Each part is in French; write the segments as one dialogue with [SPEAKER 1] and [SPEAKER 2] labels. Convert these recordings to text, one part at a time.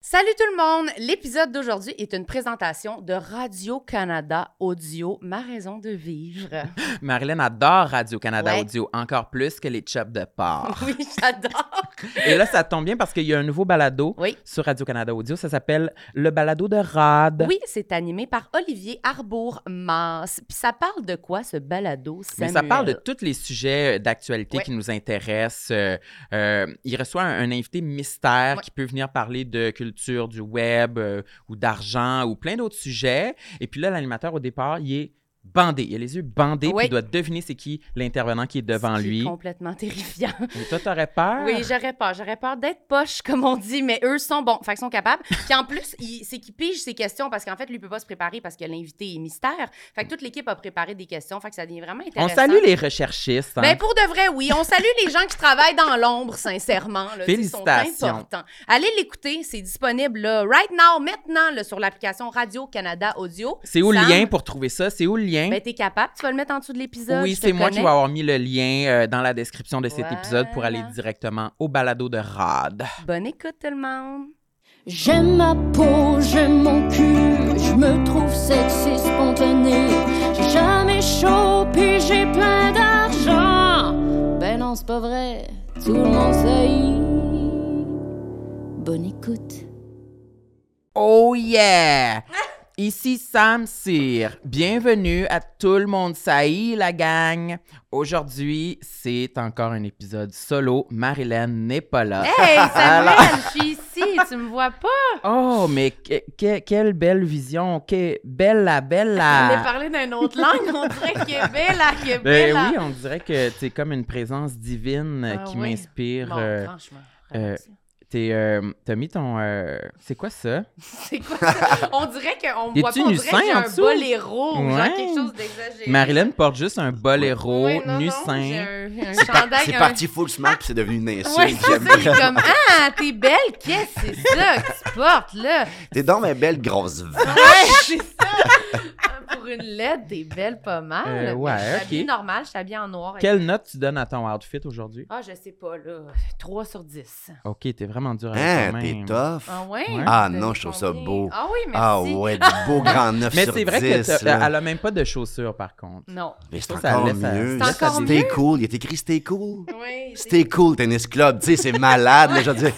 [SPEAKER 1] Salut tout le monde! L'épisode d'aujourd'hui est une présentation de Radio-Canada Audio, ma raison de vivre.
[SPEAKER 2] Marilyn adore Radio-Canada
[SPEAKER 1] Ouais.
[SPEAKER 2] Audio, encore plus que les chops de porc.
[SPEAKER 1] Oui, j'adore!
[SPEAKER 2] Et là, ça tombe bien parce qu'il y a un nouveau balado
[SPEAKER 1] Oui.
[SPEAKER 2] sur Radio-Canada Audio. Ça s'appelle Le balado de Rad.
[SPEAKER 1] Oui, c'est animé par Olivier Arbour-Masse. Puis ça parle de quoi, ce balado,
[SPEAKER 2] Mais
[SPEAKER 1] Samuel?
[SPEAKER 2] ça parle de tous les sujets euh, d'actualité
[SPEAKER 1] Ouais.
[SPEAKER 2] qui nous intéressent. Euh, euh, il reçoit un, un invité mystère
[SPEAKER 1] Ouais.
[SPEAKER 2] qui peut venir parler de culture, du web euh, ou d'argent ou plein d'autres sujets. Et puis là, l'animateur, au départ, il est bandé. Il a les yeux bandés,
[SPEAKER 1] Oui.
[SPEAKER 2] puis il doit deviner c'est qui l'intervenant qui est devant
[SPEAKER 1] Ce qui est
[SPEAKER 2] lui. Ah.
[SPEAKER 1] complètement terrifiant.
[SPEAKER 2] Et toi, t'aurais peur?
[SPEAKER 1] Oui, j'aurais peur. J'aurais peur d'être poche, comme on dit, mais eux sont bons. Fait qu'ils sont capables. Puis en plus, il- c'est qu'ils pigent ces questions parce qu'en fait, lui, il peut pas se préparer parce que l'invité est mystère. Fait que toute l'équipe a préparé des questions. Fait que ça devient vraiment intéressant.
[SPEAKER 2] On salue les recherchistes. hein.
[SPEAKER 1] Ben pour de vrai, oui. On salue les gens qui travaillent dans l'ombre, sincèrement. Là, Tu sais, ils sont
[SPEAKER 2] Félicitations.
[SPEAKER 1] importants. Allez l'écouter, c'est disponible là, right now, maintenant, là, sur l'application Radio-Canada Audio.
[SPEAKER 2] C'est où le
[SPEAKER 1] Sam?
[SPEAKER 2] lien pour trouver ça? C'est où le lien?
[SPEAKER 1] Ben t'es capable, tu vas le mettre en dessous de l'épisode.
[SPEAKER 2] oui,
[SPEAKER 1] je te
[SPEAKER 2] c'est moi qui
[SPEAKER 1] connais.
[SPEAKER 2] vais avoir mis le lien euh, dans la description de cet épisode pour aller
[SPEAKER 1] Voilà.
[SPEAKER 2] directement au balado de Rad.
[SPEAKER 1] Bonne écoute tout le monde.
[SPEAKER 3] J'aime ma peau, j'aime mon cul, je me trouve sexy spontané. J'ai jamais chaud, puis j'ai plein d'argent. Ben non, c'est pas vrai, tout le monde sait. Bonne écoute.
[SPEAKER 2] Oh yeah! Ici Sam Cyr. Bienvenue à Tout le monde saillit, la gang. Aujourd'hui, c'est encore un épisode solo. Marilyn n'est pas là.
[SPEAKER 1] Hey Samuel, je suis ici, tu me vois pas?
[SPEAKER 2] Oh, mais que- que- quelle belle vision. Que, bella, bella.
[SPEAKER 1] On est parlé d'une autre langue, on dirait Québec, là, Québec.
[SPEAKER 2] Ben
[SPEAKER 1] là.
[SPEAKER 2] oui, on dirait que c'est comme une présence divine euh,
[SPEAKER 1] Ah
[SPEAKER 2] qui
[SPEAKER 1] oui.
[SPEAKER 2] m'inspire.
[SPEAKER 1] Bon,
[SPEAKER 2] euh,
[SPEAKER 1] franchement.
[SPEAKER 2] euh, T'es, euh, t'as mis ton. euh, c'est quoi ça?
[SPEAKER 1] C'est quoi ça? On dirait qu'on me voit
[SPEAKER 2] Es-tu
[SPEAKER 1] pas, on
[SPEAKER 2] nu
[SPEAKER 1] dirait
[SPEAKER 2] sein
[SPEAKER 1] que j'ai
[SPEAKER 2] en
[SPEAKER 1] un
[SPEAKER 2] dessous?
[SPEAKER 1] boléro ou genre
[SPEAKER 2] Ouais.
[SPEAKER 1] quelque chose d'exagéré.
[SPEAKER 2] Marilyn porte juste un boléro,
[SPEAKER 1] Oui, non,
[SPEAKER 2] nu
[SPEAKER 1] non, j'ai
[SPEAKER 2] sein.
[SPEAKER 1] un, un chandail.
[SPEAKER 4] Bah, C'est
[SPEAKER 1] un-
[SPEAKER 4] parti full smack, puis c'est devenu une insulte.
[SPEAKER 1] Ouais, c'est
[SPEAKER 4] J'aime
[SPEAKER 1] ça, il
[SPEAKER 4] bien.
[SPEAKER 1] est comme Ah, t'es belle, qu'est-ce que c'est ça que tu portes, là?
[SPEAKER 4] T'es dans ma belle grosse vache.
[SPEAKER 1] Ouais, c'est ça! Pour une lettre, t'es belle pas mal.
[SPEAKER 2] Euh,
[SPEAKER 1] mais
[SPEAKER 2] ouais,
[SPEAKER 1] je suis
[SPEAKER 2] ok.
[SPEAKER 1] habillée normal, je suis habillée en noir. avec-
[SPEAKER 2] Quelle note tu donnes à ton outfit aujourd'hui?
[SPEAKER 1] Ah, je sais pas, là. 3 sur 10.
[SPEAKER 2] Ok, t'es vraiment dur avec
[SPEAKER 4] Hein, t'es
[SPEAKER 2] toi-même.
[SPEAKER 4] tough.
[SPEAKER 1] Ah ouais?
[SPEAKER 2] Ouais.
[SPEAKER 4] Ah
[SPEAKER 1] T'as
[SPEAKER 4] non,
[SPEAKER 1] dit
[SPEAKER 4] je trouve ça
[SPEAKER 1] combien?
[SPEAKER 4] beau.
[SPEAKER 1] Ah oui, merci.
[SPEAKER 4] Ah ouais, du beau grand 9
[SPEAKER 2] Mais
[SPEAKER 4] sur
[SPEAKER 2] c'est vrai
[SPEAKER 4] 10,
[SPEAKER 2] qu'elle
[SPEAKER 4] là.
[SPEAKER 2] a même pas de chaussures, par contre.
[SPEAKER 1] Non.
[SPEAKER 4] Mais c'est
[SPEAKER 2] Ça, ça
[SPEAKER 4] encore
[SPEAKER 2] laisse à-
[SPEAKER 4] mieux.
[SPEAKER 1] C'est
[SPEAKER 4] Laisse à
[SPEAKER 1] encore
[SPEAKER 4] Stay
[SPEAKER 1] mieux.
[SPEAKER 4] cool. Il est écrit Stay cool.
[SPEAKER 1] Oui,
[SPEAKER 4] Stay cool, tennis club. Tu sais, c'est malade. là, je veux dire,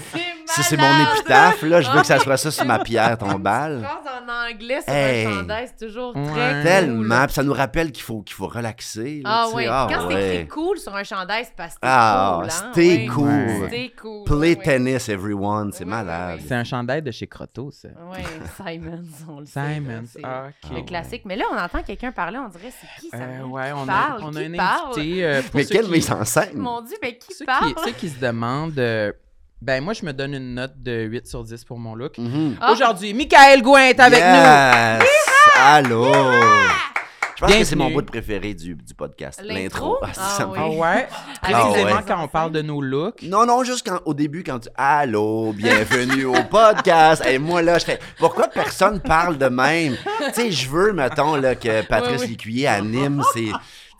[SPEAKER 4] si c'est mon épitaphe, là, je veux que ça soit ça sur ma pierre
[SPEAKER 1] Une
[SPEAKER 4] tombale.
[SPEAKER 1] phrase en anglais sur
[SPEAKER 4] Hey.
[SPEAKER 1] un chandail, c'est toujours
[SPEAKER 2] Ouais.
[SPEAKER 1] très cool.
[SPEAKER 4] Tellement. Puis ça nous rappelle qu'il faut, qu'il faut relaxer. là,
[SPEAKER 1] Ah
[SPEAKER 4] tu sais.
[SPEAKER 1] oui,
[SPEAKER 4] Ah
[SPEAKER 1] quand c'est
[SPEAKER 4] ouais.
[SPEAKER 1] écrit cool sur un chandail, c'est parce que t'es
[SPEAKER 4] Ah,
[SPEAKER 1] cool. hein,
[SPEAKER 4] stay
[SPEAKER 1] ouais.
[SPEAKER 4] cool.
[SPEAKER 2] Ouais.
[SPEAKER 1] Stay cool.
[SPEAKER 4] Play
[SPEAKER 1] ouais.
[SPEAKER 4] tennis, everyone. C'est
[SPEAKER 1] Ouais,
[SPEAKER 4] malade.
[SPEAKER 1] ouais,
[SPEAKER 2] C'est un chandail de chez Croteau, ça.
[SPEAKER 1] Ouais, Simons, on le sait, là,
[SPEAKER 2] Simons.
[SPEAKER 1] c'est
[SPEAKER 2] Ah,
[SPEAKER 1] Le
[SPEAKER 2] ok.
[SPEAKER 4] ouais.
[SPEAKER 1] classique. Mais là, on entend quelqu'un parler, on dirait c'est qui ça?
[SPEAKER 2] Euh, ouais, on a,
[SPEAKER 1] parle?
[SPEAKER 2] on a
[SPEAKER 1] Qui
[SPEAKER 2] un
[SPEAKER 1] parle?
[SPEAKER 2] invité. euh, pour
[SPEAKER 4] Mais
[SPEAKER 2] ceux
[SPEAKER 4] quelle
[SPEAKER 2] qui-
[SPEAKER 4] mise en scène.
[SPEAKER 1] Mon Dieu, mais qui
[SPEAKER 2] ceux
[SPEAKER 1] parle?
[SPEAKER 2] qui, ceux qui se demandent, euh, ben moi, je me donne une note de 8 sur 10 pour mon look.
[SPEAKER 4] Mhm.
[SPEAKER 1] Ah.
[SPEAKER 2] Aujourd'hui, Michael Gouin est avec nous.
[SPEAKER 4] Yes! Allô! Je pense
[SPEAKER 2] Bienvenue.
[SPEAKER 4] que c'est mon bout de préféré du, du podcast.
[SPEAKER 1] L'intro?
[SPEAKER 4] L'intro.
[SPEAKER 1] Ah
[SPEAKER 4] ça me
[SPEAKER 1] oui.
[SPEAKER 4] fait-
[SPEAKER 2] Ah ouais?
[SPEAKER 4] Ah
[SPEAKER 2] Précisément
[SPEAKER 4] ouais.
[SPEAKER 2] quand on parle de nos looks.
[SPEAKER 4] Non, non, juste quand, au début, quand tu. Allô, bienvenue au podcast. Et moi, là, je fais. Pourquoi personne parle de même? Tu sais, je veux, mettons, là, que Patrice
[SPEAKER 1] Oui, oui.
[SPEAKER 4] Lécuyer anime, c'est.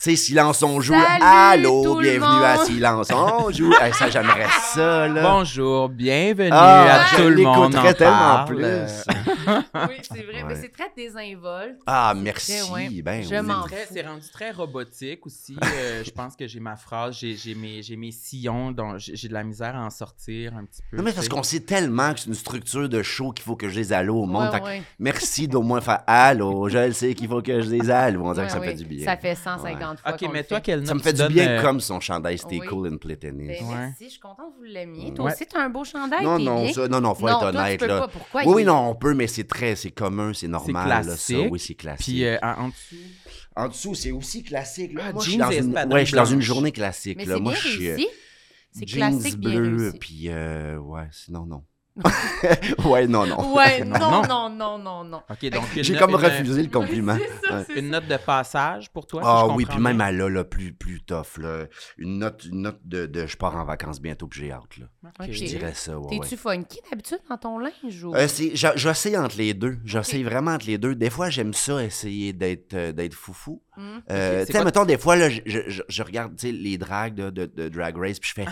[SPEAKER 4] Tu sais, silence on joue.
[SPEAKER 1] Salut tout
[SPEAKER 4] Allô,
[SPEAKER 1] le
[SPEAKER 4] bienvenue à
[SPEAKER 1] monde.
[SPEAKER 4] silence on joue. Hey, ça, j'aimerais ça, là.
[SPEAKER 2] Bonjour, bienvenue
[SPEAKER 4] Ah,
[SPEAKER 2] à
[SPEAKER 4] je
[SPEAKER 2] tout le monde.
[SPEAKER 4] l'écouterais
[SPEAKER 2] en
[SPEAKER 4] tellement
[SPEAKER 2] parle.
[SPEAKER 4] plus.
[SPEAKER 1] Oui, c'est vrai. Mais
[SPEAKER 4] Ouais.
[SPEAKER 1] c'est très désinvolte.
[SPEAKER 4] Ah,
[SPEAKER 1] très,
[SPEAKER 4] merci.
[SPEAKER 1] ouais.
[SPEAKER 4] Ben,
[SPEAKER 1] Je
[SPEAKER 4] oui.
[SPEAKER 1] m'en
[SPEAKER 2] Très- C'est rendu très robotique aussi. Euh, je pense que j'ai ma phrase, j'ai j'ai mes, j'ai mes sillons, donc j'ai j'ai de la misère à en sortir un petit peu.
[SPEAKER 4] Non, mais
[SPEAKER 2] tu
[SPEAKER 4] parce
[SPEAKER 2] sais.
[SPEAKER 4] qu'on sait tellement que c'est une structure de show qu'il faut que je les allo au monde.
[SPEAKER 1] Ouais,
[SPEAKER 4] Fait que
[SPEAKER 1] ouais.
[SPEAKER 4] Merci d'au moins faire allô, je le sais qu'il faut que je les allo. On dirait que
[SPEAKER 1] Ouais,
[SPEAKER 4] ça me
[SPEAKER 1] ouais.
[SPEAKER 4] fait du bien.
[SPEAKER 1] Ça fait 150 fois.
[SPEAKER 2] Ok,
[SPEAKER 1] qu'on
[SPEAKER 2] mais
[SPEAKER 1] le
[SPEAKER 2] toi,
[SPEAKER 1] fait.
[SPEAKER 2] quelle note
[SPEAKER 4] Ça me fait
[SPEAKER 2] tu
[SPEAKER 4] du
[SPEAKER 2] donnes,
[SPEAKER 4] bien
[SPEAKER 2] euh,
[SPEAKER 4] comme son chandail Stay
[SPEAKER 1] oui.
[SPEAKER 4] Cool and Play
[SPEAKER 1] Ben,
[SPEAKER 4] Tennis.
[SPEAKER 2] Ouais.
[SPEAKER 1] Merci, je suis contente que vous l'aimiez. Toi
[SPEAKER 2] Ouais.
[SPEAKER 1] aussi, tu as un beau chandail.
[SPEAKER 4] Non,
[SPEAKER 1] t'es
[SPEAKER 4] non,
[SPEAKER 1] bien.
[SPEAKER 4] ça, non, non, faut
[SPEAKER 1] Non,
[SPEAKER 4] être
[SPEAKER 1] toi, tu
[SPEAKER 4] honnête.
[SPEAKER 1] peux
[SPEAKER 4] là.
[SPEAKER 1] pas. Pourquoi?
[SPEAKER 4] oui,
[SPEAKER 1] Il-
[SPEAKER 4] oui, non, on peut, mais c'est très, c'est commun, c'est normal. là, ça.
[SPEAKER 2] classique.
[SPEAKER 4] Oui, c'est classique.
[SPEAKER 2] Puis euh, en en dessous.
[SPEAKER 4] En dessous, c'est aussi classique. Là.
[SPEAKER 2] Ah,
[SPEAKER 4] Moi, je suis
[SPEAKER 2] jeans
[SPEAKER 4] dans
[SPEAKER 2] et
[SPEAKER 4] une...
[SPEAKER 2] espadrilles
[SPEAKER 4] ouais, je suis dans une
[SPEAKER 2] blanches.
[SPEAKER 4] journée classique.
[SPEAKER 1] Mais
[SPEAKER 4] là.
[SPEAKER 1] c'est
[SPEAKER 4] Moi,
[SPEAKER 1] bien
[SPEAKER 4] je suis euh,
[SPEAKER 1] réussi. C'est
[SPEAKER 4] jeans
[SPEAKER 1] classique, bien
[SPEAKER 4] bleu,
[SPEAKER 1] réussi.
[SPEAKER 4] puis euh, ouais, sinon, non. ouais, non, non.
[SPEAKER 1] Ouais,
[SPEAKER 2] Non.
[SPEAKER 1] non, non, non, non, non.
[SPEAKER 2] Ok, donc une
[SPEAKER 4] J'ai
[SPEAKER 2] note-
[SPEAKER 4] comme
[SPEAKER 2] une-
[SPEAKER 4] refusé le compliment.
[SPEAKER 1] Oui, c'est ça,
[SPEAKER 4] Ouais.
[SPEAKER 1] c'est
[SPEAKER 2] Une
[SPEAKER 1] ça.
[SPEAKER 2] note de passage pour toi. si
[SPEAKER 4] Ah
[SPEAKER 2] je
[SPEAKER 4] oui,
[SPEAKER 2] comprends
[SPEAKER 4] puis même
[SPEAKER 2] bien.
[SPEAKER 4] à là, là, plus, plus tough, là. Une note, une note de, de je pars en vacances bientôt, puis j'ai hâte, là.
[SPEAKER 2] Ok.
[SPEAKER 1] Ok.
[SPEAKER 4] Je dirais ça, ouais. ouais.
[SPEAKER 1] T'es-tu funky d'habitude dans ton linge ou...
[SPEAKER 4] Euh, c'est- j'a- J'essaie entre les deux. J'essaie vraiment entre les deux. Des fois, j'aime ça, essayer d'être euh, d'être foufou.
[SPEAKER 2] c'est
[SPEAKER 4] Euh, tu sais,
[SPEAKER 2] quoi-
[SPEAKER 4] mettons, des fois, là, je, je- je- je regarde tu sais, les dragues de, de- de Drag Race, puis je fais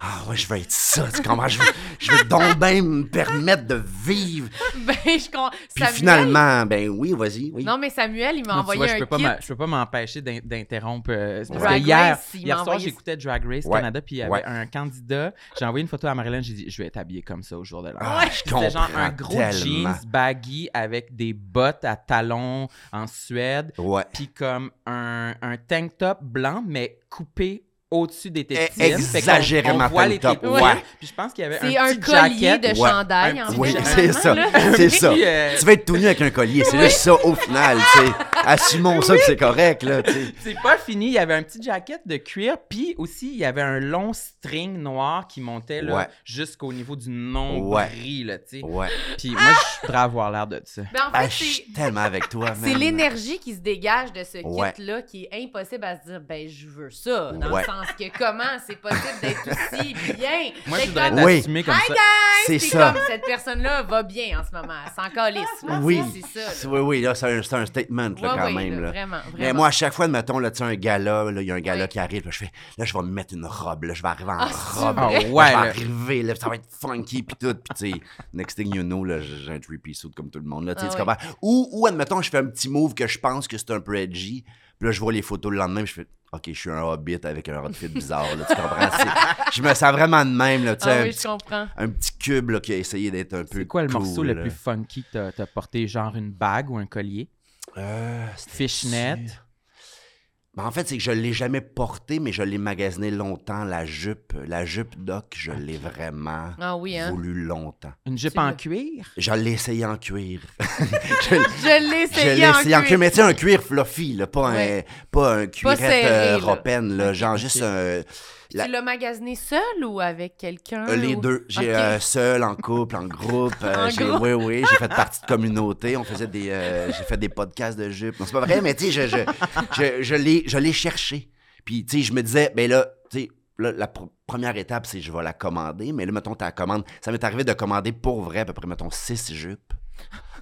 [SPEAKER 4] Ah ouais, je vais être ça, tu comprends? Je vais, je vais donc bien me permettre de vivre.
[SPEAKER 1] Ben, je comprends.
[SPEAKER 4] Puis
[SPEAKER 1] Samuel-
[SPEAKER 4] finalement, ben oui, vas-y. Oui.
[SPEAKER 1] Non, mais Samuel, il m'a
[SPEAKER 2] Non, tu
[SPEAKER 1] envoyé
[SPEAKER 2] vois, je
[SPEAKER 1] un
[SPEAKER 2] peux pas
[SPEAKER 1] kit.
[SPEAKER 2] m'a- je peux pas m'empêcher d'in- d'interrompre. euh, c'est parce
[SPEAKER 1] Drag
[SPEAKER 2] que hier,
[SPEAKER 1] Race, il m'a
[SPEAKER 2] hier soir,
[SPEAKER 1] envoyé-
[SPEAKER 2] j'écoutais Drag Race
[SPEAKER 4] Ouais.
[SPEAKER 2] Canada, puis il y avait
[SPEAKER 4] Ouais.
[SPEAKER 2] un candidat. J'ai envoyé une photo à Marilyn, j'ai dit Je vais être habillée comme ça au jour de l'an.
[SPEAKER 4] Ah, je
[SPEAKER 2] C'était genre un
[SPEAKER 4] comprends
[SPEAKER 2] gros
[SPEAKER 4] tellement.
[SPEAKER 2] jeans baggy avec des bottes à talons en Suède,
[SPEAKER 4] Ouais.
[SPEAKER 2] puis comme un, un tank top blanc, mais coupé au-dessus des tétines. Fait qu'on-
[SPEAKER 4] Eh, exagérément
[SPEAKER 2] on voit les
[SPEAKER 4] tank top,
[SPEAKER 2] tétines.
[SPEAKER 4] ouais.
[SPEAKER 2] Puis je pense qu'il y avait
[SPEAKER 1] C'est
[SPEAKER 2] un,
[SPEAKER 1] un
[SPEAKER 2] petit
[SPEAKER 1] collier
[SPEAKER 2] jacket.
[SPEAKER 1] de
[SPEAKER 4] Ouais.
[SPEAKER 1] chandail,
[SPEAKER 2] Un
[SPEAKER 1] en
[SPEAKER 2] petit-
[SPEAKER 1] fait.
[SPEAKER 4] Oui,
[SPEAKER 2] Finalement,
[SPEAKER 4] c'est ça.
[SPEAKER 1] là.
[SPEAKER 4] C'est ça.
[SPEAKER 2] Puis, euh,
[SPEAKER 4] Tu vas être tout nu avec un collier, c'est juste ça au final, tu sais. Assumons ça que c'est correct, là, tu sais.
[SPEAKER 2] C'est pas fini, il y avait un petit jacket de cuir, puis aussi il y avait un long string noir qui montait là,
[SPEAKER 4] Ouais.
[SPEAKER 2] jusqu'au niveau du nombril, là, tu sais.
[SPEAKER 4] Ouais.
[SPEAKER 2] Puis moi, je voudrais avoir l'air de ça.
[SPEAKER 1] Ben, en
[SPEAKER 4] Ah,
[SPEAKER 1] fait,
[SPEAKER 4] je
[SPEAKER 1] c'est...
[SPEAKER 4] suis tellement avec toi, man.
[SPEAKER 1] C'est l'énergie qui se dégage de ce
[SPEAKER 4] Ouais.
[SPEAKER 1] kit-là qui est impossible à se dire, ben, je veux ça. Dans
[SPEAKER 4] Ouais.
[SPEAKER 1] le sens que comment c'est possible d'être aussi bien?
[SPEAKER 2] Moi,
[SPEAKER 1] C'est
[SPEAKER 2] je voudrais
[SPEAKER 1] comme,
[SPEAKER 4] Oui.
[SPEAKER 2] t'assumer comme
[SPEAKER 1] Hi,
[SPEAKER 2] ça.
[SPEAKER 4] C'est
[SPEAKER 1] c'est
[SPEAKER 4] ça.
[SPEAKER 1] comme, cette personne-là va bien en ce moment. Elle s'en calisse. là.
[SPEAKER 4] Oui.
[SPEAKER 1] C'est ça. là.
[SPEAKER 4] Oui, oui, là, c'est un, c'est un statement, là,
[SPEAKER 1] Ouais,
[SPEAKER 4] quand
[SPEAKER 1] oui,
[SPEAKER 4] même,
[SPEAKER 1] là,
[SPEAKER 4] là.
[SPEAKER 1] Vraiment, vraiment.
[SPEAKER 4] Mais moi, à chaque fois, mettons, là, tu sais, un gala, là, il y a un gala
[SPEAKER 1] Ouais.
[SPEAKER 4] qui arrive, là, je fais, là, je vais me mettre une robe, là, je vais arriver en
[SPEAKER 1] Ah, c'est
[SPEAKER 4] robe.
[SPEAKER 2] Ah
[SPEAKER 4] là,
[SPEAKER 2] ouais,
[SPEAKER 4] je vais
[SPEAKER 2] là.
[SPEAKER 4] arriver, là, ça va être funky, puis tout, puis tu sais, next thing you know, là, j'ai un three-piece suit comme tout le monde, là, tu sais,
[SPEAKER 1] Ah
[SPEAKER 4] tu
[SPEAKER 1] ouais.
[SPEAKER 4] comprends? Ou, ou, admettons, je fais un petit move que je pense que c'est un peu edgy, puis là, je vois les photos le lendemain, puis je fais, OK, je suis un hobbit avec un outfit bizarre, là, tu comprends? C'est- Je me sens vraiment de même, là, tu sais,
[SPEAKER 1] Ah
[SPEAKER 4] un,
[SPEAKER 1] oui, je
[SPEAKER 4] petit,
[SPEAKER 1] comprends.
[SPEAKER 4] un petit cube, là, qui a essayé d'être un peu
[SPEAKER 2] C'est quoi le
[SPEAKER 4] cool,
[SPEAKER 2] morceau le
[SPEAKER 4] là.
[SPEAKER 2] plus funky que t'as- t'as porté? Genre une bague ou un collier?
[SPEAKER 4] Euh,
[SPEAKER 1] Ah,
[SPEAKER 4] c'était-
[SPEAKER 2] Fishnet?
[SPEAKER 4] Ben, en fait, c'est que je l'ai jamais porté, mais je l'ai magasiné longtemps. La jupe, la jupe doc, je l'ai vraiment
[SPEAKER 1] Ah oui, hein.
[SPEAKER 4] voulu longtemps.
[SPEAKER 2] Une jupe
[SPEAKER 1] Tu
[SPEAKER 2] en
[SPEAKER 1] le-
[SPEAKER 2] cuir?
[SPEAKER 4] Je l'ai essayé en cuir.
[SPEAKER 1] Je l'ai
[SPEAKER 4] Je l'ai
[SPEAKER 1] essayé Ah, en
[SPEAKER 4] essayé en
[SPEAKER 1] cuir.
[SPEAKER 4] cuir, mais tu sais, un cuir fluffy, là, pas,
[SPEAKER 1] Ouais.
[SPEAKER 4] un, pas un cuirette
[SPEAKER 1] serré,
[SPEAKER 4] euh,
[SPEAKER 1] là.
[SPEAKER 4] ropaine, là, genre juste un- la-
[SPEAKER 1] Tu l'as magasiné seul ou avec quelqu'un?
[SPEAKER 4] euh, les
[SPEAKER 1] ou-
[SPEAKER 4] deux. J'ai
[SPEAKER 1] Ok.
[SPEAKER 4] euh, seul, en couple, en groupe. euh,
[SPEAKER 1] En
[SPEAKER 4] j'ai-
[SPEAKER 1] groupe.
[SPEAKER 4] Oui, oui, j'ai fait partie de communauté. On faisait des, euh, j'ai fait des podcasts de jupe. Non, c'est pas vrai, mais tu sais, je, je, je, je l'ai, je l'ai cherché. Puis tu sais, je me disais, ben là, tu sais, là, la pr- première étape, c'est je vais la commander. Mais là, mettons, t'as la commande. Ça m'est arrivé de commander pour vrai à peu près, mettons, six jupes.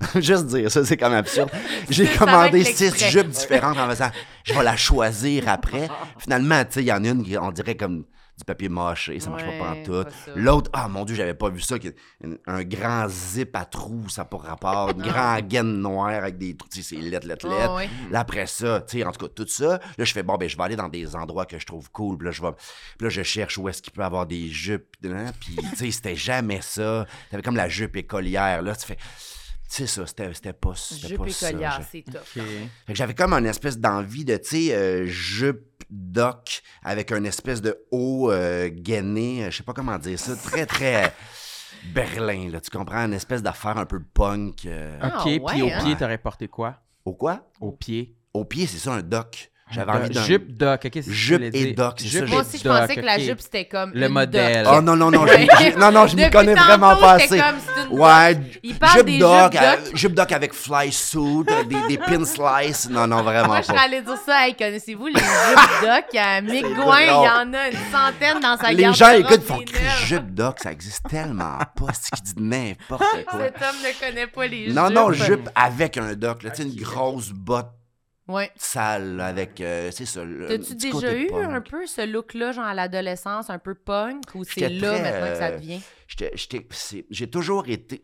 [SPEAKER 4] Juste dire ça, c'est quand même absurde. J'ai
[SPEAKER 1] Ça va
[SPEAKER 4] commandé
[SPEAKER 1] être
[SPEAKER 4] six
[SPEAKER 1] l'extrait.
[SPEAKER 4] jupes différentes en faisant, je vais la choisir après. Finalement, tu sais, il y en a une qui, on dirait comme du papier mâché, ça marche
[SPEAKER 1] Ouais,
[SPEAKER 4] pas pantoute.
[SPEAKER 1] pas ça.
[SPEAKER 4] L'autre, ah mon dieu, j'avais pas vu ça, qui est une- un grand zip à trous, ça pour rapport, une grande gaine noire avec des trous, tu sais, c'est lettre, lettre, lettre.
[SPEAKER 1] Ah ouais.
[SPEAKER 4] Là, après ça, tu sais, en tout cas, tout ça, là, je fais, bon, ben, je vais aller dans des endroits que je trouve cool, puis là, je vais, puis là, je cherche où est-ce qu'il peut avoir des jupes, puis hein, puis, tu sais, c'était jamais ça. T'avais comme la jupe écolière, là, tu fais, tu sais, ça, c'était c'était pas, c'était
[SPEAKER 1] Jupe
[SPEAKER 4] pas
[SPEAKER 1] et
[SPEAKER 4] ça.
[SPEAKER 1] collière,
[SPEAKER 4] Je-
[SPEAKER 1] c'est top.
[SPEAKER 2] Ok.
[SPEAKER 4] fait que j'avais comme une espèce d'envie de, tu sais, euh, jupe doc avec une espèce de haut euh, gainé, euh, je sais pas comment dire ça, très, très berlin, là, tu comprends? Une espèce d'affaire un peu punk. euh,
[SPEAKER 1] Ah,
[SPEAKER 2] Ok,
[SPEAKER 1] ouais,
[SPEAKER 2] puis au
[SPEAKER 1] hein?
[SPEAKER 2] pied, t'aurais porté quoi?
[SPEAKER 4] Au quoi?
[SPEAKER 2] Au pied?
[SPEAKER 4] Au pied, c'est ça, un doc. J'avais
[SPEAKER 2] Un
[SPEAKER 4] envie
[SPEAKER 2] do-
[SPEAKER 4] d'un...
[SPEAKER 2] Jupe doc, ok, c'est ce que je
[SPEAKER 4] Jupe
[SPEAKER 2] voulais
[SPEAKER 4] et
[SPEAKER 2] dire.
[SPEAKER 4] doc, c'est ça,
[SPEAKER 2] Jupe
[SPEAKER 1] Moi
[SPEAKER 2] et
[SPEAKER 1] aussi, je pensais
[SPEAKER 2] doc,
[SPEAKER 1] que la
[SPEAKER 2] ok.
[SPEAKER 1] jupe, c'était comme
[SPEAKER 2] Le
[SPEAKER 1] une
[SPEAKER 2] modèle.
[SPEAKER 1] doc.
[SPEAKER 4] Oh non, non, non, je, je- non, non, je m'y
[SPEAKER 1] Depuis
[SPEAKER 4] connais
[SPEAKER 1] tantôt,
[SPEAKER 4] vraiment pas
[SPEAKER 1] c'est
[SPEAKER 4] assez.
[SPEAKER 1] comme c'est une doc.
[SPEAKER 4] Ouais,
[SPEAKER 1] Il parle
[SPEAKER 4] jupe
[SPEAKER 1] des
[SPEAKER 4] doc,
[SPEAKER 1] jupes
[SPEAKER 4] euh, jupe doc avec fly suit, euh, des, des pin slice. Non, non, vraiment
[SPEAKER 1] Moi, je serais
[SPEAKER 4] pas.
[SPEAKER 1] allée dire ça. Hey, connaissez-vous les jupes doc? À Mick
[SPEAKER 4] C'est
[SPEAKER 1] Gouin, il y
[SPEAKER 4] drôle.
[SPEAKER 1] en a une centaine dans sa
[SPEAKER 4] Les gens
[SPEAKER 1] garde-robe,
[SPEAKER 4] écoutent,
[SPEAKER 1] les
[SPEAKER 4] font
[SPEAKER 1] neufs.
[SPEAKER 4] Chris, jupe doc, ça existe tellement pas. C'est qui dit n'importe quoi.
[SPEAKER 1] Cet homme ne connaît pas les
[SPEAKER 4] Non,
[SPEAKER 1] jupes.
[SPEAKER 4] non, jupe avec un doc, là, tu sais, une grosse botte
[SPEAKER 1] Ouais.
[SPEAKER 4] sale là, avec, euh, c'est ça. le-
[SPEAKER 1] T'as-tu
[SPEAKER 4] un petit côté
[SPEAKER 1] déjà eu
[SPEAKER 4] punk.
[SPEAKER 1] un peu ce look-là, genre à l'adolescence, un peu punk, ou c'est
[SPEAKER 4] J'étais
[SPEAKER 1] là
[SPEAKER 4] très,
[SPEAKER 1] maintenant que ça
[SPEAKER 4] euh,
[SPEAKER 1] devient?
[SPEAKER 4] J'étais- j'étais- c'est- J'ai toujours été.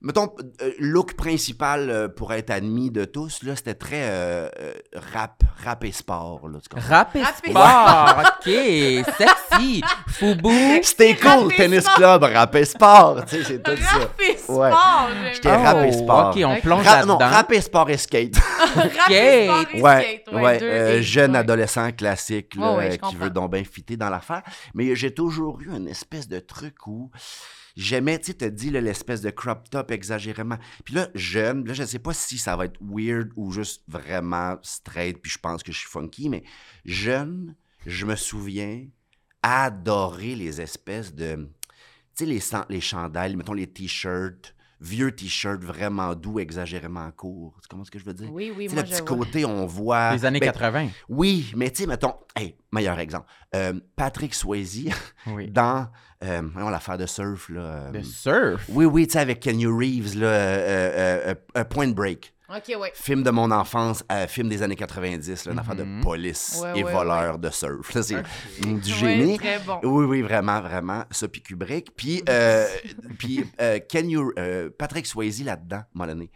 [SPEAKER 4] Mettons, euh, look principal euh, pour être admis de tous, là, c'était très euh, euh, rap, rap et sport. Là, tu comprends?
[SPEAKER 2] Rap et
[SPEAKER 1] Rap et
[SPEAKER 2] sport, ok, sexy, foubou.
[SPEAKER 4] C'était
[SPEAKER 1] Rap
[SPEAKER 4] cool,
[SPEAKER 1] et
[SPEAKER 4] tennis
[SPEAKER 1] sport.
[SPEAKER 4] club, rap et sport. Tu sais, c'est tout ça.
[SPEAKER 1] Rap et
[SPEAKER 4] Ouais.
[SPEAKER 1] sport, j'aime
[SPEAKER 4] J'étais rap et
[SPEAKER 2] Oh,
[SPEAKER 4] sport.
[SPEAKER 2] Ok, on
[SPEAKER 1] Ok.
[SPEAKER 2] plonge
[SPEAKER 4] Ra- non,
[SPEAKER 2] là-dedans.
[SPEAKER 4] rap et sport et skate.
[SPEAKER 1] Rap et sport et
[SPEAKER 4] ouais,
[SPEAKER 1] skate,
[SPEAKER 4] ouais,
[SPEAKER 1] deux
[SPEAKER 4] euh,
[SPEAKER 1] et-
[SPEAKER 4] jeune
[SPEAKER 1] ouais.
[SPEAKER 4] adolescent classique là,
[SPEAKER 1] Ouais, ouais, je
[SPEAKER 4] euh, qui
[SPEAKER 1] comprends.
[SPEAKER 4] veut donc bien fitter dans l'affaire. Mais j'ai toujours eu une espèce de truc où j'aimais, tu sais, te dis là, l'espèce de crop top exagérément. Puis là, jeune, là, je sais pas si ça va être weird ou juste vraiment straight, puis je pense que je suis funky, mais jeune, je me souviens adorer les espèces de. Tu sais, les, san- les chandelles, mettons les t-shirts, vieux t-shirts vraiment doux, exagérément courts. Tu comprends ce que je veux dire?
[SPEAKER 1] Oui, oui,
[SPEAKER 4] Tu sais,
[SPEAKER 1] moi,
[SPEAKER 4] le
[SPEAKER 1] je
[SPEAKER 4] petit
[SPEAKER 1] vois.
[SPEAKER 4] côté, on voit.
[SPEAKER 2] Les années
[SPEAKER 4] ben,
[SPEAKER 2] 80.
[SPEAKER 4] Oui, mais tu sais, mettons, hey, meilleur exemple. Euh, Patrick Swayze
[SPEAKER 2] Oui.
[SPEAKER 4] dans euh, voyons, l'affaire de surf. Là, euh,
[SPEAKER 2] Le surf.
[SPEAKER 4] Oui, oui, tu sais, avec Kenny Reeves, là, euh, euh, euh, euh, Point Break.
[SPEAKER 1] OK, ouais.
[SPEAKER 4] Film de mon enfance à film des années 90, là, une affaire
[SPEAKER 2] Mhm.
[SPEAKER 4] de police
[SPEAKER 1] Ouais,
[SPEAKER 4] et
[SPEAKER 1] ouais,
[SPEAKER 4] voleur de surf. Ça, c'est mm, du
[SPEAKER 1] Ouais,
[SPEAKER 4] génie.
[SPEAKER 1] très bon.
[SPEAKER 4] Oui, oui, vraiment, vraiment. Sophie Kubrick. Puis, euh, puis euh, Ken Ur- euh, Patrick Swayze là-dedans, à un moment donné.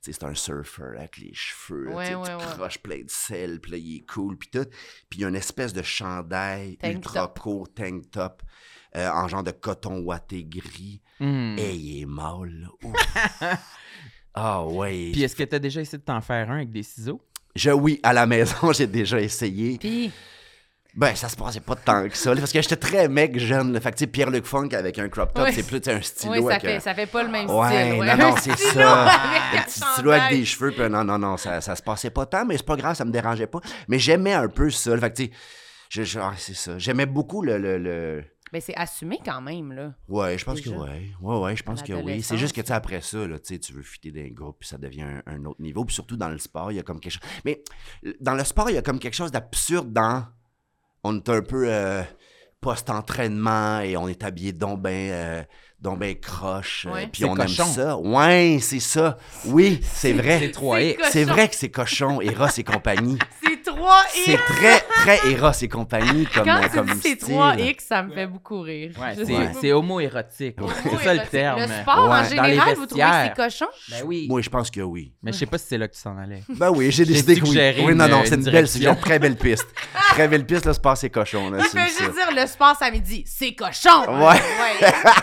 [SPEAKER 4] Tu sais, C'est un surfer avec les cheveux, là,
[SPEAKER 1] Ouais,
[SPEAKER 4] tu sais,
[SPEAKER 1] ouais,
[SPEAKER 4] tout
[SPEAKER 1] ouais.
[SPEAKER 4] croche, plein de sel, puis là, il est cool, puis tout. Puis il y a une espèce de chandail
[SPEAKER 1] Tank
[SPEAKER 4] ultra
[SPEAKER 1] top.
[SPEAKER 4] court, tank top, euh, en genre de coton ouaté gris.
[SPEAKER 2] Hmm.
[SPEAKER 1] Mm.
[SPEAKER 4] Et il est molle. là. Ouf. Ah ouais.
[SPEAKER 2] Puis est-ce que t'as déjà essayé de t'en faire un avec des ciseaux?
[SPEAKER 4] Je, oui, à la maison, j'ai déjà essayé.
[SPEAKER 1] Puis,
[SPEAKER 4] Ben, ça se passait pas tant que ça, là, parce que j'étais très mec jeune. là. Fait que, tu sais, Pierre-Luc Funk avec un crop top,
[SPEAKER 1] Ouais.
[SPEAKER 4] c'est plus tu sais, un stylo
[SPEAKER 1] ouais, ça
[SPEAKER 4] avec
[SPEAKER 1] fait,
[SPEAKER 4] un-
[SPEAKER 1] ça fait pas le même
[SPEAKER 4] Ouais,
[SPEAKER 1] style.
[SPEAKER 4] non, non, c'est ça.
[SPEAKER 1] Avec
[SPEAKER 4] Un
[SPEAKER 1] un
[SPEAKER 4] petit stylo avec
[SPEAKER 1] chandail.
[SPEAKER 4] des cheveux, puis non, non, non, ça, ça se passait pas tant, mais c'est pas grave, ça me dérangeait pas. Mais j'aimais un peu ça. là. Fait que, tu sais, je- je- ah, c'est ça. J'aimais beaucoup le- le- le,
[SPEAKER 1] Ben, c'est assumé quand même, là.
[SPEAKER 4] Ouais, je pense que
[SPEAKER 1] Déjà.
[SPEAKER 4] ouais. Ouais, ouais, je pense que oui. C'est
[SPEAKER 1] l'adolescence.
[SPEAKER 4] juste que, tu sais, après ça, là, tu sais, tu veux fitter d'un groupe, puis ça devient un, un autre niveau. Puis surtout dans le sport, il y a comme quelque chose. Mais euh, dans le sport, il y a comme quelque chose d'absurde dans. On est un peu euh, post-entraînement et on est habillé donc ben, euh, donc ben croche. euh,
[SPEAKER 1] Ouais.
[SPEAKER 4] puis
[SPEAKER 2] C'est
[SPEAKER 4] on
[SPEAKER 2] cochon.
[SPEAKER 4] aime ça. Ouais, c'est ça. Oui, c'est vrai.
[SPEAKER 2] C'est 3X.
[SPEAKER 1] cochon.
[SPEAKER 4] C'est vrai que c'est cochon, Eros et compagnie.
[SPEAKER 1] C'est 3
[SPEAKER 4] C'est
[SPEAKER 1] X.
[SPEAKER 4] très, très Eros et compagnie comme,
[SPEAKER 1] Quand
[SPEAKER 4] euh,
[SPEAKER 1] tu
[SPEAKER 4] comme
[SPEAKER 1] dis c'est
[SPEAKER 4] style.
[SPEAKER 1] 3 X, ça me fait beaucoup rire.
[SPEAKER 2] Ouais,
[SPEAKER 1] Je
[SPEAKER 2] c'est,
[SPEAKER 1] sais pas.
[SPEAKER 2] c'est homo-érotique. C'est ça le
[SPEAKER 1] Homo-érotique.
[SPEAKER 2] terme.
[SPEAKER 1] Le sport, en
[SPEAKER 4] Ouais.
[SPEAKER 2] Dans les
[SPEAKER 1] général, vous trouvez que
[SPEAKER 2] vestiaires.
[SPEAKER 1] c'est cochon?
[SPEAKER 2] Ben oui.
[SPEAKER 4] Moi, je pense que oui.
[SPEAKER 2] Mais je sais pas si c'est là que tu s'en allais.
[SPEAKER 4] Ben oui, j'ai décidé que oui.
[SPEAKER 2] suggéré
[SPEAKER 4] Oui, non,
[SPEAKER 2] une-
[SPEAKER 4] non, c'est
[SPEAKER 2] une
[SPEAKER 4] une, belle,
[SPEAKER 2] direction.
[SPEAKER 4] c'est une très belle piste. très belle piste, là, se passer cochon. Là,
[SPEAKER 1] Il
[SPEAKER 4] c'est
[SPEAKER 1] fait
[SPEAKER 4] ça.
[SPEAKER 1] juste dire le sport samedi, c'est cochon!
[SPEAKER 4] Ouais.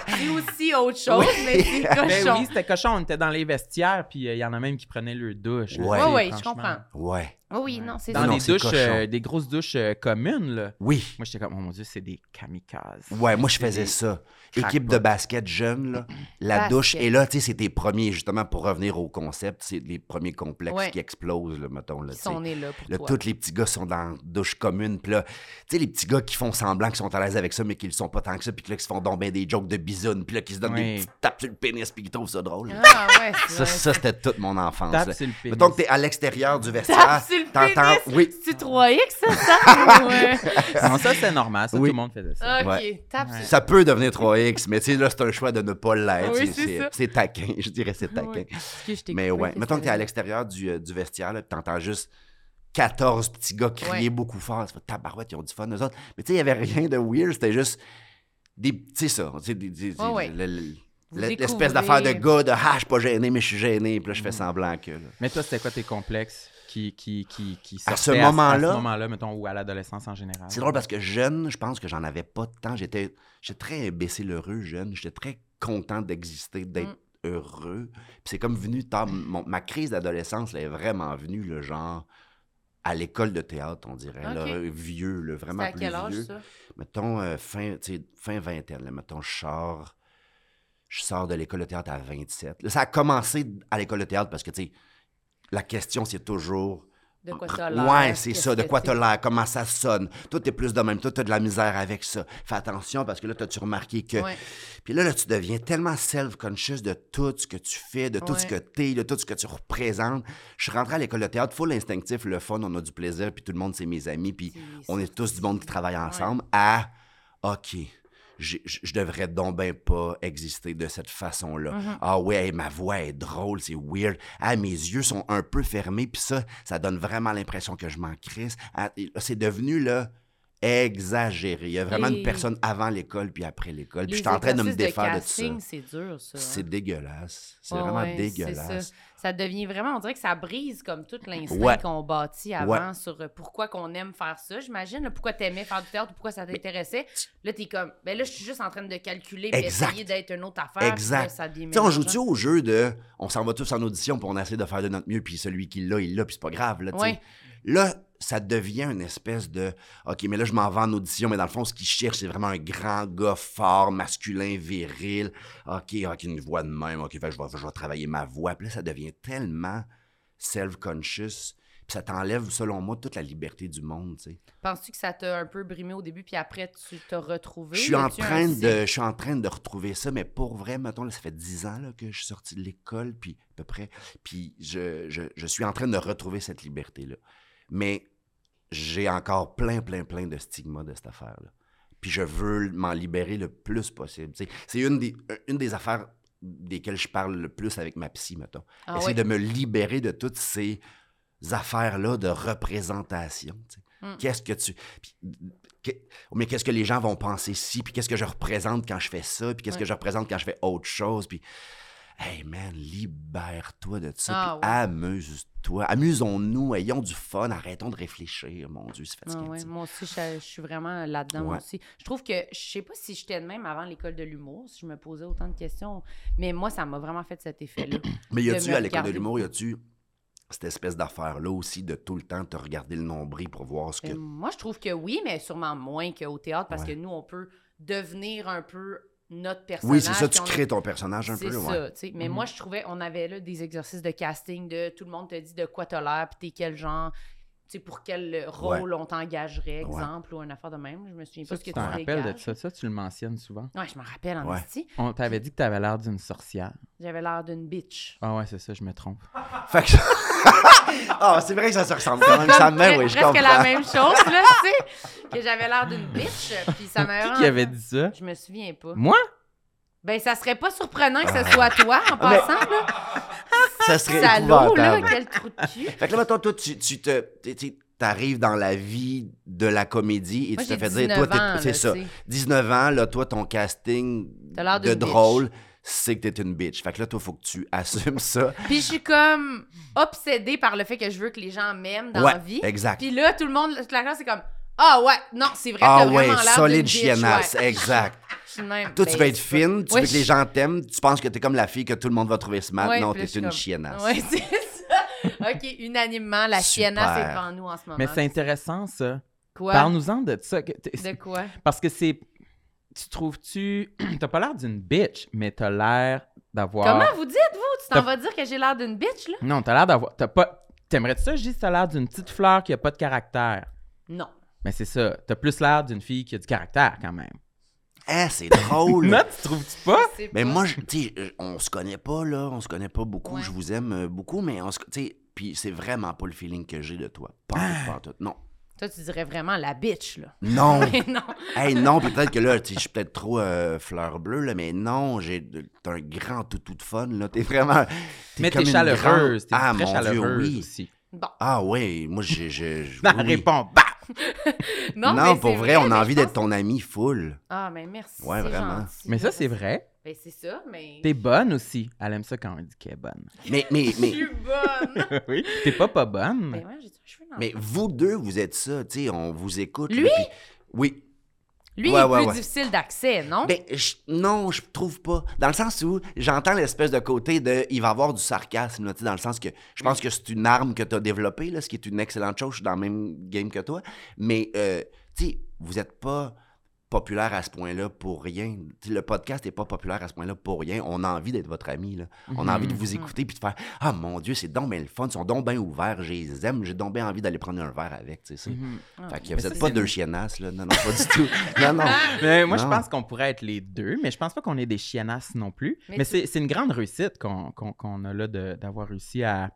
[SPEAKER 1] C'est aussi autre chose, mais c'est
[SPEAKER 2] Ben
[SPEAKER 1] cochon.
[SPEAKER 2] oui, c'était cochon. On était dans les vestiaires, puis euh, il y en a même qui prenaient leur douche.
[SPEAKER 4] Ouais.
[SPEAKER 1] Oui,
[SPEAKER 4] Ouais,
[SPEAKER 1] oui, je
[SPEAKER 2] Franchement.
[SPEAKER 1] comprends.
[SPEAKER 4] Ouais.
[SPEAKER 1] Oui, oui, non, c'est
[SPEAKER 2] Dans
[SPEAKER 1] ça.
[SPEAKER 4] Non,
[SPEAKER 2] des
[SPEAKER 4] c'est
[SPEAKER 2] douches,
[SPEAKER 4] cochon.
[SPEAKER 2] euh, des grosses douches euh, communes, là.
[SPEAKER 4] Oui.
[SPEAKER 2] Moi, j'étais comme, oh mon Dieu, c'est des kamikazes.
[SPEAKER 4] Ouais, moi, je faisais ça. Équipe de basket jeune, là, la
[SPEAKER 1] Basket.
[SPEAKER 4] douche. Et là, tu sais, c'est tes premiers, justement, pour revenir au concept, c'est les premiers complexes
[SPEAKER 1] Ouais.
[SPEAKER 4] qui explosent, là, mettons. Là,
[SPEAKER 1] Ils
[SPEAKER 4] tu
[SPEAKER 1] sont
[SPEAKER 4] sais.
[SPEAKER 1] nés là pour
[SPEAKER 4] Là,
[SPEAKER 1] toi.
[SPEAKER 4] tous les petits gars sont dans la douche commune. Puis là, tu sais, les petits gars qui font semblant qu'ils sont à l'aise avec ça, mais qui le sont pas tant que ça. Puis que là, qui se font domber des jokes de bisounes. Puis là, qui se donnent
[SPEAKER 2] Oui.
[SPEAKER 4] des petites tapes sur le pénis. Puis qui trouvent ça drôle.
[SPEAKER 1] Ah ouais, c'est
[SPEAKER 4] Ça,
[SPEAKER 1] vrai.
[SPEAKER 4] ça c'était toute mon enfance.
[SPEAKER 2] Tape
[SPEAKER 4] là.
[SPEAKER 2] sur le pénis.
[SPEAKER 4] Mettons que t'es à l'extérieur du vestiaire.
[SPEAKER 1] Tape sur le
[SPEAKER 4] Ah, T'entends.
[SPEAKER 1] pénis.
[SPEAKER 4] Oui.
[SPEAKER 1] C'est 3X, ça, ça? Ouais.
[SPEAKER 2] Non, ça, c'est normal. Ça,
[SPEAKER 4] Oui.
[SPEAKER 2] tout le monde faisait ça.
[SPEAKER 1] OK,
[SPEAKER 4] Ouais.
[SPEAKER 1] tape sur-
[SPEAKER 4] Ça peut devenir 3X, mais tu sais, là, c'est un choix de ne pas l'être.
[SPEAKER 1] Oui,
[SPEAKER 4] C'est-
[SPEAKER 1] c'est
[SPEAKER 4] c'est-
[SPEAKER 1] ça.
[SPEAKER 4] c'est taquin. Je dirais c'est taquin.
[SPEAKER 1] Excuse, je t'ai
[SPEAKER 4] Mais
[SPEAKER 1] coupé,
[SPEAKER 4] ouais.
[SPEAKER 1] qu'est-ce
[SPEAKER 4] Mettons que t'es à
[SPEAKER 1] t'allais
[SPEAKER 4] l'extérieur du, euh, du vestiaire, là, puis t'entends juste 14 petits gars crier
[SPEAKER 1] Ouais.
[SPEAKER 4] beaucoup fort. Tu fais, tabarouette, ils ont du fun, eux autres. Mais tu sais, il n'y avait rien de weird. C'était juste des. Tu sais, ça. tu sais, des- des- des-
[SPEAKER 1] Ouais, ouais.
[SPEAKER 4] le- le-
[SPEAKER 1] Vous
[SPEAKER 4] le-
[SPEAKER 1] découvrez. Mm.
[SPEAKER 4] L'espèce d'affaire de gars de ah, je suis pas gêné, mais je suis gêné. Puis là, je fais semblant que. là.
[SPEAKER 2] Mais toi, c'était quoi tes complexes qui, qui, qui, qui
[SPEAKER 4] À
[SPEAKER 2] sortaient
[SPEAKER 4] ce moment-là?
[SPEAKER 2] À ce moment-là, mettons, ou à l'adolescence en général.
[SPEAKER 4] C'est drôle parce que jeune, je pense que j'en avais pas tant. J'étais, j'étais très imbécile heureux jeune. J'étais très content d'exister, d'être
[SPEAKER 1] Mm.
[SPEAKER 4] heureux. Puis c'est comme venu tard. Mon- ma crise d'adolescence, elle est vraiment venue, le genre, à l'école de théâtre, on dirait. là,
[SPEAKER 1] Ok.
[SPEAKER 4] euh, vieux, là, vraiment
[SPEAKER 1] C'était à
[SPEAKER 4] plus
[SPEAKER 1] quel âge,
[SPEAKER 4] vieux.
[SPEAKER 1] ça?
[SPEAKER 4] Mettons, euh, fin, tu sais, fin vingtaine, là, mettons, je sors... Je sors de l'école de théâtre à 27. Là, ça a commencé à l'école de théâtre parce que, tu sais, la question, c'est toujours
[SPEAKER 1] De quoi t'as l'air?
[SPEAKER 4] Ouais, c'est ça.
[SPEAKER 1] qu'est-ce
[SPEAKER 4] De
[SPEAKER 1] que
[SPEAKER 4] quoi
[SPEAKER 1] t'es?
[SPEAKER 4] t'as l'air? Comment ça sonne? Toi, t'es plus de même. Toi, t'as de la misère avec ça. Fais attention parce que là, t'as-tu remarqué que.
[SPEAKER 1] Ouais.
[SPEAKER 4] Puis là, là, tu deviens tellement self-conscious de tout ce que tu fais, de tout
[SPEAKER 1] Ouais.
[SPEAKER 4] ce que t'es, de tout ce que tu représentes. Je suis rentré à l'école de théâtre, full instinctif, le fun, on a du plaisir, puis tout le monde, c'est mes amis, puis on est tous du monde qui travaille ensemble, à OK. j'ai- Je je devrais donc ben pas exister de cette façon-là.
[SPEAKER 1] Mm-hmm.
[SPEAKER 4] Ah ouais, hey, ma voix est drôle, c'est weird. Ah, mes yeux sont un peu fermés, puis ça, ça donne vraiment l'impression que je m'en crisse. Ah, et là, c'est devenu, là, exagéré. Il y a vraiment
[SPEAKER 1] Et-
[SPEAKER 4] une personne avant l'école puis après l'école. Puis
[SPEAKER 1] Les
[SPEAKER 4] je suis en train de me
[SPEAKER 1] exercices
[SPEAKER 4] défaire de,
[SPEAKER 1] casting,
[SPEAKER 4] tout ça.
[SPEAKER 1] C'est dur, ça. hein?
[SPEAKER 4] C'est dégueulasse. C'est
[SPEAKER 1] Ouais,
[SPEAKER 4] vraiment
[SPEAKER 1] ouais, c'est
[SPEAKER 4] dégueulasse.
[SPEAKER 1] ça. Ça devient vraiment, on dirait que ça brise comme tout l'instinct
[SPEAKER 4] Ouais.
[SPEAKER 1] qu'on bâtit avant sur euh, pourquoi qu'on aime faire ça, j'imagine. là, Pourquoi t'aimais faire du théâtre, pourquoi ça t'intéressait. Là, t'es comme, ben là, je suis juste en train de calculer, puis
[SPEAKER 4] Exact.
[SPEAKER 1] essayer d'être une autre affaire. puis
[SPEAKER 4] Exact.
[SPEAKER 1] là, ça devient
[SPEAKER 4] Tu sais, on
[SPEAKER 1] mélangeant.
[SPEAKER 4] joue-tu au jeu de on s'en va tous en audition puis on essaie de faire de notre mieux puis celui qui l'a, il l'a puis c'est pas grave. Là, tu sais.
[SPEAKER 1] Ouais.
[SPEAKER 4] là, ça devient une espèce de OK, mais là, je m'en vais en audition, mais dans le fond, ce qu'il cherche, c'est vraiment un grand gars fort, masculin, viril. OK, OK, une voix de même. OK, fait que je vais, je vais travailler ma voix. Puis là, ça devient tellement self-conscious. Puis ça t'enlève, selon moi, toute la liberté du monde, tu sais.
[SPEAKER 1] Penses-tu que ça t'a un peu brimé au début, puis après, tu t'as retrouvé?
[SPEAKER 4] Je suis, en
[SPEAKER 1] As-tu un
[SPEAKER 4] train
[SPEAKER 1] cycle?
[SPEAKER 4] de, je suis en train de retrouver ça, mais pour vrai, mettons, là, ça fait 10 ans là, que je suis sorti de l'école, puis à peu près, puis je, je- je suis en train de retrouver cette liberté-là. Mais j'ai encore plein, plein, plein de stigmas de cette affaire-là. Puis je veux m'en libérer le plus possible. tu sais. C'est euh, une des, une des affaires desquels je parle le plus avec ma psy, mettons.
[SPEAKER 1] Ah
[SPEAKER 4] Essayer
[SPEAKER 1] ouais.
[SPEAKER 4] de me libérer de toutes ces affaires-là de représentation. tu sais.
[SPEAKER 1] Mm.
[SPEAKER 4] Qu'est-ce que tu. puis, que- mais qu'est-ce que les gens vont penser si, puis qu'est-ce que je représente quand je fais ça, puis qu'est-ce que
[SPEAKER 1] Ouais.
[SPEAKER 4] je représente quand je fais autre chose, puis. Hey man, libère-toi de ça,
[SPEAKER 1] Ah
[SPEAKER 4] puis
[SPEAKER 1] ouais.
[SPEAKER 4] amuse-toi, amusons-nous, ayons du fun, arrêtons de réfléchir, mon Dieu, c'est
[SPEAKER 1] Ah
[SPEAKER 4] fatigant.
[SPEAKER 1] ouais,
[SPEAKER 4] tu sais.
[SPEAKER 1] moi aussi, je, je suis vraiment là-dedans moi
[SPEAKER 4] Ouais.
[SPEAKER 1] aussi. Je trouve que je sais pas si j'étais de même avant l'école de l'humour, si je me posais autant de questions, mais moi, ça m'a vraiment fait cet effet-là.
[SPEAKER 4] Mais y
[SPEAKER 1] de
[SPEAKER 4] a-tu
[SPEAKER 1] me
[SPEAKER 4] à l'école de
[SPEAKER 1] regarder.
[SPEAKER 4] l'humour, y a-tu cette espèce d'affaire-là aussi de tout le temps te regarder le nombril pour voir ce que.
[SPEAKER 1] Euh, Moi, je trouve que oui, mais sûrement moins qu'au théâtre parce
[SPEAKER 4] Ouais.
[SPEAKER 1] que nous, on peut devenir un peu notre personnage.
[SPEAKER 4] Oui, c'est ça,
[SPEAKER 1] puis
[SPEAKER 4] tu
[SPEAKER 1] on-
[SPEAKER 4] crées ton personnage un
[SPEAKER 1] C'est
[SPEAKER 4] peu.
[SPEAKER 1] ça,
[SPEAKER 4] Ouais. Mm-hmm.
[SPEAKER 1] tu sais. Mais
[SPEAKER 2] Mhm.
[SPEAKER 1] moi, je trouvais, on avait là des exercices de casting de tout le monde te dit de quoi t'as l'air, puis t'es quel genre, tu sais, pour quel rôle on t'engagerait, exemple, ou une affaire de même. Je me souviens pas
[SPEAKER 2] Ça,
[SPEAKER 1] ce que
[SPEAKER 2] tu
[SPEAKER 1] tu
[SPEAKER 2] t'en rappelles de
[SPEAKER 1] dégages.
[SPEAKER 2] ça. Ça, tu le mentionnes souvent.
[SPEAKER 1] Ouais, je m'en rappelle en
[SPEAKER 4] Ouais.
[SPEAKER 1] esti.
[SPEAKER 2] On t'avait dit que t'avais l'air d'une sorcière.
[SPEAKER 1] J'avais l'air d'une bitch.
[SPEAKER 2] Ah ouais, c'est ça, je me trompe.
[SPEAKER 4] Fait que Ah, c'est vrai que ça se ressemble quand même. Ça me met,
[SPEAKER 1] Pre-
[SPEAKER 4] Ah, oui, je
[SPEAKER 1] presque
[SPEAKER 4] comprends.
[SPEAKER 1] la même chose, là, tu sais, que j'avais l'air d'une bitch, puis ça m'a
[SPEAKER 2] Qui qui avait dit ça?
[SPEAKER 1] Je me souviens pas.
[SPEAKER 2] Moi?
[SPEAKER 1] Ben, ça serait pas surprenant que
[SPEAKER 4] Ah.
[SPEAKER 1] ce soit toi, en passant, là.
[SPEAKER 4] Ça serait
[SPEAKER 1] Salaud, là,
[SPEAKER 4] épouvantable.
[SPEAKER 1] quel trou de cul.
[SPEAKER 4] Fait que là, mettons, toi, tu, tu te. tu- tu- T'arrives dans la vie de la comédie et
[SPEAKER 1] Moi,
[SPEAKER 4] tu te
[SPEAKER 1] j'ai
[SPEAKER 4] fais dire,
[SPEAKER 1] 19
[SPEAKER 4] toi,
[SPEAKER 1] ans,
[SPEAKER 4] t'es-
[SPEAKER 1] là,
[SPEAKER 4] c'est ça.
[SPEAKER 1] tu sais.
[SPEAKER 4] 19 ans, là, toi, ton casting
[SPEAKER 1] T'as l'air
[SPEAKER 4] de
[SPEAKER 1] d'une bitch.
[SPEAKER 4] drôle, c'est que t'es une bitch. Fait que là, toi, faut que tu assumes ça.
[SPEAKER 1] Puis je suis comme obsédée par le fait que je veux que les gens m'aiment dans
[SPEAKER 4] ouais,
[SPEAKER 1] la vie.
[SPEAKER 4] exact.
[SPEAKER 1] Puis là, tout le monde, toute la classe, c'est comme Ah ouais, non, c'est vrai,
[SPEAKER 4] Ah
[SPEAKER 1] t'as
[SPEAKER 4] ouais,
[SPEAKER 1] vraiment l'air d'une
[SPEAKER 4] solide
[SPEAKER 1] bitch,
[SPEAKER 4] chiennasse,
[SPEAKER 1] ouais.
[SPEAKER 4] exact.
[SPEAKER 1] Je suis de même,
[SPEAKER 4] Toi,
[SPEAKER 1] ben,
[SPEAKER 4] tu veux être
[SPEAKER 1] c'est
[SPEAKER 4] fine, tu
[SPEAKER 1] Ouais,
[SPEAKER 4] veux que les
[SPEAKER 1] je-
[SPEAKER 4] gens t'aiment, tu penses que t'es comme la fille que tout le monde va trouver smart.
[SPEAKER 1] Ouais,
[SPEAKER 4] non,
[SPEAKER 1] puis là,
[SPEAKER 4] t'es
[SPEAKER 1] je suis
[SPEAKER 4] une
[SPEAKER 1] comme-
[SPEAKER 4] chiennasse.
[SPEAKER 1] Ouais, c'est ça. OK, unanimement, la
[SPEAKER 4] Super.
[SPEAKER 1] chiennasse est devant nous en ce moment.
[SPEAKER 2] Mais c'est intéressant, ça.
[SPEAKER 1] quoi?
[SPEAKER 2] Parle-nous-en de ça. que t'es-
[SPEAKER 1] De quoi?
[SPEAKER 2] Parce que c'est. Tu trouves-tu. T'as pas l'air d'une bitch, mais t'as l'air d'avoir.
[SPEAKER 1] Comment vous dites, vous? Tu
[SPEAKER 2] T'as-
[SPEAKER 1] t'en vas dire que j'ai l'air d'une bitch, là?
[SPEAKER 2] Non, t'as l'air d'avoir. T'as pas. T'aimerais-tu ça, juste t'as l'air d'une petite fleur qui a pas de caractère?
[SPEAKER 1] Non.
[SPEAKER 2] Mais c'est ça. T'as plus l'air d'une fille qui a du caractère, quand même.
[SPEAKER 4] Ah, c'est drôle.
[SPEAKER 2] Non, tu trouves-tu pas?
[SPEAKER 1] C'est
[SPEAKER 4] Mais
[SPEAKER 1] pas-
[SPEAKER 4] moi, je- tu sais, euh, on se connaît pas, là. On se connaît pas beaucoup.
[SPEAKER 1] Ouais.
[SPEAKER 4] Je vous aime euh, beaucoup, mais on se. Tu sais, puis c'est vraiment pas le feeling que j'ai de toi. Pas
[SPEAKER 2] Ah!
[SPEAKER 4] en tout, pas en tout. Non.
[SPEAKER 1] Toi, tu dirais vraiment la bitch, là.
[SPEAKER 4] Non.
[SPEAKER 1] Mais non.
[SPEAKER 4] hey, non, puis peut-être que là, tu sais, je suis peut-être trop euh, fleur bleue, là, mais non, j'ai de- t'as un grand toutou de fun, là. T'es vraiment.
[SPEAKER 2] Mais
[SPEAKER 4] comme
[SPEAKER 2] t'es
[SPEAKER 4] une
[SPEAKER 2] chaleureuse.
[SPEAKER 4] grande-
[SPEAKER 2] T'es
[SPEAKER 4] Ah,
[SPEAKER 2] très
[SPEAKER 4] mon
[SPEAKER 2] chaleureuse
[SPEAKER 4] Dieu, oui.
[SPEAKER 2] aussi.
[SPEAKER 1] Bon.
[SPEAKER 4] Ah, oui, moi, j'ai. j'ai- j'ai-
[SPEAKER 2] Non,
[SPEAKER 4] oui.
[SPEAKER 2] réponds pas!
[SPEAKER 1] Non,
[SPEAKER 4] Non,
[SPEAKER 1] mais
[SPEAKER 4] pour
[SPEAKER 1] c'est
[SPEAKER 4] vrai, on
[SPEAKER 1] mais
[SPEAKER 4] a
[SPEAKER 1] je
[SPEAKER 4] envie d'être
[SPEAKER 1] pense-
[SPEAKER 4] ton ami full.
[SPEAKER 1] Ah, mais merci.
[SPEAKER 4] Ouais,
[SPEAKER 1] c'est
[SPEAKER 4] vraiment.
[SPEAKER 1] gentil.
[SPEAKER 2] Mais ça, c'est vrai.
[SPEAKER 1] Ben, c'est ça, mais.
[SPEAKER 2] T'es bonne aussi. Elle aime ça quand on dit qu'elle est bonne.
[SPEAKER 4] Mais, mais,
[SPEAKER 1] Je
[SPEAKER 4] mais,
[SPEAKER 1] suis bonne.
[SPEAKER 2] oui. T'es pas pas bonne.
[SPEAKER 1] ben, ouais, j'ai un cheveu dans
[SPEAKER 4] mais vous deux, vous êtes ça, tu sais, on vous écoute. là,
[SPEAKER 1] Lui?
[SPEAKER 4] puis- Oui.
[SPEAKER 1] Lui, il
[SPEAKER 4] Ouais,
[SPEAKER 1] est
[SPEAKER 4] ouais,
[SPEAKER 1] plus
[SPEAKER 4] ouais.
[SPEAKER 1] difficile d'accès, non?
[SPEAKER 4] Ben, je- non, je trouve pas. Dans le sens où j'entends l'espèce de côté de il va avoir du sarcasme, là, tu sais, dans le sens que je pense que c'est une arme que tu as développée, là, ce qui est une excellente chose. Je suis dans le même game que toi. Mais, euh, tu sais, vous êtes pas populaire à ce point-là pour rien. Tu sais, le podcast n'est pas populaire à ce point-là pour rien. On a envie d'être votre ami. Là. On a envie de
[SPEAKER 2] Mhm.
[SPEAKER 4] vous écouter puis de faire Ah mon Dieu, c'est donc bien le fun, ils sont donc bien ouverts, je les aime, j'ai donc bien envie d'aller prendre un verre avec. tu sais, c'est-
[SPEAKER 2] Mhm.
[SPEAKER 4] Fait que
[SPEAKER 2] Mais
[SPEAKER 4] vous
[SPEAKER 2] ça,
[SPEAKER 4] n'êtes pas
[SPEAKER 2] c'est-
[SPEAKER 4] deux chiennasses, là. Non, non, pas du tout. Non, non.
[SPEAKER 2] Mais moi, je
[SPEAKER 4] Non.
[SPEAKER 2] pense qu'on pourrait être les deux, mais je pense pas qu'on est des chienasses non plus. Mais,
[SPEAKER 1] Mais tu-
[SPEAKER 2] c'est c'est une grande réussite qu'on qu'on- qu'on a là de- d'avoir réussi à.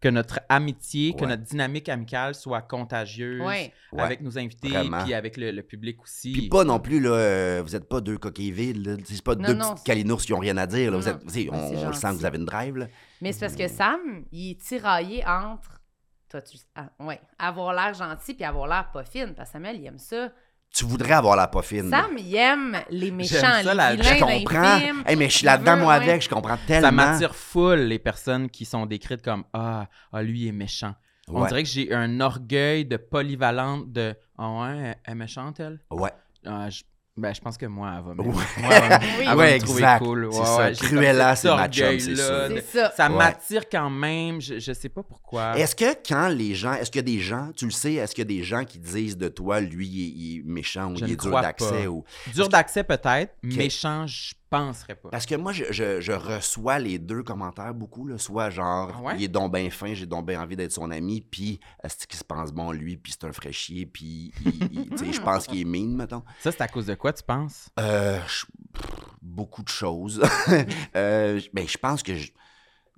[SPEAKER 2] Que notre amitié, que
[SPEAKER 4] Ouais.
[SPEAKER 2] notre dynamique amicale soit contagieuse
[SPEAKER 1] Ouais.
[SPEAKER 4] Ouais.
[SPEAKER 2] avec nos invités,
[SPEAKER 4] vraiment.
[SPEAKER 2] puis avec le, le public aussi.
[SPEAKER 4] Puis pas non plus, là, euh, vous n'êtes pas deux coquilles vides, là. C'est pas
[SPEAKER 1] Non,
[SPEAKER 4] deux
[SPEAKER 1] non,
[SPEAKER 4] petites
[SPEAKER 1] c'est-
[SPEAKER 4] calinours qui ont rien à dire, là. Vous
[SPEAKER 1] Non.
[SPEAKER 4] êtes, tu sais,
[SPEAKER 1] Ouais, c'est
[SPEAKER 4] on, on le
[SPEAKER 1] gentil.
[SPEAKER 4] sent que vous avez une drive, là.
[SPEAKER 1] Mais c'est parce que Sam, il est tiraillé entre. Toi, tu. ah, ouais. Avoir l'air gentil puis avoir l'air pas fine. Parce que Samuel, il aime ça.
[SPEAKER 4] Tu voudrais avoir la pas fine.
[SPEAKER 1] Sam, il aime les méchants,
[SPEAKER 2] ça,
[SPEAKER 1] les
[SPEAKER 2] la-
[SPEAKER 1] vilains,
[SPEAKER 4] je
[SPEAKER 1] les
[SPEAKER 4] comprends.
[SPEAKER 1] infimes.
[SPEAKER 4] Hey, mais je suis
[SPEAKER 1] Il
[SPEAKER 4] là-dedans,
[SPEAKER 1] veut,
[SPEAKER 4] moi,
[SPEAKER 1] ouais.
[SPEAKER 4] avec. Je comprends tellement.
[SPEAKER 2] Ça m'attire full les personnes qui sont décrites comme Ah, ah, lui il est méchant. On
[SPEAKER 4] Ouais.
[SPEAKER 2] dirait que j'ai un orgueil de polyvalente de Ah ouais, elle- elle est méchante, elle.
[SPEAKER 4] Ouais.
[SPEAKER 2] Ah, je... Ben, je pense que moi, elle va me.
[SPEAKER 4] Ouais.
[SPEAKER 2] Moi, elle va me-
[SPEAKER 1] Oui.
[SPEAKER 2] elle va me
[SPEAKER 4] Ouais,
[SPEAKER 2] trouver
[SPEAKER 4] exact.
[SPEAKER 2] cool.
[SPEAKER 4] C'est
[SPEAKER 2] Ouais,
[SPEAKER 4] ça.
[SPEAKER 2] ouais, j'ai comme cet
[SPEAKER 4] Cruella, c'est ma chum, c'est
[SPEAKER 2] orgueil-là de-
[SPEAKER 4] sûr.
[SPEAKER 1] C'est ça.
[SPEAKER 2] Ça
[SPEAKER 4] Ouais.
[SPEAKER 2] m'attire quand même. Je, je sais pas pourquoi.
[SPEAKER 4] Est-ce que quand les gens, est-ce qu'il y a des gens, tu le sais, est-ce qu'il y a des gens qui disent de toi, lui, il est, il est méchant ou
[SPEAKER 2] Je
[SPEAKER 4] il
[SPEAKER 2] ne
[SPEAKER 4] est dur
[SPEAKER 2] crois
[SPEAKER 4] d'accès
[SPEAKER 2] pas.
[SPEAKER 4] ou.
[SPEAKER 2] Dur d'accès peut-être, méchant, je penserais pas.
[SPEAKER 4] Parce que moi, je, je- je reçois les deux commentaires beaucoup, là. Soit genre,
[SPEAKER 2] Ah ouais?
[SPEAKER 4] il est donc bien fin, j'ai donc bien envie d'être son ami, puis euh, est-ce qu'il se pense bon, lui, puis c'est un fraîchier, puis il- il- tu
[SPEAKER 2] Hmm.
[SPEAKER 4] sais, je pense qu'il est mine, mettons.
[SPEAKER 2] Ça, c'est à cause de quoi, tu penses?
[SPEAKER 4] Euh, je- pff, beaucoup de choses. Euh, je- ben, je pense que je-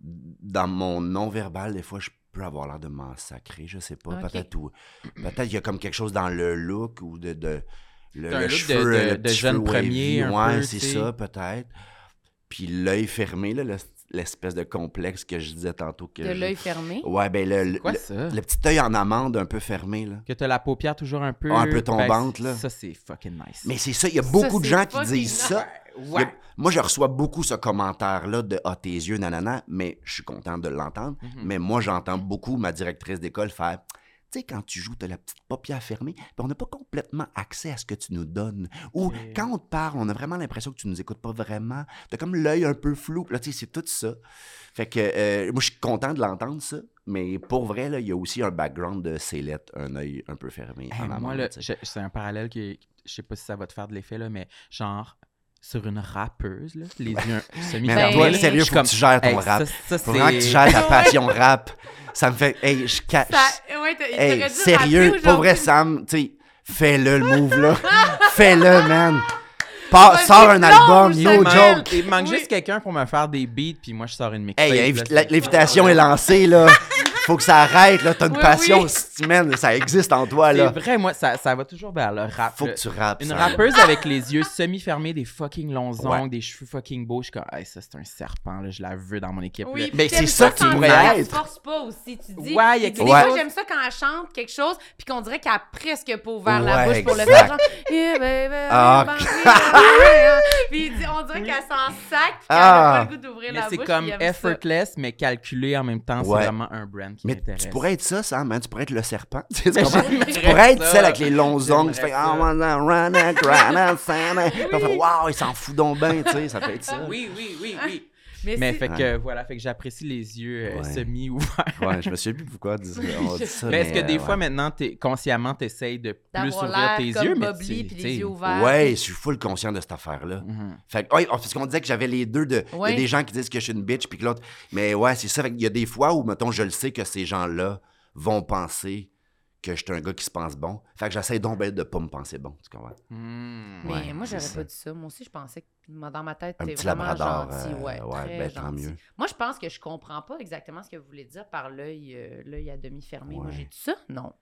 [SPEAKER 4] dans mon non-verbal, des fois, je peux avoir l'air de m'en sacrer, je sais pas.
[SPEAKER 1] Ok.
[SPEAKER 4] Peut-être ou peut-être qu'il y a comme quelque chose dans le look ou de. de le,
[SPEAKER 2] T'as un
[SPEAKER 4] le
[SPEAKER 2] look de-
[SPEAKER 4] cheveu,
[SPEAKER 2] de-
[SPEAKER 4] le
[SPEAKER 2] de
[SPEAKER 4] petit
[SPEAKER 2] jeune
[SPEAKER 4] cheveu
[SPEAKER 2] premier,
[SPEAKER 4] wavy.
[SPEAKER 2] un
[SPEAKER 4] Ouais,
[SPEAKER 2] peu,
[SPEAKER 4] c'est
[SPEAKER 2] tu sais.
[SPEAKER 4] ça, peut-être. Puis l'œil fermé, là, le- l'espèce de complexe que je disais tantôt que.
[SPEAKER 1] De
[SPEAKER 4] je-
[SPEAKER 1] l'œil fermé.
[SPEAKER 4] Ouais, ben le, le,
[SPEAKER 2] Quoi
[SPEAKER 4] le-
[SPEAKER 2] ça?
[SPEAKER 4] le petit œil en amande un peu fermé, là.
[SPEAKER 2] Que t'as la paupière toujours un peu... ben,
[SPEAKER 4] Ah, un peu tombante, là.
[SPEAKER 2] Ça, c'est fucking nice.
[SPEAKER 4] Mais c'est ça, il y a beaucoup de
[SPEAKER 1] c'est
[SPEAKER 4] gens qui
[SPEAKER 1] fucking
[SPEAKER 4] disent ça. Il y a- moi, je reçois beaucoup ce commentaire-là de Ah, tes yeux, nanana, mais je suis content de l'entendre.
[SPEAKER 2] Hmm. Mhm.
[SPEAKER 4] Mais moi, j'entends beaucoup ma directrice d'école faire Tu sais, quand tu joues, t'as la petite paupière fermée, puis on n'a pas complètement accès à ce que tu nous donnes. Ou quand on te parle, on a vraiment l'impression que tu nous écoutes pas vraiment. T'as comme l'œil un peu flou. Puis Là, tu sais, c'est tout ça. Fait que euh, moi, je suis content de l'entendre, ça. Mais pour vrai, là, il y a aussi un background de célette, un œil un peu fermé.
[SPEAKER 2] Hey,
[SPEAKER 4] en amont,
[SPEAKER 2] moi, là,
[SPEAKER 4] tu sais.
[SPEAKER 2] je- c'est un parallèle qui est- Je sais pas si ça va te faire de l'effet, là, mais genre, sur une rappeuse, là, les yeux semi
[SPEAKER 4] Mais toi, sérieux, faut que tu gères ton
[SPEAKER 2] Ça,
[SPEAKER 4] rap.
[SPEAKER 2] ça,
[SPEAKER 4] Faut vraiment que tu
[SPEAKER 2] c'est-
[SPEAKER 4] gères ta passion rap. Ça me fait. Hey, je cache.
[SPEAKER 1] Ça- ouais, t'as- il t'aurait
[SPEAKER 4] Hey,
[SPEAKER 1] dû
[SPEAKER 4] sérieux,
[SPEAKER 1] rappeler
[SPEAKER 4] pour vrai,
[SPEAKER 1] aujourd'hui.
[SPEAKER 4] Sam, tu sais, fais-le le move là. fais-le, man. Pas-
[SPEAKER 1] Vas-y,
[SPEAKER 4] sors un
[SPEAKER 1] plonge,
[SPEAKER 4] album,
[SPEAKER 2] Il
[SPEAKER 4] no
[SPEAKER 1] Samuel.
[SPEAKER 4] joke.
[SPEAKER 2] manque, il manque
[SPEAKER 1] Oui.
[SPEAKER 2] juste quelqu'un pour me faire des beats, puis moi, je sors une mixtape.
[SPEAKER 4] Hey,
[SPEAKER 2] là,
[SPEAKER 4] invi-
[SPEAKER 2] c'est-
[SPEAKER 4] la- l'invitation est lancée là. Faut que ça arrête là. T'as une
[SPEAKER 1] Oui,
[SPEAKER 4] passion,
[SPEAKER 1] oui.
[SPEAKER 4] si- man, ça existe en toi
[SPEAKER 2] C'est
[SPEAKER 4] là. Ah,
[SPEAKER 2] vrai, moi, ça, ça va toujours vers le rap.
[SPEAKER 4] Faut
[SPEAKER 2] là.
[SPEAKER 4] que tu rappes.
[SPEAKER 2] Une
[SPEAKER 4] Sam.
[SPEAKER 2] rappeuse avec les yeux semi-fermés, des fucking longs
[SPEAKER 4] Ouais.
[SPEAKER 2] ongles, des cheveux fucking beaux. Je suis comme, hey, ça, c'est un serpent, là, je la veux dans mon équipe.
[SPEAKER 1] Oui,
[SPEAKER 2] là.
[SPEAKER 1] puis
[SPEAKER 4] Mais
[SPEAKER 1] t'aimes
[SPEAKER 4] c'est ça que tu
[SPEAKER 1] sans
[SPEAKER 4] pourrais
[SPEAKER 1] dire, elle
[SPEAKER 4] être.
[SPEAKER 1] se force pas aussi. Tu dis.
[SPEAKER 2] Ouais, il y a
[SPEAKER 1] tu dis,
[SPEAKER 2] quelque
[SPEAKER 1] des fois,
[SPEAKER 4] chose.
[SPEAKER 1] j'aime ça quand elle chante quelque chose, puis qu'on dirait qu'elle a presque pas ouvert
[SPEAKER 4] Ouais,
[SPEAKER 1] la bouche pour le
[SPEAKER 4] exact.
[SPEAKER 1] faire. Genre, Eh, ben, Yeah, baby,
[SPEAKER 4] Ah,
[SPEAKER 1] baby, baby. ben, Puis il dit- on dirait qu'elle s'en sac, puis qu'elle a
[SPEAKER 4] Ah.
[SPEAKER 1] pas le goût d'ouvrir la
[SPEAKER 2] Mais
[SPEAKER 1] bouche.
[SPEAKER 2] c'est
[SPEAKER 1] puis
[SPEAKER 2] comme
[SPEAKER 1] il aime ça.
[SPEAKER 2] effortless, mais calculé en même temps.
[SPEAKER 4] Ouais.
[SPEAKER 2] C'est vraiment un brand qui
[SPEAKER 4] Mais
[SPEAKER 2] m'intéresse.
[SPEAKER 4] tu pourrais être ça, Sam, hein? tu pourrais être le serpent. Tu sais, tu
[SPEAKER 2] Mais
[SPEAKER 4] comprends?
[SPEAKER 2] j'aimerais
[SPEAKER 4] Tu pourrais être
[SPEAKER 2] ça.
[SPEAKER 4] celle avec les longs
[SPEAKER 2] J'aimerais
[SPEAKER 4] ongles. Tu fais
[SPEAKER 2] ça.
[SPEAKER 4] Ah, on a run a grind a sand a. Puis on fait Waouh, il s'en fout donc bien, tu sais, ça peut être ça.
[SPEAKER 2] Oui, oui, oui, oui.
[SPEAKER 1] Mais,
[SPEAKER 2] Mais
[SPEAKER 1] si-
[SPEAKER 2] fait que
[SPEAKER 4] Ouais.
[SPEAKER 2] voilà, fait que j'apprécie les yeux euh,
[SPEAKER 4] Ouais.
[SPEAKER 2] semi-ouverts.
[SPEAKER 4] Ouais, je me souviens plus pourquoi on dit ça. on dit ça,
[SPEAKER 2] Mais est-ce que
[SPEAKER 4] euh,
[SPEAKER 2] des
[SPEAKER 4] ouais.
[SPEAKER 2] fois maintenant t'es consciemment t'essayes de plus
[SPEAKER 1] d'avoir
[SPEAKER 2] ouvrir
[SPEAKER 1] l'air
[SPEAKER 2] tes
[SPEAKER 1] comme
[SPEAKER 2] yeux, mais
[SPEAKER 1] Bob Lee,
[SPEAKER 2] tu-
[SPEAKER 1] puis
[SPEAKER 2] tu
[SPEAKER 1] les
[SPEAKER 2] sais,
[SPEAKER 1] yeux ouverts.
[SPEAKER 4] Ouais, je suis full conscient de cette affaire-là.
[SPEAKER 2] mhm.
[SPEAKER 4] Fait que, ouais, oh, parce qu'on disait que j'avais les deux de. Il y
[SPEAKER 1] Ouais.
[SPEAKER 4] a des gens qui disent que je suis une bitch, puis que l'autre. Mais ouais, c'est ça. Fait qu'il y a des fois où, mettons, je le sais que ces gens-là vont penser que je suis un gars qui se pense bon. Fait que j'essaie donc ben de pas me penser bon. Tu comprends?
[SPEAKER 2] Mhm.
[SPEAKER 1] Mais
[SPEAKER 4] Ouais,
[SPEAKER 1] moi,
[SPEAKER 4] c'est
[SPEAKER 1] j'aurais
[SPEAKER 4] ça.
[SPEAKER 1] pas dit ça. Moi aussi, je pensais que moi, dans ma tête,
[SPEAKER 4] Un
[SPEAKER 1] t'es
[SPEAKER 4] petit
[SPEAKER 1] vraiment
[SPEAKER 4] labrador,
[SPEAKER 1] gentil.
[SPEAKER 4] euh,
[SPEAKER 1] ouais,
[SPEAKER 4] ouais,
[SPEAKER 1] très
[SPEAKER 4] ben, tant
[SPEAKER 1] gentil.
[SPEAKER 4] mieux.
[SPEAKER 1] Moi, je pense que je comprends pas exactement ce que vous voulez dire par l'œil euh, l'œil à demi fermé. Moi,
[SPEAKER 4] Ouais.
[SPEAKER 1] j'ai dit ça? Non.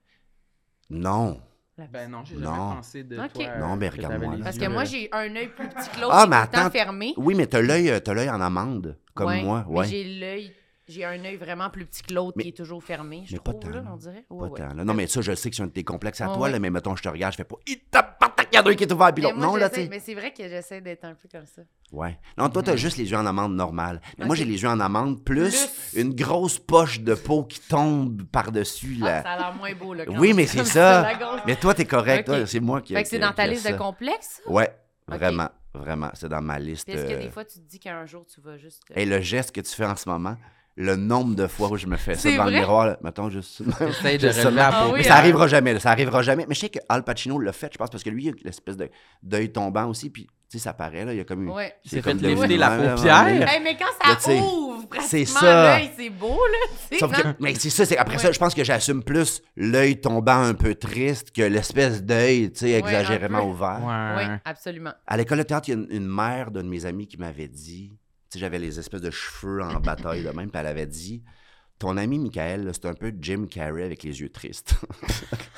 [SPEAKER 4] Non.
[SPEAKER 1] La-
[SPEAKER 2] Ben non, j'ai jamais
[SPEAKER 4] Non.
[SPEAKER 2] pensé de
[SPEAKER 1] Ok.
[SPEAKER 2] toi.
[SPEAKER 4] Non, mais
[SPEAKER 2] que
[SPEAKER 4] regarde-moi
[SPEAKER 2] t'avais
[SPEAKER 4] là.
[SPEAKER 2] les
[SPEAKER 1] Parce
[SPEAKER 2] yeux,
[SPEAKER 1] que moi,
[SPEAKER 2] euh,
[SPEAKER 1] j'ai un œil plus petit que l'autre.
[SPEAKER 4] Ah,
[SPEAKER 1] qui est
[SPEAKER 4] mais
[SPEAKER 1] tout le temps
[SPEAKER 4] attends.
[SPEAKER 1] fermé.
[SPEAKER 4] Oui, mais t'as l'œil euh, t'as l'œil en amande, comme
[SPEAKER 1] Ouais,
[SPEAKER 4] moi.
[SPEAKER 1] mais
[SPEAKER 4] Ouais.
[SPEAKER 1] J'ai l'œil. J'ai un œil vraiment plus petit que l'autre
[SPEAKER 4] Mais-
[SPEAKER 1] qui est toujours fermé. Je
[SPEAKER 4] mais pas
[SPEAKER 1] trouve,
[SPEAKER 4] tant,
[SPEAKER 1] là,
[SPEAKER 4] là.
[SPEAKER 1] on dirait.
[SPEAKER 4] Pas
[SPEAKER 1] Ouais, ouais.
[SPEAKER 4] tant, là. Non, mais ça, je sais que c'est un de tes complexes à
[SPEAKER 1] Ouais,
[SPEAKER 4] toi,
[SPEAKER 1] ouais.
[SPEAKER 4] là, mais mettons, je te regarde, je fais pas. Il tape pas ta cadre qui est ouvert, puis
[SPEAKER 1] Mais
[SPEAKER 4] l'autre.
[SPEAKER 1] moi,
[SPEAKER 4] Non, là, tu
[SPEAKER 1] j'essaie-
[SPEAKER 4] sais.
[SPEAKER 1] Mais c'est vrai que j'essaie d'être un peu comme ça.
[SPEAKER 4] Ouais. Non, toi, t'as juste les yeux en amande normale. Mais
[SPEAKER 1] Ok.
[SPEAKER 4] moi, j'ai les yeux en amande plus,
[SPEAKER 1] Plus.
[SPEAKER 4] une grosse poche de peau qui tombe par-dessus
[SPEAKER 1] Ah,
[SPEAKER 4] la.
[SPEAKER 1] ça a l'air moins beau, là. quand
[SPEAKER 4] oui,
[SPEAKER 1] on
[SPEAKER 4] mais
[SPEAKER 1] dit
[SPEAKER 4] c'est
[SPEAKER 1] comme
[SPEAKER 4] ça.
[SPEAKER 1] la grosse-
[SPEAKER 4] Mais toi, t'es correct.
[SPEAKER 1] Ok.
[SPEAKER 4] toi, C'est moi qui.
[SPEAKER 1] Fait que c'est
[SPEAKER 4] qui-
[SPEAKER 1] dans ta
[SPEAKER 4] qui a
[SPEAKER 1] liste
[SPEAKER 4] ça.
[SPEAKER 1] de complexes? ça?
[SPEAKER 4] Ouais,
[SPEAKER 1] Ok.
[SPEAKER 4] vraiment, vraiment. C'est dans ma liste.
[SPEAKER 1] Puis est-ce que
[SPEAKER 4] euh,
[SPEAKER 1] des fois, tu te dis qu'un jour, tu vas juste. euh,
[SPEAKER 4] Et le geste que tu fais en ce moment, le nombre de fois où je me fais ça
[SPEAKER 1] C'est
[SPEAKER 4] devant le
[SPEAKER 1] vrai?
[SPEAKER 4] miroir, là, mettons juste.
[SPEAKER 2] J'essaie de
[SPEAKER 4] Juste
[SPEAKER 2] relever
[SPEAKER 4] seulement-
[SPEAKER 2] la
[SPEAKER 1] Ah
[SPEAKER 2] peau.
[SPEAKER 1] oui,
[SPEAKER 4] Mais ça arrivera jamais, là, ça arrivera jamais. Mais je sais que Al Pacino l'a fait, je pense, parce que lui, il a l'espèce de- d'œil tombant aussi, puis tu sais, ça paraît, là, il y a comme une.
[SPEAKER 1] Ouais.
[SPEAKER 2] Il s'est
[SPEAKER 4] comme
[SPEAKER 2] fait
[SPEAKER 4] devenu
[SPEAKER 2] lifter la
[SPEAKER 4] noir, là,
[SPEAKER 2] paupière.
[SPEAKER 4] là.
[SPEAKER 1] Hey, mais quand
[SPEAKER 4] Là, tu
[SPEAKER 1] ça
[SPEAKER 4] sais,
[SPEAKER 1] ouvre,
[SPEAKER 4] c'est
[SPEAKER 1] pratiquement,
[SPEAKER 4] ça.
[SPEAKER 1] l'œil, c'est beau, là. tu sais,
[SPEAKER 4] Sauf que,
[SPEAKER 1] non?
[SPEAKER 4] mais c'est ça, c'est après ça,
[SPEAKER 1] Ouais.
[SPEAKER 4] je pense que j'assume plus l'œil tombant un peu triste que l'espèce d'œil, tu sais,
[SPEAKER 1] Ouais,
[SPEAKER 4] exagérément
[SPEAKER 1] un peu.
[SPEAKER 4] ouvert.
[SPEAKER 1] Ah Oui,
[SPEAKER 2] Ouais.
[SPEAKER 1] absolument.
[SPEAKER 4] À l'école de théâtre, il y a une, une mère d'un de mes amis qui m'avait dit, tu sais, j'avais les espèces de cheveux en bataille de même, puis elle avait dit, ton ami Michael, là, c'est un peu Jim Carrey avec les yeux tristes.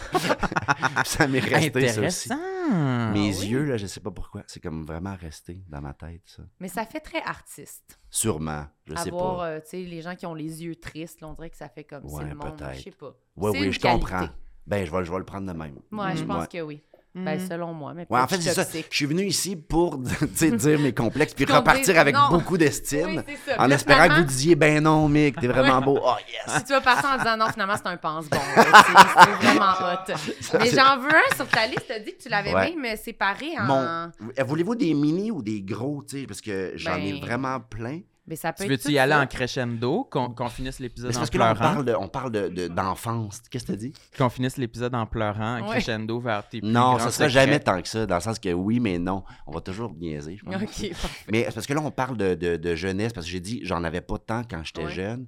[SPEAKER 4] ça m'est resté, ça aussi.
[SPEAKER 2] Intéressant.
[SPEAKER 4] Mes
[SPEAKER 1] Ah oui?
[SPEAKER 4] yeux, là, je sais pas pourquoi, c'est comme vraiment resté dans ma tête, ça.
[SPEAKER 1] Mais ça fait très artiste.
[SPEAKER 4] Sûrement, je sais
[SPEAKER 1] Avoir,
[SPEAKER 4] pas.
[SPEAKER 1] euh, tu sais, les gens qui ont les yeux tristes, là, on dirait que ça fait comme
[SPEAKER 4] Ouais,
[SPEAKER 1] c'est le monde,
[SPEAKER 4] peut-être.
[SPEAKER 1] je sais pas.
[SPEAKER 4] Oui,
[SPEAKER 1] C'est
[SPEAKER 4] oui,
[SPEAKER 1] une
[SPEAKER 4] je
[SPEAKER 1] qualité.
[SPEAKER 4] comprends. Ben, je vais, je vais le prendre de même.
[SPEAKER 1] Moi, je
[SPEAKER 4] Mm.
[SPEAKER 1] pense
[SPEAKER 4] Ouais.
[SPEAKER 1] que oui. Ben, selon moi, mais
[SPEAKER 4] Ouais, en
[SPEAKER 1] peut-être
[SPEAKER 4] fait,
[SPEAKER 1] que
[SPEAKER 4] c'est
[SPEAKER 1] je
[SPEAKER 4] ça.
[SPEAKER 1] suis toxique.
[SPEAKER 4] Je suis venu ici pour tu sais, dire mes complexes puis
[SPEAKER 1] Qu'on
[SPEAKER 4] repartir
[SPEAKER 1] dise
[SPEAKER 4] avec
[SPEAKER 1] non.
[SPEAKER 4] beaucoup
[SPEAKER 1] Oui,
[SPEAKER 4] d'estime
[SPEAKER 1] c'est ça.
[SPEAKER 4] en
[SPEAKER 1] Puis là,
[SPEAKER 4] espérant que
[SPEAKER 1] finalement, Ah.
[SPEAKER 4] vous disiez ben non, Mick, t'es vraiment beau. Oh yes!
[SPEAKER 1] Si tu vas partir en disant non, finalement, c'est un pense-bon. là, C'est c'est vraiment hot. Mais j'en veux un sur ta liste. Tu as dit que tu l'avais
[SPEAKER 4] Ouais.
[SPEAKER 1] même séparé en.
[SPEAKER 4] Mon- Euh, Voulez-vous des mini ou des gros, tu sais, parce que j'en ai
[SPEAKER 1] Ben,
[SPEAKER 4] vraiment plein.
[SPEAKER 1] Mais ça peut
[SPEAKER 2] Tu
[SPEAKER 1] être
[SPEAKER 2] veux-tu
[SPEAKER 1] tout
[SPEAKER 2] y aller
[SPEAKER 1] ça.
[SPEAKER 2] en crescendo, qu'on qu'on finisse
[SPEAKER 4] Mais
[SPEAKER 2] l'épisode
[SPEAKER 4] C'est
[SPEAKER 2] en
[SPEAKER 4] parce que là, on
[SPEAKER 2] pleurant,
[SPEAKER 4] parle de- on parle de- de- d'enfance. Qu'est-ce que t'as dit?
[SPEAKER 2] qu'on finisse l'épisode en pleurant, en
[SPEAKER 1] Ouais.
[SPEAKER 2] crescendo vers tes plus
[SPEAKER 4] Non,
[SPEAKER 2] grands
[SPEAKER 4] ça
[SPEAKER 2] secrets.
[SPEAKER 4] sera jamais tant que ça, dans le sens que oui, mais non. On va toujours niaiser, je pense.
[SPEAKER 1] OK.
[SPEAKER 4] Mais c'est parce que là, on parle de, de- de jeunesse, parce que j'ai dit, j'en avais pas tant quand j'étais
[SPEAKER 1] Ouais.
[SPEAKER 4] jeune,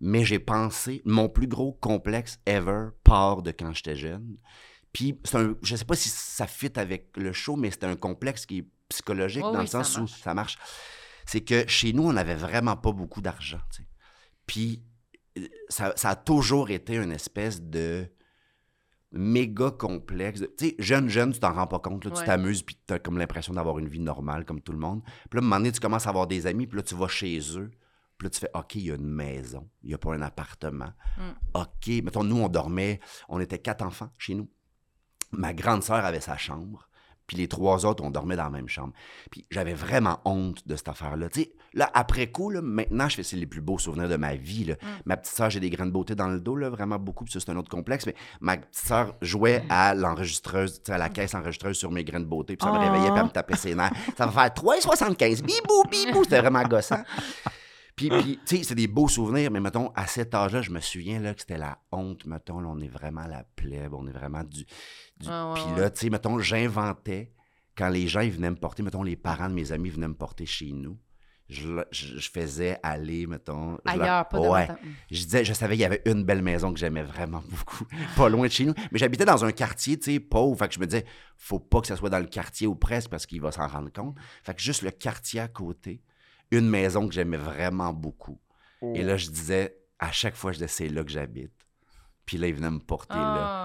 [SPEAKER 4] mais j'ai pensé, mon plus gros complexe ever part de quand j'étais jeune. Puis, c'est un, je sais pas si ça fit avec le show, mais c'est un complexe qui est psychologique,
[SPEAKER 1] Oh
[SPEAKER 4] dans
[SPEAKER 1] oui,
[SPEAKER 4] le sens
[SPEAKER 1] ça
[SPEAKER 4] où ça marche. C'est que chez nous, on n'avait vraiment pas beaucoup d'argent. tu sais. Puis, euh, ça, ça a toujours été une espèce de méga complexe. Tu sais, jeune, jeune, tu t'en rends pas compte. là, Tu
[SPEAKER 1] Ouais.
[SPEAKER 4] t'amuses, puis t'as comme l'impression d'avoir une vie normale, comme tout le monde. Puis là, à un moment donné, tu commences à avoir des amis, puis là, tu vas chez eux. Puis là, tu fais, OK, il y a une maison, il n'y a pas un appartement.
[SPEAKER 1] Mm.
[SPEAKER 4] OK, mettons, nous, on dormait, on était quatre enfants chez nous. Ma grande sœur avait sa chambre, puis les trois autres, on dormait dans la même chambre. Puis j'avais vraiment honte de cette affaire-là. Tu sais, là, après coup, là, maintenant, je fais, c'est les plus beaux souvenirs de ma vie. là. Ma petite sœur, j'ai des graines de beauté dans le dos, là, vraiment beaucoup, puis ça, c'est un autre complexe. Mais ma petite sœur jouait à l'enregistreuse, tu sais, à la caisse enregistreuse sur mes graines de beauté, puis ça me réveillait, puis elle me tapait ses nerfs. Ça va faire 3,75. Bibou, bibou. C'était vraiment gossant. Puis, puis, tu sais, c'est des beaux souvenirs, mais mettons, à cet âge-là, je me souviens là, que c'était la honte, mettons, là, on est vraiment la plèbe, on est vraiment du. du...
[SPEAKER 1] Ah, ouais,
[SPEAKER 4] puis là, tu sais, mettons, j'inventais quand les gens ils venaient me porter, mettons, les parents de mes amis venaient me porter chez nous. Je, le- je- je faisais aller, mettons. je leur-
[SPEAKER 1] Ailleurs, pas de
[SPEAKER 4] Ouais. Je disais, je savais qu'il y avait une belle maison que j'aimais vraiment beaucoup, pas loin de chez nous. Mais j'habitais dans un quartier, tu sais, pauvre. Fait que je me disais, faut pas que ça soit dans le quartier ou presque parce qu'il va s'en rendre compte. Fait que juste le quartier à côté, une maison que j'aimais vraiment beaucoup.
[SPEAKER 2] Oh.
[SPEAKER 4] Et là, je disais, à chaque fois, je disais, c'est là que j'habite. Puis là, il venait me porter là.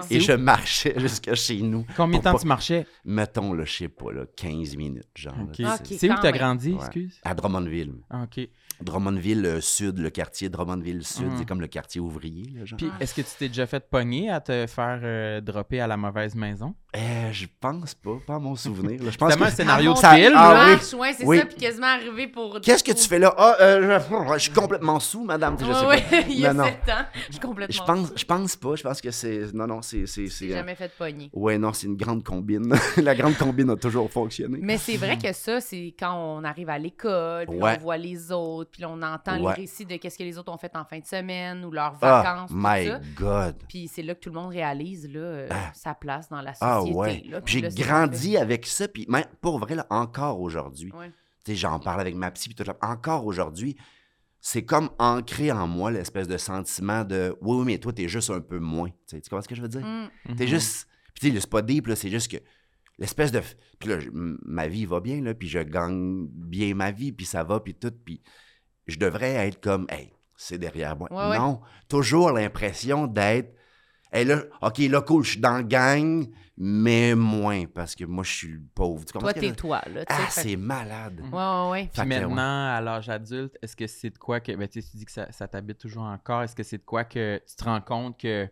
[SPEAKER 1] Ah.
[SPEAKER 4] Et
[SPEAKER 2] C'est
[SPEAKER 4] je marchais jusqu'à chez nous.
[SPEAKER 2] Combien de temps
[SPEAKER 4] Pour
[SPEAKER 2] tu marchais?
[SPEAKER 4] Mettons, là, je sais pas, là, 15 minutes, genre. là,
[SPEAKER 2] Ok.
[SPEAKER 4] tu sais.
[SPEAKER 1] Ok.
[SPEAKER 2] C'est où que
[SPEAKER 1] quand
[SPEAKER 2] t'as
[SPEAKER 1] même.
[SPEAKER 2] grandi,
[SPEAKER 4] Ouais.
[SPEAKER 2] excuse?
[SPEAKER 4] À Drummondville.
[SPEAKER 2] Ah, OK.
[SPEAKER 4] Drummondville euh, Sud, le quartier Drummondville Sud,
[SPEAKER 2] Mm.
[SPEAKER 4] c'est comme le quartier ouvrier, là, genre.
[SPEAKER 2] Puis, est-ce que tu t'es déjà fait pogner à te faire euh, dropper à la mauvaise maison?
[SPEAKER 4] Euh, je pense pas, pas à mon souvenir. là. Je pense
[SPEAKER 2] C'est
[SPEAKER 4] que...
[SPEAKER 2] un scénario de
[SPEAKER 4] Ah,
[SPEAKER 2] film.
[SPEAKER 4] ah,
[SPEAKER 2] là.
[SPEAKER 4] oui.
[SPEAKER 1] ouais, c'est
[SPEAKER 4] Oui.
[SPEAKER 1] ça, puis quasiment arrivé pour.
[SPEAKER 4] Qu'est-ce que tu fais là? Ah, euh, je... je suis complètement sous, madame. tu sais, Je sais
[SPEAKER 1] Ouais,
[SPEAKER 4] pas.
[SPEAKER 1] ouais, il y a
[SPEAKER 4] Non, non.
[SPEAKER 1] 7 ans. Je suis complètement.
[SPEAKER 4] Je pense, je pense pas. Je pense que c'est. Non, non, c'est. c'est, euh,
[SPEAKER 1] J'ai
[SPEAKER 4] c'est-
[SPEAKER 1] jamais fait de poignée.
[SPEAKER 4] Ouais, non, c'est une grande combine. La grande combine a toujours fonctionné.
[SPEAKER 1] Mais c'est vrai que ça, c'est quand on arrive à l'école, puis là,
[SPEAKER 4] Ah, hmm. Ouais.
[SPEAKER 1] on voit les autres, puis là, on entend
[SPEAKER 4] Ouais.
[SPEAKER 1] les récits de qu'est-ce que les autres ont fait en fin de semaine ou leurs
[SPEAKER 4] Ah,
[SPEAKER 1] vacances, tout
[SPEAKER 4] my
[SPEAKER 1] ça.
[SPEAKER 4] God.
[SPEAKER 1] Puis c'est là que tout le monde réalise là, euh, sa place dans la
[SPEAKER 4] Ah
[SPEAKER 1] société.
[SPEAKER 4] ouais.
[SPEAKER 1] là. Puis
[SPEAKER 4] J'ai
[SPEAKER 1] là, c'est
[SPEAKER 4] grandi avec ça, puis même pour vrai, là, encore aujourd'hui.
[SPEAKER 1] Ouais.
[SPEAKER 4] Tu sais, j'en parle avec ma psy, puis tout le- Encore aujourd'hui, c'est comme ancré en moi l'espèce de sentiment de oui, oui, mais toi, t'es juste un peu moins. Tu sais, tu comprends ce que je veux dire?
[SPEAKER 1] Mm.
[SPEAKER 4] T'es
[SPEAKER 2] Mhm.
[SPEAKER 4] juste. Puis tu sais, le- c'est pas deep, là, c'est juste que l'espèce de. Puis là, je- m- ma vie va bien, là, puis je gagne bien ma vie, puis ça va, puis tout, puis je devrais être comme, hey, c'est derrière moi.
[SPEAKER 1] Ouais, ouais.
[SPEAKER 4] non, toujours l'impression d'être. Hey, là, OK, là, cool, je suis dans le gang, mais moins, parce que moi, je suis le pauvre. Tu comprends
[SPEAKER 1] Toi,
[SPEAKER 4] ce que je
[SPEAKER 1] t'es
[SPEAKER 4] veux dire?
[SPEAKER 1] toi, là. tu sais,
[SPEAKER 4] Ah,
[SPEAKER 1] fait- Mhm.
[SPEAKER 4] c'est malade.
[SPEAKER 1] Ouais, ouais, ouais.
[SPEAKER 2] Puis
[SPEAKER 4] Fait que, ouais.
[SPEAKER 2] maintenant, à l'âge adulte, est-ce que c'est de quoi que. Ben, tu sais, tu dis que ça, ça t'habite toujours encore. Est-ce que c'est de quoi que tu te rends compte que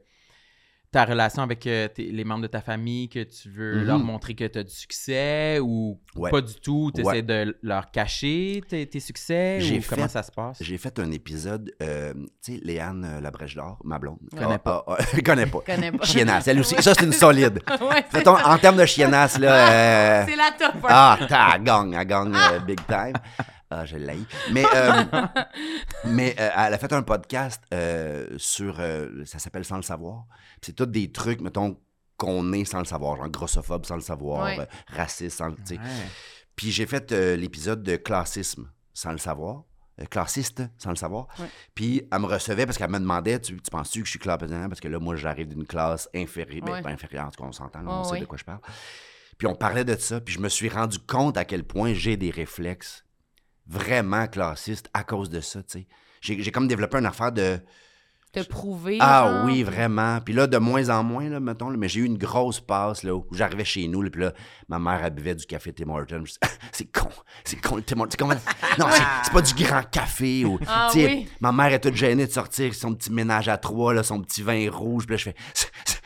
[SPEAKER 2] ta relation avec euh, tes- les membres de ta famille, que tu veux
[SPEAKER 4] Mhm.
[SPEAKER 2] leur montrer que tu as du succès ou
[SPEAKER 4] Ouais.
[SPEAKER 2] pas du tout, tu essaies
[SPEAKER 4] Ouais.
[SPEAKER 2] de leur cacher tes, tes succès
[SPEAKER 4] J'ai
[SPEAKER 2] ou comment
[SPEAKER 4] fait-
[SPEAKER 2] ça se passe?
[SPEAKER 4] J'ai fait un épisode, euh, tu sais, Léane euh, Labrèche d'Or, ma blonde.
[SPEAKER 1] Ouais.
[SPEAKER 2] Connais
[SPEAKER 4] pas. connais pas.
[SPEAKER 1] Connais pas.
[SPEAKER 4] Chiennasse, elle aussi. Ça, c'est une solide.
[SPEAKER 1] Ouais, c'est
[SPEAKER 4] Mettons,
[SPEAKER 1] ça.
[SPEAKER 4] en termes de chiennasse, là. euh,
[SPEAKER 1] C'est la top. hein.
[SPEAKER 4] Ah, ta elle gagne, elle gagne euh, big time. Ah, je l'ai. Mais, euh, mais euh, elle a fait un podcast euh, sur. euh, ça s'appelle Sans le savoir. Puis C'est tout des trucs, mettons, qu'on est sans le savoir, genre grossophobe sans le savoir,
[SPEAKER 1] Ouais.
[SPEAKER 4] euh, raciste sans le. tu sais.
[SPEAKER 2] Ouais.
[SPEAKER 4] Puis j'ai fait euh, l'épisode de classisme sans le savoir. euh, Classiste, sans le savoir.
[SPEAKER 1] Ouais.
[SPEAKER 4] Puis elle me recevait parce qu'elle me demandait Tu, tu penses-tu que je suis classe Parce que là, moi, j'arrive d'une classe inférieure. ben,
[SPEAKER 1] Ouais.
[SPEAKER 4] pas inférieure, en tout cas, on s'entend, là,
[SPEAKER 1] Ouais,
[SPEAKER 4] on sait
[SPEAKER 1] ouais.
[SPEAKER 4] de quoi je parle. Puis on parlait de ça, puis je me suis rendu compte à quel point j'ai des réflexes vraiment classistes à cause de ça, tu sais. J'ai j'ai comme développé une affaire de.
[SPEAKER 1] Te prouver.
[SPEAKER 4] Ah
[SPEAKER 1] genre.
[SPEAKER 4] oui, vraiment. Puis là, de moins en moins, là, mettons, là, mais j'ai eu une grosse passe là, où j'arrivais chez nous, là, puis là, ma mère, elle buvait du café Tim Hortons. Je dis, Ah, c'est con, c'est con le Tim Hortons. C'est comme- Non, c'est, c'est pas du grand café. Ou,
[SPEAKER 1] Ah
[SPEAKER 4] tu sais,
[SPEAKER 1] oui.
[SPEAKER 4] Ma mère est toute gênée de sortir son petit ménage à trois, là, son petit vin rouge. Puis là, je fais, c'est, c'est-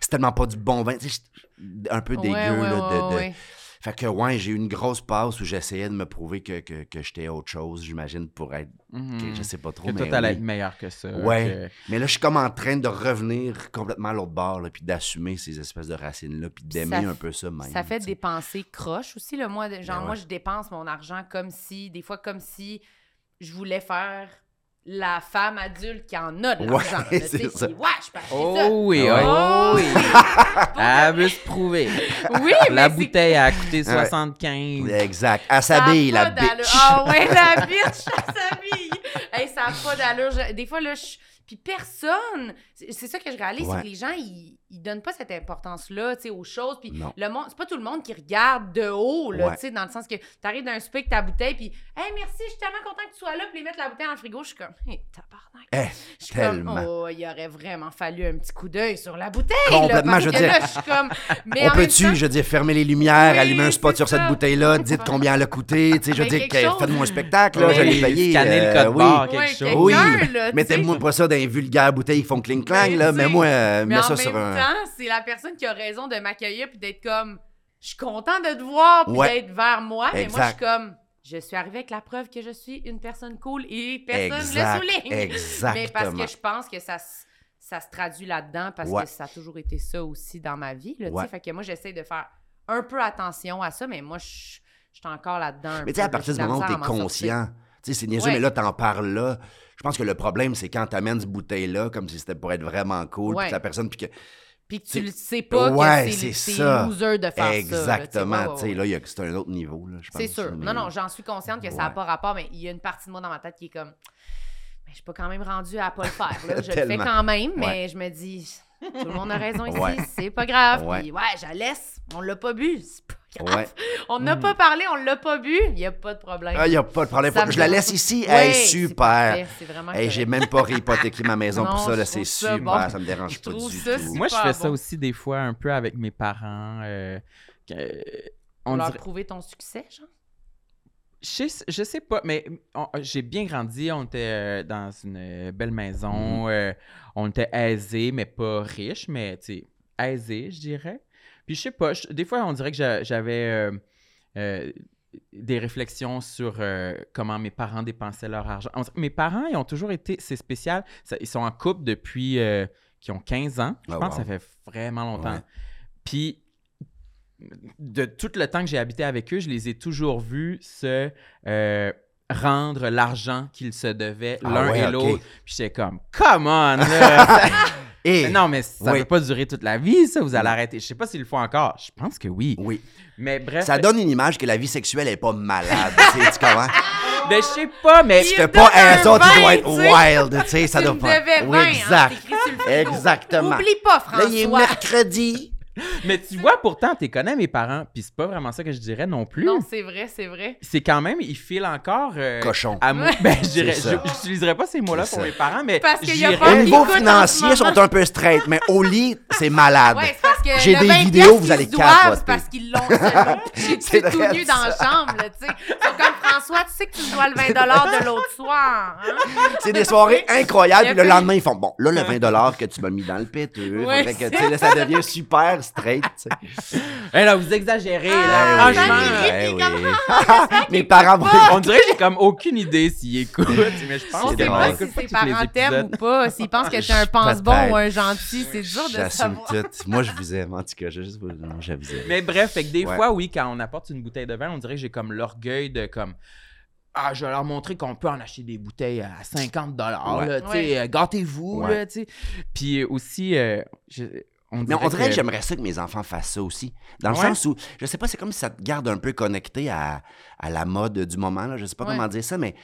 [SPEAKER 4] c'est tellement pas du bon vin. Tu sais, je- un peu
[SPEAKER 1] Ouais,
[SPEAKER 4] dégueu.
[SPEAKER 1] ouais,
[SPEAKER 4] là, de-
[SPEAKER 1] ouais,
[SPEAKER 4] de-
[SPEAKER 1] ouais.
[SPEAKER 4] Fait que, ouais, j'ai eu une grosse passe où j'essayais de me prouver que, que, que j'étais autre chose, j'imagine, pour être.
[SPEAKER 2] Mhm.
[SPEAKER 4] que je sais pas trop.
[SPEAKER 2] Que toi,
[SPEAKER 4] mais
[SPEAKER 2] t'allais
[SPEAKER 4] oui.
[SPEAKER 2] être meilleur que ça.
[SPEAKER 4] Ouais. Mais là, je suis comme en train de revenir complètement à l'autre bord, là, puis d'assumer ces espèces de racines-là, puis d'aimer
[SPEAKER 1] ça
[SPEAKER 4] un
[SPEAKER 1] f-
[SPEAKER 4] peu ça même.
[SPEAKER 1] Ça fait
[SPEAKER 4] tu sais.
[SPEAKER 1] dépenser croche aussi. Là, moi, de- genre,
[SPEAKER 4] Ben ouais.
[SPEAKER 1] moi, je dépense mon argent comme si, des fois, comme si je voulais faire la femme adulte qui en a de
[SPEAKER 4] Ouais,
[SPEAKER 1] l'argent. là, tu
[SPEAKER 4] c'est
[SPEAKER 1] sais,
[SPEAKER 4] ça.
[SPEAKER 1] puis, ouais, je peux acheter ça.
[SPEAKER 2] Oh oui,
[SPEAKER 4] Ah ouais.
[SPEAKER 2] oh oui. Elle
[SPEAKER 1] Ah
[SPEAKER 2] veut se prouver.
[SPEAKER 1] Oui,
[SPEAKER 2] Ah, La
[SPEAKER 1] mais c'est-
[SPEAKER 2] bouteille a coûté
[SPEAKER 4] Ah ouais.
[SPEAKER 2] 75.
[SPEAKER 4] Exact. Elle
[SPEAKER 1] ça a
[SPEAKER 4] s'habille,
[SPEAKER 1] pas
[SPEAKER 4] la
[SPEAKER 1] d'allure.
[SPEAKER 4] bitch.
[SPEAKER 1] Ah ouais, la bitch, elle s'habille. Hey, ça n'a pas d'allure. Je- Des fois, là, je... Puis personne, c'est c'est ça que je réalise,
[SPEAKER 4] Ouais.
[SPEAKER 1] c'est que les gens, ils, ils donnent pas cette importance-là, tu sais, aux choses. Puis
[SPEAKER 4] Non.
[SPEAKER 1] le monde, c'est pas tout le monde qui regarde de haut, là,
[SPEAKER 4] Ouais.
[SPEAKER 1] tu sais, dans le sens que t'arrives d'un speak ta bouteille, puis « Hey, merci, je suis tellement content que tu sois là, puis ils mettent la bouteille dans le frigo. » Je suis comme Hé, tabarnak!
[SPEAKER 4] Eh,
[SPEAKER 1] Je suis
[SPEAKER 4] tellement.
[SPEAKER 1] comme « Oh, il aurait vraiment fallu un petit coup d'œil sur la bouteille! »
[SPEAKER 4] Complètement,
[SPEAKER 1] là, parce
[SPEAKER 4] je veux
[SPEAKER 1] que
[SPEAKER 4] dire,
[SPEAKER 1] là, je suis comme... Mais
[SPEAKER 4] On
[SPEAKER 1] en même
[SPEAKER 4] peut-tu,
[SPEAKER 1] temps,
[SPEAKER 4] je veux dire, fermer les lumières,
[SPEAKER 1] Oui,
[SPEAKER 4] allumer un spot
[SPEAKER 1] c'est
[SPEAKER 4] sur cette
[SPEAKER 1] ça.
[SPEAKER 4] bouteille-là, dites combien elle a coûté, tu sais, je veux
[SPEAKER 1] Mais
[SPEAKER 4] dire,
[SPEAKER 1] quelque
[SPEAKER 4] que-
[SPEAKER 1] chose.
[SPEAKER 4] faites-moi un spectacle, là, je
[SPEAKER 1] Oui,
[SPEAKER 4] l'ai payé.
[SPEAKER 2] scanner le
[SPEAKER 4] euh,
[SPEAKER 2] code
[SPEAKER 4] oui.
[SPEAKER 2] barre, quelque
[SPEAKER 1] Ouais,
[SPEAKER 2] chose.
[SPEAKER 1] quelqu'un,
[SPEAKER 4] Oui,
[SPEAKER 1] là, tu sais.
[SPEAKER 4] Mettez-moi pas ça dans les vulgaires bouteilles qui font cling-clang,
[SPEAKER 1] Mais
[SPEAKER 4] là,
[SPEAKER 1] tu sais,
[SPEAKER 4] mets-moi euh,
[SPEAKER 1] Mais
[SPEAKER 4] mets
[SPEAKER 1] en
[SPEAKER 4] ça
[SPEAKER 1] même
[SPEAKER 4] sur un.
[SPEAKER 1] temps, c'est la personne qui a raison de m'accueillir puis d'être comme je suis content de te voir puis
[SPEAKER 4] Ouais.
[SPEAKER 1] d'être vers moi, mais moi je suis
[SPEAKER 4] Exact.
[SPEAKER 1] comme je suis arrivée avec la preuve que je suis une personne cool et personne
[SPEAKER 4] Exact,
[SPEAKER 1] ne le souligne. Mais parce
[SPEAKER 4] Exactement.
[SPEAKER 1] que je pense que ça se- ça se traduit là-dedans parce
[SPEAKER 4] Ouais.
[SPEAKER 1] que ça a toujours été ça aussi dans ma vie. Là, tu sais.
[SPEAKER 4] Ouais.
[SPEAKER 1] Fait que moi, j'essaie de faire un peu attention à ça, mais moi, je je suis encore là-dedans. un
[SPEAKER 4] Mais tu sais, à
[SPEAKER 1] peu,
[SPEAKER 4] partir
[SPEAKER 1] j'ai
[SPEAKER 4] du
[SPEAKER 1] de la
[SPEAKER 4] moment où tu es
[SPEAKER 1] misère à m'en sortir.
[SPEAKER 4] conscient, tu sais, c'est niaiseux,
[SPEAKER 1] Ouais.
[SPEAKER 4] mais là, t'en parles là. Je pense que le problème, c'est quand t'amènes cette bouteille-là, comme si c'était pour être vraiment cool, puis
[SPEAKER 1] Ouais.
[SPEAKER 4] que la personne, puis que.
[SPEAKER 1] Puis que tu
[SPEAKER 4] C'est-
[SPEAKER 1] le sais pas
[SPEAKER 4] Ouais,
[SPEAKER 1] que c'est
[SPEAKER 4] c'est
[SPEAKER 1] c'est
[SPEAKER 4] ça.
[SPEAKER 1] loser de faire ça. là, tu sais. Ouais, ouais,
[SPEAKER 4] Exactement, tu
[SPEAKER 1] ouais.
[SPEAKER 4] sais, là, il y a- c'est un autre niveau, là, je pense.
[SPEAKER 1] C'est sûr.
[SPEAKER 4] mais-
[SPEAKER 1] Non, non, j'en suis consciente que ça n'a
[SPEAKER 4] Ouais.
[SPEAKER 1] pas rapport, mais il y a une partie de moi dans ma tête qui est comme. Mais je suis pas quand même rendue à pas le faire. là. Je le fais
[SPEAKER 4] Tellement.
[SPEAKER 1] quand même, mais
[SPEAKER 4] Ouais.
[SPEAKER 1] je me dis, tout le monde a raison ici,
[SPEAKER 4] Ouais.
[SPEAKER 1] c'est pas grave.
[SPEAKER 4] Ouais.
[SPEAKER 1] Puis ouais, je la laisse. On l'a pas bu. C'est pas grave.
[SPEAKER 4] Ouais.
[SPEAKER 1] On n'a pas parlé, on l'a pas bu. Il n'y a pas de problème.
[SPEAKER 4] Hmm. Ah, il n'y a pas de problème.
[SPEAKER 1] Ça me
[SPEAKER 4] je la
[SPEAKER 1] dérange
[SPEAKER 4] laisse
[SPEAKER 1] pas.
[SPEAKER 4] ici.
[SPEAKER 1] Ouais,
[SPEAKER 4] Hey,
[SPEAKER 1] c'est
[SPEAKER 4] super.
[SPEAKER 1] parfait, C'est vraiment
[SPEAKER 4] Hey, j'ai
[SPEAKER 1] correct.
[SPEAKER 4] même pas réhypothéqué ma maison pour
[SPEAKER 1] Non,
[SPEAKER 4] ça, là,
[SPEAKER 1] je
[SPEAKER 4] c'est
[SPEAKER 1] trouve ça
[SPEAKER 4] super.
[SPEAKER 1] bon.
[SPEAKER 4] Ça me dérange
[SPEAKER 1] Je
[SPEAKER 4] pas
[SPEAKER 1] trouve
[SPEAKER 4] du
[SPEAKER 1] ça
[SPEAKER 4] tout.
[SPEAKER 1] super.
[SPEAKER 2] Moi, je fais ça
[SPEAKER 1] bon.
[SPEAKER 2] aussi des fois un peu avec mes parents. euh, que-
[SPEAKER 1] Pour
[SPEAKER 2] on
[SPEAKER 1] leur
[SPEAKER 2] dirait-
[SPEAKER 1] prouver ton succès, genre.
[SPEAKER 2] Je sais, je sais pas, mais mm, on- euh, j'ai bien grandi. On était euh, dans une euh, belle maison.
[SPEAKER 4] Mm-hmm.
[SPEAKER 2] euh, on était aisé, mais pas riche, mais tu sais, aisé, je dirais. Puis je sais pas, je- des fois, on dirait que j'a- j'avais euh, euh, des réflexions sur euh, comment mes parents dépensaient leur argent. On dirait- mes parents, ils ont toujours été, c'est spécial, ça- ils sont en couple depuis euh, qu'ils ont 15 ans. Je
[SPEAKER 4] Ah,
[SPEAKER 2] pense que
[SPEAKER 4] wow.
[SPEAKER 2] ça fait vraiment longtemps.
[SPEAKER 4] Ouais.
[SPEAKER 2] Puis de tout le temps que j'ai habité avec eux, je les ai toujours vus se euh, rendre l'argent qu'ils se devaient
[SPEAKER 4] Ah
[SPEAKER 2] l'un
[SPEAKER 4] ouais,
[SPEAKER 2] et
[SPEAKER 4] ok.
[SPEAKER 2] l'autre. Puis j'étais comme, come on! là, ça-
[SPEAKER 4] Et
[SPEAKER 2] non, mais ça ne
[SPEAKER 4] Oui.
[SPEAKER 2] peut pas durer toute la vie, ça, vous allez arrêter. Je sais pas s'ils le font encore. Je pense que oui.
[SPEAKER 4] oui,
[SPEAKER 2] Mais bref,
[SPEAKER 4] ça donne une image que la vie sexuelle est pas malade. tu sais, tu comprends?
[SPEAKER 2] ben, je sais pas, mais
[SPEAKER 4] Si t'es
[SPEAKER 1] donne
[SPEAKER 4] pas
[SPEAKER 1] un
[SPEAKER 4] un son, tu dois
[SPEAKER 1] vin,
[SPEAKER 4] être
[SPEAKER 1] tu sais.
[SPEAKER 4] wild. Tu sais, ça
[SPEAKER 1] tu
[SPEAKER 4] doit
[SPEAKER 1] me
[SPEAKER 4] pas.
[SPEAKER 1] devais
[SPEAKER 4] Oui,
[SPEAKER 1] 20, hein, c'est
[SPEAKER 4] exact.
[SPEAKER 1] écrit sur le frigo.
[SPEAKER 4] Exactement.
[SPEAKER 1] Oublie pas, François.
[SPEAKER 4] Là, il est mercredi.
[SPEAKER 2] mais tu vois, pourtant, tu connais mes parents, puis c'est pas vraiment ça que je dirais non plus.
[SPEAKER 1] Non, c'est vrai, c'est vrai.
[SPEAKER 2] C'est quand même, ils filent encore. euh,
[SPEAKER 4] Cochon.
[SPEAKER 2] à moi.
[SPEAKER 1] Ouais.
[SPEAKER 2] Ben, je dirais-
[SPEAKER 4] C'est ça.
[SPEAKER 2] je- j'utiliserais pas ces mots-là
[SPEAKER 4] C'est
[SPEAKER 2] pour
[SPEAKER 4] ça.
[SPEAKER 2] mes parents, mais
[SPEAKER 1] Parce qu'il y a
[SPEAKER 2] j'irais-
[SPEAKER 1] pas
[SPEAKER 4] Au
[SPEAKER 1] Ils
[SPEAKER 4] niveau
[SPEAKER 1] écoutent en ce
[SPEAKER 4] financier, ils sont
[SPEAKER 1] moment.
[SPEAKER 4] un peu straight, mais au lit, c'est malade.
[SPEAKER 1] Ouais, c'est parce que
[SPEAKER 4] Ah, ben, J'ai
[SPEAKER 1] le
[SPEAKER 4] des
[SPEAKER 1] 20
[SPEAKER 4] vidéos,
[SPEAKER 1] piastres
[SPEAKER 4] vous allez
[SPEAKER 1] qu'ils se doivent,
[SPEAKER 4] capoter.
[SPEAKER 1] c'est parce qu'ils l'ont seulement pitché
[SPEAKER 4] C'est
[SPEAKER 1] dessus tout
[SPEAKER 4] vrai,
[SPEAKER 1] nu dans la chambre, là, tu sais. C'est comme François, tu sais que tu me dois le 20 de l'autre soir, hein?
[SPEAKER 4] C'est des soirées incroyables.
[SPEAKER 1] Il y a
[SPEAKER 4] Puis le
[SPEAKER 1] pas-
[SPEAKER 4] lendemain, ils font Bon, là, le 20 que tu m'as mis dans le péteux.
[SPEAKER 1] Ouais,
[SPEAKER 4] Fait que,
[SPEAKER 1] c'est-
[SPEAKER 4] tu sais, là, ça devient super straight. tu sais.
[SPEAKER 2] Eh là, vous exagérez, là.
[SPEAKER 1] Ah,
[SPEAKER 4] Eh oui,
[SPEAKER 2] franchement.
[SPEAKER 1] Valérie,
[SPEAKER 4] eh
[SPEAKER 1] t'es
[SPEAKER 4] oui.
[SPEAKER 1] comme, ah,
[SPEAKER 4] Mes parents vont.
[SPEAKER 2] On dirait que j'ai comme aucune idée s'ils écoutent, mais je
[SPEAKER 1] On
[SPEAKER 2] pense
[SPEAKER 1] sait
[SPEAKER 2] que
[SPEAKER 4] drôle. Ah,
[SPEAKER 1] pas
[SPEAKER 2] non,
[SPEAKER 1] si ses
[SPEAKER 2] écoute pas tous les
[SPEAKER 1] parents t'aiment ou
[SPEAKER 2] épisodes.
[SPEAKER 1] pas, s'ils pensent que t'es un pense-bon
[SPEAKER 4] Peut-être.
[SPEAKER 1] ou un gentil, c'est dur de
[SPEAKER 4] J'assume
[SPEAKER 1] savoir.
[SPEAKER 4] tout. Moi, je vous aime. En tout cas, je, juste- non, je vous aime.
[SPEAKER 2] Mais bref, fait que des
[SPEAKER 4] Ouais.
[SPEAKER 2] fois, oui, quand on apporte une bouteille de vin, on dirait que j'ai comme l'orgueil de comme. Ah, je vais leur montrer qu'on peut en acheter des bouteilles à 50 dollars,
[SPEAKER 4] Ouais.
[SPEAKER 2] là, tu sais,
[SPEAKER 1] Ouais.
[SPEAKER 2] euh, gâtez-vous,
[SPEAKER 4] Ouais.
[SPEAKER 2] là, tu sais. Puis euh, aussi, euh, je- on
[SPEAKER 4] Mais
[SPEAKER 2] dirait
[SPEAKER 4] on dirait que j'aimerais ça que mes enfants fassent ça aussi. Dans le
[SPEAKER 2] Ouais.
[SPEAKER 4] sens où, je sais pas, c'est comme si ça te garde un peu connecté à, à la mode du moment. Là. Je sais pas
[SPEAKER 1] Ouais.
[SPEAKER 4] comment dire ça, mais tu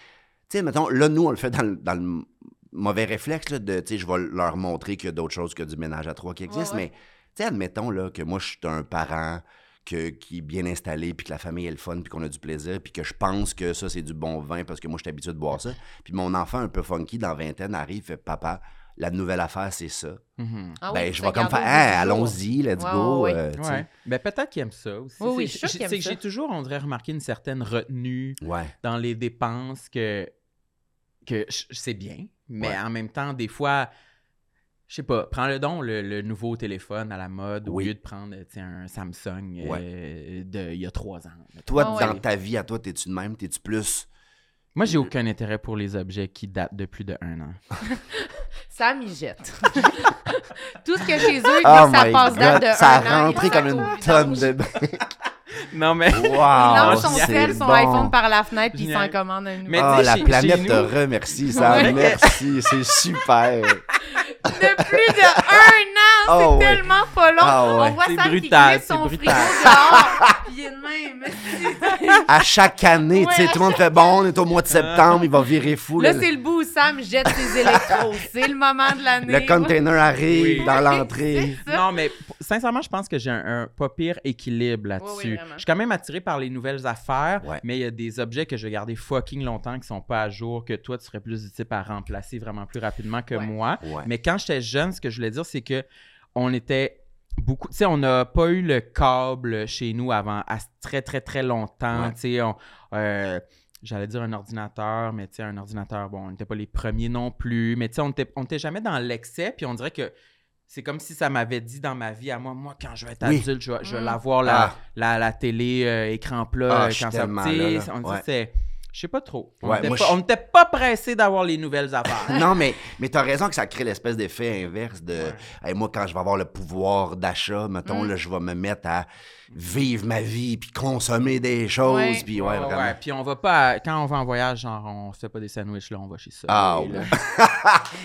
[SPEAKER 4] sais, mettons, là, nous, on le fait dans le, dans le mauvais réflexe là, de, tu sais, je vais leur montrer qu'il y a d'autres choses que du ménage à trois qui existent.
[SPEAKER 1] ouais.
[SPEAKER 4] Mais, tu sais, admettons là, que moi, je suis un parent que- qui est bien installé, puis que la famille est le fun, puis qu'on a du plaisir, puis que je pense que ça, c'est du bon vin parce que moi, je suis habitué de boire ça. Puis mon enfant un peu funky, dans vingtaine, arrive, fait Papa, la nouvelle affaire, c'est ça
[SPEAKER 2] Mhm.
[SPEAKER 1] Ah oui,
[SPEAKER 4] ben,
[SPEAKER 1] tu
[SPEAKER 4] je
[SPEAKER 1] te
[SPEAKER 4] vais comme
[SPEAKER 1] gardes
[SPEAKER 4] faire,
[SPEAKER 1] au
[SPEAKER 4] Hein,
[SPEAKER 1] bout du jour.
[SPEAKER 4] allons-y, let's
[SPEAKER 1] Ouais,
[SPEAKER 4] go.
[SPEAKER 1] ouais, ouais.
[SPEAKER 4] euh, tu sais.
[SPEAKER 2] Ouais. Ben, peut-être qu'ils aiment ça aussi.
[SPEAKER 1] Oui, oui,
[SPEAKER 2] C'est-
[SPEAKER 1] je suis sûre qu'ils aiment
[SPEAKER 2] c'est que
[SPEAKER 1] ça.
[SPEAKER 2] j'ai toujours, on dirait, remarqué une certaine retenue
[SPEAKER 4] Ouais.
[SPEAKER 2] dans les dépenses que, que je- c'est bien, mais
[SPEAKER 4] Ouais.
[SPEAKER 2] en même temps, des fois, je sais pas, prends le don, le, le nouveau téléphone à la mode,
[SPEAKER 4] Oui.
[SPEAKER 2] au lieu de prendre tu sais, un Samsung euh, de, il y a trois ans. mettons.
[SPEAKER 4] Toi,
[SPEAKER 1] Ah ouais.
[SPEAKER 4] dans ta vie, à toi, t'es-tu de même? T'es-tu plus.
[SPEAKER 2] Moi, j'ai aucun intérêt pour les objets qui datent de plus de un an.
[SPEAKER 1] Ça m'y jette. Tout ce que chez eux, dès que
[SPEAKER 4] Oh
[SPEAKER 1] ça
[SPEAKER 4] my
[SPEAKER 1] passe date
[SPEAKER 4] God,
[SPEAKER 1] de
[SPEAKER 4] ça
[SPEAKER 1] un an,
[SPEAKER 4] a rentré
[SPEAKER 1] ils sont
[SPEAKER 4] comme
[SPEAKER 1] au
[SPEAKER 4] une
[SPEAKER 1] vidange.
[SPEAKER 4] tonne de.
[SPEAKER 2] Non, mais.
[SPEAKER 4] Wow!
[SPEAKER 1] Il lance son
[SPEAKER 4] c'est
[SPEAKER 1] sel, son
[SPEAKER 4] bon.
[SPEAKER 1] iPhone par la fenêtre, puis il
[SPEAKER 2] Génial.
[SPEAKER 1] s'en commande un nouveau.
[SPEAKER 2] Mais
[SPEAKER 4] Ah,
[SPEAKER 2] tu sais,
[SPEAKER 4] la
[SPEAKER 2] chez-
[SPEAKER 4] planète
[SPEAKER 2] chez nous-
[SPEAKER 4] te remercie, ça.
[SPEAKER 1] Ouais.
[SPEAKER 4] Merci, c'est super.
[SPEAKER 1] de plus de un an.
[SPEAKER 4] Oh,
[SPEAKER 1] c'est
[SPEAKER 4] ouais.
[SPEAKER 1] tellement pas long.
[SPEAKER 4] Ah, ouais.
[SPEAKER 1] On voit
[SPEAKER 2] C'est
[SPEAKER 1] Sam qui
[SPEAKER 2] brutal,
[SPEAKER 1] glisse son
[SPEAKER 2] c'est brutal.
[SPEAKER 1] frigo dehors. Puis est de même.
[SPEAKER 4] À chaque année,
[SPEAKER 1] Ouais,
[SPEAKER 4] tu sais,
[SPEAKER 1] à
[SPEAKER 4] tout le monde fait bon, on est au mois de septembre, il va virer fou.
[SPEAKER 1] Là,
[SPEAKER 4] le-
[SPEAKER 1] c'est le bout où Sam jette ses électros. C'est le moment de l'année.
[SPEAKER 4] le container arrive
[SPEAKER 2] Oui.
[SPEAKER 4] dans l'entrée.
[SPEAKER 2] Non, mais p- sincèrement, je pense que j'ai un, un pas pire équilibre là-dessus.
[SPEAKER 1] Oui, oui, vraiment.
[SPEAKER 2] je suis quand même attiré par les nouvelles affaires,
[SPEAKER 4] Ouais.
[SPEAKER 2] mais il y a des objets que je vais garder fucking longtemps qui sont pas à jour, que toi, tu serais plus du type à remplacer vraiment plus rapidement que
[SPEAKER 1] Ouais.
[SPEAKER 2] moi.
[SPEAKER 4] Ouais.
[SPEAKER 2] Mais quand j'étais jeune, ce que je voulais dire, c'est que on était beaucoup. Tu sais, on n'a pas eu le câble chez nous avant, à très, très, très longtemps.
[SPEAKER 4] Ouais.
[SPEAKER 2] Tu sais, on. euh, J'allais dire un ordinateur, mais tu sais, un ordinateur, bon, on n'était pas les premiers non plus, mais tu sais, on n'était on était jamais dans l'excès, puis on dirait que c'est comme si ça m'avait dit dans ma vie à moi, moi, quand je vais être
[SPEAKER 4] Oui.
[SPEAKER 2] adulte, je vais, je vais
[SPEAKER 1] Mm.
[SPEAKER 2] l'avoir, la,
[SPEAKER 4] Ah.
[SPEAKER 2] la, la télé, euh, écran plat,
[SPEAKER 4] Ah,
[SPEAKER 2] euh,
[SPEAKER 4] je suis
[SPEAKER 2] quand ça
[SPEAKER 4] tellement
[SPEAKER 2] tu sais,
[SPEAKER 4] là, là.
[SPEAKER 2] On
[SPEAKER 4] Ouais.
[SPEAKER 2] dit, c'est- je sais pas trop. On
[SPEAKER 4] Ouais,
[SPEAKER 2] n'était
[SPEAKER 4] moi,
[SPEAKER 2] pas,
[SPEAKER 4] je-
[SPEAKER 2] on était pas pressé d'avoir les nouvelles affaires.
[SPEAKER 4] Non, mais, mais t'as raison que ça crée l'espèce d'effet inverse de Hey, moi, quand je vais avoir le pouvoir d'achat, mettons,
[SPEAKER 1] Mm.
[SPEAKER 4] là, je vais me mettre à vivre ma vie, puis consommer des choses,
[SPEAKER 1] Ouais.
[SPEAKER 4] puis ouais, vraiment.
[SPEAKER 2] Ah, ouais. Puis on va pas. à- Quand on va en voyage, genre, on se fait pas des sandwichs, là, on va chez ça.
[SPEAKER 4] Ah,
[SPEAKER 2] ouais.
[SPEAKER 4] ouais.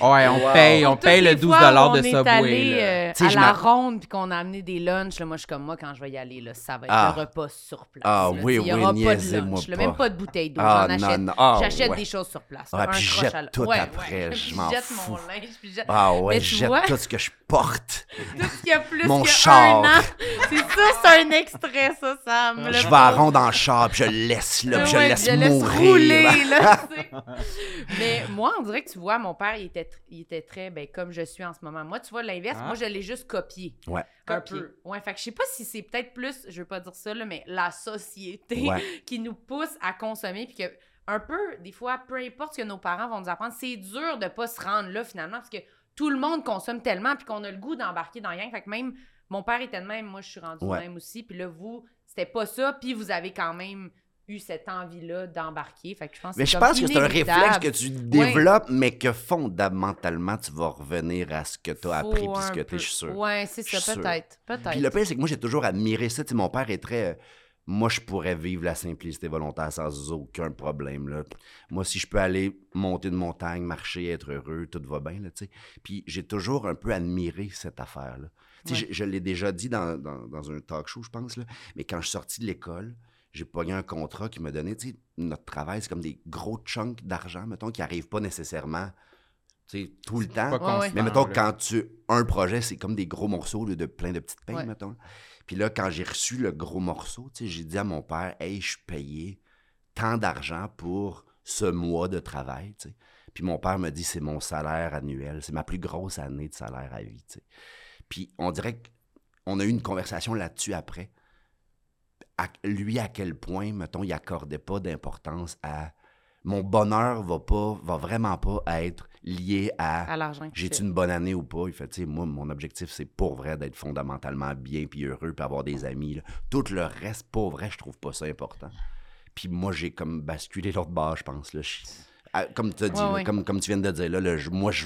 [SPEAKER 2] Ouais, on
[SPEAKER 4] Wow.
[SPEAKER 2] paye, on
[SPEAKER 1] Oh, Toutes
[SPEAKER 2] paye
[SPEAKER 1] les
[SPEAKER 2] le 12
[SPEAKER 1] fois où
[SPEAKER 2] de
[SPEAKER 1] on est
[SPEAKER 2] Subway.
[SPEAKER 1] allé,
[SPEAKER 2] là.
[SPEAKER 1] euh,
[SPEAKER 4] Tu sais,
[SPEAKER 1] à
[SPEAKER 4] je
[SPEAKER 1] la
[SPEAKER 4] m'en-
[SPEAKER 1] ronde, puis qu'on a amené des lunchs. là, moi, je suis comme moi, quand je vais y aller, là, ça va être
[SPEAKER 4] Ah.
[SPEAKER 1] un repas sur place.
[SPEAKER 4] Ah
[SPEAKER 1] là,
[SPEAKER 4] oui,
[SPEAKER 1] tu sais, Il
[SPEAKER 4] oui,
[SPEAKER 1] n'y aura pas de
[SPEAKER 4] niaisez-moi
[SPEAKER 1] lunch. là,
[SPEAKER 4] pas.
[SPEAKER 1] même pas de bouteille d'eau.
[SPEAKER 4] Ah,
[SPEAKER 1] J'en
[SPEAKER 4] non,
[SPEAKER 1] achète.
[SPEAKER 4] non. Ah,
[SPEAKER 1] J'achète
[SPEAKER 4] ouais.
[SPEAKER 1] des choses sur place.
[SPEAKER 4] Ouais,
[SPEAKER 1] Un
[SPEAKER 4] puis je
[SPEAKER 1] croche
[SPEAKER 4] jette
[SPEAKER 1] à l'autre.
[SPEAKER 4] tout
[SPEAKER 1] Ouais,
[SPEAKER 4] après,
[SPEAKER 1] ouais.
[SPEAKER 4] je
[SPEAKER 1] Puis
[SPEAKER 4] m'en
[SPEAKER 1] jette
[SPEAKER 4] fous.
[SPEAKER 1] mon linge, puis jette
[SPEAKER 4] Ah
[SPEAKER 1] Mais
[SPEAKER 4] ouais,
[SPEAKER 1] tu
[SPEAKER 4] jette
[SPEAKER 1] vois-
[SPEAKER 4] tout ce que je porte.
[SPEAKER 1] tout ce qu'il y a plus
[SPEAKER 4] Mon
[SPEAKER 1] que
[SPEAKER 4] char.
[SPEAKER 1] un an. C'est ça, c'est un extrait, ça, Sam. là,
[SPEAKER 4] Je vais
[SPEAKER 1] pour-
[SPEAKER 4] à ronde en char, puis je laisse là, puis je
[SPEAKER 1] Ouais,
[SPEAKER 4] laisse
[SPEAKER 1] je laisse
[SPEAKER 4] mourir.
[SPEAKER 1] rouler, là, tu sais. Mais moi, on dirait que tu vois, mon père, il était, tr- il était très, ben, comme je suis en ce moment. Moi, tu vois, l'inverse,
[SPEAKER 2] Ah.
[SPEAKER 1] moi, je l'ai juste copié.
[SPEAKER 4] Ouais.
[SPEAKER 1] Un
[SPEAKER 2] Copié.
[SPEAKER 1] peu. Ouais, fait que je sais pas si c'est peut-être plus, je veux pas dire ça, là, mais la société
[SPEAKER 4] Ouais.
[SPEAKER 1] qui nous pousse à consommer, puis que, un peu, des fois, peu importe ce que nos parents vont nous apprendre, c'est dur de pas se rendre là, finalement, parce que tout le monde consomme tellement, puis qu'on a le goût d'embarquer dans Yang. Fait que même, mon père était de même, moi, je suis rendue de
[SPEAKER 4] Ouais.
[SPEAKER 1] même aussi, puis là, vous, c'était pas ça, puis vous avez quand même eu cette envie-là d'embarquer. Fait que je pense
[SPEAKER 4] Mais
[SPEAKER 1] que
[SPEAKER 4] je
[SPEAKER 1] c'est
[SPEAKER 4] pense
[SPEAKER 1] comme
[SPEAKER 4] que c'est un
[SPEAKER 1] inévitable.
[SPEAKER 4] réflexe que tu développes, mais que fondamentalement, tu vas revenir à ce que tu as
[SPEAKER 1] Faut
[SPEAKER 4] appris, puis ce
[SPEAKER 1] un
[SPEAKER 4] que tu
[SPEAKER 1] peu.
[SPEAKER 4] es, je suis sûr.
[SPEAKER 1] Ouais, c'est
[SPEAKER 4] Je suis
[SPEAKER 1] ça,
[SPEAKER 4] sûr.
[SPEAKER 1] peut-être. Peut-être.
[SPEAKER 4] Puis le pire, c'est que moi, j'ai toujours admiré ça. Tu sais, mon père est très. euh, moi, je pourrais vivre la simplicité volontaire sans aucun problème. Là. Moi, si je peux aller monter une montagne, marcher, être heureux, tout va bien. Là, tu sais. Puis j'ai toujours un peu admiré cette affaire-là. Tu sais,
[SPEAKER 1] Ouais.
[SPEAKER 4] Je, je l'ai déjà dit dans, dans- dans un talk show, je pense, là, mais quand je suis sorti de l'école, j'ai pogné un contrat qui me donnait, tu sais, notre travail, c'est comme des gros chunks d'argent, mettons, qui n'arrivent pas nécessairement, tu sais, tout le
[SPEAKER 2] Pas
[SPEAKER 4] temps.
[SPEAKER 1] Ouais, ouais.
[SPEAKER 2] constant,
[SPEAKER 4] Mais mettons,
[SPEAKER 2] là.
[SPEAKER 4] quand tu. Un projet, c'est comme des gros morceaux au lieu de plein de petites peines,
[SPEAKER 1] Ouais.
[SPEAKER 4] mettons. Puis là, quand j'ai reçu le gros morceau, tu sais, j'ai dit à mon père, hey, je suis payé tant d'argent pour ce mois de travail, tu sais. Puis mon père me dit, c'est mon salaire annuel, c'est ma plus grosse année de salaire à vie, tu sais. Puis on dirait qu'on a eu une conversation là-dessus après. À- lui, à quel point, mettons, il accordait pas d'importance à. Mon bonheur va pas, va vraiment pas être lié
[SPEAKER 1] À l'argent. que
[SPEAKER 4] j'ai-tu
[SPEAKER 1] je fais.
[SPEAKER 4] une bonne année ou pas? Il fait, tu sais, moi, mon objectif, c'est pour vrai d'être fondamentalement bien puis heureux puis avoir des amis. là. Tout le reste, pour vrai, je trouve pas ça important. Puis moi, j'ai comme basculé l'autre bord, je pense. Là. Je- Ah, Comme tu as dit,
[SPEAKER 1] Ouais,
[SPEAKER 4] là,
[SPEAKER 1] ouais.
[SPEAKER 4] Comme, comme tu viens de dire, là, là, je- moi, je,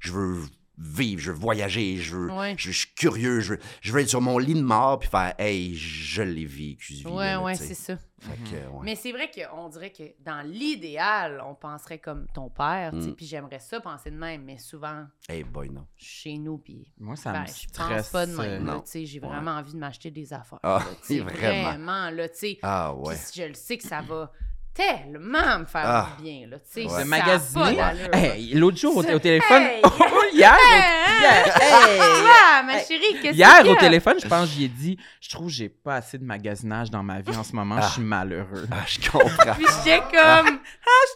[SPEAKER 4] je veux vivre, je veux voyager, je veux.
[SPEAKER 1] Ouais.
[SPEAKER 4] Je, je suis curieux, je veux, je veux être sur mon lit de mort puis faire, hey, je l'ai vécu. ce
[SPEAKER 1] Ouais,
[SPEAKER 4] vie-là, là,
[SPEAKER 1] ouais,
[SPEAKER 4] tu sais.
[SPEAKER 1] c'est ça.
[SPEAKER 4] Fait que, ouais.
[SPEAKER 1] Mais c'est vrai qu'on dirait que dans l'idéal, on penserait comme ton père, tu sais,
[SPEAKER 4] Mm.
[SPEAKER 1] puis j'aimerais ça penser de même, mais souvent,
[SPEAKER 4] Hey, boy, non.
[SPEAKER 1] chez nous, puis
[SPEAKER 2] Moi, ça
[SPEAKER 1] ben,
[SPEAKER 2] me
[SPEAKER 1] je
[SPEAKER 2] stresse.
[SPEAKER 1] pense pas de même.
[SPEAKER 2] euh,
[SPEAKER 1] là,
[SPEAKER 4] non.
[SPEAKER 1] tu sais, J'ai
[SPEAKER 4] Ouais.
[SPEAKER 1] vraiment envie de m'acheter des affaires.
[SPEAKER 4] Ah,
[SPEAKER 1] là, tu sais,
[SPEAKER 4] vraiment.
[SPEAKER 1] Vraiment, là, tu sais.
[SPEAKER 4] Ah,
[SPEAKER 1] Puis
[SPEAKER 4] ouais.
[SPEAKER 1] je le sais que ça va tellement me faire
[SPEAKER 4] Ah.
[SPEAKER 1] du bien, là, tu sais.
[SPEAKER 4] Ouais.
[SPEAKER 1] ça a
[SPEAKER 2] De
[SPEAKER 1] pas
[SPEAKER 2] magasiner.
[SPEAKER 1] d'allure, là.
[SPEAKER 2] Hey, l'autre jour, au,
[SPEAKER 1] C'est-
[SPEAKER 2] au téléphone. Oh,
[SPEAKER 1] Hey!
[SPEAKER 2] hier,
[SPEAKER 1] Hey,
[SPEAKER 2] hier, hey!
[SPEAKER 1] hein? Ah, ma chérie, qu'est-ce que
[SPEAKER 2] Hier,
[SPEAKER 1] tu
[SPEAKER 2] au
[SPEAKER 1] as?
[SPEAKER 2] téléphone, je pense, j'y ai dit Je trouve que j'ai pas assez de magasinage dans ma vie en ce moment, je suis malheureux.
[SPEAKER 4] Ah, je comprends.
[SPEAKER 1] Puis j'étais comme,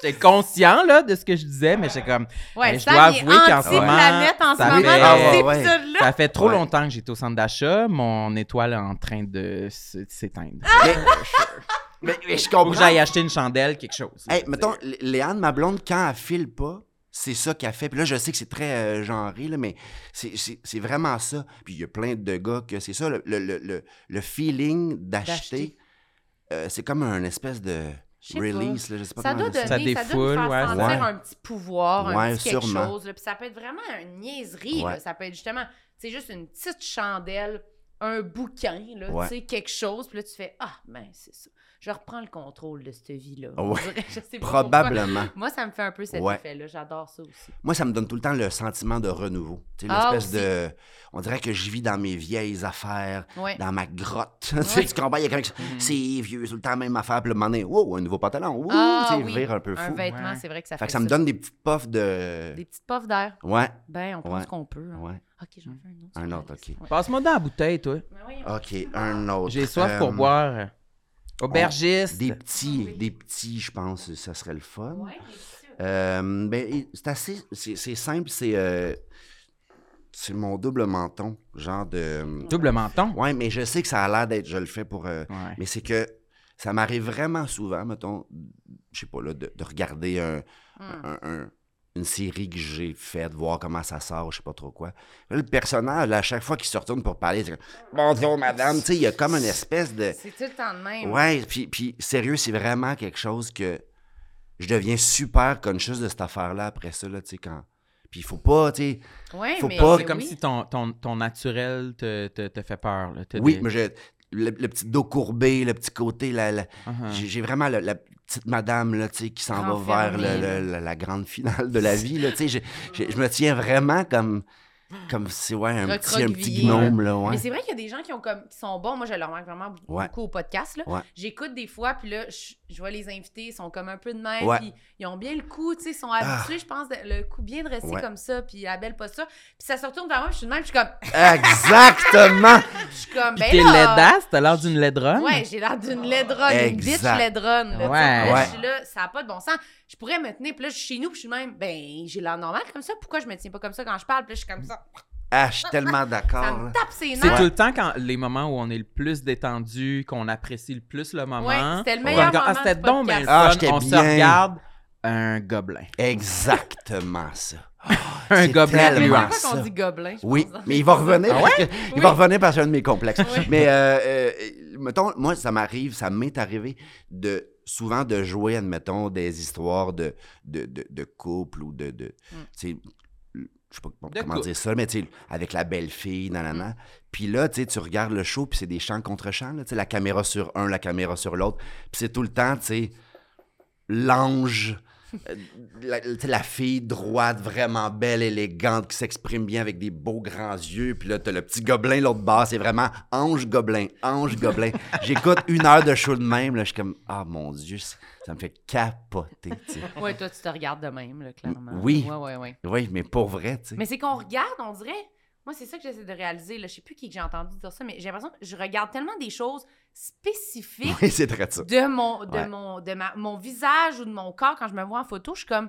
[SPEAKER 2] J'étais conscient là, de ce que je disais, mais j'étais comme
[SPEAKER 1] ouais,
[SPEAKER 2] Mais je
[SPEAKER 1] Sam,
[SPEAKER 2] dois
[SPEAKER 1] il est
[SPEAKER 2] avouer qu'en ce moment,
[SPEAKER 1] anti-planète en ce
[SPEAKER 2] ça
[SPEAKER 1] moment
[SPEAKER 2] fait-
[SPEAKER 1] dans
[SPEAKER 2] Ah,
[SPEAKER 1] cet
[SPEAKER 4] ouais, ouais.
[SPEAKER 1] épisode-là.
[SPEAKER 2] Ça fait trop
[SPEAKER 4] Ouais.
[SPEAKER 2] longtemps que j'étais au centre d'achat, mon étoile est en train de se- s'éteindre.
[SPEAKER 4] Mais-
[SPEAKER 2] Faut
[SPEAKER 4] mais, mais je
[SPEAKER 2] que
[SPEAKER 4] comprends.
[SPEAKER 2] j'aille acheter une chandelle, quelque chose.
[SPEAKER 4] Hey, mettons, Lé- Léane, ma blonde, quand elle file pas, c'est ça qu'elle fait. Puis là, je sais que c'est très euh, genré, là, mais c'est- c'est c'est vraiment ça. Puis il y a plein de gars que c'est ça, le, le- le- le- le feeling d'acheter.
[SPEAKER 1] D'acheter.
[SPEAKER 4] euh, c'est comme un espèce de
[SPEAKER 1] Je sais pas.
[SPEAKER 4] release, là, je sais pas
[SPEAKER 1] Ça
[SPEAKER 4] comment
[SPEAKER 1] doit
[SPEAKER 4] dire
[SPEAKER 1] donner,
[SPEAKER 2] Ça
[SPEAKER 1] ça,
[SPEAKER 2] défoule,
[SPEAKER 1] doit nous
[SPEAKER 2] ouais.
[SPEAKER 1] faire sentir
[SPEAKER 4] Ouais.
[SPEAKER 1] un petit pouvoir, un
[SPEAKER 4] Ouais,
[SPEAKER 1] petit quelque
[SPEAKER 4] sûrement.
[SPEAKER 1] chose. là. Puis ça peut être vraiment une niaiserie. là.
[SPEAKER 4] Ouais.
[SPEAKER 1] Ça peut être justement, c'est juste une petite chandelle, un bouquin, là,
[SPEAKER 4] Ouais.
[SPEAKER 1] tu sais, quelque chose. Puis là, tu fais Ah, ben, c'est ça. Je reprends le contrôle de cette vie-là.
[SPEAKER 4] Ouais.
[SPEAKER 1] On dirait, je sais pas pourquoi.
[SPEAKER 4] Probablement.
[SPEAKER 1] Moi, ça me fait un peu cet
[SPEAKER 4] Ouais.
[SPEAKER 1] effet-là. J'adore ça aussi.
[SPEAKER 4] Moi, ça me donne tout le temps le sentiment de renouveau. Tu sais,
[SPEAKER 1] Ah,
[SPEAKER 4] l'espèce de. On dirait que je vis dans mes vieilles affaires,
[SPEAKER 1] Ouais.
[SPEAKER 4] dans ma grotte. Tu sais, tu comprends? Il y a comme c'est vieux, tout le temps la même affaire. Puis le moment donné, wow, un nouveau pantalon. Ouh,
[SPEAKER 1] Ah,
[SPEAKER 4] tu sais,
[SPEAKER 1] oui.
[SPEAKER 4] vire un peu
[SPEAKER 1] Un
[SPEAKER 4] fou.
[SPEAKER 1] vêtement,
[SPEAKER 2] Ouais.
[SPEAKER 1] c'est vrai que ça
[SPEAKER 4] Fait
[SPEAKER 1] fait,
[SPEAKER 4] que ça me donne des petites puffs de.
[SPEAKER 1] des petites puffs d'air.
[SPEAKER 4] Ouais,
[SPEAKER 1] Ben, on prend
[SPEAKER 4] Ouais.
[SPEAKER 1] ce qu'on peut. hein.
[SPEAKER 4] ouais.
[SPEAKER 1] Ok, j'en fais un autre.
[SPEAKER 4] Un
[SPEAKER 1] sur la
[SPEAKER 4] autre,
[SPEAKER 1] liste.
[SPEAKER 4] ok.
[SPEAKER 1] Ouais.
[SPEAKER 2] Passe-moi dans la bouteille, toi.
[SPEAKER 1] Ben voyons.
[SPEAKER 4] OK, un autre.
[SPEAKER 2] J'ai soif pour
[SPEAKER 4] Euh,
[SPEAKER 2] boire. Aubergiste.
[SPEAKER 4] Des petits, des petits, je pense, ça serait le fun.
[SPEAKER 1] Ouais, des petits-
[SPEAKER 4] Euh, ben, c'est assez. C'est c'est simple, c'est. euh, c'est mon double menton, genre de.
[SPEAKER 2] Double menton.
[SPEAKER 4] Ouais, mais je sais que ça a l'air d'être. Je le fais pour. euh,
[SPEAKER 2] Ouais.
[SPEAKER 4] Mais c'est que ça m'arrive vraiment souvent, mettons, je sais pas, là, de, de regarder un, un- un- une série que j'ai faite, voir comment ça sort, je sais pas trop quoi. Là, le personnage, là, à chaque fois qu'il se retourne pour parler, c'est comme, Bonjour, madame, tu sais, il y a comme une espèce de.
[SPEAKER 1] C'est tout le temps de même.
[SPEAKER 4] Ouais, puis, puis sérieux, c'est vraiment quelque chose que je deviens super conscious de cette affaire-là après ça, là, tu sais, quand. Puis il faut pas, tu sais.
[SPEAKER 1] Ouais,
[SPEAKER 4] Faut
[SPEAKER 1] mais,
[SPEAKER 4] pas-
[SPEAKER 1] mais
[SPEAKER 2] C'est comme
[SPEAKER 1] oui.
[SPEAKER 2] si ton, ton, ton naturel te, te, te fait peur. là. T'as
[SPEAKER 4] Oui,
[SPEAKER 2] des-
[SPEAKER 4] mais j'ai le, le petit dos courbé, le petit côté, la, la-
[SPEAKER 2] Uh-huh.
[SPEAKER 4] j'ai j'ai vraiment la, la petite madame là, tu sais, qui s'en va vers
[SPEAKER 1] Renfermée,
[SPEAKER 4] le- le- la, la grande finale de la vie. Là, tu sais, j'ai- j'ai- je me tiens vraiment comme, comme si, ouais, un, petit, un petit
[SPEAKER 1] Recroquevillé.
[SPEAKER 4] gnome. Là, ouais.
[SPEAKER 1] Mais c'est vrai qu'il y a des gens qui, ont comme, qui sont bons. Moi, je le remarque vraiment b-
[SPEAKER 4] Ouais.
[SPEAKER 1] beaucoup au podcast. là.
[SPEAKER 4] Ouais.
[SPEAKER 1] J'écoute des fois, puis là, je, je vois les invités, ils sont comme un peu de même,
[SPEAKER 4] Ouais. Ah.
[SPEAKER 1] puis ils ont bien le coup, tu sais, ils sont habitués, je pense, de- le coup bien dressé
[SPEAKER 4] Ouais.
[SPEAKER 1] comme ça, puis la belle posture. Puis ça se retourne vers moi, puis je suis de même, je suis comme,
[SPEAKER 4] Exactement!
[SPEAKER 1] je suis comme,
[SPEAKER 2] Puis
[SPEAKER 1] ben
[SPEAKER 2] t'es
[SPEAKER 1] là,
[SPEAKER 2] laidasse, t'as l'air d'une laidronne.
[SPEAKER 1] Ouais, j'ai l'air d'une laidronne, une
[SPEAKER 4] Exact.
[SPEAKER 1] bitch laidronne. là,
[SPEAKER 2] Ouais.
[SPEAKER 1] tu sais. Là,
[SPEAKER 4] Ouais.
[SPEAKER 1] Je suis là, ça n'a pas de bon sens. Je pourrais me tenir, puis là, je suis chez nous, puis je suis de même, ben, j'ai l'air normal comme ça. Pourquoi je me tiens pas comme ça quand je parle, puis là, je suis comme ça.
[SPEAKER 4] Ah, je suis tellement
[SPEAKER 1] Ça
[SPEAKER 4] d'accord.
[SPEAKER 1] me
[SPEAKER 4] là.
[SPEAKER 1] tape ses
[SPEAKER 2] C'est
[SPEAKER 1] nerfs.
[SPEAKER 2] tout le temps quand les moments où on est le plus détendu, qu'on apprécie le plus le moment.
[SPEAKER 1] Ouais, c'était le
[SPEAKER 2] qu'on
[SPEAKER 1] meilleur
[SPEAKER 2] regarde,
[SPEAKER 1] moment.
[SPEAKER 2] Ah, c'était
[SPEAKER 1] du
[SPEAKER 2] donc bien
[SPEAKER 1] podcast.
[SPEAKER 2] le
[SPEAKER 4] Ah,
[SPEAKER 2] fun,
[SPEAKER 4] j'étais
[SPEAKER 2] on se
[SPEAKER 4] bien.
[SPEAKER 2] regarde un gobelin.
[SPEAKER 4] Exactement ça. Oh,
[SPEAKER 2] Un
[SPEAKER 4] C'est
[SPEAKER 2] gobelin
[SPEAKER 1] Mais
[SPEAKER 4] tellement-
[SPEAKER 2] gluant.
[SPEAKER 1] pourquoi
[SPEAKER 4] ça.
[SPEAKER 1] qu'on dit gobelin? je
[SPEAKER 4] Oui,
[SPEAKER 1] pense, hein?
[SPEAKER 4] mais il va revenir.
[SPEAKER 2] Ah
[SPEAKER 4] parce que- il va
[SPEAKER 1] Oui.
[SPEAKER 4] revenir parce que c'est un de mes complexes.
[SPEAKER 1] Oui.
[SPEAKER 4] Mais, euh, euh, mettons, moi, ça m'arrive, ça m'est arrivé de souvent de jouer, admettons, des histoires de, de, de, de couple ou de. de
[SPEAKER 1] Mm.
[SPEAKER 4] tu sais, je sais pas comment
[SPEAKER 2] De
[SPEAKER 4] comment
[SPEAKER 2] couple.
[SPEAKER 4] dire ça, mais tu sais, avec la belle-fille, nanana. Puis là, tu sais, tu regardes le show, puis c'est des chants contre chants, là, tu sais, la caméra sur un, la caméra sur l'autre. Puis c'est tout le temps, tu sais, l'ange, euh, la, tu sais, la fille droite, vraiment belle, élégante, qui s'exprime bien avec des beaux grands yeux. Puis là, t'as le petit gobelin, l'autre bas, c'est vraiment ange-gobelin, ange-gobelin. J'écoute une heure de show de même, là, je suis comme, ah mon Dieu, ça ça me fait capoter, tu sais.
[SPEAKER 1] Ouais, toi, tu te regardes de même, là, clairement.
[SPEAKER 4] Oui.
[SPEAKER 1] Ouais, ouais, ouais.
[SPEAKER 4] Oui, mais pour vrai, tu sais.
[SPEAKER 1] Mais c'est qu'on regarde, on dirait. Moi, c'est ça que j'essaie de réaliser. Là. Je sais plus qui que j'ai entendu dire ça, mais j'ai l'impression que je regarde tellement des choses spécifiques
[SPEAKER 4] Oui, c'est très ça.
[SPEAKER 1] de, mon, de,
[SPEAKER 4] Ouais.
[SPEAKER 1] mon, de ma- mon visage ou de mon corps quand je me vois en photo. Je suis comme.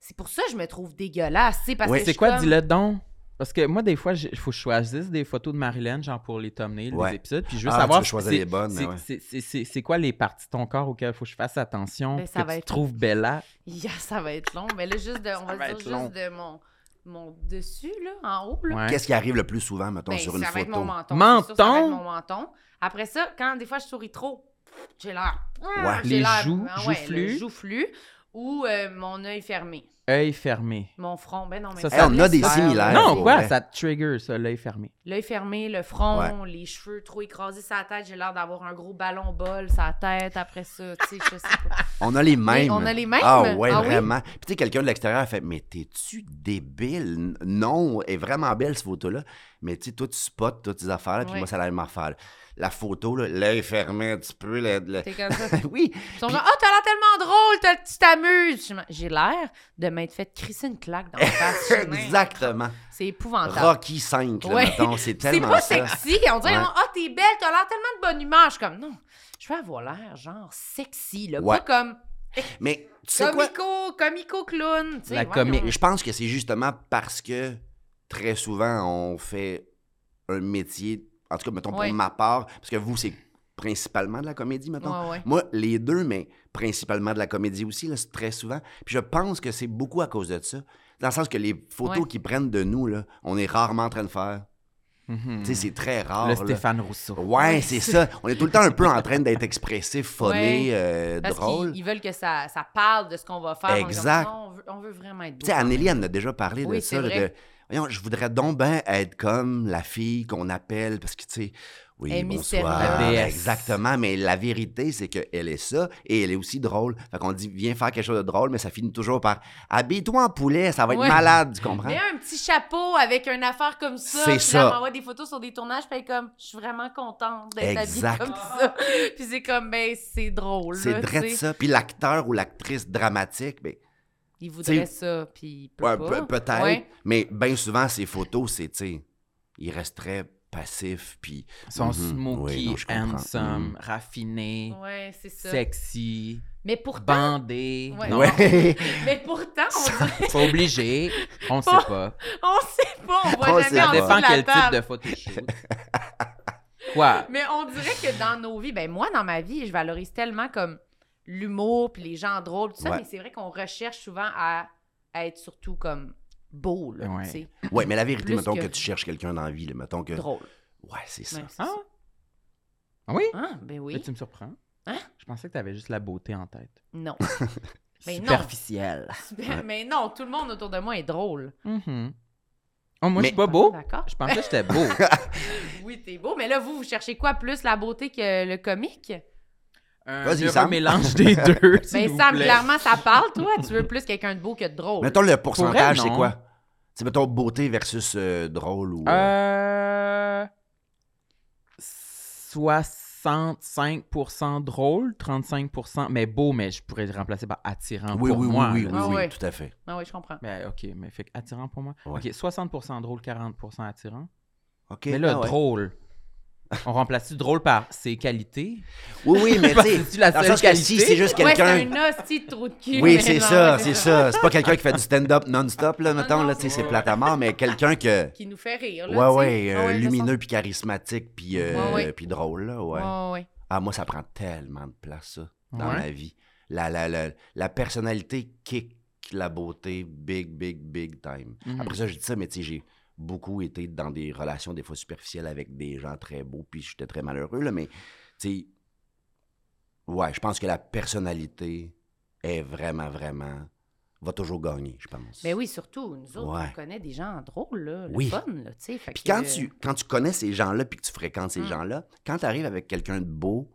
[SPEAKER 1] C'est pour ça que je me trouve dégueulasse. C'est parce
[SPEAKER 4] Ouais.
[SPEAKER 1] que. je
[SPEAKER 2] C'est
[SPEAKER 1] suis
[SPEAKER 2] quoi,
[SPEAKER 1] comme-
[SPEAKER 2] dis-le donc? Parce que moi, des fois, il faut que je choisisse des photos de Marilyn, genre pour les thumbnails, les
[SPEAKER 4] Ouais.
[SPEAKER 2] épisodes, puis je veux
[SPEAKER 4] Ah,
[SPEAKER 2] savoir
[SPEAKER 4] tu veux choisir
[SPEAKER 2] c'est-
[SPEAKER 4] les bonnes, mais
[SPEAKER 2] c'est-
[SPEAKER 4] ouais.
[SPEAKER 2] c'est- c'est- c'est c'est quoi les parties de ton corps auxquelles il faut que je fasse attention,
[SPEAKER 1] Ben,
[SPEAKER 2] pour
[SPEAKER 1] ça
[SPEAKER 2] que
[SPEAKER 1] va
[SPEAKER 2] tu
[SPEAKER 1] être-
[SPEAKER 2] trouves Bella.
[SPEAKER 1] Yeah, ça va être long. Mais là, juste de, on va,
[SPEAKER 2] va
[SPEAKER 1] dire
[SPEAKER 2] être
[SPEAKER 1] juste
[SPEAKER 2] long.
[SPEAKER 1] de mon, mon dessus, là, en haut. Là.
[SPEAKER 2] Ouais.
[SPEAKER 4] Qu'est-ce qui arrive le plus souvent, mettons,
[SPEAKER 1] Ben,
[SPEAKER 4] sur
[SPEAKER 1] ça
[SPEAKER 4] une
[SPEAKER 1] va
[SPEAKER 4] photo?
[SPEAKER 1] être mon menton. c'est sûr, ça va être
[SPEAKER 2] Menton?
[SPEAKER 1] mon menton. Après ça, quand des fois je souris trop, j'ai l'air.
[SPEAKER 4] Ouais.
[SPEAKER 1] j'ai
[SPEAKER 2] Les
[SPEAKER 1] l'air-
[SPEAKER 2] joues,
[SPEAKER 1] ah ouais,
[SPEAKER 2] joufflues.
[SPEAKER 1] le joufflu. Ou euh, mon œil fermé.
[SPEAKER 2] Œil fermé.
[SPEAKER 1] Mon front. Ben non, mais
[SPEAKER 2] Ça,
[SPEAKER 1] pas
[SPEAKER 4] Hey, on a
[SPEAKER 1] l'œil
[SPEAKER 4] des
[SPEAKER 1] fermé.
[SPEAKER 4] similaires.
[SPEAKER 2] non,
[SPEAKER 4] pour
[SPEAKER 2] quoi?
[SPEAKER 4] vrai.
[SPEAKER 2] Ça te trigger, ça, l'œil fermé.
[SPEAKER 1] L'œil fermé, le front, les cheveux trop écrasés sur la tête. J'ai l'air d'avoir un gros ballon bol sur la tête après ça. Tu sais, je sais pas.
[SPEAKER 4] On a les
[SPEAKER 1] Mais
[SPEAKER 4] mêmes.
[SPEAKER 1] on a les mêmes.
[SPEAKER 4] Ah ouais,
[SPEAKER 1] Ah oui?
[SPEAKER 4] vraiment. Puis tu sais, quelqu'un de l'extérieur a fait Mais t'es-tu débile? N- Non, elle est vraiment belle cette photo-là. Mais tu sais, toi, tu spots toutes tes affaires, là, puis
[SPEAKER 1] Ouais.
[SPEAKER 4] moi, c'est la même affaire. là. La photo, là, l'œil fermé un petit peu. le- le-
[SPEAKER 1] T'es comme ça.
[SPEAKER 4] oui,
[SPEAKER 1] Ils sont genre, ah, t'as l'air tellement drôle, t'as- tu t'amuses. Je suis comme, J'ai l'air de m'être fait crisser une claque dans la face. Je suis comme,
[SPEAKER 4] exactement.
[SPEAKER 1] C'est épouvantable.
[SPEAKER 4] Rocky 5, là,
[SPEAKER 1] Ouais.
[SPEAKER 4] mettons, c'est
[SPEAKER 1] C'est
[SPEAKER 4] tellement
[SPEAKER 1] pas
[SPEAKER 4] ça.
[SPEAKER 1] sexy. On dirait,
[SPEAKER 4] Ouais.
[SPEAKER 1] ah, t'es belle, t'as l'air tellement de bonne humeur. Je suis comme, non, je veux avoir l'air, genre, sexy, là.
[SPEAKER 4] Ouais.
[SPEAKER 1] Pas comme
[SPEAKER 4] Mais tu
[SPEAKER 1] Ah
[SPEAKER 4] sais quoi?
[SPEAKER 1] comico, comico-clown. tu sais,
[SPEAKER 2] La
[SPEAKER 1] voyons.
[SPEAKER 2] comique.
[SPEAKER 4] Je pense que c'est justement parce que très souvent, on fait un métier, en tout cas, mettons, pour
[SPEAKER 1] Ouais.
[SPEAKER 4] ma part, parce que vous, c'est principalement de la comédie, mettons.
[SPEAKER 1] Ouais, ouais.
[SPEAKER 4] Moi, les deux, mais principalement de la comédie aussi, là, c'est très souvent. Puis je pense que c'est beaucoup à cause de ça. Dans le sens que les photos
[SPEAKER 1] Ouais.
[SPEAKER 4] qu'ils prennent de nous, là, on est rarement en train de faire.
[SPEAKER 2] Mhm.
[SPEAKER 4] Tu sais, c'est très rare.
[SPEAKER 2] Le
[SPEAKER 4] là.
[SPEAKER 2] Stéphane Rousseau.
[SPEAKER 4] Ouais, c'est ça. On est tout le temps un peu en train d'être expressif,
[SPEAKER 1] Ouais.
[SPEAKER 4] phoné, euh,
[SPEAKER 1] Parce
[SPEAKER 4] drôle.
[SPEAKER 1] qu'ils ils veulent que ça, ça parle de ce qu'on va faire. On est comme,
[SPEAKER 4] Exact.
[SPEAKER 1] non, On, veut, on veut vraiment être beau.
[SPEAKER 4] Tu sais, Anneli, elle en a déjà parlé
[SPEAKER 1] Oui,
[SPEAKER 4] de
[SPEAKER 1] c'est
[SPEAKER 4] ça. là,
[SPEAKER 1] vrai.
[SPEAKER 4] de- voyons, je voudrais donc bien être comme la fille qu'on appelle, parce que, tu sais, oui,
[SPEAKER 1] Elle est
[SPEAKER 4] bonsoir.
[SPEAKER 2] mystérieuse.
[SPEAKER 4] ben, Exactement, mais la vérité, c'est qu'elle est ça, et elle est aussi drôle. Fait qu'on dit, viens faire quelque chose de drôle, mais ça finit toujours par, habille-toi en poulet, ça va être
[SPEAKER 1] Ouais.
[SPEAKER 4] malade, tu comprends?
[SPEAKER 1] Mais un petit chapeau avec une affaire comme ça.
[SPEAKER 4] C'est
[SPEAKER 1] puis
[SPEAKER 4] ça.
[SPEAKER 1] Là, on m'envoie des photos sur des tournages, puis elle est comme, je suis vraiment contente d'être habillée
[SPEAKER 4] Exact.
[SPEAKER 1] comme ça. Puis c'est comme, ben, c'est drôle.
[SPEAKER 4] C'est
[SPEAKER 1] là,
[SPEAKER 4] vrai
[SPEAKER 1] tu sais.
[SPEAKER 4] ça. Puis l'acteur ou l'actrice dramatique, ben,
[SPEAKER 1] Il voudrait
[SPEAKER 4] C'est-
[SPEAKER 1] ça, puis il peut
[SPEAKER 4] ouais,
[SPEAKER 1] pas.
[SPEAKER 4] pe- peut-être,
[SPEAKER 1] Ouais.
[SPEAKER 4] mais bien souvent, ces photos, c'est, tu sais, ils restent très passifs, puis...
[SPEAKER 2] Son
[SPEAKER 4] Mhm,
[SPEAKER 2] smoky,
[SPEAKER 4] oui, non, je comprends.
[SPEAKER 2] handsome,
[SPEAKER 4] Mhm.
[SPEAKER 2] raffiné,
[SPEAKER 1] Ouais, c'est ça.
[SPEAKER 2] sexy,
[SPEAKER 1] Mais pourtant,
[SPEAKER 2] bandé.
[SPEAKER 1] Ouais.
[SPEAKER 2] Non,
[SPEAKER 4] Ouais.
[SPEAKER 1] mais pourtant, on dirait-
[SPEAKER 2] c'est pas obligé. On sait
[SPEAKER 1] Pas-
[SPEAKER 2] pas.
[SPEAKER 1] on sait pas, on
[SPEAKER 4] On
[SPEAKER 1] voit
[SPEAKER 4] sait
[SPEAKER 1] jamais
[SPEAKER 4] pas.
[SPEAKER 1] en dessous de
[SPEAKER 2] Oh, Ça dépend
[SPEAKER 1] la
[SPEAKER 2] quel type
[SPEAKER 1] table.
[SPEAKER 2] de photoshoot. Quoi?
[SPEAKER 1] Mais on dirait que dans nos vies, ben moi, dans ma vie, je valorise tellement comme l'humour, puis les gens drôles, tout ça,
[SPEAKER 4] Ouais.
[SPEAKER 1] mais c'est vrai qu'on recherche souvent à, à être surtout comme beau, là,
[SPEAKER 2] Ouais.
[SPEAKER 1] tu sais,
[SPEAKER 4] Ouais, mais la vérité,
[SPEAKER 1] Plus
[SPEAKER 4] mettons que...
[SPEAKER 1] que-
[SPEAKER 4] tu cherches quelqu'un dans la vie, là, mettons que...
[SPEAKER 1] drôle.
[SPEAKER 4] Ouais, c'est ça.
[SPEAKER 1] Ouais, c'est
[SPEAKER 2] Ah?
[SPEAKER 1] ça.
[SPEAKER 2] Ah oui?
[SPEAKER 1] Ah, ben oui.
[SPEAKER 2] Là, tu me surprends.
[SPEAKER 1] Hein?
[SPEAKER 2] Je pensais que t'avais juste la beauté en tête.
[SPEAKER 1] Non. Mais non.
[SPEAKER 2] Superficielle.
[SPEAKER 1] Ben, Mais non, tout le monde autour de moi est drôle. Ah,
[SPEAKER 2] Mhm. Oh, moi, je suis
[SPEAKER 4] Mais-
[SPEAKER 2] pas beau.
[SPEAKER 1] D'accord.
[SPEAKER 2] Je pensais que j'étais beau.
[SPEAKER 1] Oui, t'es beau. Mais là, vous, vous cherchez quoi plus, la beauté que le comique?
[SPEAKER 2] Un
[SPEAKER 4] Vas-y,
[SPEAKER 2] heureux
[SPEAKER 4] Sam.
[SPEAKER 2] mélange des deux. s'il
[SPEAKER 1] Ben
[SPEAKER 2] vous
[SPEAKER 1] Sam,
[SPEAKER 2] plaît.
[SPEAKER 1] clairement, ça parle, toi. Tu veux plus quelqu'un de beau que de drôle.
[SPEAKER 4] Mettons le
[SPEAKER 2] elle,
[SPEAKER 4] pourcentage, c'est
[SPEAKER 2] non.
[SPEAKER 4] quoi? C'est mettons beauté versus euh, drôle ou... euh,
[SPEAKER 2] Euh, 65% drôle, 35%. Mais beau, mais je pourrais le remplacer par attirant
[SPEAKER 4] Oui,
[SPEAKER 2] pour
[SPEAKER 4] oui,
[SPEAKER 2] moi.
[SPEAKER 4] oui, oui,
[SPEAKER 2] là.
[SPEAKER 4] oui,
[SPEAKER 1] Ah
[SPEAKER 4] oui,
[SPEAKER 1] ouais.
[SPEAKER 4] tout à fait.
[SPEAKER 1] Ah oui, je comprends.
[SPEAKER 2] Mais ok, mais fait que attirant pour moi.
[SPEAKER 4] Ouais.
[SPEAKER 2] Ok, 60% drôle, 40% attirant.
[SPEAKER 4] OK.
[SPEAKER 2] Mais là,
[SPEAKER 4] ah ouais.
[SPEAKER 2] drôle. On remplace-tu drôle par ses qualités?
[SPEAKER 4] Oui, oui, mais tu
[SPEAKER 2] Parce que
[SPEAKER 4] sais,
[SPEAKER 2] c'est-tu la
[SPEAKER 4] dans le
[SPEAKER 2] seule
[SPEAKER 4] sens que si
[SPEAKER 2] qualité?
[SPEAKER 4] c'est juste
[SPEAKER 1] Ouais, c'est
[SPEAKER 4] quelqu'un...
[SPEAKER 1] un hostie de trou de cul.
[SPEAKER 4] Oui,
[SPEAKER 1] mais
[SPEAKER 4] c'est
[SPEAKER 1] non,
[SPEAKER 4] ça,
[SPEAKER 1] ouais,
[SPEAKER 4] c'est ça. C'est pas quelqu'un qui fait du stand-up non-stop, là, mettons,
[SPEAKER 1] non,
[SPEAKER 4] là, tu sais,
[SPEAKER 1] c'est-
[SPEAKER 4] c'est plate à mort, mais quelqu'un que...
[SPEAKER 1] Qui nous fait rire,
[SPEAKER 4] Ouais,
[SPEAKER 1] là. tu sais.
[SPEAKER 4] ouais,
[SPEAKER 1] Ah
[SPEAKER 4] euh,
[SPEAKER 1] ouais, je
[SPEAKER 4] lumineux puis charismatique puis euh,
[SPEAKER 1] Ouais, ouais.
[SPEAKER 4] puis drôle, là,
[SPEAKER 1] sens-
[SPEAKER 4] ouais.
[SPEAKER 1] Ouais, ouais.
[SPEAKER 4] Ah, moi, ça prend tellement de place, ça, dans
[SPEAKER 2] Ouais.
[SPEAKER 4] ma vie. La, la, la, la personnalité kick la beauté big, big, big time.
[SPEAKER 2] Mhm.
[SPEAKER 4] Après ça, je dis ça, mais tu sais, j'ai beaucoup été dans des relations des fois superficielles avec des gens très beaux, puis j'étais très malheureux, là, mais tu sais, ouais, je pense que la personnalité est vraiment, vraiment, va toujours gagner, je pense.
[SPEAKER 1] Mais Ben oui, surtout, nous autres,
[SPEAKER 4] Ouais.
[SPEAKER 1] on connaît des gens drôles, là. Le
[SPEAKER 4] Oui.
[SPEAKER 1] fun, là, tu sais. fait
[SPEAKER 4] Puis
[SPEAKER 1] que-
[SPEAKER 4] quand tu, quand tu connais ces gens-là, puis que tu fréquentes ces
[SPEAKER 1] Mm.
[SPEAKER 4] gens-là, quand tu arrives avec quelqu'un de beau,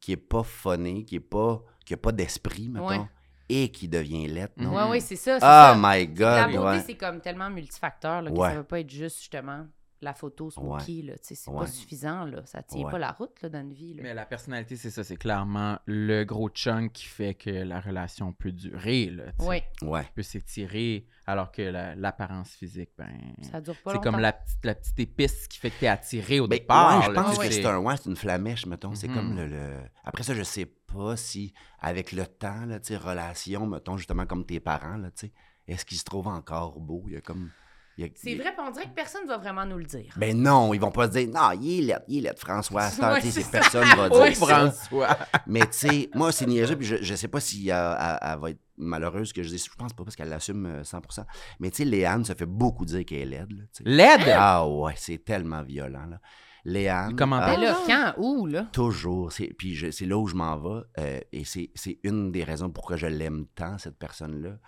[SPEAKER 4] qui est pas funné, qui est pas, qui a pas d'esprit, mettons,
[SPEAKER 1] Ouais.
[SPEAKER 4] et qui devient laide, non?
[SPEAKER 1] Ouais, ouais, c'est ça. c'est
[SPEAKER 4] Ah,
[SPEAKER 1] ça.
[SPEAKER 4] my
[SPEAKER 1] La
[SPEAKER 4] God!
[SPEAKER 1] beauté,
[SPEAKER 4] ouais.
[SPEAKER 1] c'est comme tellement multifacteur, là, que
[SPEAKER 4] Ouais.
[SPEAKER 1] ça ne va pas être juste, justement, la photo smoky, là. Tu sais, c'est
[SPEAKER 4] Ouais.
[SPEAKER 1] pas suffisant, là. Ça tient
[SPEAKER 4] Ouais.
[SPEAKER 1] pas la route, là, dans une vie, là.
[SPEAKER 2] Mais la personnalité, c'est ça, c'est clairement le gros chunk qui fait que la relation peut durer, là, tu sais.
[SPEAKER 1] Ouais,
[SPEAKER 4] Ouais.
[SPEAKER 2] peut s'étirer, alors que la- l'apparence physique, ben,
[SPEAKER 1] ça dure pas
[SPEAKER 2] c'est
[SPEAKER 1] longtemps.
[SPEAKER 2] comme la petite, la petite épice qui fait que t'es attiré au
[SPEAKER 4] Ben,
[SPEAKER 2] départ.
[SPEAKER 4] ouais, je
[SPEAKER 2] là,
[SPEAKER 4] pense
[SPEAKER 2] tu
[SPEAKER 4] que
[SPEAKER 2] sais.
[SPEAKER 4] c'est un ouais, c'est une flamèche, mettons. C'est
[SPEAKER 2] Mhm.
[SPEAKER 4] comme le, le- Après ça, je sais pas si, avec le temps, là, tu sais, relation, mettons, justement, comme tes parents, là, tu sais, est-ce qu'ils se trouvent encore beaux? Il y a comme... il y a-
[SPEAKER 1] C'est vrai, puis on dirait que personne ne va vraiment nous le dire.
[SPEAKER 4] Ben non, ils vont pas se dire, non, il est laid, il est laid, François, à cette heure,
[SPEAKER 1] Ouais,
[SPEAKER 4] tu sais,
[SPEAKER 1] c'est
[SPEAKER 4] c'est-
[SPEAKER 1] ça.
[SPEAKER 4] personne va
[SPEAKER 2] Oh,
[SPEAKER 4] dire ça.
[SPEAKER 2] François!
[SPEAKER 4] Mais tu sais, moi, c'est niaiseux, puis je, je sais pas si euh, elle, elle va être malheureuse que je dise, je pense pas parce qu'elle l'assume euh, 100%. Mais tu sais, Léane se fait beaucoup dire qu'elle est laide. Là, tu sais.
[SPEAKER 2] L'aide!
[SPEAKER 4] Ah ouais, c'est tellement violent. Là. Léane,
[SPEAKER 2] Les commentaires.
[SPEAKER 1] Mais
[SPEAKER 4] ah,
[SPEAKER 1] Ben là,
[SPEAKER 2] Ah.
[SPEAKER 1] quand, où, là?
[SPEAKER 4] toujours, c'est- puis je- c'est là où je m'en vais, euh, et c'est c'est une des raisons pourquoi je l'aime tant, cette personne-là.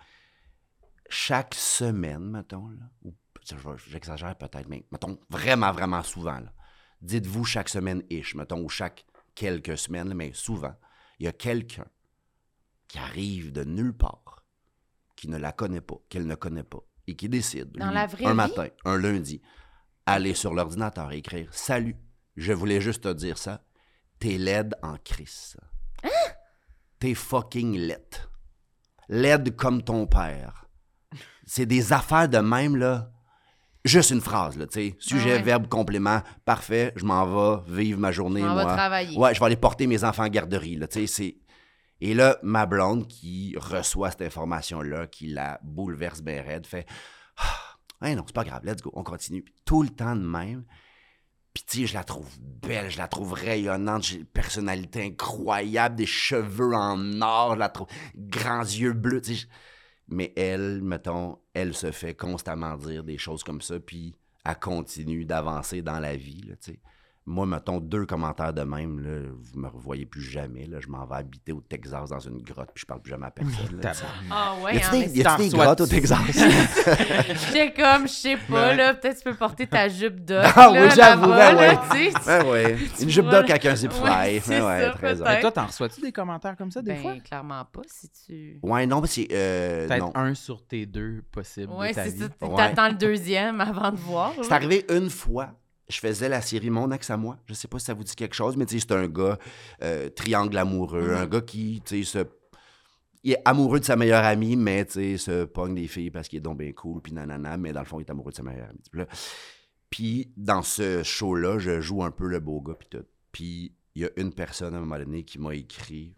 [SPEAKER 4] Chaque semaine, mettons, là, ou ça, je- j'exagère peut-être, mais mettons vraiment, vraiment souvent, là, dites-vous chaque semaine ish, mettons, ou chaque quelques semaines, là, mais souvent, il y a quelqu'un qui arrive de nulle part, qui ne la connaît pas, qu'elle ne connaît pas, et qui décide,
[SPEAKER 1] Dans la vraie
[SPEAKER 4] un
[SPEAKER 1] vie?
[SPEAKER 4] matin, un lundi, aller sur l'ordinateur et écrire « Salut, je voulais juste te dire ça, t'es laide en crise. T'es fucking laide. Laide comme ton père. C'est des affaires de même, là. Juste une phrase, là, tu sais. Sujet,
[SPEAKER 1] Ah ouais.
[SPEAKER 4] verbe, complément. Parfait, je m'en vais vivre ma journée,
[SPEAKER 1] Je m'en
[SPEAKER 4] moi.
[SPEAKER 1] vais travailler.
[SPEAKER 4] Ouais, je vais aller porter mes enfants en garderie, là, tu sais, c'est... Et là, ma blonde qui reçoit cette information-là, qui la bouleverse bien raide, fait « Ah, hey non, c'est pas grave, let's go, on continue. » Puis Tout le temps de même. Puis tu sais, je la trouve belle, je la trouve rayonnante, j'ai une personnalité incroyable, des cheveux en or, je la trouve... Grands yeux bleus, tu sais. je- Mais elle, mettons, elle se fait constamment dire des choses comme ça, puis elle continue d'avancer dans la vie, là, tu sais. Moi, mettons deux commentaires de même, là, vous me revoyez plus jamais. Là, je m'en vais habiter au Texas dans une grotte, puis je parle plus jamais à personne. là, tu sais.
[SPEAKER 2] Tabarnak.
[SPEAKER 1] Ah ouais,
[SPEAKER 4] Y
[SPEAKER 1] hein,
[SPEAKER 4] a-tu
[SPEAKER 1] mais
[SPEAKER 4] des, y a-tu des
[SPEAKER 2] t'en
[SPEAKER 4] grottes au
[SPEAKER 2] sois-tu?
[SPEAKER 4] Texas?
[SPEAKER 1] j'étais comme, je sais pas,
[SPEAKER 2] Ouais.
[SPEAKER 1] là, peut-être tu peux porter ta jupe d'oc,
[SPEAKER 4] Ah
[SPEAKER 1] là,
[SPEAKER 4] oui, j'avoue,
[SPEAKER 1] là-bas,
[SPEAKER 4] ben
[SPEAKER 1] là,
[SPEAKER 4] ouais.
[SPEAKER 1] tu sais, tu-
[SPEAKER 4] Ben ouais. Une jupe
[SPEAKER 1] vois,
[SPEAKER 4] d'oc avec un zip fly.
[SPEAKER 1] Ouais, c'est
[SPEAKER 4] Ben ouais,
[SPEAKER 1] ça,
[SPEAKER 4] très
[SPEAKER 1] peut-être.
[SPEAKER 2] Et toi, t'en reçois-tu des commentaires comme ça des
[SPEAKER 1] Ben,
[SPEAKER 2] fois?
[SPEAKER 1] clairement pas si tu...
[SPEAKER 4] Ouais, non, mais c'est. euh,
[SPEAKER 2] Peut-être
[SPEAKER 4] non.
[SPEAKER 2] un sur tes deux possibles
[SPEAKER 1] Ouais,
[SPEAKER 2] de ta
[SPEAKER 1] c'est
[SPEAKER 2] vie.
[SPEAKER 1] ça, tu-
[SPEAKER 4] Ouais.
[SPEAKER 1] t'attends le deuxième avant de voir.
[SPEAKER 4] C'est
[SPEAKER 1] là.
[SPEAKER 4] arrivé une fois. Je faisais la série Mon ex à moi. Je sais pas si ça vous dit quelque chose, mais tu sais, c'est un gars euh, triangle amoureux, un gars qui, tu sais, se... il est amoureux de sa meilleure amie, mais tu sais, se pogne des filles parce qu'il est donc bien cool, puis nanana, mais dans le fond, il est amoureux de sa meilleure amie. Puis là, Puis dans ce show-là, je joue un peu le beau gars, puis tout. Puis il y a une personne à un moment donné qui m'a écrit.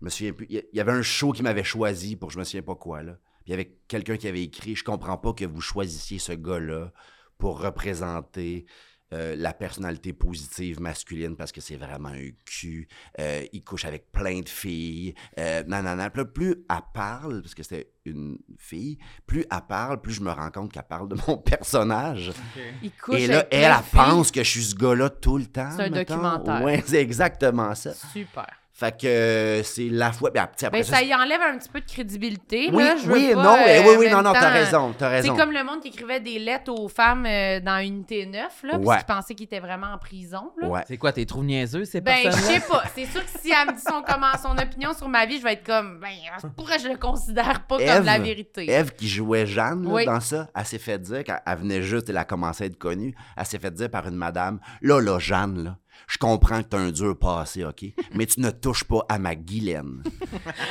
[SPEAKER 4] Je me souviens plus. Il y a- il y avait un show qui m'avait choisi pour je me souviens pas quoi, là. Puis il y avait quelqu'un qui avait écrit Je comprends pas que vous choisissiez ce gars-là pour représenter. euh, la personnalité positive masculine parce que c'est vraiment un cul. Euh, il couche avec plein de filles. Euh, nanana. Puis là, plus elle parle, parce que c'était une fille, plus elle parle, plus je me rends compte qu'elle parle de mon personnage.
[SPEAKER 1] Il couche
[SPEAKER 4] Et là,
[SPEAKER 1] avec
[SPEAKER 4] elle,
[SPEAKER 1] plein de
[SPEAKER 4] elle
[SPEAKER 1] filles.
[SPEAKER 4] pense que je suis ce gars-là tout le temps.
[SPEAKER 1] C'est un
[SPEAKER 4] mettons.
[SPEAKER 1] documentaire.
[SPEAKER 4] Ouais, c'est exactement ça.
[SPEAKER 1] Super.
[SPEAKER 4] Fait que euh, c'est la fois. Ben, après,
[SPEAKER 1] Ben,
[SPEAKER 4] après
[SPEAKER 1] ça
[SPEAKER 4] ça,
[SPEAKER 1] y enlève un petit peu de crédibilité.
[SPEAKER 4] oui,
[SPEAKER 1] là, je
[SPEAKER 4] oui,
[SPEAKER 1] veux pas,
[SPEAKER 4] non, eh
[SPEAKER 1] euh,
[SPEAKER 4] oui,
[SPEAKER 1] en
[SPEAKER 4] oui, non,
[SPEAKER 1] même
[SPEAKER 4] non, t'as
[SPEAKER 1] temps,
[SPEAKER 4] raison, t'as
[SPEAKER 1] C'est
[SPEAKER 4] raison.
[SPEAKER 1] comme le monde qui écrivait des lettres aux femmes euh, dans Unité 9, là,
[SPEAKER 4] Ouais.
[SPEAKER 1] parce qu'ils pensaient qu'ils étaient vraiment en prison. Là.
[SPEAKER 4] Ouais.
[SPEAKER 2] C'est quoi, t'es trouves niaiseux, ces
[SPEAKER 1] Ben, je
[SPEAKER 2] personnes-là?
[SPEAKER 1] sais pas. C'est sûr que si elle me dit son, comment, son opinion sur ma vie, je vais être comme, ben, pourquoi je le considère pas comme
[SPEAKER 4] Ève,
[SPEAKER 1] la vérité?
[SPEAKER 4] Ève qui jouait Jeanne là,
[SPEAKER 1] Oui.
[SPEAKER 4] dans ça, elle s'est fait dire, quand elle venait juste, elle a commencé à être connue, elle s'est fait dire par une madame Là, là, Jeanne, là, je comprends que t'as un dur passé, OK, mais tu ne touches pas à ma Guylaine.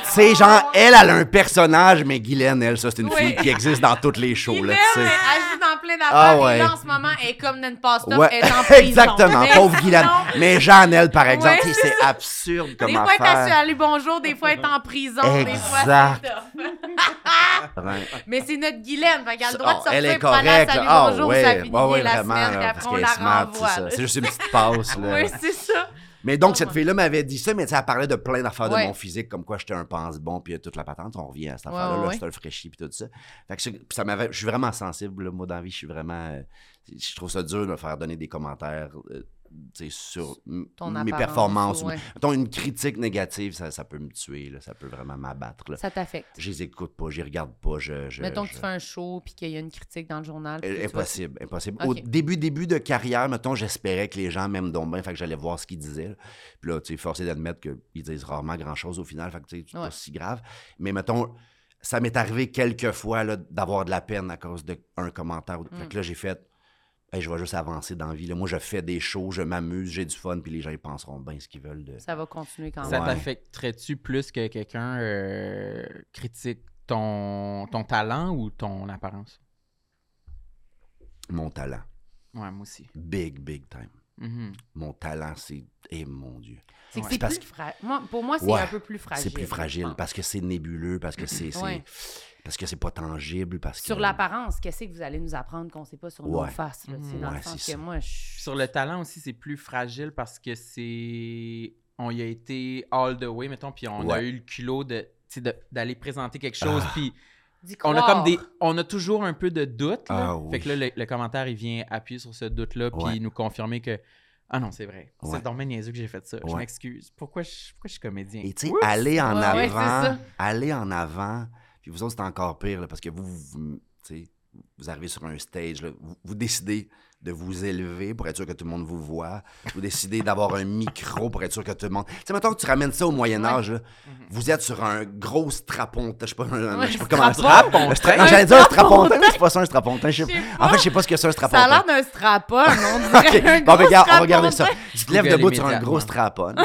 [SPEAKER 4] c'est genre, elle, elle a un personnage, mais Guylaine, elle, ça, c'est une
[SPEAKER 1] Oh Oui.
[SPEAKER 4] fille qui existe dans toutes les shows,
[SPEAKER 1] Il
[SPEAKER 4] là,
[SPEAKER 1] aime,
[SPEAKER 4] tu sais.
[SPEAKER 1] elle joue dans plein d'affaires,
[SPEAKER 4] Ah
[SPEAKER 1] et
[SPEAKER 4] ouais.
[SPEAKER 1] là, en ce moment, elle est comme dans une passe
[SPEAKER 4] Ouais,
[SPEAKER 1] elle est en prison.
[SPEAKER 4] Exactement,
[SPEAKER 1] Mais
[SPEAKER 4] pauvre Guylaine.
[SPEAKER 1] non.
[SPEAKER 4] Mais Jeanne, elle, par exemple,
[SPEAKER 1] Ouais,
[SPEAKER 4] tu sais, c'est absurde comme
[SPEAKER 1] Des fois, elle est à
[SPEAKER 4] affaire.
[SPEAKER 1] salut bonjour, des fois, elle est en prison, des fois,
[SPEAKER 4] Exact.
[SPEAKER 1] c'est tough.
[SPEAKER 4] Ouais.
[SPEAKER 1] Mais c'est notre Guylaine, fait qu'elle a le droit de
[SPEAKER 4] Oh,
[SPEAKER 1] sortir
[SPEAKER 4] elle est
[SPEAKER 1] pour aller à
[SPEAKER 4] correcte.
[SPEAKER 1] salut
[SPEAKER 4] Ah
[SPEAKER 1] bonjour,
[SPEAKER 4] ouais,
[SPEAKER 1] ça finit
[SPEAKER 4] ouais,
[SPEAKER 1] bien
[SPEAKER 4] ouais,
[SPEAKER 1] la
[SPEAKER 4] vraiment,
[SPEAKER 1] semaine,
[SPEAKER 4] là,
[SPEAKER 1] puis
[SPEAKER 4] parce
[SPEAKER 1] après, on
[SPEAKER 4] qu'elle
[SPEAKER 1] la
[SPEAKER 4] est smart, c'est
[SPEAKER 1] renvoie.
[SPEAKER 4] ça.
[SPEAKER 1] là.
[SPEAKER 4] C'est juste une petite passe. Là.
[SPEAKER 1] Oui, c'est ça.
[SPEAKER 4] Mais donc, cette
[SPEAKER 1] Ouais.
[SPEAKER 4] fille-là m'avait dit ça, mais tu sais, elle parlait de plein d'affaires
[SPEAKER 1] Ah. Ouais.
[SPEAKER 4] de mon physique, comme quoi j'étais un pense-bon, puis euh, toute la patente. On revient à cette
[SPEAKER 1] Ouais,
[SPEAKER 4] affaire-là,
[SPEAKER 1] ouais,
[SPEAKER 4] là,
[SPEAKER 1] ouais.
[SPEAKER 4] c'est un fraîchi, puis tout ça. Fait que c'est- puis ça m'avait. Je suis vraiment sensible, là, moi, dans la vie. Je suis vraiment. euh, Je trouve ça dur de me faire donner des commentaires. euh, tu sais, sur m-
[SPEAKER 1] Ton
[SPEAKER 4] mes
[SPEAKER 1] apparence,
[SPEAKER 4] performances. ou-
[SPEAKER 1] ouais.
[SPEAKER 4] mettons, une critique négative, ça, ça peut me tuer, là, ça peut vraiment m'abattre. là.
[SPEAKER 1] Ça t'affecte.
[SPEAKER 4] Je les écoute pas, je les regarde pas. Je, je,
[SPEAKER 1] Mettons que
[SPEAKER 4] je-
[SPEAKER 1] tu fais un show puis qu'il y a une critique dans le journal. puis
[SPEAKER 4] Euh,
[SPEAKER 1] tu vas-
[SPEAKER 4] Impossible, impossible.
[SPEAKER 1] Ok.
[SPEAKER 4] Au début, début de carrière, mettons, j'espérais que les gens m'aiment donc bien, fait que j'allais voir ce qu'ils disaient. là. Puis là, tu es forcé d'admettre qu'ils disent rarement grand-chose au final, fait que tu sais, c'est
[SPEAKER 1] Ouais.
[SPEAKER 4] pas si grave. Mais mettons, ça m'est arrivé quelques fois là, d'avoir de la peine à cause d'un commentaire.
[SPEAKER 1] Mm.
[SPEAKER 4] Fait que là, j'ai fait, Hey, je vais juste avancer dans la vie. là. Moi, je fais des shows, je m'amuse, j'ai du fun, puis les gens, ils penseront bien ce qu'ils veulent. De...
[SPEAKER 1] Ça va continuer quand
[SPEAKER 2] Ça
[SPEAKER 1] même.
[SPEAKER 4] Ouais.
[SPEAKER 2] t'affecterait-tu plus que quelqu'un euh, critique ton, ton talent ou ton apparence?
[SPEAKER 4] Mon talent,
[SPEAKER 2] Ouais, moi aussi.
[SPEAKER 4] big, big time.
[SPEAKER 2] Mhm.
[SPEAKER 4] Mon talent, c'est, eh mon Dieu.
[SPEAKER 1] C'est que
[SPEAKER 4] Ouais.
[SPEAKER 1] c'est
[SPEAKER 4] Parce
[SPEAKER 1] plus fra- Moi, pour moi, c'est
[SPEAKER 4] Ouais,
[SPEAKER 1] un peu plus fragile.
[SPEAKER 4] C'est plus
[SPEAKER 1] je
[SPEAKER 4] fragile
[SPEAKER 1] pense.
[SPEAKER 4] parce que c'est nébuleux, parce que c'est c'est-
[SPEAKER 1] Ouais.
[SPEAKER 4] parce que c'est pas tangible, parce que
[SPEAKER 1] Sur l'apparence, qu'est-ce que vous allez nous apprendre qu'on sait pas sur nos
[SPEAKER 4] Ouais.
[SPEAKER 1] faces? là, tu sais,
[SPEAKER 2] Mhm.
[SPEAKER 1] dans le
[SPEAKER 4] Ouais,
[SPEAKER 1] sens
[SPEAKER 4] c'est
[SPEAKER 1] que
[SPEAKER 4] ça.
[SPEAKER 1] moi, je...
[SPEAKER 2] Puis Sur le talent aussi, c'est plus fragile parce que c'est. On y a été all the way, mettons, puis on a
[SPEAKER 4] Ouais.
[SPEAKER 2] eu le culot de tu sais, de- d'aller présenter quelque chose,
[SPEAKER 4] Ah.
[SPEAKER 2] puis
[SPEAKER 1] d'y
[SPEAKER 2] on a
[SPEAKER 1] croire.
[SPEAKER 2] comme des, on a toujours un peu de doute. là.
[SPEAKER 4] Ah oui.
[SPEAKER 2] Fait que là, le, le commentaire, il vient appuyer sur ce doute-là, puis
[SPEAKER 4] Ouais.
[SPEAKER 2] nous confirmer que ah non, c'est vrai,
[SPEAKER 4] Ouais.
[SPEAKER 2] c'est dommage niaiseux que j'ai fait ça. Je
[SPEAKER 4] Ouais.
[SPEAKER 2] m'excuse. Pourquoi je, pourquoi je suis comédien
[SPEAKER 4] Et tu sais,
[SPEAKER 2] Oups!
[SPEAKER 4] aller en
[SPEAKER 1] Ouais, ouais, c'est
[SPEAKER 4] avant,
[SPEAKER 1] ça.
[SPEAKER 4] aller en avant, puis vous autres, c'est encore pire, là, parce que vous, vous, tu sais, vous arrivez sur un stage, là, vous, vous décidez de vous élever pour être sûr que tout le monde vous voit, vous décidez d'avoir un micro pour être sûr que tout le monde... Tu sais, mettons que tu ramènes ça au Moyen-Âge, vous êtes sur un gros strapontin, je sais pas, un-
[SPEAKER 1] Mhm. Ouais,
[SPEAKER 4] je sais pas comment...
[SPEAKER 2] Strapontin.
[SPEAKER 4] Un stra- J'allais dire un strapontin, mais c'est pas ça un strapontin. je sais-
[SPEAKER 1] Je sais
[SPEAKER 4] En fait, je sais pas ce que c'est un strapontin.
[SPEAKER 1] Ça a l'air d'un strapon, on dirait. un
[SPEAKER 4] OK, bon,
[SPEAKER 1] gros
[SPEAKER 4] ben, regarde, on va
[SPEAKER 1] strapon.
[SPEAKER 4] regarder ça. Tu te lèves
[SPEAKER 2] Google
[SPEAKER 4] debout sur un
[SPEAKER 2] immédiatement.
[SPEAKER 4] gros strapon.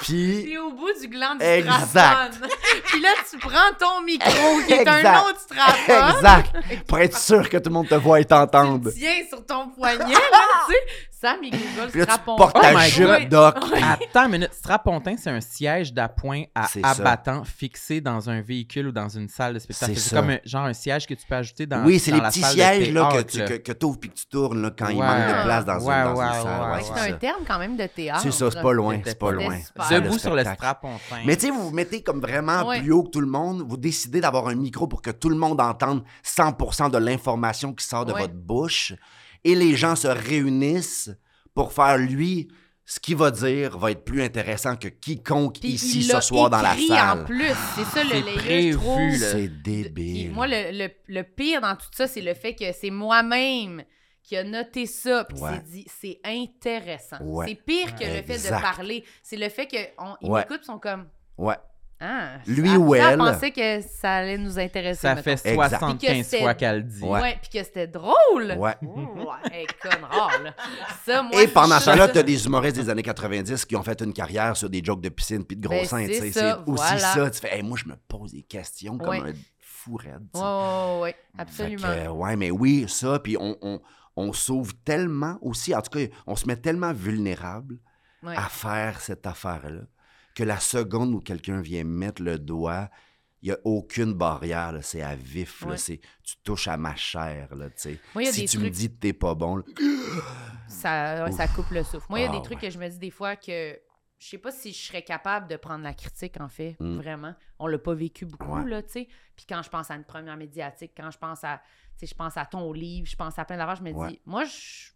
[SPEAKER 4] Puis,
[SPEAKER 1] C'est au bout du gland du
[SPEAKER 4] Exact.
[SPEAKER 1] strapon. Puis là, tu prends ton micro, qui est un
[SPEAKER 4] Exact.
[SPEAKER 1] autre strapon.
[SPEAKER 4] exact, pour être sûr que tout le monde te voit et t'entende.
[SPEAKER 1] tiens sur ton poignet, là, tu sais. Sam, il google
[SPEAKER 4] Puis là, tu
[SPEAKER 1] strapon.
[SPEAKER 4] portes
[SPEAKER 2] Oh
[SPEAKER 4] ta
[SPEAKER 2] my
[SPEAKER 4] jupe
[SPEAKER 1] God.
[SPEAKER 4] doc.
[SPEAKER 2] Attends une minute. Strapontin, c'est un siège d'appoint à
[SPEAKER 4] C'est ça.
[SPEAKER 2] abattant fixé dans un véhicule ou dans une salle de spectacle.
[SPEAKER 4] C'est
[SPEAKER 2] C'est
[SPEAKER 4] ça.
[SPEAKER 2] comme un, genre un siège que tu peux ajouter dans
[SPEAKER 4] Oui, c'est
[SPEAKER 2] dans
[SPEAKER 4] les
[SPEAKER 2] la
[SPEAKER 4] petits
[SPEAKER 2] salle de
[SPEAKER 4] sièges là, que
[SPEAKER 2] théâtre,
[SPEAKER 4] tu
[SPEAKER 2] là.
[SPEAKER 4] que, que t'ouvres puis que tu tournes là, quand il
[SPEAKER 2] Ouais.
[SPEAKER 4] manque de place dans
[SPEAKER 2] Ouais,
[SPEAKER 4] une, dans une
[SPEAKER 2] ouais,
[SPEAKER 4] salle.
[SPEAKER 2] ouais, ouais.
[SPEAKER 4] c'est
[SPEAKER 1] C'est un
[SPEAKER 4] ça.
[SPEAKER 1] terme quand même de théâtre.
[SPEAKER 4] C'est ça, c'est pas loin,
[SPEAKER 2] C'était
[SPEAKER 4] c'est pas
[SPEAKER 2] pas
[SPEAKER 4] loin.
[SPEAKER 1] super.
[SPEAKER 4] C'est
[SPEAKER 2] Debout sur le
[SPEAKER 4] spectacle.
[SPEAKER 2] strapontin.
[SPEAKER 4] Mais tu sais, vous vous mettez comme vraiment
[SPEAKER 1] Hein? Ouais.
[SPEAKER 4] plus haut que tout le monde. Vous décidez d'avoir un micro pour que tout le monde entende 100% de l'information qui sort de
[SPEAKER 1] Ouais.
[SPEAKER 4] votre bouche. Et les gens se réunissent pour faire lui. Ce qu'il va dire va être plus intéressant que quiconque
[SPEAKER 1] Puis
[SPEAKER 4] ici
[SPEAKER 1] il
[SPEAKER 4] ce
[SPEAKER 1] l'a
[SPEAKER 4] soir dans la
[SPEAKER 1] écrit en
[SPEAKER 4] salle.
[SPEAKER 1] plus. C'est ça
[SPEAKER 2] C'est
[SPEAKER 1] le layer,
[SPEAKER 2] prévu,
[SPEAKER 1] je trouve.
[SPEAKER 2] là.
[SPEAKER 4] C'est
[SPEAKER 1] Puis
[SPEAKER 4] débile.
[SPEAKER 1] moi, le, le- le pire dans tout ça, c'est le fait que c'est moi-même qui a noté ça, puis qui
[SPEAKER 4] Ouais.
[SPEAKER 1] s'est dit, c'est intéressant.
[SPEAKER 4] Ouais.
[SPEAKER 1] C'est pire que le fait
[SPEAKER 4] Exact.
[SPEAKER 1] de parler. C'est le fait qu'ils ils
[SPEAKER 4] Ouais.
[SPEAKER 1] m'écoutent, ils sont comme,
[SPEAKER 4] Ouais.
[SPEAKER 1] ah,
[SPEAKER 4] Lui
[SPEAKER 1] ça-
[SPEAKER 4] ou
[SPEAKER 1] ça,
[SPEAKER 4] elle.
[SPEAKER 1] pensait que ça allait nous intéresser.
[SPEAKER 2] Ça
[SPEAKER 1] mettons.
[SPEAKER 2] fait
[SPEAKER 4] Exact.
[SPEAKER 2] 75
[SPEAKER 1] c'est-
[SPEAKER 2] fois qu'elle dit.
[SPEAKER 1] Ouais. puis que c'était drôle.
[SPEAKER 4] Ouais.
[SPEAKER 1] Ouh, ouais, hey, connard, là. Ça, moi,
[SPEAKER 4] Et pendant
[SPEAKER 1] je-
[SPEAKER 4] ce temps-là, t'as des humoristes des années 90 qui ont fait une carrière sur des jokes de piscine puis de gros
[SPEAKER 1] Ben,
[SPEAKER 4] seins.
[SPEAKER 1] c'est
[SPEAKER 4] tu sais. C'est
[SPEAKER 1] ça,
[SPEAKER 4] aussi
[SPEAKER 1] voilà.
[SPEAKER 4] ça. Tu fais, Hey, moi, je me pose des questions comme
[SPEAKER 1] Ouais.
[SPEAKER 4] un fou raide. tu
[SPEAKER 1] Ouais,
[SPEAKER 4] sais.
[SPEAKER 1] ouais, ouais,
[SPEAKER 4] Fait que,
[SPEAKER 1] absolument.
[SPEAKER 4] euh, ouais, mais oui, ça. Puis on, on, on s'ouvre tellement aussi. En tout cas, on se met tellement vulnérable
[SPEAKER 1] Ouais.
[SPEAKER 4] à faire cette affaire-là que la seconde où quelqu'un vient mettre le doigt, il n'y a aucune barrière. là. C'est à vif. là.
[SPEAKER 1] Ouais.
[SPEAKER 4] C'est- Tu touches à ma chair. Là, tu sais.
[SPEAKER 1] Moi, il y a
[SPEAKER 4] si
[SPEAKER 1] des
[SPEAKER 4] tu me
[SPEAKER 1] trucs-
[SPEAKER 4] dis que t'es pas bon, là,
[SPEAKER 1] ça, ouais, ça coupe le souffle. Moi, il y a
[SPEAKER 4] Ah,
[SPEAKER 1] des trucs que je me dis des fois que je sais pas si je serais capable de prendre la critique, en fait,
[SPEAKER 4] Mm.
[SPEAKER 1] vraiment. On l'a pas vécu beaucoup,
[SPEAKER 4] Ouais.
[SPEAKER 1] là, tu sais. Puis quand je pense à une première médiatique, quand je pense à, tu sais, je pense à ton livre, je pense à plein d'affaires, je me
[SPEAKER 4] Ouais.
[SPEAKER 1] dis, moi, je,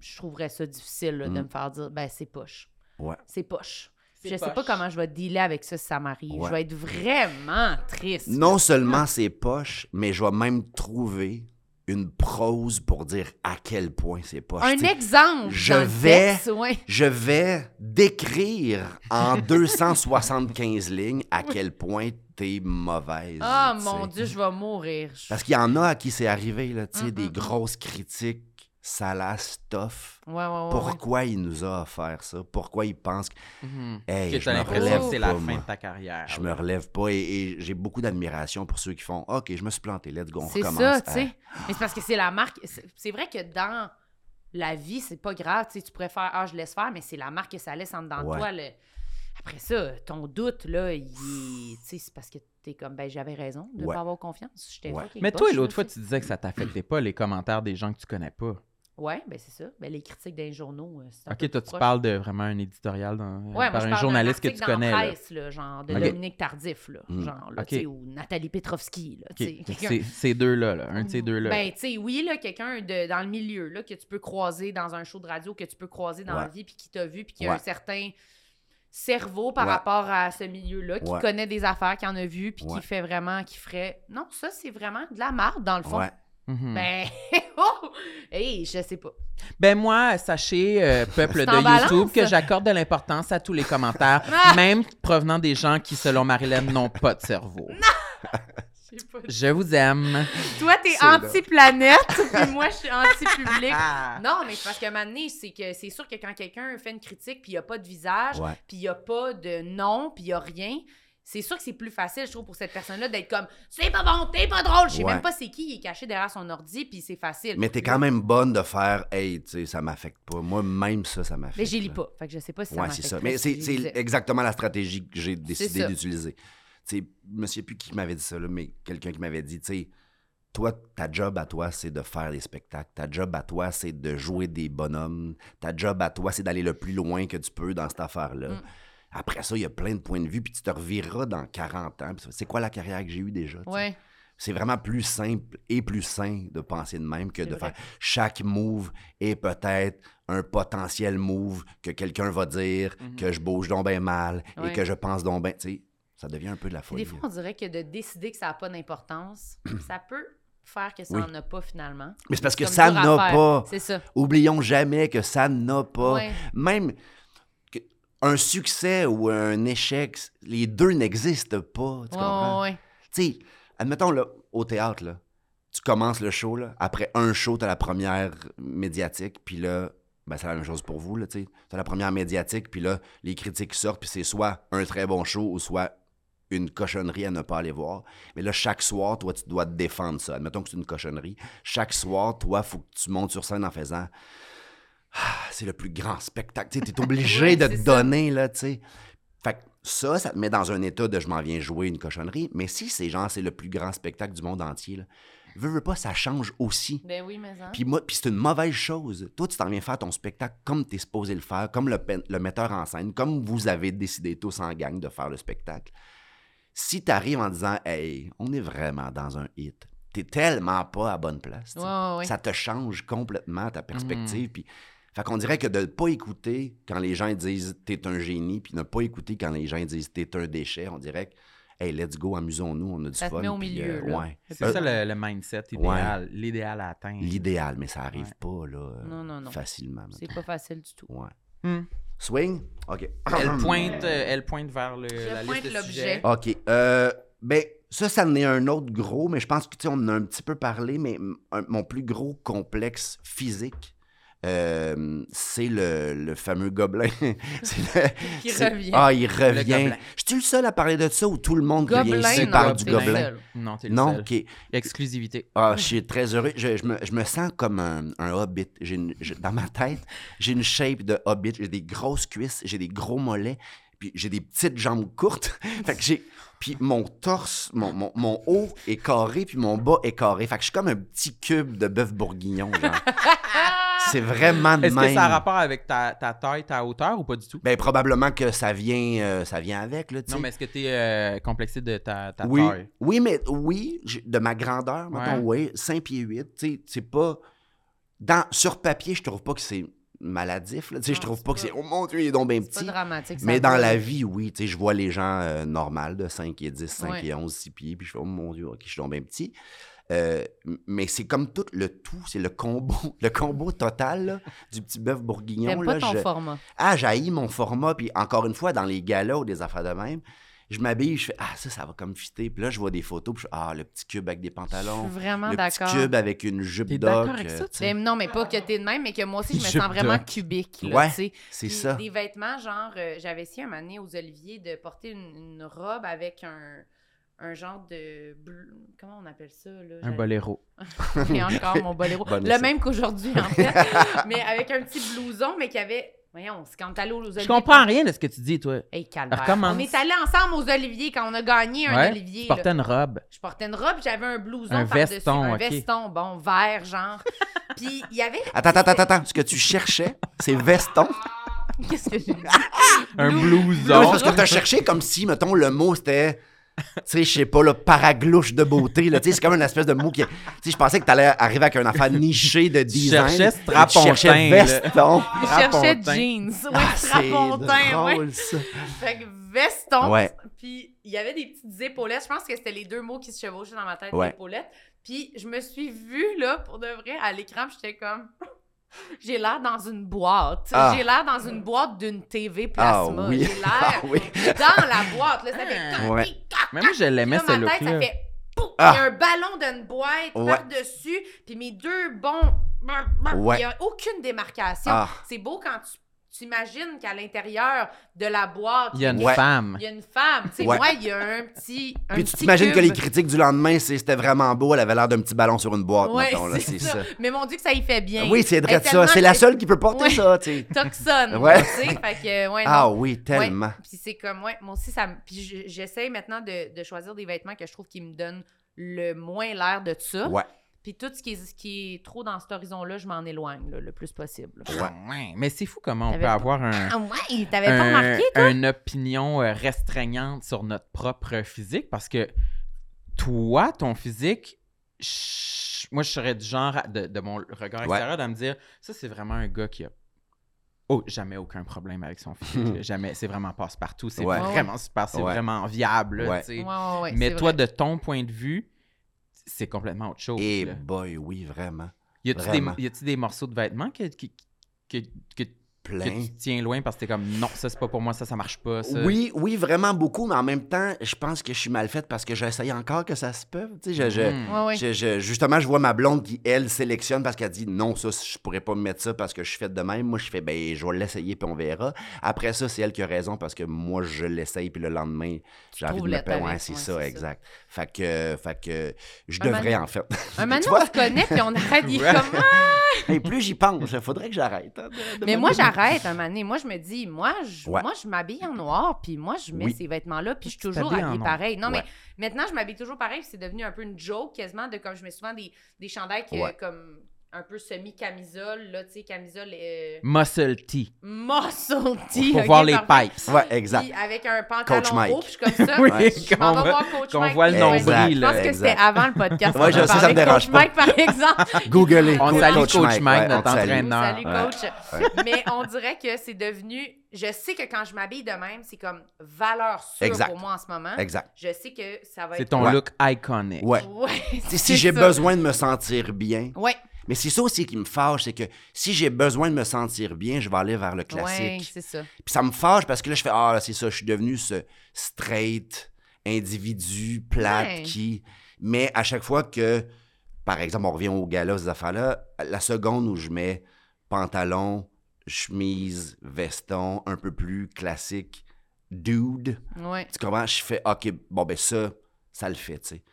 [SPEAKER 1] je trouverais ça difficile, là, de
[SPEAKER 4] Mm.
[SPEAKER 1] me faire dire, ben, c'est poche.
[SPEAKER 4] Ouais.
[SPEAKER 1] C'est poche.
[SPEAKER 2] C'est
[SPEAKER 1] Je sais pas
[SPEAKER 2] poche.
[SPEAKER 1] comment je vais dealer avec ça si ça m'arrive.
[SPEAKER 4] Ouais.
[SPEAKER 1] Je vais être vraiment triste.
[SPEAKER 4] Non seulement c'est poche, mais je vais même trouver une prose pour dire à quel point c'est poche.
[SPEAKER 1] Un
[SPEAKER 4] Tu sais,
[SPEAKER 1] exemple.
[SPEAKER 4] je
[SPEAKER 1] dans le
[SPEAKER 4] vais-
[SPEAKER 1] texte, ouais.
[SPEAKER 4] Je vais décrire en 275 lignes à quel point t'es mauvaise.
[SPEAKER 1] Ah,
[SPEAKER 4] tu sais.
[SPEAKER 1] mon Dieu, je vais mourir. Je-
[SPEAKER 4] Parce qu'il y en a à qui c'est arrivé, là, tu sais,
[SPEAKER 1] Mm,
[SPEAKER 4] des
[SPEAKER 1] mm,
[SPEAKER 4] grosses critiques salaces, tough.
[SPEAKER 1] Ouais, ouais, ouais, ouais.
[SPEAKER 4] Pourquoi il nous a offert ça? Pourquoi il pense que
[SPEAKER 2] Mhm.
[SPEAKER 4] Hey,
[SPEAKER 2] Que
[SPEAKER 4] je
[SPEAKER 2] t'as
[SPEAKER 4] me
[SPEAKER 2] l'impression
[SPEAKER 4] relève
[SPEAKER 2] que c'est la
[SPEAKER 4] pas,
[SPEAKER 2] fin
[SPEAKER 4] moi.
[SPEAKER 2] de ta carrière.
[SPEAKER 4] je me relève pas? Et, et j'ai beaucoup d'admiration pour ceux qui font OK, je me suis planté, let's go, on
[SPEAKER 1] C'est
[SPEAKER 4] recommence.
[SPEAKER 1] ça,
[SPEAKER 4] à-
[SPEAKER 1] tu sais. Mais c'est parce que c'est la marque. c'est- C'est vrai que dans la vie, c'est pas grave. Tu sais, tu pourrais faire Ah, je laisse faire, mais c'est la marque que ça laisse en dedans de
[SPEAKER 4] Ouais.
[SPEAKER 1] toi. le- Après ça, ton doute, là, il est. Tu sais, c'est parce que t'es comme Ben, j'avais raison de
[SPEAKER 4] Ouais.
[SPEAKER 1] pas avoir confiance. J'étais
[SPEAKER 4] Ouais.
[SPEAKER 1] fucking
[SPEAKER 2] Mais toi,
[SPEAKER 1] poche,
[SPEAKER 2] l'autre
[SPEAKER 1] là,
[SPEAKER 2] fois,
[SPEAKER 1] tu sais.
[SPEAKER 2] tu disais que ça t'affectait pas les commentaires des gens que tu connais pas.
[SPEAKER 1] Ouais, ben, c'est ça. Ben, les critiques d'un journaux. euh, c'est un peu
[SPEAKER 2] Ok, toi,
[SPEAKER 1] plus
[SPEAKER 2] tu
[SPEAKER 1] proche.
[SPEAKER 2] parles de vraiment un éditorial dans,
[SPEAKER 1] Ouais, moi,
[SPEAKER 2] par
[SPEAKER 1] je parle
[SPEAKER 2] un
[SPEAKER 1] d'un
[SPEAKER 2] journaliste que tu
[SPEAKER 1] article dans
[SPEAKER 2] connais. là.
[SPEAKER 1] Presse, là, genre de
[SPEAKER 2] Ok.
[SPEAKER 1] Dominique Tardif, là,
[SPEAKER 4] Mm.
[SPEAKER 1] genre, là,
[SPEAKER 2] Ok.
[SPEAKER 1] tu sais, ou Nathalie Petrovski. Là,
[SPEAKER 2] Ok,
[SPEAKER 1] tu sais, quelqu'un-
[SPEAKER 2] c'est- Ces deux-là, là, un de ces deux-là.
[SPEAKER 1] Ben, tu sais, oui, là, quelqu'un de- dans le milieu, là, que tu peux croiser dans un show de radio, que tu peux croiser dans la
[SPEAKER 4] Ouais.
[SPEAKER 1] vie, puis qui t'a vu, puis qui a
[SPEAKER 4] Ouais.
[SPEAKER 1] un certain cerveau par
[SPEAKER 4] Ouais.
[SPEAKER 1] rapport à ce milieu-là, qui
[SPEAKER 4] Ouais.
[SPEAKER 1] connaît des affaires, qui en a vu, puis
[SPEAKER 4] Ouais.
[SPEAKER 1] qui fait vraiment, qui ferait. Non, ça, c'est vraiment de la marde, dans le fond.
[SPEAKER 4] Ouais.
[SPEAKER 2] Mhm. ben...
[SPEAKER 1] Ben, oh! Hey, je sais pas.
[SPEAKER 2] moi, sachez, euh, peuple
[SPEAKER 1] C'est
[SPEAKER 2] de
[SPEAKER 1] en balance.
[SPEAKER 2] YouTube, que j'accorde de l'importance à tous les commentaires,
[SPEAKER 1] Ah!
[SPEAKER 2] même provenant des gens qui, selon Marilyn, n'ont pas de cerveau.
[SPEAKER 1] Je sais pas.
[SPEAKER 2] Je vous aime.
[SPEAKER 1] Toi, t'es
[SPEAKER 4] C'est là.
[SPEAKER 1] anti-planète, puis moi, je suis anti-public.
[SPEAKER 2] Ah!
[SPEAKER 1] Non, mais c'est parce que un moment donné, c'est que c'est sûr que quand quelqu'un fait une critique, puis il n'y a pas de visage,
[SPEAKER 4] Ouais.
[SPEAKER 1] puis il n'y a pas de nom, puis il n'y a rien, c'est sûr que c'est plus facile, je trouve, pour cette personne-là d'être comme c'est pas bon, t'es pas drôle, je sais
[SPEAKER 4] Ouais.
[SPEAKER 1] même pas c'est qui, il est caché derrière son ordi, puis c'est facile.
[SPEAKER 4] Mais t'es quand même bonne de faire Hey, tu sais, ça m'affecte pas. Moi, même ça, ça m'affecte.
[SPEAKER 1] Mais j'y lis
[SPEAKER 4] là.
[SPEAKER 1] pas, fait que je sais pas si ça
[SPEAKER 4] Ouais, c'est
[SPEAKER 1] m'affecte
[SPEAKER 4] ça.
[SPEAKER 1] pas,
[SPEAKER 4] Mais
[SPEAKER 1] si
[SPEAKER 4] c'est
[SPEAKER 1] j'y
[SPEAKER 4] c'est
[SPEAKER 1] lisais.
[SPEAKER 4] exactement la stratégie que j'ai
[SPEAKER 1] ça.
[SPEAKER 4] décidé d'utiliser. Tu sais, je me souviens plus qui m'avait dit ça, là, mais quelqu'un qui m'avait dit, tu sais, toi, ta job à toi, c'est de faire des spectacles. Ta job à toi, c'est de jouer des bonhommes. Ta job à toi, c'est d'aller le plus loin que tu peux dans cette affaire-là.
[SPEAKER 1] Mm.
[SPEAKER 4] Après ça, il y a plein de points de vue, puis tu te revireras dans 40 ans. puis C'est quoi la carrière que j'ai eue déjà? tu sais?
[SPEAKER 1] Ouais.
[SPEAKER 4] C'est vraiment plus simple et plus sain de penser de même que
[SPEAKER 1] C'est
[SPEAKER 4] de
[SPEAKER 1] vrai.
[SPEAKER 4] faire chaque move est peut-être un potentiel move que quelqu'un va dire
[SPEAKER 2] Mhm.
[SPEAKER 4] que je bouge donc bien mal
[SPEAKER 1] Ouais.
[SPEAKER 4] et que je pense donc bien. Tu sais, ça devient un peu de la
[SPEAKER 1] Puis
[SPEAKER 4] folie.
[SPEAKER 1] Des fois, on dirait que de décider que ça n'a pas d'importance, ça peut faire que ça
[SPEAKER 4] Mm. Oui.
[SPEAKER 1] n'en a pas finalement.
[SPEAKER 4] Mais c'est parce que
[SPEAKER 1] Comme
[SPEAKER 4] ça
[SPEAKER 1] dur à
[SPEAKER 4] n'a
[SPEAKER 1] faire.
[SPEAKER 4] pas.
[SPEAKER 1] C'est ça.
[SPEAKER 4] Oublions jamais que ça n'a pas.
[SPEAKER 1] Ouais.
[SPEAKER 4] Même que- un succès ou un échec, les deux n'existent pas. Tu
[SPEAKER 1] Ouais,
[SPEAKER 4] comprends?
[SPEAKER 1] ouais, ouais.
[SPEAKER 4] Tu sais, admettons, là, au théâtre, là, tu commences le show, là, après un show, t'as la première médiatique, puis là, ben, c'est la même chose pour vous, là, tu sais. T'as la première médiatique, puis là, les critiques sortent, puis c'est soit un très bon show ou soit une cochonnerie à ne pas aller voir. Mais là, chaque soir, toi, tu dois te défendre ça. Admettons que c'est une cochonnerie. Chaque soir, toi, faut que tu montes sur scène en faisant Ah, c'est le plus grand spectacle. Tu es obligé
[SPEAKER 1] Ouais,
[SPEAKER 4] de
[SPEAKER 1] c'est
[SPEAKER 4] te
[SPEAKER 1] ça.
[SPEAKER 4] donner, là, tu sais. Fait que ça, ça te met dans un état de je m'en viens jouer une cochonnerie. Mais si c'est genre, c'est le plus grand spectacle du monde entier, là, veux, veux pas, ça change aussi.
[SPEAKER 1] Ben oui, mais ça.
[SPEAKER 4] Puis moi, puis c'est une mauvaise chose. Toi, tu t'en viens faire ton spectacle comme t'es supposé le faire, comme le, pen- le metteur en scène, comme vous avez décidé tous en gang de faire le spectacle. Si t'arrives en disant, hey, on est vraiment dans un hit, t'es tellement pas à bonne place. tu sais.
[SPEAKER 1] Ouais, Mm. ouais, ouais.
[SPEAKER 4] Ça te change complètement ta perspective. Puis Fait qu'on dirait que de ne pas écouter quand les gens disent t'es un génie, puis ne pas écouter quand les gens disent t'es un déchet, on dirait que, hey, let's go, amusons-nous, on a du
[SPEAKER 1] Ça te
[SPEAKER 4] fun.
[SPEAKER 1] met au
[SPEAKER 4] puis,
[SPEAKER 1] milieu, là.
[SPEAKER 4] ouais.
[SPEAKER 2] C'est
[SPEAKER 4] Euh,
[SPEAKER 2] ça le, le mindset idéal, l'idéal à atteindre.
[SPEAKER 4] L'idéal, mais ça arrive
[SPEAKER 2] Ouais.
[SPEAKER 4] pas, là.
[SPEAKER 1] Mm.
[SPEAKER 4] euh,
[SPEAKER 1] Non, non, non.
[SPEAKER 4] Facilement.
[SPEAKER 1] C'est pas facile du tout.
[SPEAKER 4] mettons. Ouais.
[SPEAKER 2] Hmm.
[SPEAKER 4] Swing? OK.
[SPEAKER 2] Elle pointe, euh, elle pointe vers le, la
[SPEAKER 1] pointe
[SPEAKER 2] liste de
[SPEAKER 1] l'objet.
[SPEAKER 2] sujets.
[SPEAKER 4] OK. Euh, ben, ça, ça en est un autre gros, mais je pense que, tu sais, on en a un petit peu parlé, mais m- un- mon plus gros complexe physique, euh, c'est le, le fameux gobelin. C'est le-
[SPEAKER 1] Qui
[SPEAKER 4] c'est-
[SPEAKER 1] revient.
[SPEAKER 4] Ah, il revient.
[SPEAKER 2] gobelin.
[SPEAKER 4] Je suis le seul à parler de ça ou tout le monde qui vient ici
[SPEAKER 1] non,
[SPEAKER 4] parle du
[SPEAKER 1] t'es
[SPEAKER 2] gobelin.
[SPEAKER 4] gobelin?
[SPEAKER 1] seul.
[SPEAKER 2] Non, t'es le
[SPEAKER 4] Non,
[SPEAKER 2] seul.
[SPEAKER 4] OK.
[SPEAKER 2] Exclusivité.
[SPEAKER 4] Ah, je suis très heureux. Je, je me, je me sens comme un, un hobbit. J'ai une- je- dans ma tête, j'ai une shape de hobbit. J'ai des grosses cuisses, j'ai des gros mollets, puis j'ai des petites jambes courtes. fait que j'ai... Puis mon torse, mon, mon- mon haut est carré, puis mon bas est carré. Fait que je suis comme un petit cube de bœuf bourguignon. genre. C'est vraiment de
[SPEAKER 2] Est-ce
[SPEAKER 4] même.
[SPEAKER 2] que ça a rapport avec ta, ta taille, ta hauteur ou pas du tout?
[SPEAKER 4] Ben, probablement que ça vient, euh, ça vient avec, là, tu
[SPEAKER 2] non,
[SPEAKER 4] sais.
[SPEAKER 2] mais est-ce que t'es euh, complexé de ta, ta
[SPEAKER 4] oui,
[SPEAKER 2] taille?
[SPEAKER 4] Oui, mais oui, j- de ma grandeur, mettons, oui, 5 pieds 8, tu sais, c'est pas... Dans, sur papier, je trouve pas que c'est maladif, là, tu sais, je
[SPEAKER 1] Non,
[SPEAKER 4] trouve
[SPEAKER 1] c'est
[SPEAKER 4] pas que
[SPEAKER 1] pas-
[SPEAKER 4] c'est... Oh mon Dieu, il est donc bien
[SPEAKER 1] C'est pas
[SPEAKER 4] petit.
[SPEAKER 1] dramatique. ça
[SPEAKER 4] Mais dans
[SPEAKER 1] va.
[SPEAKER 4] la vie, oui, tu sais, je vois les gens euh, normaux de 5 et 10, 5
[SPEAKER 1] Ouais.
[SPEAKER 4] et 11, 6 pieds, puis je fais, oh mon Dieu, ok, je suis donc bien petit. Euh, m- mais c'est comme tout le tout, c'est le combo, le combo total là, du petit bœuf bourguignon.
[SPEAKER 1] T'aimes pas
[SPEAKER 4] là,
[SPEAKER 1] ton
[SPEAKER 4] je-
[SPEAKER 1] format.
[SPEAKER 4] ah, j'haïs mon format. Puis encore une fois, dans les galas ou des affaires de même, je m'habille, je fais Ah, ça, ça va comme fitter. Puis là, je vois des photos, puis je fais Ah, le petit cube avec des
[SPEAKER 1] Je
[SPEAKER 4] pantalons.
[SPEAKER 1] suis vraiment
[SPEAKER 4] Le petit
[SPEAKER 1] d'accord.
[SPEAKER 4] cube avec une jupe
[SPEAKER 2] T'es
[SPEAKER 4] doc.
[SPEAKER 2] d'accord avec ça,
[SPEAKER 4] euh,
[SPEAKER 2] tu
[SPEAKER 1] Mais Ben, non, mais pas que t'es de même, mais que moi aussi, je me
[SPEAKER 2] Jupe
[SPEAKER 1] sens vraiment
[SPEAKER 2] doc.
[SPEAKER 1] cubique. Là,
[SPEAKER 4] Ouais.
[SPEAKER 1] tu sais.
[SPEAKER 4] C'est
[SPEAKER 1] Puis
[SPEAKER 4] ça.
[SPEAKER 1] Des vêtements, genre, euh, j'avais essayé un moment donné aux Oliviers de porter une, une robe avec un, un genre de. bleu- Comment on appelle ça? Là?
[SPEAKER 2] Un
[SPEAKER 1] J'avais-
[SPEAKER 2] boléro.
[SPEAKER 1] Et encore mon boléro.
[SPEAKER 4] Bonne
[SPEAKER 1] le
[SPEAKER 4] leçon.
[SPEAKER 1] même qu'aujourd'hui, en fait. mais avec un petit blouson, mais qui avait. Voyons, c'est quand t'allais aux Oliviers.
[SPEAKER 2] Je comprends rien de ce que tu dis, toi.
[SPEAKER 1] Hey, calvaire.
[SPEAKER 2] Recommence.
[SPEAKER 1] On est allés ensemble aux Oliviers quand on a gagné un
[SPEAKER 2] Ouais,
[SPEAKER 1] Olivier.
[SPEAKER 2] Tu
[SPEAKER 1] là.
[SPEAKER 2] portais une robe.
[SPEAKER 1] Je portais une robe, j'avais un blouson
[SPEAKER 2] Un
[SPEAKER 1] par-dessus.
[SPEAKER 2] veston,
[SPEAKER 1] un
[SPEAKER 2] ok.
[SPEAKER 1] veston, bon, vert, genre. Puis il y avait.
[SPEAKER 4] Attends, attends, attends, attends. Ce que tu cherchais, c'est veston.
[SPEAKER 1] Qu'est-ce que j'ai dit?
[SPEAKER 2] Un
[SPEAKER 4] Non, c'est
[SPEAKER 2] blouson.
[SPEAKER 4] parce que t'as cherché comme si, mettons, le mot c'était. Tu sais, je sais pas, le paraglouche de beauté. là. Tu sais, c'est comme une espèce de mot qui. Tu sais, je pensais que t'allais arriver avec une affaire nichée de design.
[SPEAKER 2] cherchais
[SPEAKER 4] mais
[SPEAKER 2] strapontin,
[SPEAKER 4] Tu cherchais
[SPEAKER 2] là.
[SPEAKER 4] veston.
[SPEAKER 1] Je cherchais
[SPEAKER 2] Strapontin.
[SPEAKER 1] jeans. Ouais,
[SPEAKER 4] Ah, c'est
[SPEAKER 1] strapontin, ouais.
[SPEAKER 4] drôle, ça.
[SPEAKER 1] Fait que veston.
[SPEAKER 4] Ouais.
[SPEAKER 1] Puis il y avait des petites épaulettes. Je pense que c'était les deux mots qui se chevauchaient dans ma tête,
[SPEAKER 4] Ouais.
[SPEAKER 1] épaulettes. Puis je me suis vue, là, pour de vrai, à l'écran, puis j'étais comme. J'ai l'air dans une boîte.
[SPEAKER 4] Ah.
[SPEAKER 1] J'ai l'air dans une boîte d'une TV plasma.
[SPEAKER 4] oui.
[SPEAKER 1] J'ai
[SPEAKER 4] Ah
[SPEAKER 1] l'air
[SPEAKER 4] oui.
[SPEAKER 1] dans la boîte. Là, ça fait toc,
[SPEAKER 4] Ouais.
[SPEAKER 1] tic, toc,
[SPEAKER 2] Mais moi, je l'aimais,
[SPEAKER 1] Là,
[SPEAKER 2] ce
[SPEAKER 1] ma tête, ça
[SPEAKER 2] look-là.
[SPEAKER 1] fait pouf! Il
[SPEAKER 4] Ah!
[SPEAKER 1] y a un ballon d'une boîte
[SPEAKER 4] Ouais.
[SPEAKER 1] par-dessus, puis mes deux bons.
[SPEAKER 4] Ouais.
[SPEAKER 1] Il n'y a aucune démarcation.
[SPEAKER 4] Ah.
[SPEAKER 1] C'est beau quand tu tu imagines qu'à l'intérieur de la boîte,
[SPEAKER 2] Il y a une
[SPEAKER 4] Ouais.
[SPEAKER 2] femme.
[SPEAKER 1] il y a une femme. Tu sais,
[SPEAKER 4] Ouais.
[SPEAKER 1] moi, il y a un petit. Un
[SPEAKER 4] Puis tu
[SPEAKER 1] petit
[SPEAKER 4] t'imagines que
[SPEAKER 1] cube.
[SPEAKER 4] les critiques du lendemain, c'est- c'était vraiment beau, elle avait l'air d'un petit ballon sur une boîte,
[SPEAKER 1] Ouais,
[SPEAKER 4] mettons, là, c'est ça.
[SPEAKER 1] Mais mon Dieu, que ça y fait bien.
[SPEAKER 4] Oui, c'est vrai
[SPEAKER 1] Elle
[SPEAKER 4] de ça. C'est la
[SPEAKER 1] tellement
[SPEAKER 4] seule qui peut porter
[SPEAKER 1] Ouais.
[SPEAKER 4] ça, tu sais.
[SPEAKER 1] Toxone.
[SPEAKER 4] Ouais.
[SPEAKER 1] Tu sais, fait que, ouais, non.
[SPEAKER 4] Ah oui, tellement.
[SPEAKER 1] Puis c'est comme, ouais, moi aussi, ça me. Puis je- j'essaye maintenant de, de choisir des vêtements que je trouve qui me donnent le moins l'air de ça.
[SPEAKER 4] Ouais.
[SPEAKER 1] Puis tout ce qui est, ce qui est trop dans cet horizon-là, je m'en éloigne là, le plus possible.
[SPEAKER 4] Ouais.
[SPEAKER 2] Ouais, Mais c'est fou comment on
[SPEAKER 1] T'avais
[SPEAKER 2] peut
[SPEAKER 1] pas-
[SPEAKER 2] avoir un,
[SPEAKER 1] Ah ouais, t'avais pas
[SPEAKER 2] un-
[SPEAKER 1] remarqué?
[SPEAKER 2] une opinion euh, restreignante sur notre propre physique parce que toi, ton physique, je- moi, je serais du genre, à- de, de mon regard
[SPEAKER 4] Ouais.
[SPEAKER 2] extérieur, de me dire ça, c'est vraiment un gars qui a. Oh, jamais aucun problème avec son physique. là. jamais. C'est vraiment passe-partout. C'est
[SPEAKER 4] Ouais.
[SPEAKER 2] vraiment super. C'est
[SPEAKER 4] Ouais.
[SPEAKER 2] vraiment viable. là,
[SPEAKER 4] Ouais.
[SPEAKER 2] tu sais.
[SPEAKER 1] Ouais, ouais, ouais,
[SPEAKER 2] Mais
[SPEAKER 1] c'est
[SPEAKER 2] toi,
[SPEAKER 1] vrai.
[SPEAKER 2] de ton point de vue, c'est complètement autre chose.
[SPEAKER 4] Et
[SPEAKER 2] Oh, là.
[SPEAKER 4] eh boy, oui, vraiment.
[SPEAKER 2] Y a-tu
[SPEAKER 4] vraiment.
[SPEAKER 2] des, y a-tu des morceaux de vêtements que, que, que, que- que
[SPEAKER 4] Plein.
[SPEAKER 2] tu euh, tiens loin parce que t'es comme non, ça c'est pas pour moi, ça ça marche pas. Ça.
[SPEAKER 4] Oui, oui, vraiment beaucoup, mais en même temps, je pense que je suis mal faite parce que j'essaye encore que ça se peut. Tu sais, je- je-
[SPEAKER 2] Hmm.
[SPEAKER 1] Ouais, ouais.
[SPEAKER 4] je- je- justement, je vois ma blonde qui, elle, sélectionne parce qu'elle dit non, ça, je pourrais pas me mettre ça parce que je suis faite de même. Moi, je fais, ben, je vais l'essayer puis on verra. Après ça, c'est elle qui a raison parce que moi, je l'essaye puis le lendemain, j'ai envie de
[SPEAKER 1] trouves
[SPEAKER 4] me
[SPEAKER 1] la
[SPEAKER 4] perdre.
[SPEAKER 1] palette,
[SPEAKER 4] Ouais, c'est
[SPEAKER 1] ouais,
[SPEAKER 4] ça,
[SPEAKER 1] c'est ça.
[SPEAKER 4] exact. Fait que, fait que, je
[SPEAKER 1] Un
[SPEAKER 4] devrais,
[SPEAKER 1] moment-
[SPEAKER 4] en fait.
[SPEAKER 1] Un moment,
[SPEAKER 4] Tu
[SPEAKER 1] on
[SPEAKER 4] vois?
[SPEAKER 1] se connaît, puis on arrête. il est
[SPEAKER 2] Ouais.
[SPEAKER 1] comme, Ah!
[SPEAKER 4] Et plus j'y pense, il faudrait que j'arrête. hein, de- de
[SPEAKER 1] Mais
[SPEAKER 4] me-
[SPEAKER 1] moi, j'arrête un moment donné. Moi, je me dis, moi, je,
[SPEAKER 4] Ouais.
[SPEAKER 1] moi, je m'habille en noir, puis moi, je mets
[SPEAKER 4] Oui.
[SPEAKER 1] ces vêtements-là, puis je suis
[SPEAKER 2] Tu
[SPEAKER 1] toujours
[SPEAKER 2] t'habilles en
[SPEAKER 1] habillée
[SPEAKER 2] noir.
[SPEAKER 1] pareil. Non,
[SPEAKER 4] Ouais.
[SPEAKER 1] mais maintenant, je m'habille toujours pareil, puis c'est devenu un peu une joke quasiment de comme je mets souvent des, des chandails que,
[SPEAKER 4] Ouais.
[SPEAKER 1] comme un peu semi-camisole, là, tu sais, camisole euh,
[SPEAKER 2] Muscle T.
[SPEAKER 1] muscle tee.
[SPEAKER 2] Pour
[SPEAKER 1] ok,
[SPEAKER 2] voir les
[SPEAKER 1] parfait.
[SPEAKER 2] pipes.
[SPEAKER 4] Ouais, exact.
[SPEAKER 1] Puis avec un pantalon
[SPEAKER 4] Coach Mike.
[SPEAKER 1] haut, puis je suis comme ça.
[SPEAKER 2] Oui,
[SPEAKER 4] Ouais.
[SPEAKER 1] Je m'en
[SPEAKER 2] qu'on
[SPEAKER 1] vais
[SPEAKER 2] voit-
[SPEAKER 1] voir Coach
[SPEAKER 2] qu'on
[SPEAKER 1] Mike.
[SPEAKER 2] voit le
[SPEAKER 1] Ouais,
[SPEAKER 2] nombril,
[SPEAKER 1] Je pense
[SPEAKER 4] là.
[SPEAKER 1] que c'était
[SPEAKER 4] Exact.
[SPEAKER 1] avant le podcast.
[SPEAKER 4] Ouais,
[SPEAKER 1] qu'on
[SPEAKER 4] je
[SPEAKER 1] a
[SPEAKER 4] sais, ça me
[SPEAKER 1] parlé.
[SPEAKER 4] dérange
[SPEAKER 1] Coach
[SPEAKER 4] pas.
[SPEAKER 1] Mike, par exemple.
[SPEAKER 4] Googlez.
[SPEAKER 2] On
[SPEAKER 4] Co-
[SPEAKER 2] salue Coach Mike,
[SPEAKER 4] ouais, on
[SPEAKER 2] notre
[SPEAKER 4] te salue.
[SPEAKER 2] entraîneur.
[SPEAKER 1] Nous, Salut,
[SPEAKER 4] Ouais.
[SPEAKER 1] coach. Mais on dirait que c'est devenu. Je sais que quand je m'habille de même, c'est comme valeur sûre
[SPEAKER 4] Exact.
[SPEAKER 1] pour moi en ce moment.
[SPEAKER 4] Exact.
[SPEAKER 1] Je sais que ça va
[SPEAKER 2] C'est
[SPEAKER 1] être.
[SPEAKER 2] ton
[SPEAKER 4] Ouais.
[SPEAKER 2] look iconique.
[SPEAKER 4] Ouais.
[SPEAKER 1] Ouais,
[SPEAKER 4] Tu sais,
[SPEAKER 1] c'est
[SPEAKER 4] Si j'ai
[SPEAKER 1] ça.
[SPEAKER 4] besoin de me sentir bien,
[SPEAKER 1] Ouais,
[SPEAKER 4] mais c'est ça aussi qui me fâche, c'est que si j'ai besoin de me sentir bien, je vais aller vers le
[SPEAKER 1] ouais,
[SPEAKER 4] classique.
[SPEAKER 1] c'est ça.
[SPEAKER 4] Puis ça me fâche parce que là, je fais Ah, là, c'est ça, je suis devenu ce straight individu plate
[SPEAKER 1] Ouais.
[SPEAKER 4] qui. Mais à chaque fois que, par exemple, on revient au gala, ces affaires-là, la seconde où je mets pantalon, chemise, veston, un peu plus classique, dude,
[SPEAKER 1] Ouais.
[SPEAKER 4] tu comprends? Je fais OK, bon, ben ça, ça le fait, tu sais.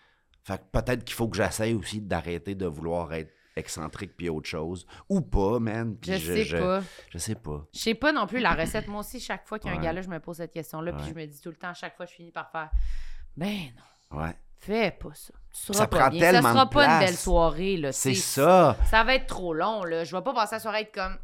[SPEAKER 4] Fait que peut-être qu'il faut que j'essaye aussi d'arrêter de vouloir être excentrique puis autre chose. Ou pas, man. puis
[SPEAKER 1] Je, sais pas.
[SPEAKER 4] Je sais pas.
[SPEAKER 1] Je sais pas non plus la recette. Moi aussi, chaque fois qu'il y a un
[SPEAKER 4] Ouais.
[SPEAKER 1] gala, je me pose cette question-là. Puis
[SPEAKER 4] Ouais.
[SPEAKER 1] je me dis tout le temps, à chaque fois, je finis par faire Ben non,
[SPEAKER 4] Ouais.
[SPEAKER 1] fais pas ça. Tu seras
[SPEAKER 4] Ça
[SPEAKER 1] pas
[SPEAKER 4] prend
[SPEAKER 1] bien.
[SPEAKER 4] tellement
[SPEAKER 1] ça sera
[SPEAKER 4] de
[SPEAKER 1] pas une
[SPEAKER 4] place.
[SPEAKER 1] belle soirée. Là,
[SPEAKER 4] C'est
[SPEAKER 1] tu sais.
[SPEAKER 4] ça.
[SPEAKER 1] Ça va être trop long. là. Je vais pas passer la soirée à être comme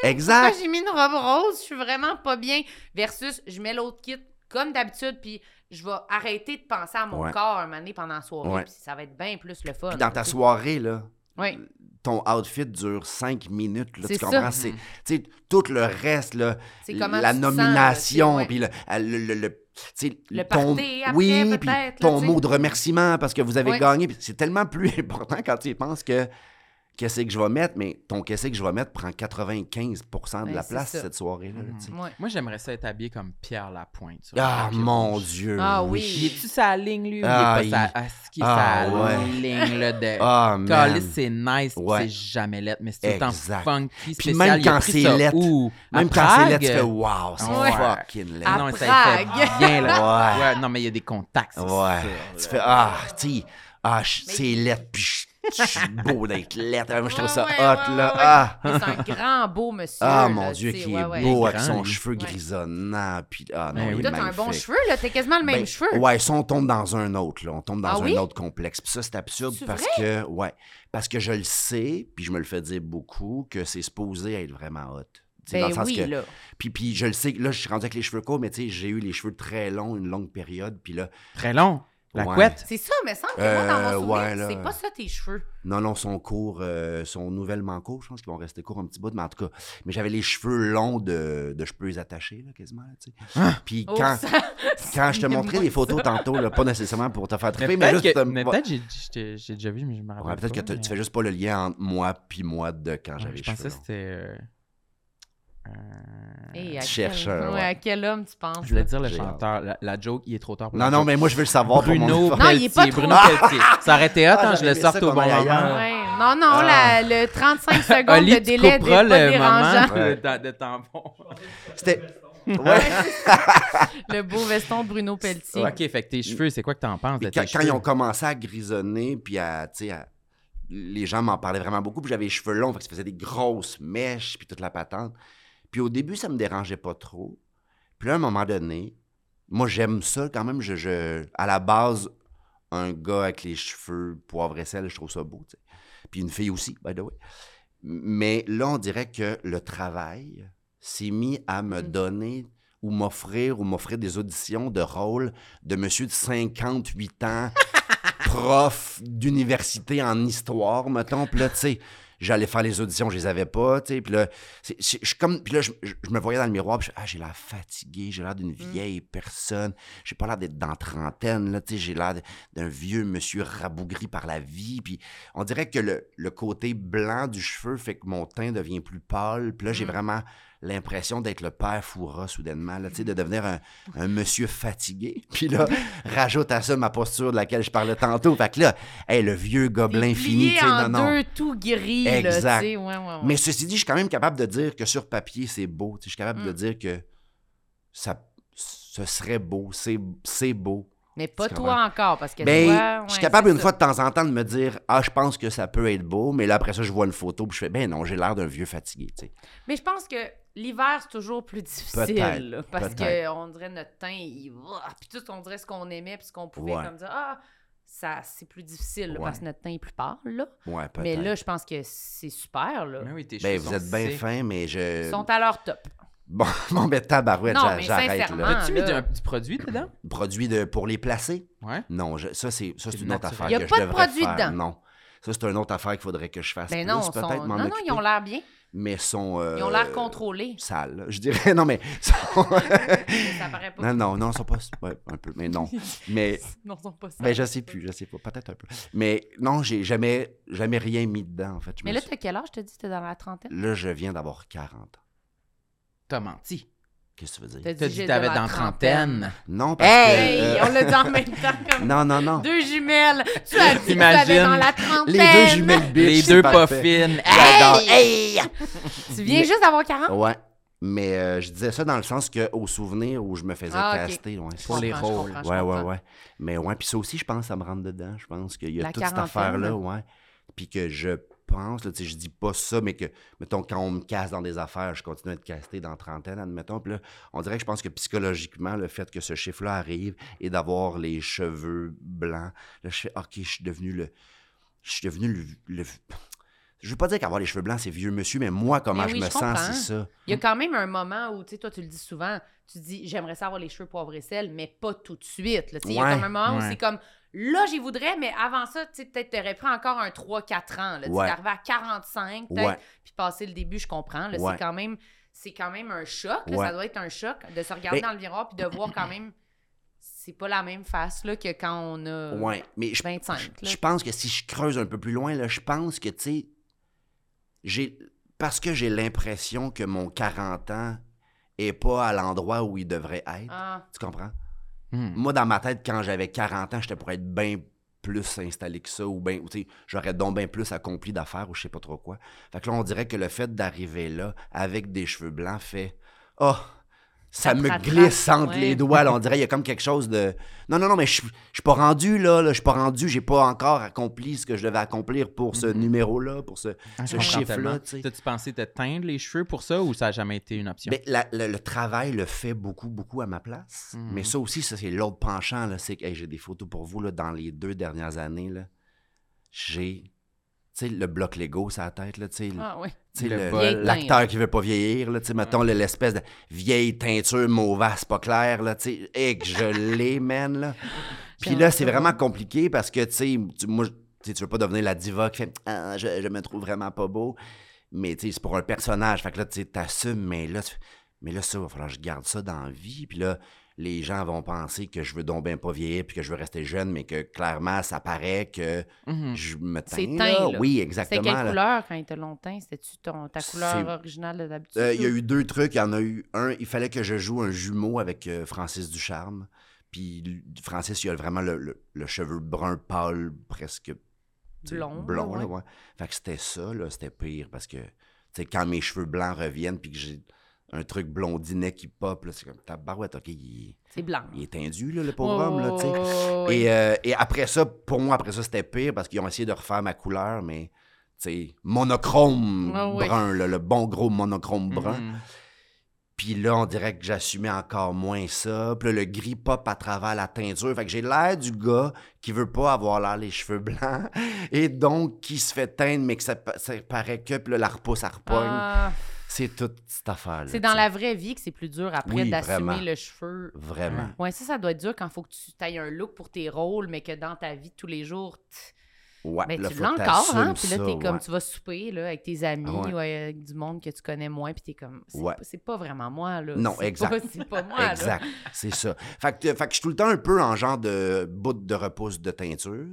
[SPEAKER 1] Pourquoi
[SPEAKER 4] Exact.
[SPEAKER 1] j'ai mis une robe rose, je suis vraiment pas bien. Versus, je mets l'autre kit comme d'habitude, puis je vais arrêter de penser à mon
[SPEAKER 4] Ouais.
[SPEAKER 1] corps un moment donné pendant la soirée,
[SPEAKER 4] Ouais.
[SPEAKER 1] puis ça va être bien plus le fun.
[SPEAKER 4] Puis dans ta soirée, là,
[SPEAKER 1] Oui,
[SPEAKER 4] ton outfit dure 5 minutes. Là,
[SPEAKER 1] C'est
[SPEAKER 4] tu
[SPEAKER 1] ça.
[SPEAKER 4] comprends? C'est, tu sais, tout le reste, là,
[SPEAKER 1] c'est comment
[SPEAKER 4] la
[SPEAKER 1] tu te sens, là,
[SPEAKER 4] nomination,
[SPEAKER 1] tu sais, ouais.
[SPEAKER 4] puis le, euh, le, le, le- tu sais,
[SPEAKER 1] Le
[SPEAKER 4] ton,
[SPEAKER 1] party après,
[SPEAKER 4] oui,
[SPEAKER 1] peut-être,
[SPEAKER 4] puis
[SPEAKER 1] là,
[SPEAKER 4] ton
[SPEAKER 1] tu sais.
[SPEAKER 4] mot de remerciement parce que vous avez
[SPEAKER 1] Ouais.
[SPEAKER 4] gagné. puis C'est tellement plus important quand tu y penses que qu'est-ce que je vais mettre, mais ton qu'est-ce que je vais mettre prend 95 de
[SPEAKER 1] Ouais,
[SPEAKER 4] la
[SPEAKER 1] Ben, c'est
[SPEAKER 4] place
[SPEAKER 1] ça. Mhm.
[SPEAKER 4] cette soirée-là. là, tu sais.
[SPEAKER 1] Ouais.
[SPEAKER 2] Moi, j'aimerais ça être habillé comme Pierre Lapointe. sur le
[SPEAKER 4] Ah,
[SPEAKER 2] tapis
[SPEAKER 4] mon
[SPEAKER 2] rouge.
[SPEAKER 4] Dieu.
[SPEAKER 1] Ah
[SPEAKER 2] Il
[SPEAKER 1] oui.
[SPEAKER 2] est-tu sa ligne, lui? ou
[SPEAKER 4] Ah,
[SPEAKER 2] il est
[SPEAKER 4] il-
[SPEAKER 2] pas sa... Ah, ce qui est
[SPEAKER 4] Ah,
[SPEAKER 2] sa
[SPEAKER 4] ouais.
[SPEAKER 2] ligne, là, de...
[SPEAKER 4] Ah, man.
[SPEAKER 2] Caliste, c'est nice, puis
[SPEAKER 4] Ouais.
[SPEAKER 2] c'est jamais lettre, mais c'est tout le temps
[SPEAKER 4] Exact.
[SPEAKER 2] funky,
[SPEAKER 4] Puis
[SPEAKER 2] spécial.
[SPEAKER 4] même
[SPEAKER 2] Il a
[SPEAKER 4] quand
[SPEAKER 2] pris
[SPEAKER 4] c'est
[SPEAKER 2] ça
[SPEAKER 4] lettre,
[SPEAKER 2] où? À
[SPEAKER 4] Même quand c'est là,
[SPEAKER 2] Prague?
[SPEAKER 4] tu fais « wow, c'est
[SPEAKER 2] Ouais.
[SPEAKER 4] fucking laid.
[SPEAKER 1] Ah,
[SPEAKER 2] non, ça, il fait
[SPEAKER 1] Prague.
[SPEAKER 2] bien, là.
[SPEAKER 4] Ouais.
[SPEAKER 2] Ouais. non, mais il y a des contacts, c'est
[SPEAKER 4] Ouais.
[SPEAKER 2] sûr,
[SPEAKER 4] Tu
[SPEAKER 2] là.
[SPEAKER 4] fais Ah, tu sais, ah, je- c'est lettre, puis je- je suis beau d'être lettre. Ah, Moi, je trouve ça
[SPEAKER 1] Ouais, ouais,
[SPEAKER 4] hot,
[SPEAKER 1] ouais,
[SPEAKER 4] là.
[SPEAKER 1] ouais.
[SPEAKER 4] Ah,
[SPEAKER 1] Mais C'est un grand beau monsieur.
[SPEAKER 4] ah
[SPEAKER 1] là,
[SPEAKER 4] mon
[SPEAKER 1] tu
[SPEAKER 4] Dieu,
[SPEAKER 1] sais,
[SPEAKER 4] qui
[SPEAKER 1] ouais,
[SPEAKER 4] est
[SPEAKER 1] ouais.
[SPEAKER 4] beau
[SPEAKER 2] Il est
[SPEAKER 4] avec
[SPEAKER 2] grand,
[SPEAKER 4] son
[SPEAKER 2] lui.
[SPEAKER 4] cheveu
[SPEAKER 1] Ouais.
[SPEAKER 4] grisonnant. Puis, ah, non,
[SPEAKER 2] Ouais,
[SPEAKER 4] il
[SPEAKER 2] oui,
[SPEAKER 1] Toi,
[SPEAKER 4] est
[SPEAKER 1] t'as un bon
[SPEAKER 4] magnifique.
[SPEAKER 1] cheveu, là. T'as quasiment le même
[SPEAKER 4] Ben,
[SPEAKER 1] cheveu.
[SPEAKER 4] Ouais, ça, on tombe dans un autre, là. On tombe dans
[SPEAKER 1] Ah
[SPEAKER 4] un
[SPEAKER 1] oui?
[SPEAKER 4] autre complexe. Puis ça, c'est absurde
[SPEAKER 1] C'est
[SPEAKER 4] parce que, ouais, parce que je le sais, puis je me le fais dire beaucoup, que c'est supposé être vraiment hot. Tu sais,
[SPEAKER 1] Ben
[SPEAKER 4] dans le sens
[SPEAKER 1] oui,
[SPEAKER 4] que-
[SPEAKER 1] là.
[SPEAKER 4] Puis, puis je le sais, que là, je suis rendu avec les cheveux courts, mais tu sais, j'ai eu les cheveux très longs une longue période. Puis là,
[SPEAKER 2] Très long. La
[SPEAKER 4] Ouais.
[SPEAKER 2] couette.
[SPEAKER 1] C'est ça, mais semble que moi, dans
[SPEAKER 4] Euh,
[SPEAKER 1] mon souvenir,
[SPEAKER 4] ouais, là.
[SPEAKER 1] c'est pas ça tes cheveux.
[SPEAKER 4] Non, non, son court, euh, sont nouvellement courts, je pense qu'ils vont rester courts un petit bout, mais en tout cas, mais j'avais les cheveux longs de, de cheveux attachés, là, quasiment, là, tu sais.
[SPEAKER 2] Hein?
[SPEAKER 4] Puis
[SPEAKER 1] Oh,
[SPEAKER 4] quand,
[SPEAKER 1] ça,
[SPEAKER 4] quand je te
[SPEAKER 1] c'est
[SPEAKER 4] montrais
[SPEAKER 1] moi,
[SPEAKER 4] les photos tantôt, là, pas nécessairement pour te faire
[SPEAKER 2] Mais
[SPEAKER 4] triper, mais,
[SPEAKER 2] peut-être
[SPEAKER 4] juste...
[SPEAKER 2] que,
[SPEAKER 4] pour te-
[SPEAKER 2] mais
[SPEAKER 4] Ouais,
[SPEAKER 2] peut-être j'ai- j'étais- j'ai déjà vu, mais je me rappelle
[SPEAKER 4] ouais, peut-être que
[SPEAKER 2] pas,
[SPEAKER 4] tu-
[SPEAKER 2] mais-
[SPEAKER 4] tu fais juste pas le lien entre moi puis moi de quand
[SPEAKER 2] Ouais,
[SPEAKER 4] j'avais les
[SPEAKER 2] Je pensais
[SPEAKER 4] cheveux
[SPEAKER 2] que
[SPEAKER 4] longs.
[SPEAKER 2] c'était... euh, euh,
[SPEAKER 1] Hey, à
[SPEAKER 4] Tu
[SPEAKER 1] quel-
[SPEAKER 4] cherches un,
[SPEAKER 1] ouais,
[SPEAKER 4] ouais.
[SPEAKER 1] à quel homme tu penses?
[SPEAKER 2] Je voulais
[SPEAKER 1] là?
[SPEAKER 2] dire le
[SPEAKER 4] J'ai
[SPEAKER 2] chanteur. La, la joke, il est trop tard. pour
[SPEAKER 4] Non,
[SPEAKER 2] la
[SPEAKER 4] non,
[SPEAKER 2] joke.
[SPEAKER 4] mais moi, je veux le savoir pour mon
[SPEAKER 2] Bruno
[SPEAKER 4] enfant.
[SPEAKER 1] Non, il est
[SPEAKER 2] Pelletier.
[SPEAKER 1] pas trop
[SPEAKER 2] Bruno Pelletier. Ça aurait été hot,
[SPEAKER 4] Ah,
[SPEAKER 2] hein, je
[SPEAKER 4] j'aurais
[SPEAKER 2] le
[SPEAKER 4] aimé
[SPEAKER 2] sorte
[SPEAKER 4] ça
[SPEAKER 2] au
[SPEAKER 4] qu'on
[SPEAKER 2] bon
[SPEAKER 4] aille
[SPEAKER 2] moment.
[SPEAKER 4] ailleurs.
[SPEAKER 1] Ouais. Non, non, la-
[SPEAKER 4] Ah.
[SPEAKER 1] le 35 secondes de
[SPEAKER 2] Oli, tu
[SPEAKER 1] délai n'est
[SPEAKER 2] couperas
[SPEAKER 1] pas
[SPEAKER 2] le
[SPEAKER 1] dérangeant.
[SPEAKER 2] moment
[SPEAKER 4] Ouais.
[SPEAKER 2] de, ta- de tampon.
[SPEAKER 4] C'était... Ouais.
[SPEAKER 1] Le beau veston de Bruno Pelletier.
[SPEAKER 2] Ok, fait que tes cheveux, c'est quoi que t'en penses de
[SPEAKER 4] Puis
[SPEAKER 2] tes
[SPEAKER 4] quand, quand
[SPEAKER 2] cheveux?
[SPEAKER 4] ils ont commencé à grisonner, puis à, tu sais, à- les gens m'en parlaient vraiment beaucoup, puis j'avais les cheveux longs, fait que ça faisait des grosses mèches, puis toute la patente. Puis au début, ça me dérangeait pas trop. Puis là, à un moment donné, moi, j'aime ça quand même. Je, je- à la base, un gars avec les cheveux poivre et sel, je trouve ça beau, tu sais. Puis une fille aussi, by the way. Mais là, on dirait que le travail s'est mis à me
[SPEAKER 1] Mm.
[SPEAKER 4] donner ou m'offrir ou m'offrir des auditions de rôle de monsieur de 58 ans, prof d'université en histoire, mettons. Puis là, tu sais, j'allais faire les auditions, je les avais pas, tu sais. Puis là, c'est- c'est- je suis comme, puis là, je, je- je me voyais dans le miroir, puis je- ah, j'ai l'air fatigué, j'ai l'air d'une
[SPEAKER 1] Mm.
[SPEAKER 4] vieille personne, j'ai pas l'air d'être dans trentaine, là, tu sais, j'ai l'air de- d'un vieux monsieur rabougri par la vie. Puis on dirait que le, le côté blanc du cheveu fait que mon teint devient plus pâle. Puis là, j'ai
[SPEAKER 1] Mm.
[SPEAKER 4] vraiment l'impression d'être le père Foura soudainement, là, tu sais, de devenir un, un monsieur fatigué. Puis là, rajoute à ça ma posture de laquelle je parlais tantôt. Fait que là, hey, le vieux gobelin
[SPEAKER 1] T'es
[SPEAKER 4] fini,
[SPEAKER 1] plié
[SPEAKER 4] tu sais,
[SPEAKER 1] en
[SPEAKER 4] non, non.
[SPEAKER 1] deux, tout gris, là,
[SPEAKER 4] Exact.
[SPEAKER 1] tu sais, ouais, ouais, ouais.
[SPEAKER 4] Mais ceci dit, je suis quand même capable de dire que sur papier, c'est beau. Tu sais, Je suis capable de
[SPEAKER 1] Mm.
[SPEAKER 4] dire que ça, ce serait beau, c'est c'est beau.
[SPEAKER 1] Mais pas
[SPEAKER 4] Tu
[SPEAKER 1] toi
[SPEAKER 4] comprends?
[SPEAKER 1] encore, parce que
[SPEAKER 4] Ben,
[SPEAKER 1] toi, ouais,
[SPEAKER 4] je suis capable
[SPEAKER 1] c'est
[SPEAKER 4] une
[SPEAKER 1] ça.
[SPEAKER 4] fois de temps en temps de me dire Ah, je pense que ça peut être beau, mais là, après ça, je vois une photo puis je fais Ben non, j'ai l'air d'un vieux fatigué. tu sais.
[SPEAKER 1] Mais je pense que l'hiver, c'est toujours plus
[SPEAKER 4] Peut-être,
[SPEAKER 1] difficile, là, parce
[SPEAKER 4] peut-être.
[SPEAKER 1] qu'on dirait notre teint, il va, puis tout, on dirait ce qu'on aimait, puis ce qu'on pouvait,
[SPEAKER 4] Ouais.
[SPEAKER 1] comme dire, ah, ça c'est plus difficile là,
[SPEAKER 4] Ouais.
[SPEAKER 1] parce que notre teint est plus pâle. Là.
[SPEAKER 4] Ouais, peut-être.
[SPEAKER 1] Mais là, je pense que c'est super. Là.
[SPEAKER 2] Mais oui, tes
[SPEAKER 4] Ben,
[SPEAKER 2] cheveux
[SPEAKER 4] vous
[SPEAKER 2] sont
[SPEAKER 4] êtes bien
[SPEAKER 2] secs.
[SPEAKER 4] fin, mais je.
[SPEAKER 1] Ils sont à leur top.
[SPEAKER 4] Bon, bon, ben, tabarouette,
[SPEAKER 1] Non,
[SPEAKER 4] j'a-
[SPEAKER 1] mais
[SPEAKER 4] j'arrête
[SPEAKER 1] sincèrement,
[SPEAKER 4] là.
[SPEAKER 2] As-tu mis
[SPEAKER 1] là.
[SPEAKER 2] d'un- du produit dedans?
[SPEAKER 4] Produit de, pour les placer?
[SPEAKER 2] Ouais.
[SPEAKER 4] Non, je- ça, c'est ça, c'est
[SPEAKER 2] C'est
[SPEAKER 4] une autre
[SPEAKER 2] naturel.
[SPEAKER 4] affaire.
[SPEAKER 1] Y a
[SPEAKER 4] que
[SPEAKER 1] pas
[SPEAKER 4] je
[SPEAKER 1] de
[SPEAKER 4] devrais
[SPEAKER 1] produit
[SPEAKER 4] faire,
[SPEAKER 1] dedans.
[SPEAKER 4] Non. Ça, c'est une autre affaire qu'il faudrait que je fasse.
[SPEAKER 1] Ben
[SPEAKER 4] plus,
[SPEAKER 1] non, sont-
[SPEAKER 4] peut-être m'en
[SPEAKER 1] non, non,
[SPEAKER 4] occuper.
[SPEAKER 1] ils ont l'air bien.
[SPEAKER 4] Mais sont. euh,
[SPEAKER 1] Ils ont l'air contrôlés.
[SPEAKER 4] Sales, là, je dirais. Non, mais. sont-
[SPEAKER 1] Mais ça paraît pas.
[SPEAKER 4] non, non, non, ils sont pas. ouais, un peu, mais non. Mais.
[SPEAKER 1] Non, ils sont pas ça.
[SPEAKER 4] Ben, je sais plus, je sais pas, peut-être un peu. Mais non, j'ai jamais, jamais rien mis dedans, en fait. Je
[SPEAKER 1] Mais
[SPEAKER 4] me
[SPEAKER 1] là,
[SPEAKER 4] suis-
[SPEAKER 1] t'as quel âge? T'as dit que t'es dans la trentaine?
[SPEAKER 4] là, je viens d'avoir 40 ans.
[SPEAKER 2] T'as menti.
[SPEAKER 4] Qu'est-ce que tu veux dire?
[SPEAKER 1] T'as
[SPEAKER 2] T'as dit
[SPEAKER 1] j'ai
[SPEAKER 2] que
[SPEAKER 1] de
[SPEAKER 2] t'avais
[SPEAKER 1] la
[SPEAKER 2] dans trentaine.
[SPEAKER 4] Non, parce
[SPEAKER 1] Hey,
[SPEAKER 4] que. euh,
[SPEAKER 1] on l'a dit en même temps comme
[SPEAKER 4] Non, non, non.
[SPEAKER 1] deux jumelles. Tu as dit que t'avais
[SPEAKER 2] Imagine.
[SPEAKER 1] dans la trentaine.
[SPEAKER 4] Les deux jumelles bitch.
[SPEAKER 2] Les
[SPEAKER 4] c'est
[SPEAKER 2] deux pas
[SPEAKER 4] parfait.
[SPEAKER 2] fines.
[SPEAKER 4] J'adore. Hey!
[SPEAKER 1] Tu viens juste d'avoir 40?
[SPEAKER 4] Ouais. Mais euh, je disais ça dans le sens que au souvenir où je me faisais
[SPEAKER 1] Ah, ok.
[SPEAKER 4] caster. Ouais,
[SPEAKER 2] Pour
[SPEAKER 4] ça.
[SPEAKER 2] les
[SPEAKER 1] Je comprends, je
[SPEAKER 2] rôles.
[SPEAKER 1] comprends,
[SPEAKER 4] Ouais,
[SPEAKER 1] je
[SPEAKER 4] ouais,
[SPEAKER 1] comprends.
[SPEAKER 4] ouais. Mais ouais, puis ça aussi, je pense, ça me rentre dedans. Je pense qu'il y a
[SPEAKER 1] La
[SPEAKER 4] toute cette
[SPEAKER 1] quarantaine,
[SPEAKER 4] affaire-là,
[SPEAKER 1] là.
[SPEAKER 4] ouais. Puis que je pense, là, tu sais, je dis pas ça, mais que, mettons, quand on me casse dans des affaires, je continue à être casté dans trentaine, admettons. Puis là, on dirait que je pense que psychologiquement, le fait que ce chiffre-là arrive et d'avoir les cheveux blancs, là, je fais, OK, je suis devenu le. Je suis devenu le. le- je veux pas dire qu'avoir les cheveux blancs, c'est vieux monsieur, mais moi, comment
[SPEAKER 1] Mais oui,
[SPEAKER 4] je me
[SPEAKER 1] je
[SPEAKER 4] sens,
[SPEAKER 1] comprends.
[SPEAKER 4] c'est ça.
[SPEAKER 1] Il y a quand même un moment où, tu sais, toi, tu le dis souvent, tu dis, j'aimerais ça avoir les cheveux poivre et sel, mais pas tout de suite. là. Tu sais, Il y
[SPEAKER 4] Ouais,
[SPEAKER 1] a comme un moment
[SPEAKER 2] ouais.
[SPEAKER 1] où c'est comme, là, j'y voudrais, mais avant ça, tu sais, peut-être t'aurais pris encore un 3-4 ans. Là, Tu
[SPEAKER 4] Ouais.
[SPEAKER 1] sais, arrivé à 45, peut-être,
[SPEAKER 4] Ouais.
[SPEAKER 1] puis passer le début, je comprends. là,
[SPEAKER 4] Ouais.
[SPEAKER 1] C'est quand même c'est quand même un choc. là.
[SPEAKER 4] Ouais. Ben
[SPEAKER 1] Ça doit être un choc de se regarder
[SPEAKER 4] Mais-
[SPEAKER 1] dans le miroir puis de voir quand même, c'est pas la même face là, que quand on a
[SPEAKER 4] Ouais, mais
[SPEAKER 1] Ben,
[SPEAKER 4] je
[SPEAKER 1] 25. là.
[SPEAKER 4] Je pense que si je creuse un peu plus loin, là, je pense que, tu sais, j'ai. Parce que j'ai l'impression que mon 40 ans est pas à l'endroit où il devrait être.
[SPEAKER 1] Ah,
[SPEAKER 4] Tu comprends?
[SPEAKER 2] Hmm.
[SPEAKER 4] Moi, dans ma tête, quand j'avais 40 ans, j'étais pour être bien plus installé que ça, ou bien, tu sais, j'aurais donc bien plus accompli d'affaires, ou je sais pas trop quoi. Fait que là, on dirait que le fait d'arriver là, avec des cheveux blancs, fait « Ah, ça
[SPEAKER 1] Ça te
[SPEAKER 4] me
[SPEAKER 1] rattrape,
[SPEAKER 4] glisse entre
[SPEAKER 1] ouais.
[SPEAKER 4] les doigts. là. on dirait qu'il y a comme quelque chose de... Non, non, non, mais je suis je suis pas rendu, là, là je suis pas rendu, j'ai pas encore accompli ce que je devais accomplir pour ce numéro-là, pour ce...
[SPEAKER 2] Mm-hmm. Ah, je
[SPEAKER 4] ce
[SPEAKER 2] comprends
[SPEAKER 4] chiffre-là,
[SPEAKER 2] tellement.
[SPEAKER 4] tu sais.
[SPEAKER 2] T'as-tu pensé te teindre les cheveux pour ça ou ça n'a jamais été une option?
[SPEAKER 4] Ben, la- le, le travail le fait beaucoup, beaucoup à ma place.
[SPEAKER 2] Mhm.
[SPEAKER 4] Mais ça aussi, ça, c'est l'autre penchant. là, C'est que hey, j'ai des photos pour vous là, dans les deux dernières années. là, J'ai tu sais, le bloc Lego sur la tête. là, tu sais, le-
[SPEAKER 1] ah oui.
[SPEAKER 4] tu sais,
[SPEAKER 2] Le
[SPEAKER 4] le-
[SPEAKER 2] bol.
[SPEAKER 1] Vieille teinte.
[SPEAKER 4] L'acteur qui veut pas vieillir. Là, tu sais, mettons le- l'espèce de vieille teinture mauvaise, pas claire. Là, tu sais, hey, que je l'ai, man. Là. Puis là, c'est vraiment compliqué parce que tu sais, tu- moi, je- tu sais, tu veux pas devenir la diva qui fait Ah, je, je me trouve vraiment pas beau. Mais tu sais, c'est pour un personnage. Fait que là, tu sais, t'assumes, mais là, tu- mais là, ça, il va falloir que je garde ça dans la vie. Puis là, les gens vont penser que je veux donc bien pas vieillir puis que je veux rester jeune, mais que clairement, ça paraît que
[SPEAKER 2] Mhm.
[SPEAKER 4] je me
[SPEAKER 1] Hmm.
[SPEAKER 4] teins.
[SPEAKER 1] C'est
[SPEAKER 4] là.
[SPEAKER 1] teint, là.
[SPEAKER 4] Oui,
[SPEAKER 1] C'était
[SPEAKER 4] exactement.
[SPEAKER 1] quelle
[SPEAKER 4] là.
[SPEAKER 1] couleur quand il était longtemps? C'était-tu ton- ta couleur
[SPEAKER 4] C'est-
[SPEAKER 1] originale d'habitude?
[SPEAKER 4] Euh, Il y a
[SPEAKER 1] ou-
[SPEAKER 4] eu deux trucs. Il y en a eu un. Il fallait que je joue un jumeau avec euh, Francis Ducharme. Puis lui- Francis, il a vraiment le, le- le cheveu brun pâle, presque tu sais,
[SPEAKER 1] Blond,
[SPEAKER 4] blond
[SPEAKER 1] là,
[SPEAKER 4] là, ouais. Fait que c'était ça, là, c'était pire parce que tu sais, quand mes cheveux blancs reviennent puis que j'ai un truc blondinet qui pop, là, c'est comme tabarouette, ok, il,
[SPEAKER 1] C'est blanc.
[SPEAKER 4] il est tendu, là, le pauvre homme, là, tu sais.
[SPEAKER 1] Oh,
[SPEAKER 4] Et, euh, et après ça, pour moi, après ça, c'était pire parce qu'ils ont essayé de refaire ma couleur, mais tu sais, monochrome
[SPEAKER 1] Ah oui.
[SPEAKER 4] brun, là, le bon gros monochrome brun.
[SPEAKER 2] Mhm.
[SPEAKER 4] Puis là, on dirait que j'assumais encore moins ça. Puis là, le gris pop à travers la teinture. Fait que j'ai l'air du gars qui veut pas avoir l'air les cheveux blancs et donc qui se fait teindre, mais que ça, pa- ça paraît que, puis là, la repousse, ça repogne.
[SPEAKER 1] Ah,
[SPEAKER 4] C'est toute cette affaire-là.
[SPEAKER 1] c'est dans
[SPEAKER 4] tu
[SPEAKER 1] la vraie vie que c'est plus dur après
[SPEAKER 4] Oui, vraiment.
[SPEAKER 1] d'assumer le cheveu.
[SPEAKER 4] sais. Vraiment.
[SPEAKER 1] Ouais, ça, ça doit être dur quand faut que tu tailles un look pour tes rôles, mais que dans ta vie de tous les jours, tch,
[SPEAKER 4] Ouais,
[SPEAKER 1] ben,
[SPEAKER 4] Ah, là,
[SPEAKER 1] tu
[SPEAKER 4] faut
[SPEAKER 1] l'as
[SPEAKER 4] que
[SPEAKER 1] encore, hein?
[SPEAKER 4] t'assumes
[SPEAKER 1] Puis là,
[SPEAKER 4] ça,
[SPEAKER 1] t'es comme,
[SPEAKER 4] ouais.
[SPEAKER 1] tu vas souper là, avec tes amis
[SPEAKER 4] Ah ouais.
[SPEAKER 1] ou avec du monde que tu connais moins, puis t'es comme, c'est
[SPEAKER 4] Ouais.
[SPEAKER 1] pas- c'est pas vraiment moi, là.
[SPEAKER 4] Non,
[SPEAKER 1] C'est
[SPEAKER 4] exact.
[SPEAKER 1] pas- C'est pas moi, là.
[SPEAKER 4] Exact, c'est ça. Fait que, fait que je suis tout le temps un peu en genre de bout de repousse de teinture,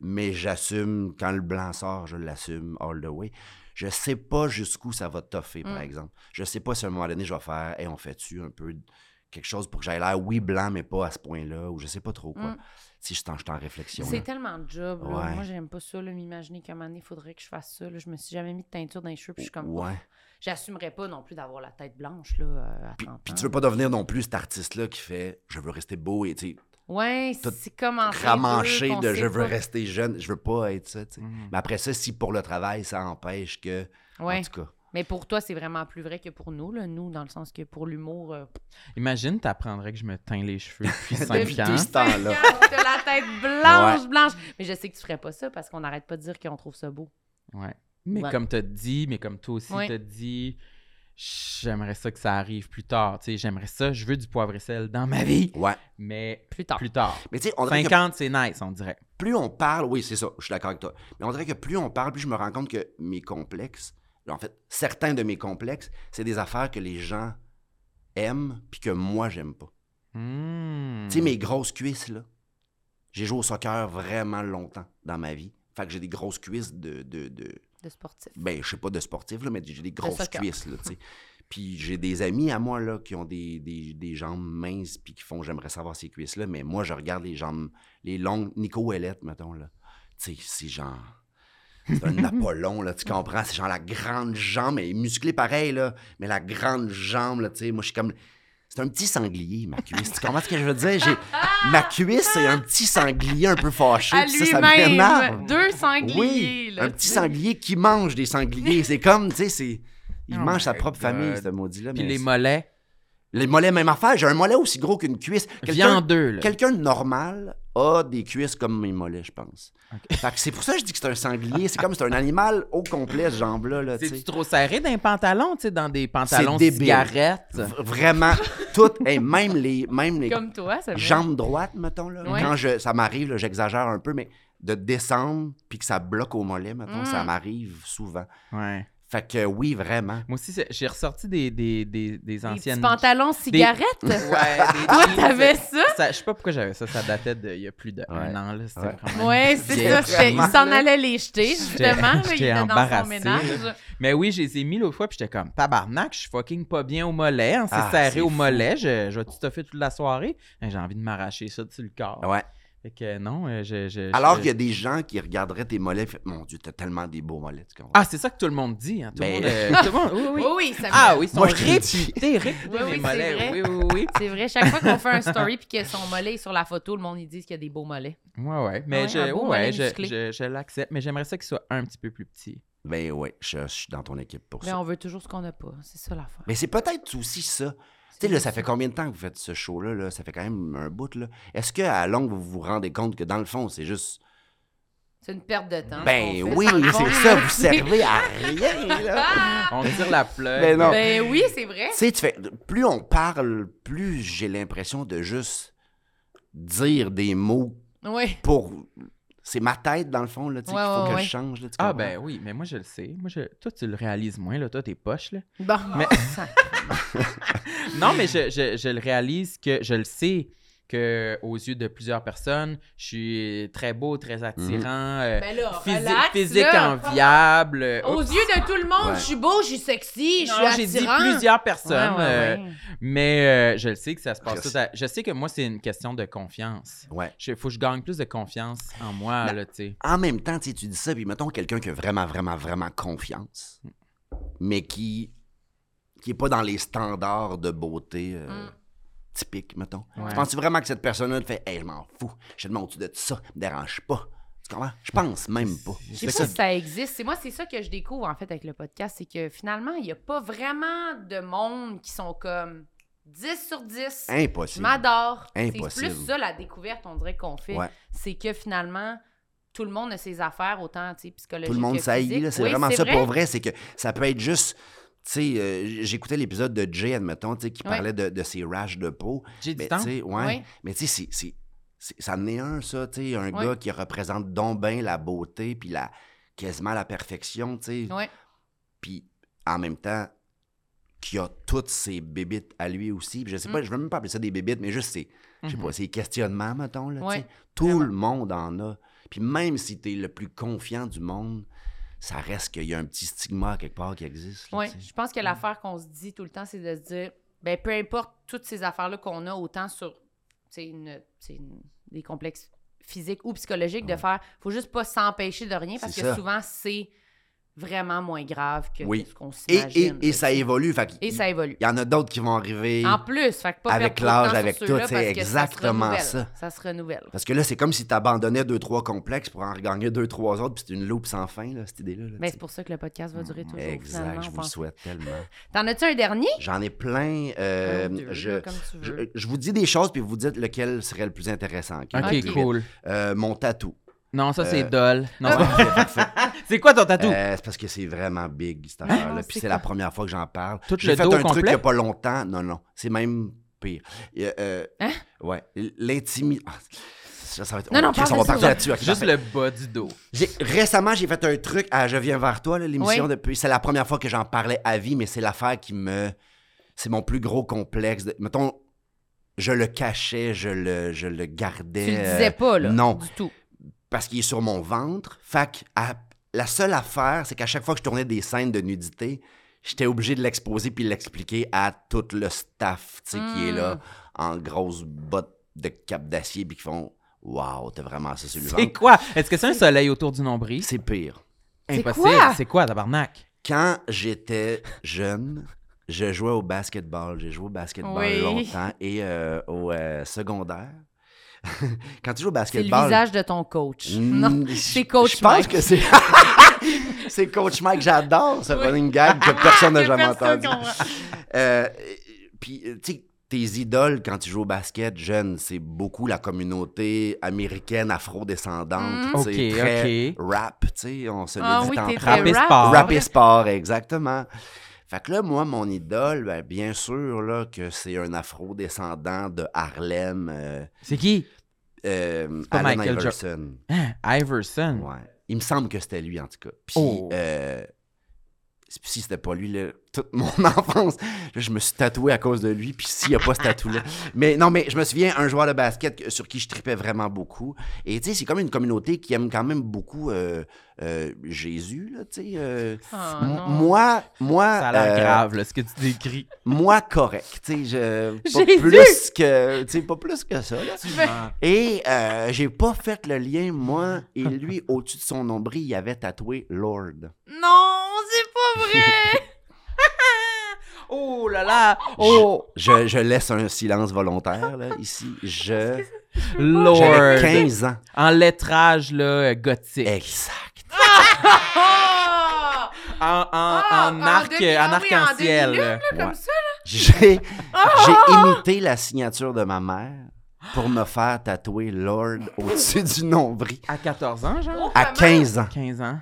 [SPEAKER 4] mais j'assume, quand le blanc sort, je l'assume all the way. Je sais pas jusqu'où ça va toffer, par
[SPEAKER 1] Mm.
[SPEAKER 4] exemple. Je sais pas si à un moment donné, je vais faire, et on fait-tu un peu de- quelque chose pour que j'aille l'air, oui, blanc, mais pas à ce point-là, ou je sais pas trop quoi.
[SPEAKER 1] Mm.
[SPEAKER 4] Si je suis en- je suis en réflexion.
[SPEAKER 1] C'est
[SPEAKER 4] là.
[SPEAKER 1] tellement de job, là.
[SPEAKER 4] Ouais.
[SPEAKER 1] Moi, j'aime pas ça, là, m'imaginer qu'à un moment donné, il faudrait que je fasse ça. là. Je me suis jamais mis de teinture dans les cheveux, puis je suis comme,
[SPEAKER 4] Ouais.
[SPEAKER 1] j'assumerais pas non plus d'avoir la tête blanche, là, euh, à
[SPEAKER 4] Puis,
[SPEAKER 1] 30
[SPEAKER 4] puis
[SPEAKER 1] ans.
[SPEAKER 4] tu veux pas devenir non plus cet artiste-là qui fait je veux rester beau et tu sais,
[SPEAKER 1] Ouais,
[SPEAKER 4] tout
[SPEAKER 1] c'est comme en
[SPEAKER 4] ramanché
[SPEAKER 1] deux, qu'on
[SPEAKER 4] de
[SPEAKER 1] sait
[SPEAKER 4] je veux
[SPEAKER 1] pas.
[SPEAKER 4] rester jeune, je veux pas être ça. tu sais.
[SPEAKER 2] Mhm.
[SPEAKER 4] Mais après ça, si pour le travail, ça empêche que.
[SPEAKER 1] Ouais.
[SPEAKER 4] En tout cas.
[SPEAKER 1] Mais pour toi, c'est vraiment plus vrai que pour nous, là. Nous, dans le sens que pour l'humour. euh,
[SPEAKER 2] Imagine, t'apprendrais que je me teins les cheveux depuis
[SPEAKER 4] Depuis
[SPEAKER 2] 5
[SPEAKER 4] tout
[SPEAKER 2] ans.
[SPEAKER 4] ce temps-là.
[SPEAKER 1] T'as la tête blanche, blanche. Mais je sais que tu ferais pas ça parce qu'on n'arrête pas de dire qu'on trouve ça beau.
[SPEAKER 2] Ouais. Mais
[SPEAKER 1] Ouais.
[SPEAKER 2] comme t'as dit, mais comme toi aussi
[SPEAKER 1] Ouais.
[SPEAKER 2] t'as dit, j'aimerais ça que ça arrive plus tard. Tu sais, j'aimerais ça, je veux du poivre et sel dans ma vie,
[SPEAKER 4] Ouais.
[SPEAKER 2] mais
[SPEAKER 1] Plus tard.
[SPEAKER 2] plus tard.
[SPEAKER 4] Mais tu sais, on dirait que
[SPEAKER 2] 50, c'est nice, on dirait.
[SPEAKER 4] plus on parle, oui, c'est ça, je suis d'accord avec toi. Mais on dirait que plus on parle, plus je me rends compte que mes complexes, en fait, certains de mes complexes, c'est des affaires que les gens aiment puis que moi, j'aime pas.
[SPEAKER 2] Hmm.
[SPEAKER 4] Tu sais, mes grosses cuisses, là, j'ai joué au soccer vraiment longtemps dans ma vie. Fait que j'ai des grosses cuisses de. de, de
[SPEAKER 1] De sportif.
[SPEAKER 4] ben, je sais pas de sportif, là, mais j'ai des grosses
[SPEAKER 1] soccer.
[SPEAKER 4] cuisses, là, tu sais. Puis j'ai des amis à moi, là, qui ont des, des, des jambes minces puis qui font j'aimerais savoir ces cuisses-là, mais moi, je regarde les jambes, les longues. Nico Ouellette, mettons, là. Tu sais, c'est genre. C'est un Apollon, là, tu comprends? C'est genre la grande jambe, elle est musclée pareil, là, mais la grande jambe, là, tu sais, moi, je suis comme. C'est un petit sanglier, ma cuisse. tu comprends ce que je veux dire? J'ai- Ma cuisse, c'est un petit sanglier un peu fâché.
[SPEAKER 1] À
[SPEAKER 4] puis ça, ça m'énerve.
[SPEAKER 1] lui-même, deux sangliers.
[SPEAKER 4] Oui,
[SPEAKER 1] là,
[SPEAKER 4] un
[SPEAKER 1] tu
[SPEAKER 4] petit
[SPEAKER 1] sais.
[SPEAKER 4] sanglier qui mange des sangliers. C'est comme, tu sais, c'est... Il
[SPEAKER 2] Oh
[SPEAKER 4] mange sa
[SPEAKER 2] my
[SPEAKER 4] propre
[SPEAKER 2] God.
[SPEAKER 4] famille, ce maudit-là.
[SPEAKER 2] Puis
[SPEAKER 4] mais
[SPEAKER 2] les
[SPEAKER 4] c'est-
[SPEAKER 2] mollets,
[SPEAKER 4] les mollets, même affaire. J'ai un mollet aussi gros qu'une cuisse.
[SPEAKER 2] viens en
[SPEAKER 4] Quelqu'un
[SPEAKER 2] deux, là.
[SPEAKER 4] quelqu'un de normal a des cuisses comme mes mollets, je pense.
[SPEAKER 2] Ok.
[SPEAKER 4] Fait que c'est pour ça que je dis que c'est un sanglier. C'est comme c'est un animal au complet, ce jambe-là. Là, tu sais.
[SPEAKER 2] C'est trop serré dans les pantalons, tu sais, dans des pantalons
[SPEAKER 4] débile.
[SPEAKER 2] cigarettes.
[SPEAKER 4] V- Vraiment, toutes, et même les, même les
[SPEAKER 1] Comme toi, ça fait.
[SPEAKER 4] jambes droites, mettons. Là.
[SPEAKER 1] Ouais.
[SPEAKER 4] Quand je, ça m'arrive, là, j'exagère un peu, mais de descendre puis que ça bloque au mollet, mettons,
[SPEAKER 1] Mm.
[SPEAKER 4] ça m'arrive souvent.
[SPEAKER 2] Ouais.
[SPEAKER 4] Fait que oui, vraiment.
[SPEAKER 2] Moi aussi, c'est- j'ai ressorti des, des, des, des
[SPEAKER 1] Des petits
[SPEAKER 2] anciennes.
[SPEAKER 1] pantalons cigarettes.
[SPEAKER 2] Ouais, des jeans.
[SPEAKER 1] T'avais ça?
[SPEAKER 2] Ça- Je sais pas pourquoi j'avais ça, ça datait d'il y a plus d'un
[SPEAKER 4] Ouais.
[SPEAKER 2] an, là. C'était
[SPEAKER 4] Ouais.
[SPEAKER 2] vraiment-
[SPEAKER 1] Ouais, c'est ça. c'était- Il s'en allait les jeter, justement. là, il
[SPEAKER 2] j'étais
[SPEAKER 1] était dans son
[SPEAKER 2] embarrassé,
[SPEAKER 1] ménage.
[SPEAKER 2] Mais oui, je les ai mis l'autre fois, puis j'étais comme, tabarnak, je suis fucking pas bien au mollet. hein, c'est
[SPEAKER 4] Ah, c'est
[SPEAKER 2] serré au
[SPEAKER 4] fou.
[SPEAKER 2] mollet, je, je vais tout stuffer toute la soirée. Hein, J'ai envie de m'arracher ça sur le corps.
[SPEAKER 4] Ouais.
[SPEAKER 2] Fait que non, euh, je. je- je-
[SPEAKER 4] Alors qu'il y a des gens qui regarderaient tes mollets et fait, Mon Dieu, t'as tellement des beaux mollets, tu comprends?
[SPEAKER 2] Ah, c'est ça que tout le monde dit. Hein, tout,
[SPEAKER 4] Ben-
[SPEAKER 2] le monde, euh, tout le monde. Oui, oui.
[SPEAKER 1] Oui, oui, ça me-
[SPEAKER 2] Ah oui, ils sont
[SPEAKER 4] Moi, je le dis.
[SPEAKER 2] réputés, réputés,
[SPEAKER 1] Oui, oui,
[SPEAKER 2] les
[SPEAKER 1] c'est
[SPEAKER 2] mollets.
[SPEAKER 1] vrai.
[SPEAKER 2] Oui, oui, oui.
[SPEAKER 1] C'est vrai, chaque fois qu'on fait un story puis que son mollet est sur la photo, le monde ils disent qu'il y a des beaux mollets.
[SPEAKER 2] Ouais, ouais. Mais
[SPEAKER 1] Ouais,
[SPEAKER 2] je,
[SPEAKER 1] Ah un beau
[SPEAKER 2] ouais,
[SPEAKER 1] mollet
[SPEAKER 2] je,
[SPEAKER 1] musclé.
[SPEAKER 2] je- je l'accepte, mais j'aimerais ça qu'il soit un petit peu plus petit.
[SPEAKER 4] Ben oui, je, je suis dans ton équipe pour
[SPEAKER 1] Mais
[SPEAKER 4] ça.
[SPEAKER 1] Ben on veut toujours ce qu'on n'a pas, c'est ça l'affaire.
[SPEAKER 4] Mais c'est peut-être aussi ça. Tu sais, là, ça fait combien de temps que vous faites ce show-là? Là? Ça fait quand même un bout, là. Est-ce qu'à longue, vous vous rendez compte que dans le fond, c'est juste.
[SPEAKER 1] C'est une perte de temps.
[SPEAKER 4] Ben
[SPEAKER 1] qu'on Hein? fait.
[SPEAKER 4] oui,
[SPEAKER 1] Dans le fond,
[SPEAKER 4] c'est ça,
[SPEAKER 1] là,
[SPEAKER 4] vous
[SPEAKER 1] c'est-
[SPEAKER 4] servez à rien, là.
[SPEAKER 2] On tire la plug.
[SPEAKER 4] Ben non.
[SPEAKER 1] Ah, Ben oui, c'est vrai.
[SPEAKER 4] tu sais, tu fais. Plus on parle, plus j'ai l'impression de juste dire des mots
[SPEAKER 1] Oui.
[SPEAKER 4] pour. C'est ma tête, dans le fond, là, tu sais,
[SPEAKER 1] Ouais,
[SPEAKER 4] qu'il faut
[SPEAKER 1] ouais,
[SPEAKER 4] que
[SPEAKER 1] ouais.
[SPEAKER 4] je change, là, tu
[SPEAKER 2] Ah
[SPEAKER 4] comprends?
[SPEAKER 2] ben oui, mais moi je le sais. Moi je... toi tu le réalises moins là, toi t'es poche là.
[SPEAKER 1] Bon.
[SPEAKER 2] Mais- Non mais je, je- je le réalise que je le sais que aux yeux de plusieurs personnes, je suis très beau, très attirant, euh,
[SPEAKER 1] Ben là,
[SPEAKER 2] physi-
[SPEAKER 1] relax,
[SPEAKER 2] physique
[SPEAKER 1] là.
[SPEAKER 2] enviable. euh,
[SPEAKER 1] Aux
[SPEAKER 2] oups.
[SPEAKER 1] yeux de tout le monde,
[SPEAKER 4] Ouais.
[SPEAKER 1] je suis beau, je suis sexy, je
[SPEAKER 2] Oh, Non,
[SPEAKER 1] suis attirant.
[SPEAKER 2] j'ai dit plusieurs personnes,
[SPEAKER 1] Ouais, ouais,
[SPEAKER 2] euh,
[SPEAKER 1] ouais.
[SPEAKER 2] mais euh, je le sais que ça se passe.
[SPEAKER 4] Merci.
[SPEAKER 2] tout à- Je sais que moi c'est une question de confiance.
[SPEAKER 4] Ouais.
[SPEAKER 2] Il faut que je gagne plus de confiance en moi
[SPEAKER 4] Ben,
[SPEAKER 2] là, tu sais.
[SPEAKER 4] en même temps, tu sais, tu dis ça, puis mettons quelqu'un qui a vraiment, vraiment, vraiment confiance, mais qui qui est pas dans les standards de beauté euh,
[SPEAKER 1] Mm.
[SPEAKER 4] typiques, mettons.
[SPEAKER 2] Ouais.
[SPEAKER 4] Tu penses vraiment que cette personne-là te fait « Hey, je m'en fous, je te montre au-dessus de ça, me dérange pas. » Tu comprends? Je pense même pas.
[SPEAKER 1] Je sais
[SPEAKER 4] Fait
[SPEAKER 1] pas
[SPEAKER 4] que
[SPEAKER 1] si ça existe. C'est moi, c'est ça que je découvre en fait avec le podcast, c'est que finalement, il n'y a pas vraiment de monde qui sont comme 10 sur 10.
[SPEAKER 4] c'est
[SPEAKER 1] Je
[SPEAKER 4] impossible.
[SPEAKER 1] m'adore. C'est
[SPEAKER 4] Impossible.
[SPEAKER 1] plus ça la découverte, on dirait qu'on fait.
[SPEAKER 4] Ouais.
[SPEAKER 1] C'est que finalement, tout le monde a ses affaires, autant tu sais, psychologiques.
[SPEAKER 4] Tout le monde
[SPEAKER 1] que
[SPEAKER 4] saillit,
[SPEAKER 1] physiques.
[SPEAKER 4] là. C'est
[SPEAKER 1] Oui,
[SPEAKER 4] vraiment ça
[SPEAKER 1] vrai.
[SPEAKER 4] pour vrai. C'est que ça peut être juste. Tu sais, euh, j'écoutais l'épisode de Jay, admettons, tu sais, qui
[SPEAKER 1] Ouais.
[SPEAKER 4] parlait de, de ses rashes de peau.
[SPEAKER 2] J'ai du
[SPEAKER 4] Mais
[SPEAKER 2] temps.
[SPEAKER 4] tu sais, Ben, ouais.
[SPEAKER 1] Oui.
[SPEAKER 4] Mais tu sais, c'est- c'est- c'est- ça en est un, ça, tu sais, un
[SPEAKER 1] Ouais.
[SPEAKER 4] gars qui représente donc bien la beauté, puis la, quasiment la perfection, tu sais.
[SPEAKER 1] Ouais.
[SPEAKER 4] Puis en même temps, qui a toutes ses bébites à lui aussi. Puis je sais
[SPEAKER 1] Mm.
[SPEAKER 4] pas, je veux même pas appeler ça des bébites, mais juste ses, je sais
[SPEAKER 2] Mhm.
[SPEAKER 4] pas, ses questionnements, mettons, là, tu
[SPEAKER 1] Mm-hmm. Ouais,
[SPEAKER 4] sais. Tout le monde en a. Puis même si t'es le plus confiant du monde, ça reste qu'il y a un petit stigma quelque part qui existe. là,
[SPEAKER 1] Ouais.
[SPEAKER 4] tu sais.
[SPEAKER 1] Je pense que l'affaire qu'on se dit tout le temps, c'est de se dire, ben peu importe toutes ces affaires-là qu'on a, autant sur c'est une, c'est une- des complexes physiques ou psychologiques, de faire, faut juste pas s'empêcher de rien parce
[SPEAKER 4] C'est
[SPEAKER 1] que
[SPEAKER 4] ça.
[SPEAKER 1] souvent c'est vraiment moins grave que
[SPEAKER 4] Oui.
[SPEAKER 1] ce qu'on
[SPEAKER 4] Et,
[SPEAKER 1] s'imagine.
[SPEAKER 4] et,
[SPEAKER 1] là,
[SPEAKER 4] et
[SPEAKER 1] tu
[SPEAKER 4] ça
[SPEAKER 1] sais.
[SPEAKER 4] évolue. Fait
[SPEAKER 1] Et
[SPEAKER 4] il-
[SPEAKER 1] ça évolue.
[SPEAKER 4] Il y en a d'autres qui vont arriver.
[SPEAKER 1] En plus, fait que pas perdre
[SPEAKER 4] Avec
[SPEAKER 1] trop de
[SPEAKER 4] l'âge,
[SPEAKER 1] temps
[SPEAKER 4] avec
[SPEAKER 1] sur
[SPEAKER 4] tout,
[SPEAKER 1] ceux-là
[SPEAKER 4] c'est
[SPEAKER 1] parce que ça se
[SPEAKER 4] exactement
[SPEAKER 1] renouvelle.
[SPEAKER 4] ça.
[SPEAKER 1] Ça se renouvelle.
[SPEAKER 4] Parce que là, c'est comme si tu abandonnais deux, trois complexes pour en regagner deux, trois autres, puis c'est une loupe sans fin, là, cette idée-là. là,
[SPEAKER 1] Mais
[SPEAKER 4] tu
[SPEAKER 1] Ben, c'est pour ça que le podcast va durer
[SPEAKER 4] sais.
[SPEAKER 1] toujours.
[SPEAKER 4] Exact,
[SPEAKER 1] finalement,
[SPEAKER 4] je
[SPEAKER 1] on
[SPEAKER 4] vous le
[SPEAKER 1] pense.
[SPEAKER 4] souhaite tellement.
[SPEAKER 1] T'en as-tu un dernier?
[SPEAKER 4] J'en ai plein. euh,
[SPEAKER 1] Un ou deux,
[SPEAKER 4] je,
[SPEAKER 1] là, comme tu
[SPEAKER 4] je,
[SPEAKER 1] veux.
[SPEAKER 4] je vous dis des choses, puis vous dites lequel serait le plus intéressant. ok?
[SPEAKER 2] Ok,
[SPEAKER 1] Ok.
[SPEAKER 2] cool.
[SPEAKER 4] Euh, mon tatou.
[SPEAKER 2] Non, ça, c'est
[SPEAKER 4] Euh,
[SPEAKER 2] dol. Non, c'est pas vrai.
[SPEAKER 4] Parfait.
[SPEAKER 2] c'est quoi ton tatou?
[SPEAKER 4] Euh, c'est parce que c'est vraiment big, cette affaire-là.
[SPEAKER 1] Ah,
[SPEAKER 4] Puis
[SPEAKER 1] c'est
[SPEAKER 4] c'est la première fois que j'en parle.
[SPEAKER 2] Tout
[SPEAKER 4] J'ai
[SPEAKER 2] le
[SPEAKER 4] fait
[SPEAKER 2] dos
[SPEAKER 4] un truc
[SPEAKER 2] complet?
[SPEAKER 4] il n'y a pas longtemps. Non, non. C'est même pire. Il y a, euh,
[SPEAKER 1] Hein?
[SPEAKER 4] Ouais. L'intimité. Ça, ça va être...
[SPEAKER 1] Non, non,
[SPEAKER 4] Chris,
[SPEAKER 1] parle
[SPEAKER 4] on
[SPEAKER 1] de
[SPEAKER 4] va
[SPEAKER 1] ça.
[SPEAKER 4] partir là-dessus. ok,
[SPEAKER 2] Juste
[SPEAKER 4] parfait.
[SPEAKER 2] le bas du dos.
[SPEAKER 4] J'ai- Récemment, j'ai fait un truc à Je viens vers toi, là, l'émission
[SPEAKER 1] Oui.
[SPEAKER 4] depuis. C'est la première fois que j'en parlais à vie, mais c'est l'affaire qui me. C'est mon plus gros complexe. de- Mettons, je le cachais, je le, je le gardais.
[SPEAKER 1] Tu le
[SPEAKER 4] euh,
[SPEAKER 1] disais pas, là.
[SPEAKER 4] non.
[SPEAKER 1] Du tout.
[SPEAKER 4] parce qu'il est sur mon ventre. Fait que à- la seule affaire, c'est qu'à chaque fois que je tournais des scènes de nudité, j'étais obligé de l'exposer puis de l'expliquer à tout le staff tu sais, qui est là
[SPEAKER 1] Hmm.
[SPEAKER 4] en grosses bottes de cap d'acier puis qui font Waouh, t'as vraiment ça sur le
[SPEAKER 2] C'est
[SPEAKER 4] ventre.
[SPEAKER 2] quoi? Est-ce que c'est un soleil autour du nombril?
[SPEAKER 4] C'est pire.
[SPEAKER 1] C'est
[SPEAKER 2] Impossible.
[SPEAKER 1] quoi?
[SPEAKER 2] C'est quoi, tabarnak?
[SPEAKER 4] Quand j'étais jeune, je jouais au basketball. J'ai joué au basketball
[SPEAKER 1] Oui.
[SPEAKER 4] longtemps et euh, au euh, secondaire. Quand tu
[SPEAKER 1] C'est
[SPEAKER 4] joues au
[SPEAKER 1] le
[SPEAKER 4] basketball,
[SPEAKER 1] visage de ton coach.
[SPEAKER 4] Mm,
[SPEAKER 1] Non,
[SPEAKER 4] je-
[SPEAKER 1] c'est coach
[SPEAKER 4] Je pense
[SPEAKER 1] Mike.
[SPEAKER 4] que c'est. c'est coach Mike, j'adore ce running gag que personne n'a
[SPEAKER 1] Que
[SPEAKER 4] jamais
[SPEAKER 1] personne
[SPEAKER 4] entendu.
[SPEAKER 1] comprend.
[SPEAKER 4] Euh, Puis, euh, tu sais, tes idoles quand tu joues au basket jeune, c'est beaucoup la communauté américaine afro-descendante.
[SPEAKER 1] Mm.
[SPEAKER 4] tu sais,
[SPEAKER 2] Ok,
[SPEAKER 4] très
[SPEAKER 2] ok.
[SPEAKER 4] Rap, tu sais, on se
[SPEAKER 1] Ah
[SPEAKER 4] le dit
[SPEAKER 1] oui,
[SPEAKER 4] tant-
[SPEAKER 1] t'es
[SPEAKER 2] Rap et
[SPEAKER 1] très rap.
[SPEAKER 2] sport.
[SPEAKER 4] Rap et sport, exactement. Fait que là, moi, mon idole, ben, bien sûr là, que c'est un afro-descendant de Harlem, euh,
[SPEAKER 2] C'est qui?
[SPEAKER 4] euh,
[SPEAKER 2] pas
[SPEAKER 4] Allen
[SPEAKER 2] Michael Jo-
[SPEAKER 4] Iverson.
[SPEAKER 2] Hein, Iverson.
[SPEAKER 4] Ouais. Il me semble que c'était lui, en tout cas. Puis,
[SPEAKER 2] Oh.
[SPEAKER 4] euh, si c'était pas lui, là, toute mon enfance, là, je me suis tatoué à cause de lui. Puis s'il n'y a pas ce tatou-là. Mais non, mais je me souviens, un joueur de basket que- sur qui je tripais vraiment beaucoup. Et tu sais, c'est comme une communauté qui aime quand même beaucoup euh, euh, Jésus, là, tu sais. euh,
[SPEAKER 1] Ah,
[SPEAKER 4] m-
[SPEAKER 1] non.
[SPEAKER 4] moi, moi.
[SPEAKER 2] Ça a l'air
[SPEAKER 4] euh,
[SPEAKER 2] grave, là, ce que tu décris.
[SPEAKER 4] Moi, correct. Tu sais, je. Pas
[SPEAKER 1] Jésus!
[SPEAKER 4] plus que. Tu sais, pas plus que ça, là.
[SPEAKER 1] fais-
[SPEAKER 4] Et euh, j'ai pas fait le lien, moi. Et lui, au-dessus de son nombril, il avait tatoué Lord.
[SPEAKER 1] Non, c'est pas vrai!
[SPEAKER 2] Oh là là! Oh!
[SPEAKER 4] Je, je laisse un silence volontaire, là, ici. Je. J'avais
[SPEAKER 2] Lord!
[SPEAKER 4] 15 ans.
[SPEAKER 2] En lettrage, là, euh, gothique.
[SPEAKER 4] Exact.
[SPEAKER 1] Ah!
[SPEAKER 2] En, en,
[SPEAKER 1] Ah,
[SPEAKER 2] en arc,
[SPEAKER 1] demi- ah
[SPEAKER 2] en
[SPEAKER 1] oui, en
[SPEAKER 2] arc-en-ciel.
[SPEAKER 1] demi-lune, là,
[SPEAKER 4] Ouais.
[SPEAKER 1] Comme ça,
[SPEAKER 4] J'ai j'ai imité la signature de ma mère pour me faire tatouer Lord au-dessus du nombril.
[SPEAKER 2] à 14 ans, genre?
[SPEAKER 4] À 15
[SPEAKER 1] Oh.
[SPEAKER 4] ans.
[SPEAKER 2] 15 ans.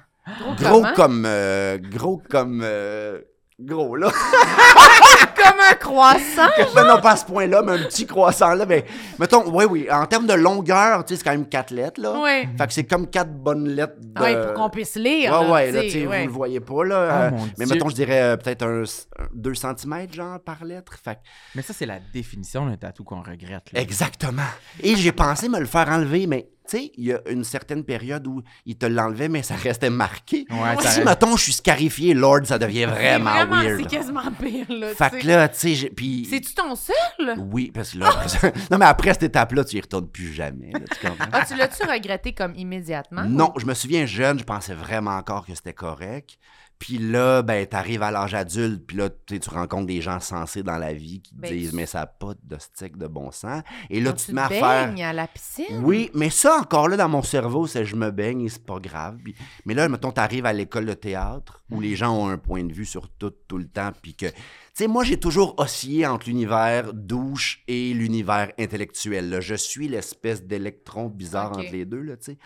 [SPEAKER 4] Gros
[SPEAKER 1] comment?
[SPEAKER 4] comme. euh, gros comme. euh, gros, là.
[SPEAKER 1] comme un croissant!
[SPEAKER 4] Non, non, pas à ce point-là, mais un petit croissant, là. Mais mettons, oui, oui. En termes de longueur, tu sais, c'est quand même 4 lettres, là.
[SPEAKER 1] Ouais.
[SPEAKER 4] Fait que c'est comme quatre bonnes lettres de...
[SPEAKER 1] Ouais, pour qu'on puisse lire.
[SPEAKER 4] Ouais, ouais, là,
[SPEAKER 1] tu
[SPEAKER 4] tu
[SPEAKER 1] sais,
[SPEAKER 4] sais,
[SPEAKER 1] ouais.
[SPEAKER 4] vous le voyez pas, là.
[SPEAKER 2] Ah,
[SPEAKER 4] euh,
[SPEAKER 2] mon
[SPEAKER 4] mais
[SPEAKER 2] Dieu.
[SPEAKER 4] mettons, je dirais euh, peut-être un, un 2 cm, genre, par lettre. Fait que-
[SPEAKER 2] Mais ça, c'est la définition d'un tatou qu'on regrette. Là.
[SPEAKER 4] Exactement. Et j'ai pensé me le faire enlever, mais, tu sais, il y a une certaine période où il te l'enlevait, mais ça restait marqué.
[SPEAKER 2] Ouais, ça
[SPEAKER 4] si,
[SPEAKER 2] reste-
[SPEAKER 4] mettons, je suis scarifié, Lord, ça
[SPEAKER 1] C'est
[SPEAKER 4] devient vraiment,
[SPEAKER 1] vraiment,
[SPEAKER 4] weird.
[SPEAKER 1] C'est quasiment pire, là.
[SPEAKER 4] Fait
[SPEAKER 1] tu
[SPEAKER 4] que
[SPEAKER 1] sais.
[SPEAKER 4] là, tu sais, j'ai- puis...
[SPEAKER 1] C'est-tu ton seul?
[SPEAKER 4] Oui, parce que là... non, mais après cette étape-là, tu y retournes plus jamais, là, tu comprends?
[SPEAKER 1] Ah, tu l'as-tu regretté comme immédiatement?
[SPEAKER 4] Non, je me souviens jeune, je pensais vraiment encore que c'était correct. Puis là, ben, t'arrives à l'âge adulte, puis là, tu sais, tu rencontres des gens sensés dans la vie qui te
[SPEAKER 1] Ben,
[SPEAKER 4] disent,
[SPEAKER 1] tu-
[SPEAKER 4] mais ça n'a pas de stick de bon sens. Et là,
[SPEAKER 1] Quand
[SPEAKER 4] tu te
[SPEAKER 1] tu
[SPEAKER 4] mets à faire.
[SPEAKER 1] baignes à la piscine?
[SPEAKER 4] Oui, mais ça, encore là, dans mon cerveau, c'est je me baigne et c'est pas grave. Puis- mais là, mettons, t'arrives à l'école de théâtre où les gens ont un point de vue sur tout, tout le temps, puis que... Tu sais, moi, j'ai toujours oscillé entre l'univers douche et l'univers intellectuel. là. Je suis l'espèce d'électron bizarre
[SPEAKER 1] Ok.
[SPEAKER 4] entre les deux, là, tu sais.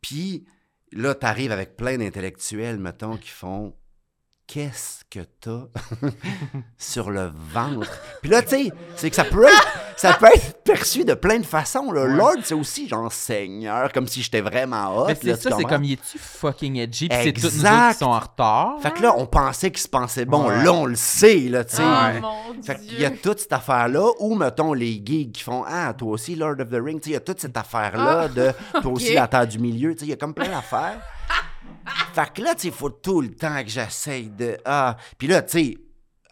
[SPEAKER 4] Puis là, t'arrives avec plein d'intellectuels, mettons, qui font... Qu'est-ce que t'as sur le ventre? Puis là, tu sais, c'est que ça peut être... Ça peut être perçu de plein de façons. Là. Lord, c'est aussi genre seigneur, comme si j'étais vraiment hot.
[SPEAKER 2] Mais
[SPEAKER 4] là,
[SPEAKER 2] c'est
[SPEAKER 4] tu
[SPEAKER 2] ça, c'est
[SPEAKER 4] comprends?
[SPEAKER 2] comme, il est-tu fucking edgy, puis c'est tous nous autres qui
[SPEAKER 4] Exact.
[SPEAKER 2] sont en retard?
[SPEAKER 4] Fait que là, on pensait qu'il se pensait bon.
[SPEAKER 2] Ouais.
[SPEAKER 4] Là, on le sait, là, tu sais.
[SPEAKER 1] Ah,
[SPEAKER 2] Ouais.
[SPEAKER 1] mon
[SPEAKER 4] Fait
[SPEAKER 1] Dieu!
[SPEAKER 4] qu'il y a toute cette affaire-là, ou mettons les gigs qui font Ah, toi aussi, Lord of the Ring, tu sais, il y a toute cette affaire-là
[SPEAKER 1] Ah,
[SPEAKER 4] de Toi aussi,
[SPEAKER 1] ok.
[SPEAKER 4] la terre du milieu, tu sais, il y a comme plein d'affaires. fait que là, tu sais, il faut tout le temps que j'essaye de Ah. Puis là, tu sais,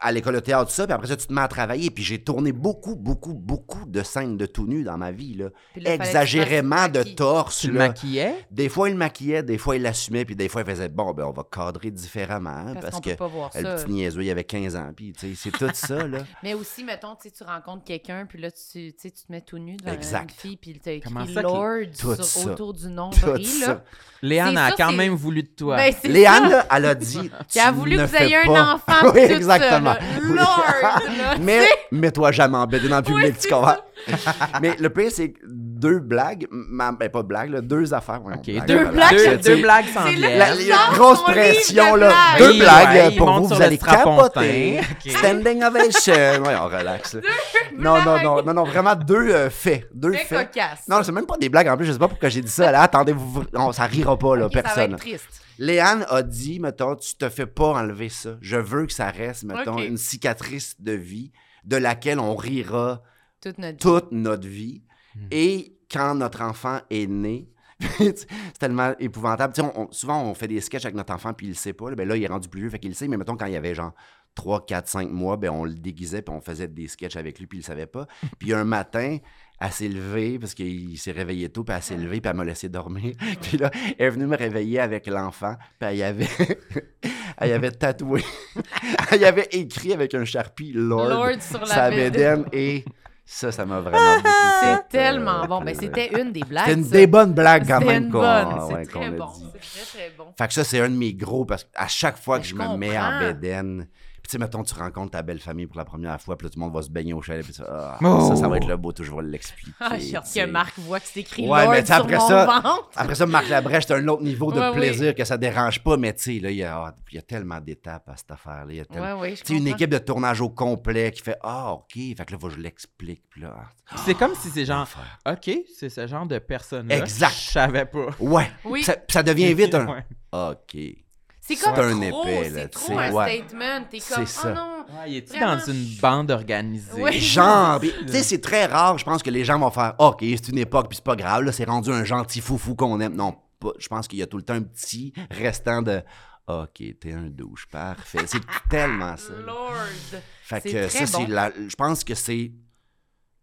[SPEAKER 4] à l'école de théâtre, tout ça, puis après ça, tu te mets à travailler. Puis j'ai tourné beaucoup, beaucoup, beaucoup de scènes de tout nu dans ma vie, là.
[SPEAKER 1] Puis là, fallait que tu
[SPEAKER 4] Exagérément
[SPEAKER 1] fasses du
[SPEAKER 4] de
[SPEAKER 1] maquis.
[SPEAKER 4] torse,
[SPEAKER 2] Tu le
[SPEAKER 4] là.
[SPEAKER 2] maquillais?
[SPEAKER 4] Des fois, il le maquillait, des fois, il l'assumait, puis des fois, il faisait bon, ben, on va cadrer différemment, hein,
[SPEAKER 1] Parce,
[SPEAKER 4] Euh, parce,
[SPEAKER 1] qu'on
[SPEAKER 4] que
[SPEAKER 1] peut pas voir
[SPEAKER 4] le
[SPEAKER 1] ça.
[SPEAKER 4] petit niaiseux, il avait 15 ans, puis tu sais, c'est tout ça, là.
[SPEAKER 1] Mais aussi, mettons, tu sais, tu rencontres quelqu'un, puis là, tu, tu sais, tu te mets tout nu devant
[SPEAKER 4] Exact.
[SPEAKER 1] une fille, puis t'as écrit
[SPEAKER 2] Comment ça qu'il-
[SPEAKER 1] Lord
[SPEAKER 4] Tout
[SPEAKER 1] sur-
[SPEAKER 4] ça.
[SPEAKER 1] autour du nom
[SPEAKER 4] Tout
[SPEAKER 1] là.
[SPEAKER 4] ça.
[SPEAKER 2] Léane a
[SPEAKER 1] ça,
[SPEAKER 2] quand
[SPEAKER 1] c'est-
[SPEAKER 2] même voulu de toi.
[SPEAKER 1] Ben, c'est
[SPEAKER 4] Léane,
[SPEAKER 1] ça.
[SPEAKER 4] là, elle a dit.
[SPEAKER 1] Qui a
[SPEAKER 4] tu
[SPEAKER 1] voulu que
[SPEAKER 4] ne
[SPEAKER 1] vous
[SPEAKER 4] fais
[SPEAKER 1] ayez un
[SPEAKER 4] pas.
[SPEAKER 1] enfant.
[SPEAKER 4] Oui,
[SPEAKER 1] puis tout Ça,
[SPEAKER 4] exactement.
[SPEAKER 1] là. Lord, là.
[SPEAKER 4] Mais mets-toi jamais en bed dans le public,
[SPEAKER 1] c'est
[SPEAKER 4] tu comprends? Mais le pire, c'est que deux blagues, ma- ben pas blagues, là, deux affaires. voyons,
[SPEAKER 2] OK, deux,
[SPEAKER 4] voilà.
[SPEAKER 2] blagues, deux,
[SPEAKER 4] Tu sais,
[SPEAKER 2] blagues sans
[SPEAKER 1] c'est là-
[SPEAKER 2] bière.
[SPEAKER 4] la-
[SPEAKER 1] blagues.
[SPEAKER 4] Il y a une grosse
[SPEAKER 1] Sors ton livre
[SPEAKER 4] pression,
[SPEAKER 1] de
[SPEAKER 4] là.
[SPEAKER 1] blagues.
[SPEAKER 4] Deux
[SPEAKER 2] Oui,
[SPEAKER 4] blagues
[SPEAKER 2] ouais,
[SPEAKER 4] pour
[SPEAKER 2] ils montent
[SPEAKER 4] vous,
[SPEAKER 2] sur
[SPEAKER 4] vous
[SPEAKER 2] le
[SPEAKER 4] allez
[SPEAKER 2] strapontin.
[SPEAKER 4] capoter.
[SPEAKER 2] OK.
[SPEAKER 4] Standing ovation. Voyons, relax. là. Non, non, non, non, non, vraiment deux euh, faits. Deux
[SPEAKER 1] Très
[SPEAKER 4] faits.
[SPEAKER 1] cocasse.
[SPEAKER 4] Non, c'est même pas des blagues en plus, je sais pas pourquoi j'ai dit ça. Là, attendez, vous, on, ça rira pas, là,
[SPEAKER 1] Ok, Ça va
[SPEAKER 4] personne.
[SPEAKER 1] être triste.
[SPEAKER 4] Léane a dit, mettons, tu te fais pas enlever ça. Je veux que ça reste, mettons,
[SPEAKER 1] Ok.
[SPEAKER 4] une cicatrice de vie de laquelle on rira
[SPEAKER 1] Toute notre vie.
[SPEAKER 4] toute notre vie. Et quand notre enfant est né, c'est tellement épouvantable. Tu sais, on- on- souvent, on fait des sketchs avec notre enfant, puis il le sait pas. Là, ben là, il est rendu plus vieux, fait qu'il le sait. Mais mettons, quand il avait genre 3, 4, 5 mois, ben, on le déguisait, puis on faisait des sketchs avec lui, puis il le savait pas. Puis un matin, elle s'est levée, parce qu'il s'est réveillé tôt, puis elle s'est levée, puis elle m'a laissé dormir. Puis là, elle est venue me réveiller avec l'enfant, puis elle y avait, elle y avait tatoué, elle y avait écrit avec un charpie Lord,
[SPEAKER 1] Lord sur la
[SPEAKER 4] sa
[SPEAKER 1] bed.
[SPEAKER 4] bédaine, et ça, ça m'a vraiment beaucoup fait, euh,
[SPEAKER 1] C'est tellement bon. Ben,
[SPEAKER 4] plaisir.
[SPEAKER 1] c'était une des blagues.
[SPEAKER 4] C'était une
[SPEAKER 1] ça.
[SPEAKER 4] des bonnes blagues quand
[SPEAKER 1] C'était
[SPEAKER 4] même
[SPEAKER 1] une
[SPEAKER 4] qu'on
[SPEAKER 1] bonne.
[SPEAKER 4] ouais,
[SPEAKER 1] C'est
[SPEAKER 4] qu'on a
[SPEAKER 1] très bon.
[SPEAKER 4] dit.
[SPEAKER 1] C'est très, très bon.
[SPEAKER 4] Fait que ça, c'est un de mes gros, parce qu'à chaque fois
[SPEAKER 1] Mais
[SPEAKER 4] que
[SPEAKER 1] Ben, je
[SPEAKER 4] je, me mets
[SPEAKER 1] comprends.
[SPEAKER 4] en bédaine, puis tu sais, mettons, tu rencontres ta belle famille pour la première fois, puis là, tout le monde va se baigner au chalet, puis tu fais, Ah,
[SPEAKER 2] Oh!
[SPEAKER 4] ça, ça va être le beau, je vais l'expliquer.
[SPEAKER 1] Ah,
[SPEAKER 4] tu
[SPEAKER 1] j'ai hâte que
[SPEAKER 4] sais.
[SPEAKER 1] Marc voit que c'est écrit
[SPEAKER 4] Ouais, mais
[SPEAKER 1] Lord
[SPEAKER 4] tu sais, après
[SPEAKER 1] sur mon
[SPEAKER 4] ça-
[SPEAKER 1] ventre.
[SPEAKER 4] Après ça, Marc Labrèche, c'est un autre niveau de
[SPEAKER 1] Ouais, oui.
[SPEAKER 4] plaisir que ça dérange pas, mais tu sais, là, il y a, ah, il y a tellement d'étapes à cette affaire-là. il y a tellement-
[SPEAKER 1] Ouais, ouais, je
[SPEAKER 4] Tu sais, une
[SPEAKER 1] comprends.
[SPEAKER 4] équipe de tournage au complet qui fait Ah, OK. Fait que là, faut que je l'explique. Puis là, ah,
[SPEAKER 2] C'est comme si c'est genre,
[SPEAKER 4] l'enfer.
[SPEAKER 2] OK, c'est ce genre de personne-là.
[SPEAKER 4] Exact.
[SPEAKER 2] Je savais pas.
[SPEAKER 4] Ouais.
[SPEAKER 1] Oui.
[SPEAKER 4] Puis Ça, puis ça devient vite un
[SPEAKER 2] Ouais.
[SPEAKER 4] OK.
[SPEAKER 1] C'est
[SPEAKER 4] C'est
[SPEAKER 1] comme
[SPEAKER 4] un
[SPEAKER 1] trop,
[SPEAKER 4] épais, là,
[SPEAKER 1] c'est
[SPEAKER 4] tu
[SPEAKER 1] trop
[SPEAKER 4] sais,
[SPEAKER 1] un
[SPEAKER 4] ouais.
[SPEAKER 1] statement. T'es
[SPEAKER 4] C'est
[SPEAKER 1] comme, oh
[SPEAKER 4] ça.
[SPEAKER 1] non.
[SPEAKER 2] Ouais, il est-tu
[SPEAKER 1] Vraiment,
[SPEAKER 2] dans une
[SPEAKER 1] je-
[SPEAKER 2] bande organisée?
[SPEAKER 1] Oui.
[SPEAKER 4] Genre, puis, tu sais, c'est très rare. Je pense que les gens vont faire OK, c'est une époque, puis c'est pas grave. Là, c'est rendu un gentil foufou qu'on aime. Non, pas- je pense qu'il y a tout le temps un petit restant de OK, t'es un douche. Parfait. C'est tellement ça. là.
[SPEAKER 1] Lord.
[SPEAKER 4] Fait
[SPEAKER 1] C'est
[SPEAKER 4] que
[SPEAKER 1] très
[SPEAKER 4] ça, c'est
[SPEAKER 1] bon.
[SPEAKER 4] la- je pense que c'est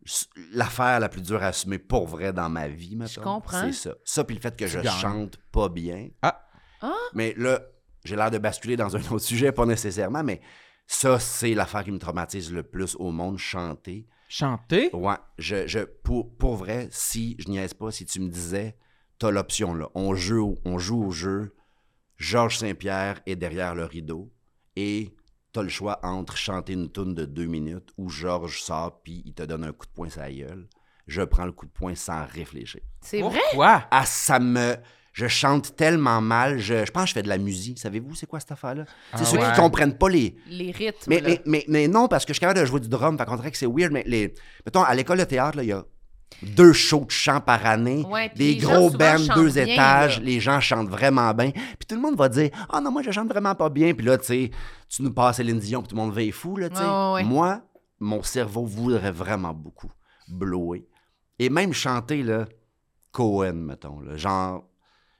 [SPEAKER 4] s- l'affaire la plus dure à assumer pour vrai dans ma vie, mettons.
[SPEAKER 1] comprends.
[SPEAKER 4] C'est ça. Ça, puis le fait que je
[SPEAKER 2] gagnes.
[SPEAKER 4] chante pas bien.
[SPEAKER 2] Ah.
[SPEAKER 1] Ah.
[SPEAKER 4] Mais là, j'ai l'air de basculer dans un autre sujet, pas nécessairement, mais ça, c'est l'affaire qui me traumatise le plus au monde, chanter.
[SPEAKER 2] Chanter?
[SPEAKER 4] Ouais, je, je, pour, pour vrai, si je niaise pas, si tu me disais, t'as l'option là, on joue, on joue au jeu, Georges Saint-Pierre est derrière le rideau et t'as le choix entre chanter une toune de deux minutes ou Georges sort puis il te donne un coup de poing sur la gueule. Je prends le coup de poing sans réfléchir.
[SPEAKER 1] C'est vrai?
[SPEAKER 2] Pourquoi?
[SPEAKER 4] Ah, ça me. Je chante tellement mal, je, je pense que je fais de la musique. Savez-vous c'est quoi cette affaire-là?
[SPEAKER 2] Ah
[SPEAKER 4] c'est ceux
[SPEAKER 2] ouais.
[SPEAKER 4] qui comprennent pas les.
[SPEAKER 1] Les rythmes.
[SPEAKER 4] Mais,
[SPEAKER 1] là.
[SPEAKER 4] mais, mais, mais non, parce que je suis capable de jouer du drum, fait qu'on dirait que c'est weird, mais les... mettons, à l'école de théâtre, là, il y a deux shows de chant par année,
[SPEAKER 1] Ouais, puis
[SPEAKER 4] des
[SPEAKER 1] les gens,
[SPEAKER 4] gros
[SPEAKER 1] souvent,
[SPEAKER 4] bands,
[SPEAKER 1] chantent
[SPEAKER 4] deux
[SPEAKER 1] bien,
[SPEAKER 4] étages,
[SPEAKER 1] là.
[SPEAKER 4] les gens chantent vraiment bien, puis tout le monde va dire « Ah non, moi, je chante vraiment pas bien », puis là, tu sais, tu nous passes Céline Dion, puis tout le monde veille fou, là, tu sais.
[SPEAKER 1] Ouais, ouais, ouais.
[SPEAKER 4] Moi, mon cerveau voudrait vraiment beaucoup blower. Et même chanter, là, Cohen, mettons, là, genre...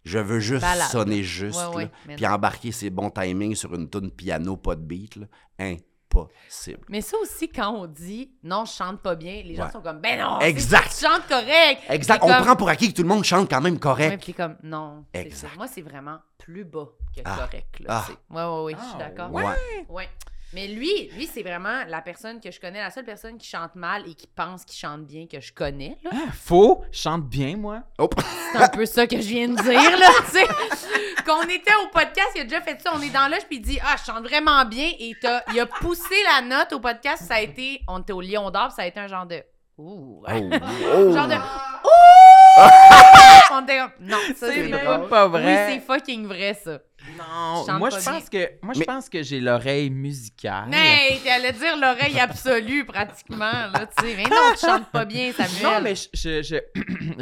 [SPEAKER 4] Je veux juste
[SPEAKER 1] Balade.
[SPEAKER 4] sonner juste,
[SPEAKER 1] Ouais, ouais,
[SPEAKER 4] là,
[SPEAKER 1] mais
[SPEAKER 4] puis embarquer ses bons timings sur une tune piano, pas de beat, là. Impossible.
[SPEAKER 1] Mais ça aussi, quand on dit non, je chante pas bien, les gens
[SPEAKER 4] Ouais.
[SPEAKER 1] sont comme ben non,
[SPEAKER 4] Exact.
[SPEAKER 1] c'est- tu chantes correct.
[SPEAKER 4] Exact.
[SPEAKER 1] Puis
[SPEAKER 4] On
[SPEAKER 1] comme-
[SPEAKER 4] prend pour acquis que tout le monde chante quand même
[SPEAKER 1] Ouais,
[SPEAKER 4] correct.
[SPEAKER 1] puis comme non. c'est-
[SPEAKER 4] Exact.
[SPEAKER 1] c'est- Moi, c'est vraiment plus bas que
[SPEAKER 4] Ah.
[SPEAKER 1] correct. Là,
[SPEAKER 4] Ah.
[SPEAKER 1] tu sais. Ouais, ouais, ouais, je suis
[SPEAKER 2] Ah,
[SPEAKER 1] d'accord.
[SPEAKER 4] Ouais.
[SPEAKER 1] Ouais. Mais lui, lui, c'est vraiment la personne que je connais, la seule personne qui chante mal et qui pense qu'il chante bien que je connais. là.
[SPEAKER 2] Ah, Faux? Chante bien, moi?
[SPEAKER 1] C'est un peu ça que je viens de dire, là, tu sais. Qu'on était au podcast, il a déjà fait ça. On est dans l'âge, puis il dit Ah, je chante vraiment bien. Et t'as- il a poussé la note au podcast. Ça a été, on était au Lion d'Or, puis ça a été un genre de Ouh.
[SPEAKER 4] Oh, oh.
[SPEAKER 1] genre de Ouh! on était comme, Non, ça, c'est
[SPEAKER 2] même
[SPEAKER 1] pas.
[SPEAKER 2] pas
[SPEAKER 1] Oui, c'est
[SPEAKER 2] vrai.
[SPEAKER 1] fucking vrai, ça.
[SPEAKER 2] non,
[SPEAKER 1] Je chante
[SPEAKER 2] moi,
[SPEAKER 1] pas
[SPEAKER 2] je pense que, moi, je
[SPEAKER 4] Mais-
[SPEAKER 2] pense que j'ai l'oreille musicale.
[SPEAKER 1] Mais t'allais dire l'oreille absolue, pratiquement, là, tu sais. Mais non, tu chantes pas bien, Samuel.
[SPEAKER 2] Non, mais je, je, je-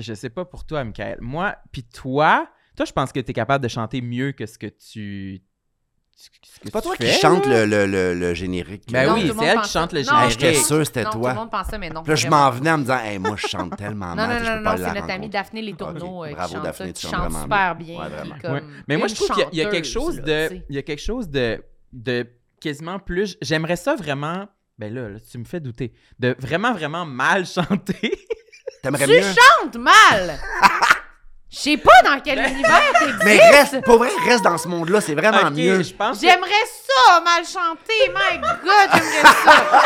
[SPEAKER 2] je sais pas pour toi, Michael. Moi, puis toi, toi, je pense que tu es capable de chanter mieux que ce que tu. ce que
[SPEAKER 4] C'est pas
[SPEAKER 2] tu
[SPEAKER 4] toi qui
[SPEAKER 2] fais,
[SPEAKER 4] chante
[SPEAKER 2] là.
[SPEAKER 4] le, le, le, le générique.
[SPEAKER 2] Ben
[SPEAKER 4] là.
[SPEAKER 1] Non,
[SPEAKER 2] oui,
[SPEAKER 1] tout le monde
[SPEAKER 2] c'est elle
[SPEAKER 1] pense
[SPEAKER 2] qui chante le
[SPEAKER 1] ça. Non,
[SPEAKER 4] Ah, J'étais
[SPEAKER 2] générique.
[SPEAKER 4] sûr que c'était
[SPEAKER 1] non, tout le
[SPEAKER 4] toi.
[SPEAKER 1] monde pensait, mais non.
[SPEAKER 4] Puis là, je
[SPEAKER 1] vraiment.
[SPEAKER 4] m'en venais en me disant, Hey, moi, je chante tellement
[SPEAKER 1] Non,
[SPEAKER 4] mal.
[SPEAKER 1] non,
[SPEAKER 4] tu sais, je
[SPEAKER 1] non,
[SPEAKER 4] peux
[SPEAKER 1] non,
[SPEAKER 4] pas
[SPEAKER 1] c'est
[SPEAKER 4] la
[SPEAKER 1] notre amie
[SPEAKER 4] rencontrer. Ah,
[SPEAKER 1] Daphné Les Tourneaux
[SPEAKER 4] Ok,
[SPEAKER 1] euh, qui
[SPEAKER 4] bravo,
[SPEAKER 1] chante
[SPEAKER 4] Daphné,
[SPEAKER 1] ça,
[SPEAKER 4] tu
[SPEAKER 1] qui
[SPEAKER 4] chantes
[SPEAKER 1] chante
[SPEAKER 4] vraiment
[SPEAKER 1] super
[SPEAKER 4] bien.
[SPEAKER 1] bien.
[SPEAKER 4] Ouais,
[SPEAKER 1] qui
[SPEAKER 4] vraiment.
[SPEAKER 1] est comme
[SPEAKER 2] Ouais. Mais moi, je
[SPEAKER 1] une
[SPEAKER 2] trouve qu'il y a- il y, a quelque
[SPEAKER 1] chanteuse,
[SPEAKER 2] chose
[SPEAKER 1] là,
[SPEAKER 2] de.
[SPEAKER 1] tu sais.
[SPEAKER 2] Il y a quelque chose de. de quasiment plus. J'aimerais ça vraiment. Ben là, là, tu me fais douter. De vraiment, vraiment mal chanter.
[SPEAKER 4] T'aimerais
[SPEAKER 1] Tu
[SPEAKER 4] mieux.
[SPEAKER 1] chantes mal! Je sais pas dans quel univers
[SPEAKER 4] Mais
[SPEAKER 1] t'existes!
[SPEAKER 4] reste, pour vrai, reste dans ce monde-là, c'est vraiment
[SPEAKER 2] Ok,
[SPEAKER 4] mieux.
[SPEAKER 2] je pense. que-
[SPEAKER 1] J'aimerais ça mal chanter! My God, j'aimerais ça!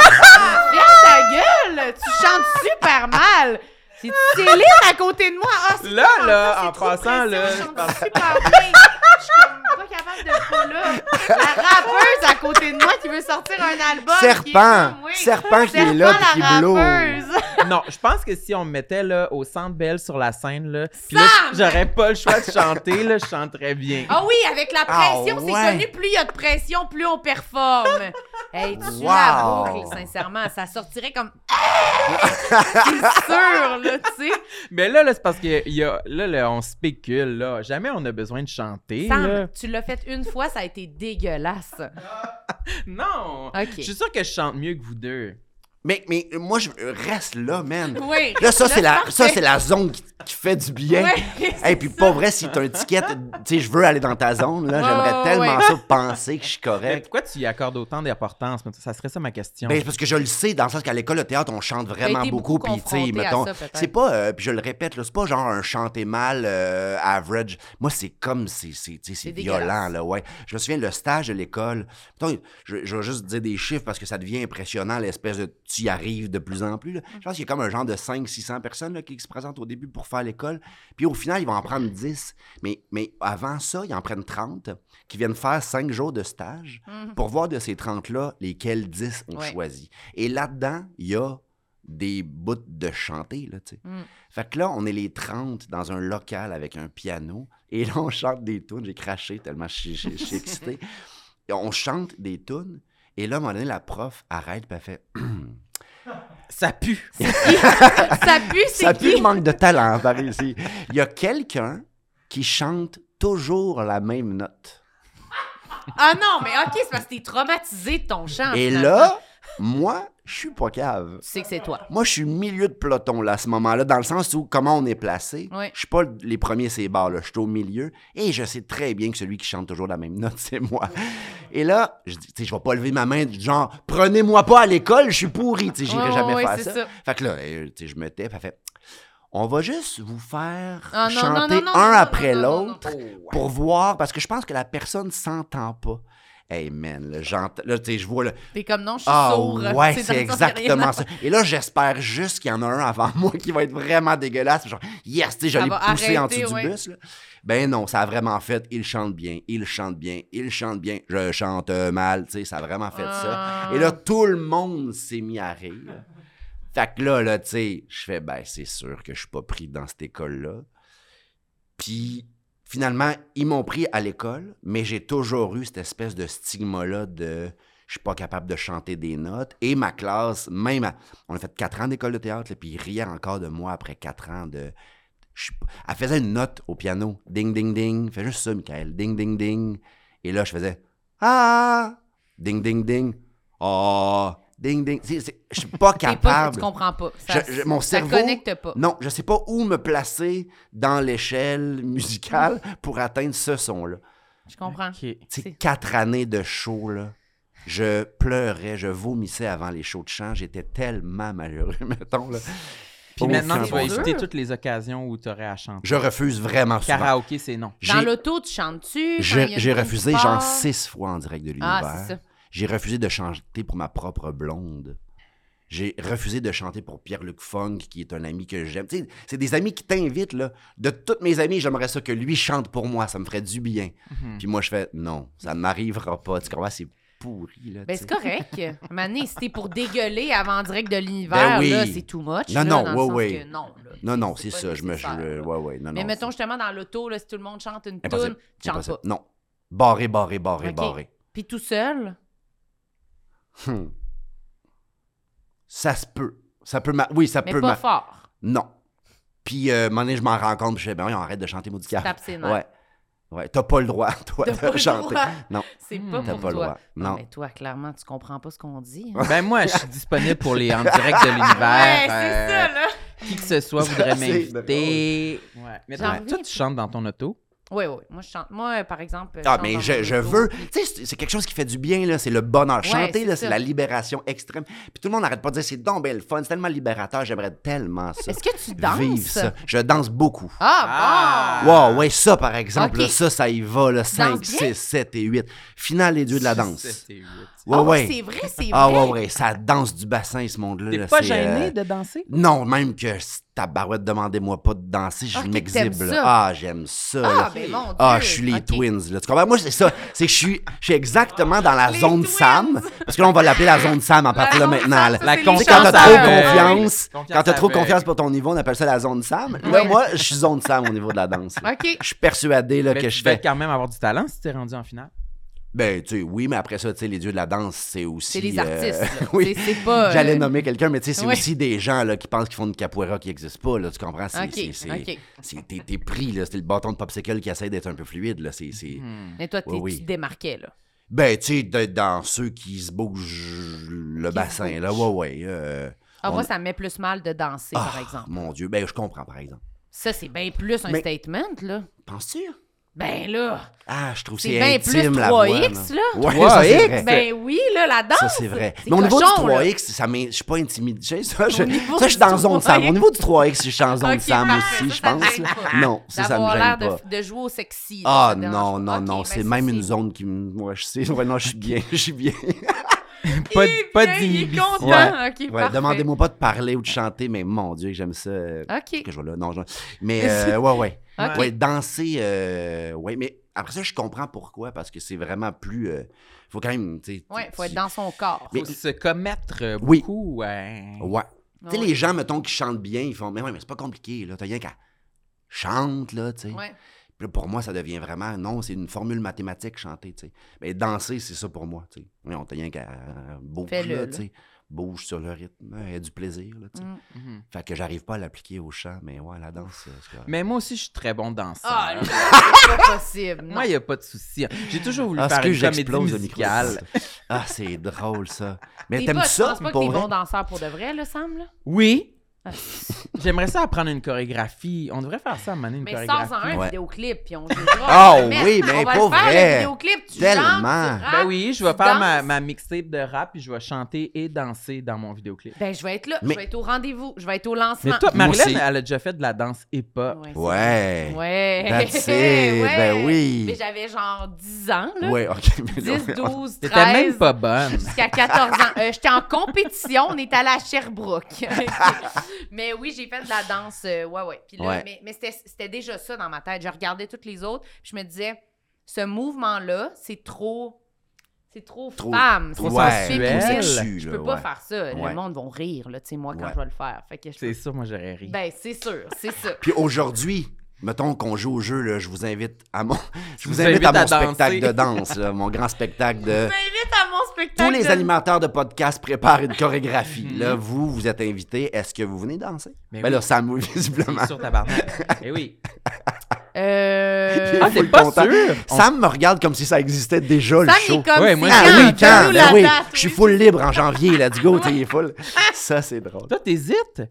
[SPEAKER 1] Viens ta gueule! Tu chantes super mal! C'est libre à côté de moi! Ah, c'est
[SPEAKER 2] Là,
[SPEAKER 1] trop
[SPEAKER 2] là,
[SPEAKER 1] mental,
[SPEAKER 2] en
[SPEAKER 1] c'est trop
[SPEAKER 2] passant,
[SPEAKER 1] pression,
[SPEAKER 2] là,
[SPEAKER 1] Je
[SPEAKER 2] je
[SPEAKER 1] chante
[SPEAKER 2] pense-
[SPEAKER 1] super bien! Je suis comme pas capable de pas là! La rappeuse à côté de moi qui veut sortir un album! qui est
[SPEAKER 4] Serpent,
[SPEAKER 1] comme, oui.
[SPEAKER 4] serpent qui est là
[SPEAKER 1] Serpent,
[SPEAKER 4] puis qui
[SPEAKER 1] la
[SPEAKER 4] blow.
[SPEAKER 1] rappeuse!
[SPEAKER 2] Non, je pense que si on me mettait là, au centre belle sur la scène, là, pis là,
[SPEAKER 1] Sam!
[SPEAKER 2] j'aurais pas le choix de chanter, là, je chanterais bien.
[SPEAKER 1] Ah oui, avec la
[SPEAKER 4] Ah
[SPEAKER 1] pression,
[SPEAKER 4] ouais.
[SPEAKER 1] c'est connu, plus il y a de pression, plus on performe. hey, tu
[SPEAKER 4] Wow.
[SPEAKER 1] la boucle, sincèrement, ça sortirait comme ah! C'est sûr là, tu sais.
[SPEAKER 2] Mais là, là c'est parce que y a, là, là, on spécule, là. Jamais on a besoin de chanter. là.
[SPEAKER 1] Sam, tu l'as fait une fois, ça a été dégueulasse.
[SPEAKER 2] Non! Je
[SPEAKER 1] OK.
[SPEAKER 2] suis sûr que je chante mieux que vous deux.
[SPEAKER 4] Mais, mais moi, je reste là, man.
[SPEAKER 1] Oui.
[SPEAKER 4] Là, ça, c'est la,
[SPEAKER 1] parfait.
[SPEAKER 4] ça, c'est la zone qui, qui fait du bien.
[SPEAKER 1] Ouais,
[SPEAKER 4] Et puis, pas vrai, si t'as un ticket, tu sais, je veux aller dans ta zone, là,
[SPEAKER 1] Ouais,
[SPEAKER 4] j'aimerais
[SPEAKER 1] ouais,
[SPEAKER 4] tellement
[SPEAKER 1] ouais.
[SPEAKER 4] ça penser que je suis
[SPEAKER 2] Mais
[SPEAKER 4] correct.
[SPEAKER 2] pourquoi tu y accordes autant d'importance? Ça serait ça ma question.
[SPEAKER 4] Ben, c'est parce que je le sais, dans le sens qu'à l'école, au théâtre, on chante vraiment
[SPEAKER 1] été
[SPEAKER 4] beaucoup.
[SPEAKER 1] Ben, beaucoup
[SPEAKER 4] Puis, tu sais,
[SPEAKER 1] confronté à
[SPEAKER 4] mettons,
[SPEAKER 1] ça, peut-être.
[SPEAKER 4] c'est pas, euh, puis je le répète, là, c'est pas genre un chanter mal euh, average. Moi, c'est comme, c'est, c'est, tu sais, c'est
[SPEAKER 1] C'est
[SPEAKER 4] violent,
[SPEAKER 1] dégueulasse.
[SPEAKER 4] là, ouais. Je me souviens, le stage de l'école, mettons, je, je vais juste dire des chiffres parce que ça devient impressionnant, l'espèce de, tu y arrives de plus en
[SPEAKER 1] Mm.
[SPEAKER 4] plus, là. Je pense qu'il y a comme un genre de 500-600 personnes, là, qui se présentent au début pour faire l'école. Puis au final, ils vont en prendre 10. Mais, mais avant ça, ils en prennent 30 qui viennent faire 5 jours de stage pour voir de ces 30-là lesquels 10 ont
[SPEAKER 1] Mhm. Ouais.
[SPEAKER 4] choisi. Et là-dedans, il y a des bouts de chanter, là, tu sais.
[SPEAKER 1] Mm.
[SPEAKER 4] Fait que là, on est les 30 dans un local avec un piano et là, on chante des tunes. J'ai craché tellement je suis- je suis je suis excité. Et on chante des tunes et là, à un moment donné, la prof arrête et elle fait
[SPEAKER 2] Ça pue!
[SPEAKER 1] ça pue,
[SPEAKER 4] Ça
[SPEAKER 1] c'est
[SPEAKER 4] pue
[SPEAKER 1] qui
[SPEAKER 4] le manque de talent par ici. Il y a quelqu'un qui chante toujours la même note.
[SPEAKER 1] Ah non, mais OK, c'est parce que t'es traumatisé de ton chant.
[SPEAKER 4] Et
[SPEAKER 1] Ah, finalement.
[SPEAKER 4] là, moi, je suis pas cave.
[SPEAKER 1] tu sais que c'est toi.
[SPEAKER 4] Moi, je suis milieu de peloton là, à ce moment-là, dans le sens où comment on est placé.
[SPEAKER 1] Ouais.
[SPEAKER 4] Je suis pas le- les premiers ces bars, là. je suis au milieu et je sais très bien que celui qui chante toujours la même note, c'est moi. Et là, je dis, tu sais, je vais pas lever ma main du genre, prenez-moi pas à l'école, je suis pourri, tu sais, j'irai
[SPEAKER 1] Ouais,
[SPEAKER 4] jamais
[SPEAKER 1] Oh, ouais,
[SPEAKER 4] faire
[SPEAKER 1] c'est
[SPEAKER 4] ça.
[SPEAKER 1] ça.
[SPEAKER 4] Fait que là, euh, tu sais, je me tais, puis elle fait, on va juste vous faire
[SPEAKER 1] Ah, non, non,
[SPEAKER 4] chanter
[SPEAKER 1] non, non,
[SPEAKER 4] un
[SPEAKER 1] non,
[SPEAKER 4] après
[SPEAKER 1] non, non, non,
[SPEAKER 4] l'autre pour voir, parce que je pense que la personne s'entend pas. Hey man, là, j'entends- là, tu sais, je vois le,
[SPEAKER 1] T'es comme non, je suis
[SPEAKER 4] ah
[SPEAKER 1] sourd.
[SPEAKER 4] ouais,
[SPEAKER 1] Tu sais,
[SPEAKER 4] c'est
[SPEAKER 1] euh, dans le sens qu'il y a rien à
[SPEAKER 4] exactement ça. Et là, j'espère juste qu'il y en a un avant moi qui va être vraiment dégueulasse. Genre, yes, tu sais, je
[SPEAKER 1] Ça
[SPEAKER 4] l'ai
[SPEAKER 1] va
[SPEAKER 4] poussé en
[SPEAKER 1] arrêter,
[SPEAKER 4] dessous du
[SPEAKER 1] ouais.
[SPEAKER 4] bus. là. Ben non, ça a vraiment fait. Il chante bien, il chante bien, il chante bien. Je chante euh, mal, tu sais, ça a vraiment fait ça.
[SPEAKER 1] Ah.
[SPEAKER 4] Et là, tout le monde s'est mis à rire. Fait que là, là, tu sais, je fais, ben c'est sûr que je suis pas pris dans cette école-là. Puis finalement, ils m'ont pris à l'école, mais j'ai toujours eu cette espèce de stigma-là de je suis pas capable de chanter des notes. Et ma classe, même, à- on a fait quatre ans d'école de théâtre, là, puis ils riaient encore de moi après quatre ans de. je suis pas- Elle faisait une note au piano. Ding, ding, ding. Fais juste ça, Michael. Ding, ding, ding. Et là, je faisais Ah! Ding, ding, ding. Ah! Ding, ding. C'est- c'est- Je suis pas
[SPEAKER 1] T'es pas,
[SPEAKER 4] capable.
[SPEAKER 1] tu comprends pas. Ça,
[SPEAKER 4] Je- je- mon
[SPEAKER 1] ça
[SPEAKER 4] cerveau-
[SPEAKER 1] connecte pas.
[SPEAKER 4] Non, je sais pas où me placer dans l'échelle musicale pour atteindre ce son-là.
[SPEAKER 1] Je comprends.
[SPEAKER 2] Ok.
[SPEAKER 4] C'est
[SPEAKER 1] C'est-
[SPEAKER 4] quatre années de show, là. Je pleurais, je vomissais avant les shows de chant. J'étais tellement malheureux, mettons, là.
[SPEAKER 2] Puis
[SPEAKER 4] Oh,
[SPEAKER 2] maintenant,
[SPEAKER 4] c'est
[SPEAKER 2] tu vas
[SPEAKER 4] dur.
[SPEAKER 2] éviter toutes les occasions où tu aurais à chanter.
[SPEAKER 4] Je refuse vraiment souvent.
[SPEAKER 2] Karaoké, c'est non.
[SPEAKER 4] J'ai-
[SPEAKER 1] Dans l'auto, tu chantes-tu? Quand il y
[SPEAKER 4] J'ai
[SPEAKER 1] a
[SPEAKER 4] j'ai
[SPEAKER 1] une
[SPEAKER 4] refusé
[SPEAKER 1] part?
[SPEAKER 4] genre six fois en direct de l'univers.
[SPEAKER 1] Ah, c'est ça.
[SPEAKER 4] J'ai refusé de chanter pour ma propre blonde. J'ai refusé de chanter pour Pierre-Luc Funk, qui est un ami que j'aime. Tu sais, c'est des amis qui t'invitent, là. De toutes mes amis, j'aimerais ça que lui chante pour moi. Ça me ferait du bien.
[SPEAKER 1] Mm.
[SPEAKER 2] Mhm.
[SPEAKER 4] Puis moi, je fais non, ça ne m'arrivera pas. Tu comprends? C'est pourri, là.
[SPEAKER 1] Ben,
[SPEAKER 4] tu
[SPEAKER 1] c'est
[SPEAKER 4] sais.
[SPEAKER 1] correct. Mané, si t'es pour dégueuler avant direct de
[SPEAKER 4] Ben
[SPEAKER 1] l'univers,
[SPEAKER 4] oui.
[SPEAKER 1] là, c'est too much.
[SPEAKER 4] Non,
[SPEAKER 1] là,
[SPEAKER 4] non,
[SPEAKER 1] dans le
[SPEAKER 4] ouais,
[SPEAKER 1] sens
[SPEAKER 4] ouais.
[SPEAKER 1] que Non, là.
[SPEAKER 4] non, non,
[SPEAKER 1] c'est
[SPEAKER 4] c'est
[SPEAKER 1] pas
[SPEAKER 4] ça. Je me.
[SPEAKER 1] nécessaire,
[SPEAKER 4] je-
[SPEAKER 1] là.
[SPEAKER 4] ouais, ouais, non,
[SPEAKER 1] Mais
[SPEAKER 4] non,
[SPEAKER 1] mettons
[SPEAKER 4] c'est
[SPEAKER 1] justement dans l'auto, là, si tout le monde chante une
[SPEAKER 4] Impossible.
[SPEAKER 1] toune, tu chantes
[SPEAKER 4] impossible.
[SPEAKER 1] pas.
[SPEAKER 4] Non. Barré, barré, barré,
[SPEAKER 1] Ok.
[SPEAKER 4] barré.
[SPEAKER 1] Puis tout seul,
[SPEAKER 4] Hmm. Ça se peut. Ça peut. m'a- Oui, ça
[SPEAKER 1] mais
[SPEAKER 4] peut.
[SPEAKER 1] pas
[SPEAKER 4] m'a-
[SPEAKER 1] fort.
[SPEAKER 4] Non. Puis, euh, un moment donné, je m'en rends compte, puis je fais, ben oui, on arrête de chanter maudit cave.
[SPEAKER 1] tapes ses nerfs.
[SPEAKER 4] Ouais. Ouais, t'as pas le droit, toi,
[SPEAKER 1] hein. T'as
[SPEAKER 4] de
[SPEAKER 1] pas le
[SPEAKER 4] chanter.
[SPEAKER 1] droit.
[SPEAKER 4] Non,
[SPEAKER 1] C'est
[SPEAKER 2] Hmm.
[SPEAKER 1] pas
[SPEAKER 4] t'as
[SPEAKER 1] pour
[SPEAKER 4] pas le
[SPEAKER 1] toi.
[SPEAKER 4] droit. Non.
[SPEAKER 1] Mais toi, clairement, tu comprends pas ce qu'on dit. hein.
[SPEAKER 2] Ben moi, je suis disponible pour les en direct de l'univers.
[SPEAKER 4] Ben,
[SPEAKER 1] Ouais, c'est
[SPEAKER 2] euh,
[SPEAKER 1] ça, là.
[SPEAKER 2] Qui que ce soit
[SPEAKER 4] Ça,
[SPEAKER 2] voudrait
[SPEAKER 4] c'est
[SPEAKER 2] m'inviter. Ouais. Mais
[SPEAKER 1] J'en
[SPEAKER 2] toi, toi,
[SPEAKER 1] reviens
[SPEAKER 2] tu chantes dans ton auto.
[SPEAKER 1] Oui, oui. Moi, je chante. Moi, euh, par exemple. euh,
[SPEAKER 4] Ah,
[SPEAKER 1] chante
[SPEAKER 4] mais
[SPEAKER 1] dans
[SPEAKER 4] je,
[SPEAKER 1] mon
[SPEAKER 4] je
[SPEAKER 1] auto.
[SPEAKER 4] veux. Tu sais, c'est- c'est quelque chose qui fait du bien, là. C'est le bonheur. Chanter,
[SPEAKER 1] c'est
[SPEAKER 4] là, c'est
[SPEAKER 1] ça.
[SPEAKER 4] la libération extrême. Puis tout le monde n'arrête pas de dire c'est donc bien le fun, c'est tellement libérateur, j'aimerais tellement ça.
[SPEAKER 1] Est-ce que tu danses?
[SPEAKER 4] Vivre ça. Je danse beaucoup.
[SPEAKER 1] Ah, bon!
[SPEAKER 4] Wow, ouais, ça par exemple,
[SPEAKER 1] Ok.
[SPEAKER 4] là, ça, ça y va, là, 5,
[SPEAKER 1] danses bien?
[SPEAKER 4] 6, 7 et 8. Finale des dieux de la danse.
[SPEAKER 2] C'était huit.
[SPEAKER 4] Ouais,
[SPEAKER 1] Ah oui,
[SPEAKER 4] ouais.
[SPEAKER 1] C'est vrai, c'est
[SPEAKER 4] Ah,
[SPEAKER 1] vrai.
[SPEAKER 4] ouais, ouais, ça danse du bassin, ce monde-là.
[SPEAKER 2] T'es
[SPEAKER 4] là,
[SPEAKER 2] pas
[SPEAKER 4] c'est,
[SPEAKER 2] gêné
[SPEAKER 4] euh,
[SPEAKER 2] de danser?
[SPEAKER 4] Non, même que ta barouette, demandez-moi pas de danser, je
[SPEAKER 1] Ok,
[SPEAKER 4] m'exhibe.
[SPEAKER 1] t'aimes
[SPEAKER 4] là.
[SPEAKER 1] ça.
[SPEAKER 4] Ah, j'aime ça.
[SPEAKER 1] Ah,
[SPEAKER 4] là.
[SPEAKER 1] ben mon Dieu.
[SPEAKER 4] Ah, je suis les
[SPEAKER 1] Ok.
[SPEAKER 4] twins, là. Tu comprends? Moi, c'est ça. C'est que je suis, je suis exactement dans la zone Sam. Parce que là, on va l'appeler la zone Sam à partir de
[SPEAKER 1] zone
[SPEAKER 4] maintenant.
[SPEAKER 1] Sam,
[SPEAKER 4] là.
[SPEAKER 1] ça, La Ben, c'est les
[SPEAKER 4] Tu sais, quand t'as
[SPEAKER 1] chanceux.
[SPEAKER 4] trop
[SPEAKER 1] Ouais.
[SPEAKER 4] confiance,
[SPEAKER 2] Confiance
[SPEAKER 4] quand t'as trop
[SPEAKER 2] aveugle.
[SPEAKER 4] confiance pour ton niveau, on appelle ça la zone Sam. Là,
[SPEAKER 1] Ouais.
[SPEAKER 4] moi, je suis zone Sam au niveau de la danse. là.
[SPEAKER 1] OK.
[SPEAKER 4] Je suis persuadé là,
[SPEAKER 2] Mais
[SPEAKER 4] que
[SPEAKER 2] tu
[SPEAKER 4] je
[SPEAKER 2] devais
[SPEAKER 4] fais.
[SPEAKER 2] quand même avoir du talent si t'es rendu en finale.
[SPEAKER 4] Ben, tu sais, oui, mais après ça, tu sais, les dieux de la danse, c'est aussi.
[SPEAKER 1] C'est les
[SPEAKER 4] euh,
[SPEAKER 1] artistes. là.
[SPEAKER 4] oui.
[SPEAKER 1] C'est- C'est pas. euh,
[SPEAKER 4] J'allais nommer quelqu'un, mais tu sais, c'est
[SPEAKER 1] Ouais.
[SPEAKER 4] aussi des gens là, qui pensent qu'ils font une capoeira qui n'existe pas, là, tu comprends? C'est,
[SPEAKER 1] OK.
[SPEAKER 4] c'est- c'est-
[SPEAKER 1] OK.
[SPEAKER 4] c'est- t'es, t'es pris, là, c'est le bâton de popsicle qui essaie d'être un peu fluide, là, c'est... c'est-
[SPEAKER 1] Mais toi, t'es-
[SPEAKER 4] Oui, oui.
[SPEAKER 1] tu te démarquais, là.
[SPEAKER 4] Ben, tu sais, de- dans ceux qui se bougent le
[SPEAKER 1] se
[SPEAKER 4] bassin, là, ouais, ouais. euh,
[SPEAKER 1] Ah,
[SPEAKER 4] on-
[SPEAKER 1] moi, ça me met plus mal de danser, par exemple.
[SPEAKER 4] Mon Dieu, ben, je comprends, par exemple.
[SPEAKER 1] Ça, c'est bien plus un
[SPEAKER 4] Mais-
[SPEAKER 1] statement, là.
[SPEAKER 4] Penses-tu?
[SPEAKER 1] Ben là,
[SPEAKER 4] Ah, je trouve que
[SPEAKER 1] C'est
[SPEAKER 4] c'est
[SPEAKER 1] bien
[SPEAKER 4] intime,
[SPEAKER 1] plus
[SPEAKER 4] la voix,
[SPEAKER 1] 3X, là.
[SPEAKER 4] Ouais, ça, c'est vrai.
[SPEAKER 1] ben oui, là, la danse.
[SPEAKER 4] Ça, c'est vrai.
[SPEAKER 1] c'est
[SPEAKER 4] Mais au niveau du
[SPEAKER 1] cochon, là.
[SPEAKER 4] 3X, ça m'in- je suis pas intimidé. Ça, je,
[SPEAKER 1] Au niveau
[SPEAKER 4] ça, je suis
[SPEAKER 1] du
[SPEAKER 4] dans zone Sam. Au
[SPEAKER 1] 3X.
[SPEAKER 4] niveau du 3X, je suis en zone
[SPEAKER 1] Ok,
[SPEAKER 4] Sam
[SPEAKER 1] parfait,
[SPEAKER 4] aussi,
[SPEAKER 1] ça,
[SPEAKER 4] je
[SPEAKER 1] ça
[SPEAKER 4] pense.
[SPEAKER 1] me
[SPEAKER 4] là.
[SPEAKER 1] gêne pas.
[SPEAKER 4] Non, ça, ça me
[SPEAKER 1] D'avoir l'air
[SPEAKER 4] gêne
[SPEAKER 1] de,
[SPEAKER 4] pas.
[SPEAKER 1] de jouer au sexy. là,
[SPEAKER 4] Ah
[SPEAKER 1] ça dérange
[SPEAKER 4] non,
[SPEAKER 1] pas.
[SPEAKER 4] non,
[SPEAKER 1] Ok,
[SPEAKER 4] non,
[SPEAKER 1] ben,
[SPEAKER 4] c'est
[SPEAKER 1] ça,
[SPEAKER 4] même une zone qui me... Ouais, je sais, ouais, non, je suis bien, je suis bien.
[SPEAKER 2] Pas,
[SPEAKER 1] Il est
[SPEAKER 2] pas
[SPEAKER 1] bien, Il est
[SPEAKER 2] d'inhibition.
[SPEAKER 1] content.
[SPEAKER 4] Ouais.
[SPEAKER 1] OK,
[SPEAKER 4] Ouais,
[SPEAKER 1] parfait.
[SPEAKER 4] demandez-moi pas de parler ou de chanter, mais mon Dieu, que j'aime ça. euh,
[SPEAKER 1] OK.
[SPEAKER 4] Que je vois là, non, je- Mais euh, ouais, ouais.
[SPEAKER 1] Ok.
[SPEAKER 4] Ouais, danser, euh, ouais, mais après ça, je comprends pourquoi, parce que c'est vraiment plus... euh, faut quand même, tu sais...
[SPEAKER 1] Ouais,
[SPEAKER 4] tu-
[SPEAKER 1] faut être
[SPEAKER 4] tu-
[SPEAKER 1] dans son corps.
[SPEAKER 4] Mais-
[SPEAKER 2] Faut se commettre euh,
[SPEAKER 4] Oui.
[SPEAKER 2] beaucoup. ouais.
[SPEAKER 4] Ouais.
[SPEAKER 1] Ah
[SPEAKER 4] Tu sais,
[SPEAKER 1] ouais.
[SPEAKER 4] les gens, mettons, qui chantent bien, ils font, mais ouais, mais c'est pas compliqué, là. T'as rien qu'à chante, là, tu sais.
[SPEAKER 1] Ouais.
[SPEAKER 4] Puis là, pour moi, ça devient vraiment, non, c'est une formule mathématique, chanter, tu sais. Mais danser, c'est ça pour moi, tu sais. Oui, on t'a rien qu'à euh, bouge,
[SPEAKER 1] Fais-le,
[SPEAKER 4] là,
[SPEAKER 1] là.
[SPEAKER 4] tu sais. Bouge sur le rythme, il y a du plaisir, là, tu sais.
[SPEAKER 1] Mm.
[SPEAKER 2] Mhm.
[SPEAKER 4] Fait que j'arrive pas à l'appliquer au chant, mais ouais, la danse, c'est correct.
[SPEAKER 2] Mais moi aussi, je suis très bon danseur.
[SPEAKER 1] Ah, non, c'est pas possible. non.
[SPEAKER 2] Moi, il n'y a pas de souci. hein. J'ai toujours voulu
[SPEAKER 4] Ah,
[SPEAKER 2] faire une
[SPEAKER 4] excuse,
[SPEAKER 2] comédie
[SPEAKER 4] j'explose le micro.
[SPEAKER 2] musicale.
[SPEAKER 4] Ah, c'est drôle, ça. Mais
[SPEAKER 1] T'es
[SPEAKER 4] t'aimes
[SPEAKER 1] pas-
[SPEAKER 4] ça,
[SPEAKER 1] Tu penses pas
[SPEAKER 4] pour
[SPEAKER 1] que t'es
[SPEAKER 4] vrai?
[SPEAKER 1] bon danseur pour de vrai, là, Sam, là?
[SPEAKER 2] Oui.
[SPEAKER 1] Ah.
[SPEAKER 2] J'aimerais ça apprendre une chorégraphie. On devrait faire ça à un moment donné, une
[SPEAKER 1] Mais
[SPEAKER 2] chorégraphie.
[SPEAKER 1] sors-en un
[SPEAKER 4] Ouais.
[SPEAKER 1] vidéoclip, puis on jugera.
[SPEAKER 4] Ah
[SPEAKER 1] on va le
[SPEAKER 4] oui,
[SPEAKER 1] mettre.
[SPEAKER 4] mais
[SPEAKER 1] On va
[SPEAKER 4] pour
[SPEAKER 1] le faire,
[SPEAKER 4] vrai.
[SPEAKER 1] Le vidéoclip, tu
[SPEAKER 4] Tellement.
[SPEAKER 1] chantes, tu
[SPEAKER 2] Ben
[SPEAKER 1] rappes,
[SPEAKER 2] oui, je
[SPEAKER 1] tu
[SPEAKER 2] vais faire ma,
[SPEAKER 1] danses.
[SPEAKER 2] ma mixtape de rap puis je vais chanter et danser dans mon vidéoclip.
[SPEAKER 1] Ben, je vais être là.
[SPEAKER 4] Mais-
[SPEAKER 1] Je vais être au rendez-vous. Je vais être au
[SPEAKER 2] Mais
[SPEAKER 1] lancement.
[SPEAKER 2] toi,
[SPEAKER 4] Moi
[SPEAKER 2] Marilyn,
[SPEAKER 4] aussi.
[SPEAKER 2] elle a déjà fait de la danse hip-hop.
[SPEAKER 1] Ouais.
[SPEAKER 4] Ouais.
[SPEAKER 1] Ouais.
[SPEAKER 4] That's it,
[SPEAKER 1] Ouais.
[SPEAKER 4] ben oui.
[SPEAKER 1] Mais j'avais genre 10 ans, là.
[SPEAKER 4] Ouais, OK. mais là,
[SPEAKER 1] 10, 12, 13.
[SPEAKER 2] T'étais même pas bonne.
[SPEAKER 1] Jusqu'à 14 ans. Euh, J'étais en compétition, on est allé à Sherbrooke. mais oui, j'ai fait de la danse. euh, ouais, ouais. Puis là,
[SPEAKER 4] Ouais.
[SPEAKER 1] Mais, mais c'était- c'était déjà ça dans ma tête. Je regardais toutes les autres. puis je me disais, ce mouvement-là, c'est trop. C'est trop,
[SPEAKER 4] Trop-
[SPEAKER 1] femme.
[SPEAKER 4] trop
[SPEAKER 1] c'est trop
[SPEAKER 2] sensuel.
[SPEAKER 1] féminin.
[SPEAKER 4] Sexu,
[SPEAKER 1] Je
[SPEAKER 4] là,
[SPEAKER 1] peux pas
[SPEAKER 4] ouais.
[SPEAKER 1] faire ça.
[SPEAKER 4] Ouais.
[SPEAKER 1] Le monde va rire, là, tu sais, moi, quand
[SPEAKER 4] Ouais.
[SPEAKER 1] je vais le faire. Fait que je
[SPEAKER 2] C'est sûr, moi, j'aurais ri.
[SPEAKER 1] Ben, c'est sûr, c'est ça.
[SPEAKER 4] Puis aujourd'hui, mettons qu'on joue au jeu, là, je vous invite à mon, je vous
[SPEAKER 2] vous invite
[SPEAKER 4] invite à
[SPEAKER 2] à
[SPEAKER 4] mon
[SPEAKER 2] danser.
[SPEAKER 4] spectacle de danse, là, mon grand spectacle de.
[SPEAKER 1] Je m'invite à mon spectacle.
[SPEAKER 4] Tous les
[SPEAKER 1] de-
[SPEAKER 4] animateurs de podcast préparent une chorégraphie.
[SPEAKER 1] Mhm.
[SPEAKER 4] Là, vous, vous êtes invités. Est-ce que vous venez danser?
[SPEAKER 2] Mais
[SPEAKER 4] ben
[SPEAKER 2] oui.
[SPEAKER 4] là, Sam, oui,
[SPEAKER 2] C'est
[SPEAKER 4] visiblement.
[SPEAKER 2] sûr, tabarnak. Eh oui.
[SPEAKER 1] Euh...
[SPEAKER 2] Ah, t'es
[SPEAKER 4] Full
[SPEAKER 2] pas
[SPEAKER 4] content.
[SPEAKER 2] sûr?
[SPEAKER 4] Sam me regarde comme si ça existait déjà, le
[SPEAKER 1] Sam
[SPEAKER 4] show.
[SPEAKER 1] est comme
[SPEAKER 2] Ouais,
[SPEAKER 1] c'est
[SPEAKER 2] moi,
[SPEAKER 1] quand,
[SPEAKER 4] Ah oui,
[SPEAKER 1] fais-nous
[SPEAKER 4] quand?
[SPEAKER 1] la
[SPEAKER 4] Ben oui,
[SPEAKER 1] date,
[SPEAKER 4] je suis
[SPEAKER 1] oui.
[SPEAKER 4] full libre en janvier, let's go, tu sais, il est full. Ça, c'est drôle.
[SPEAKER 2] Toi, t'hésites?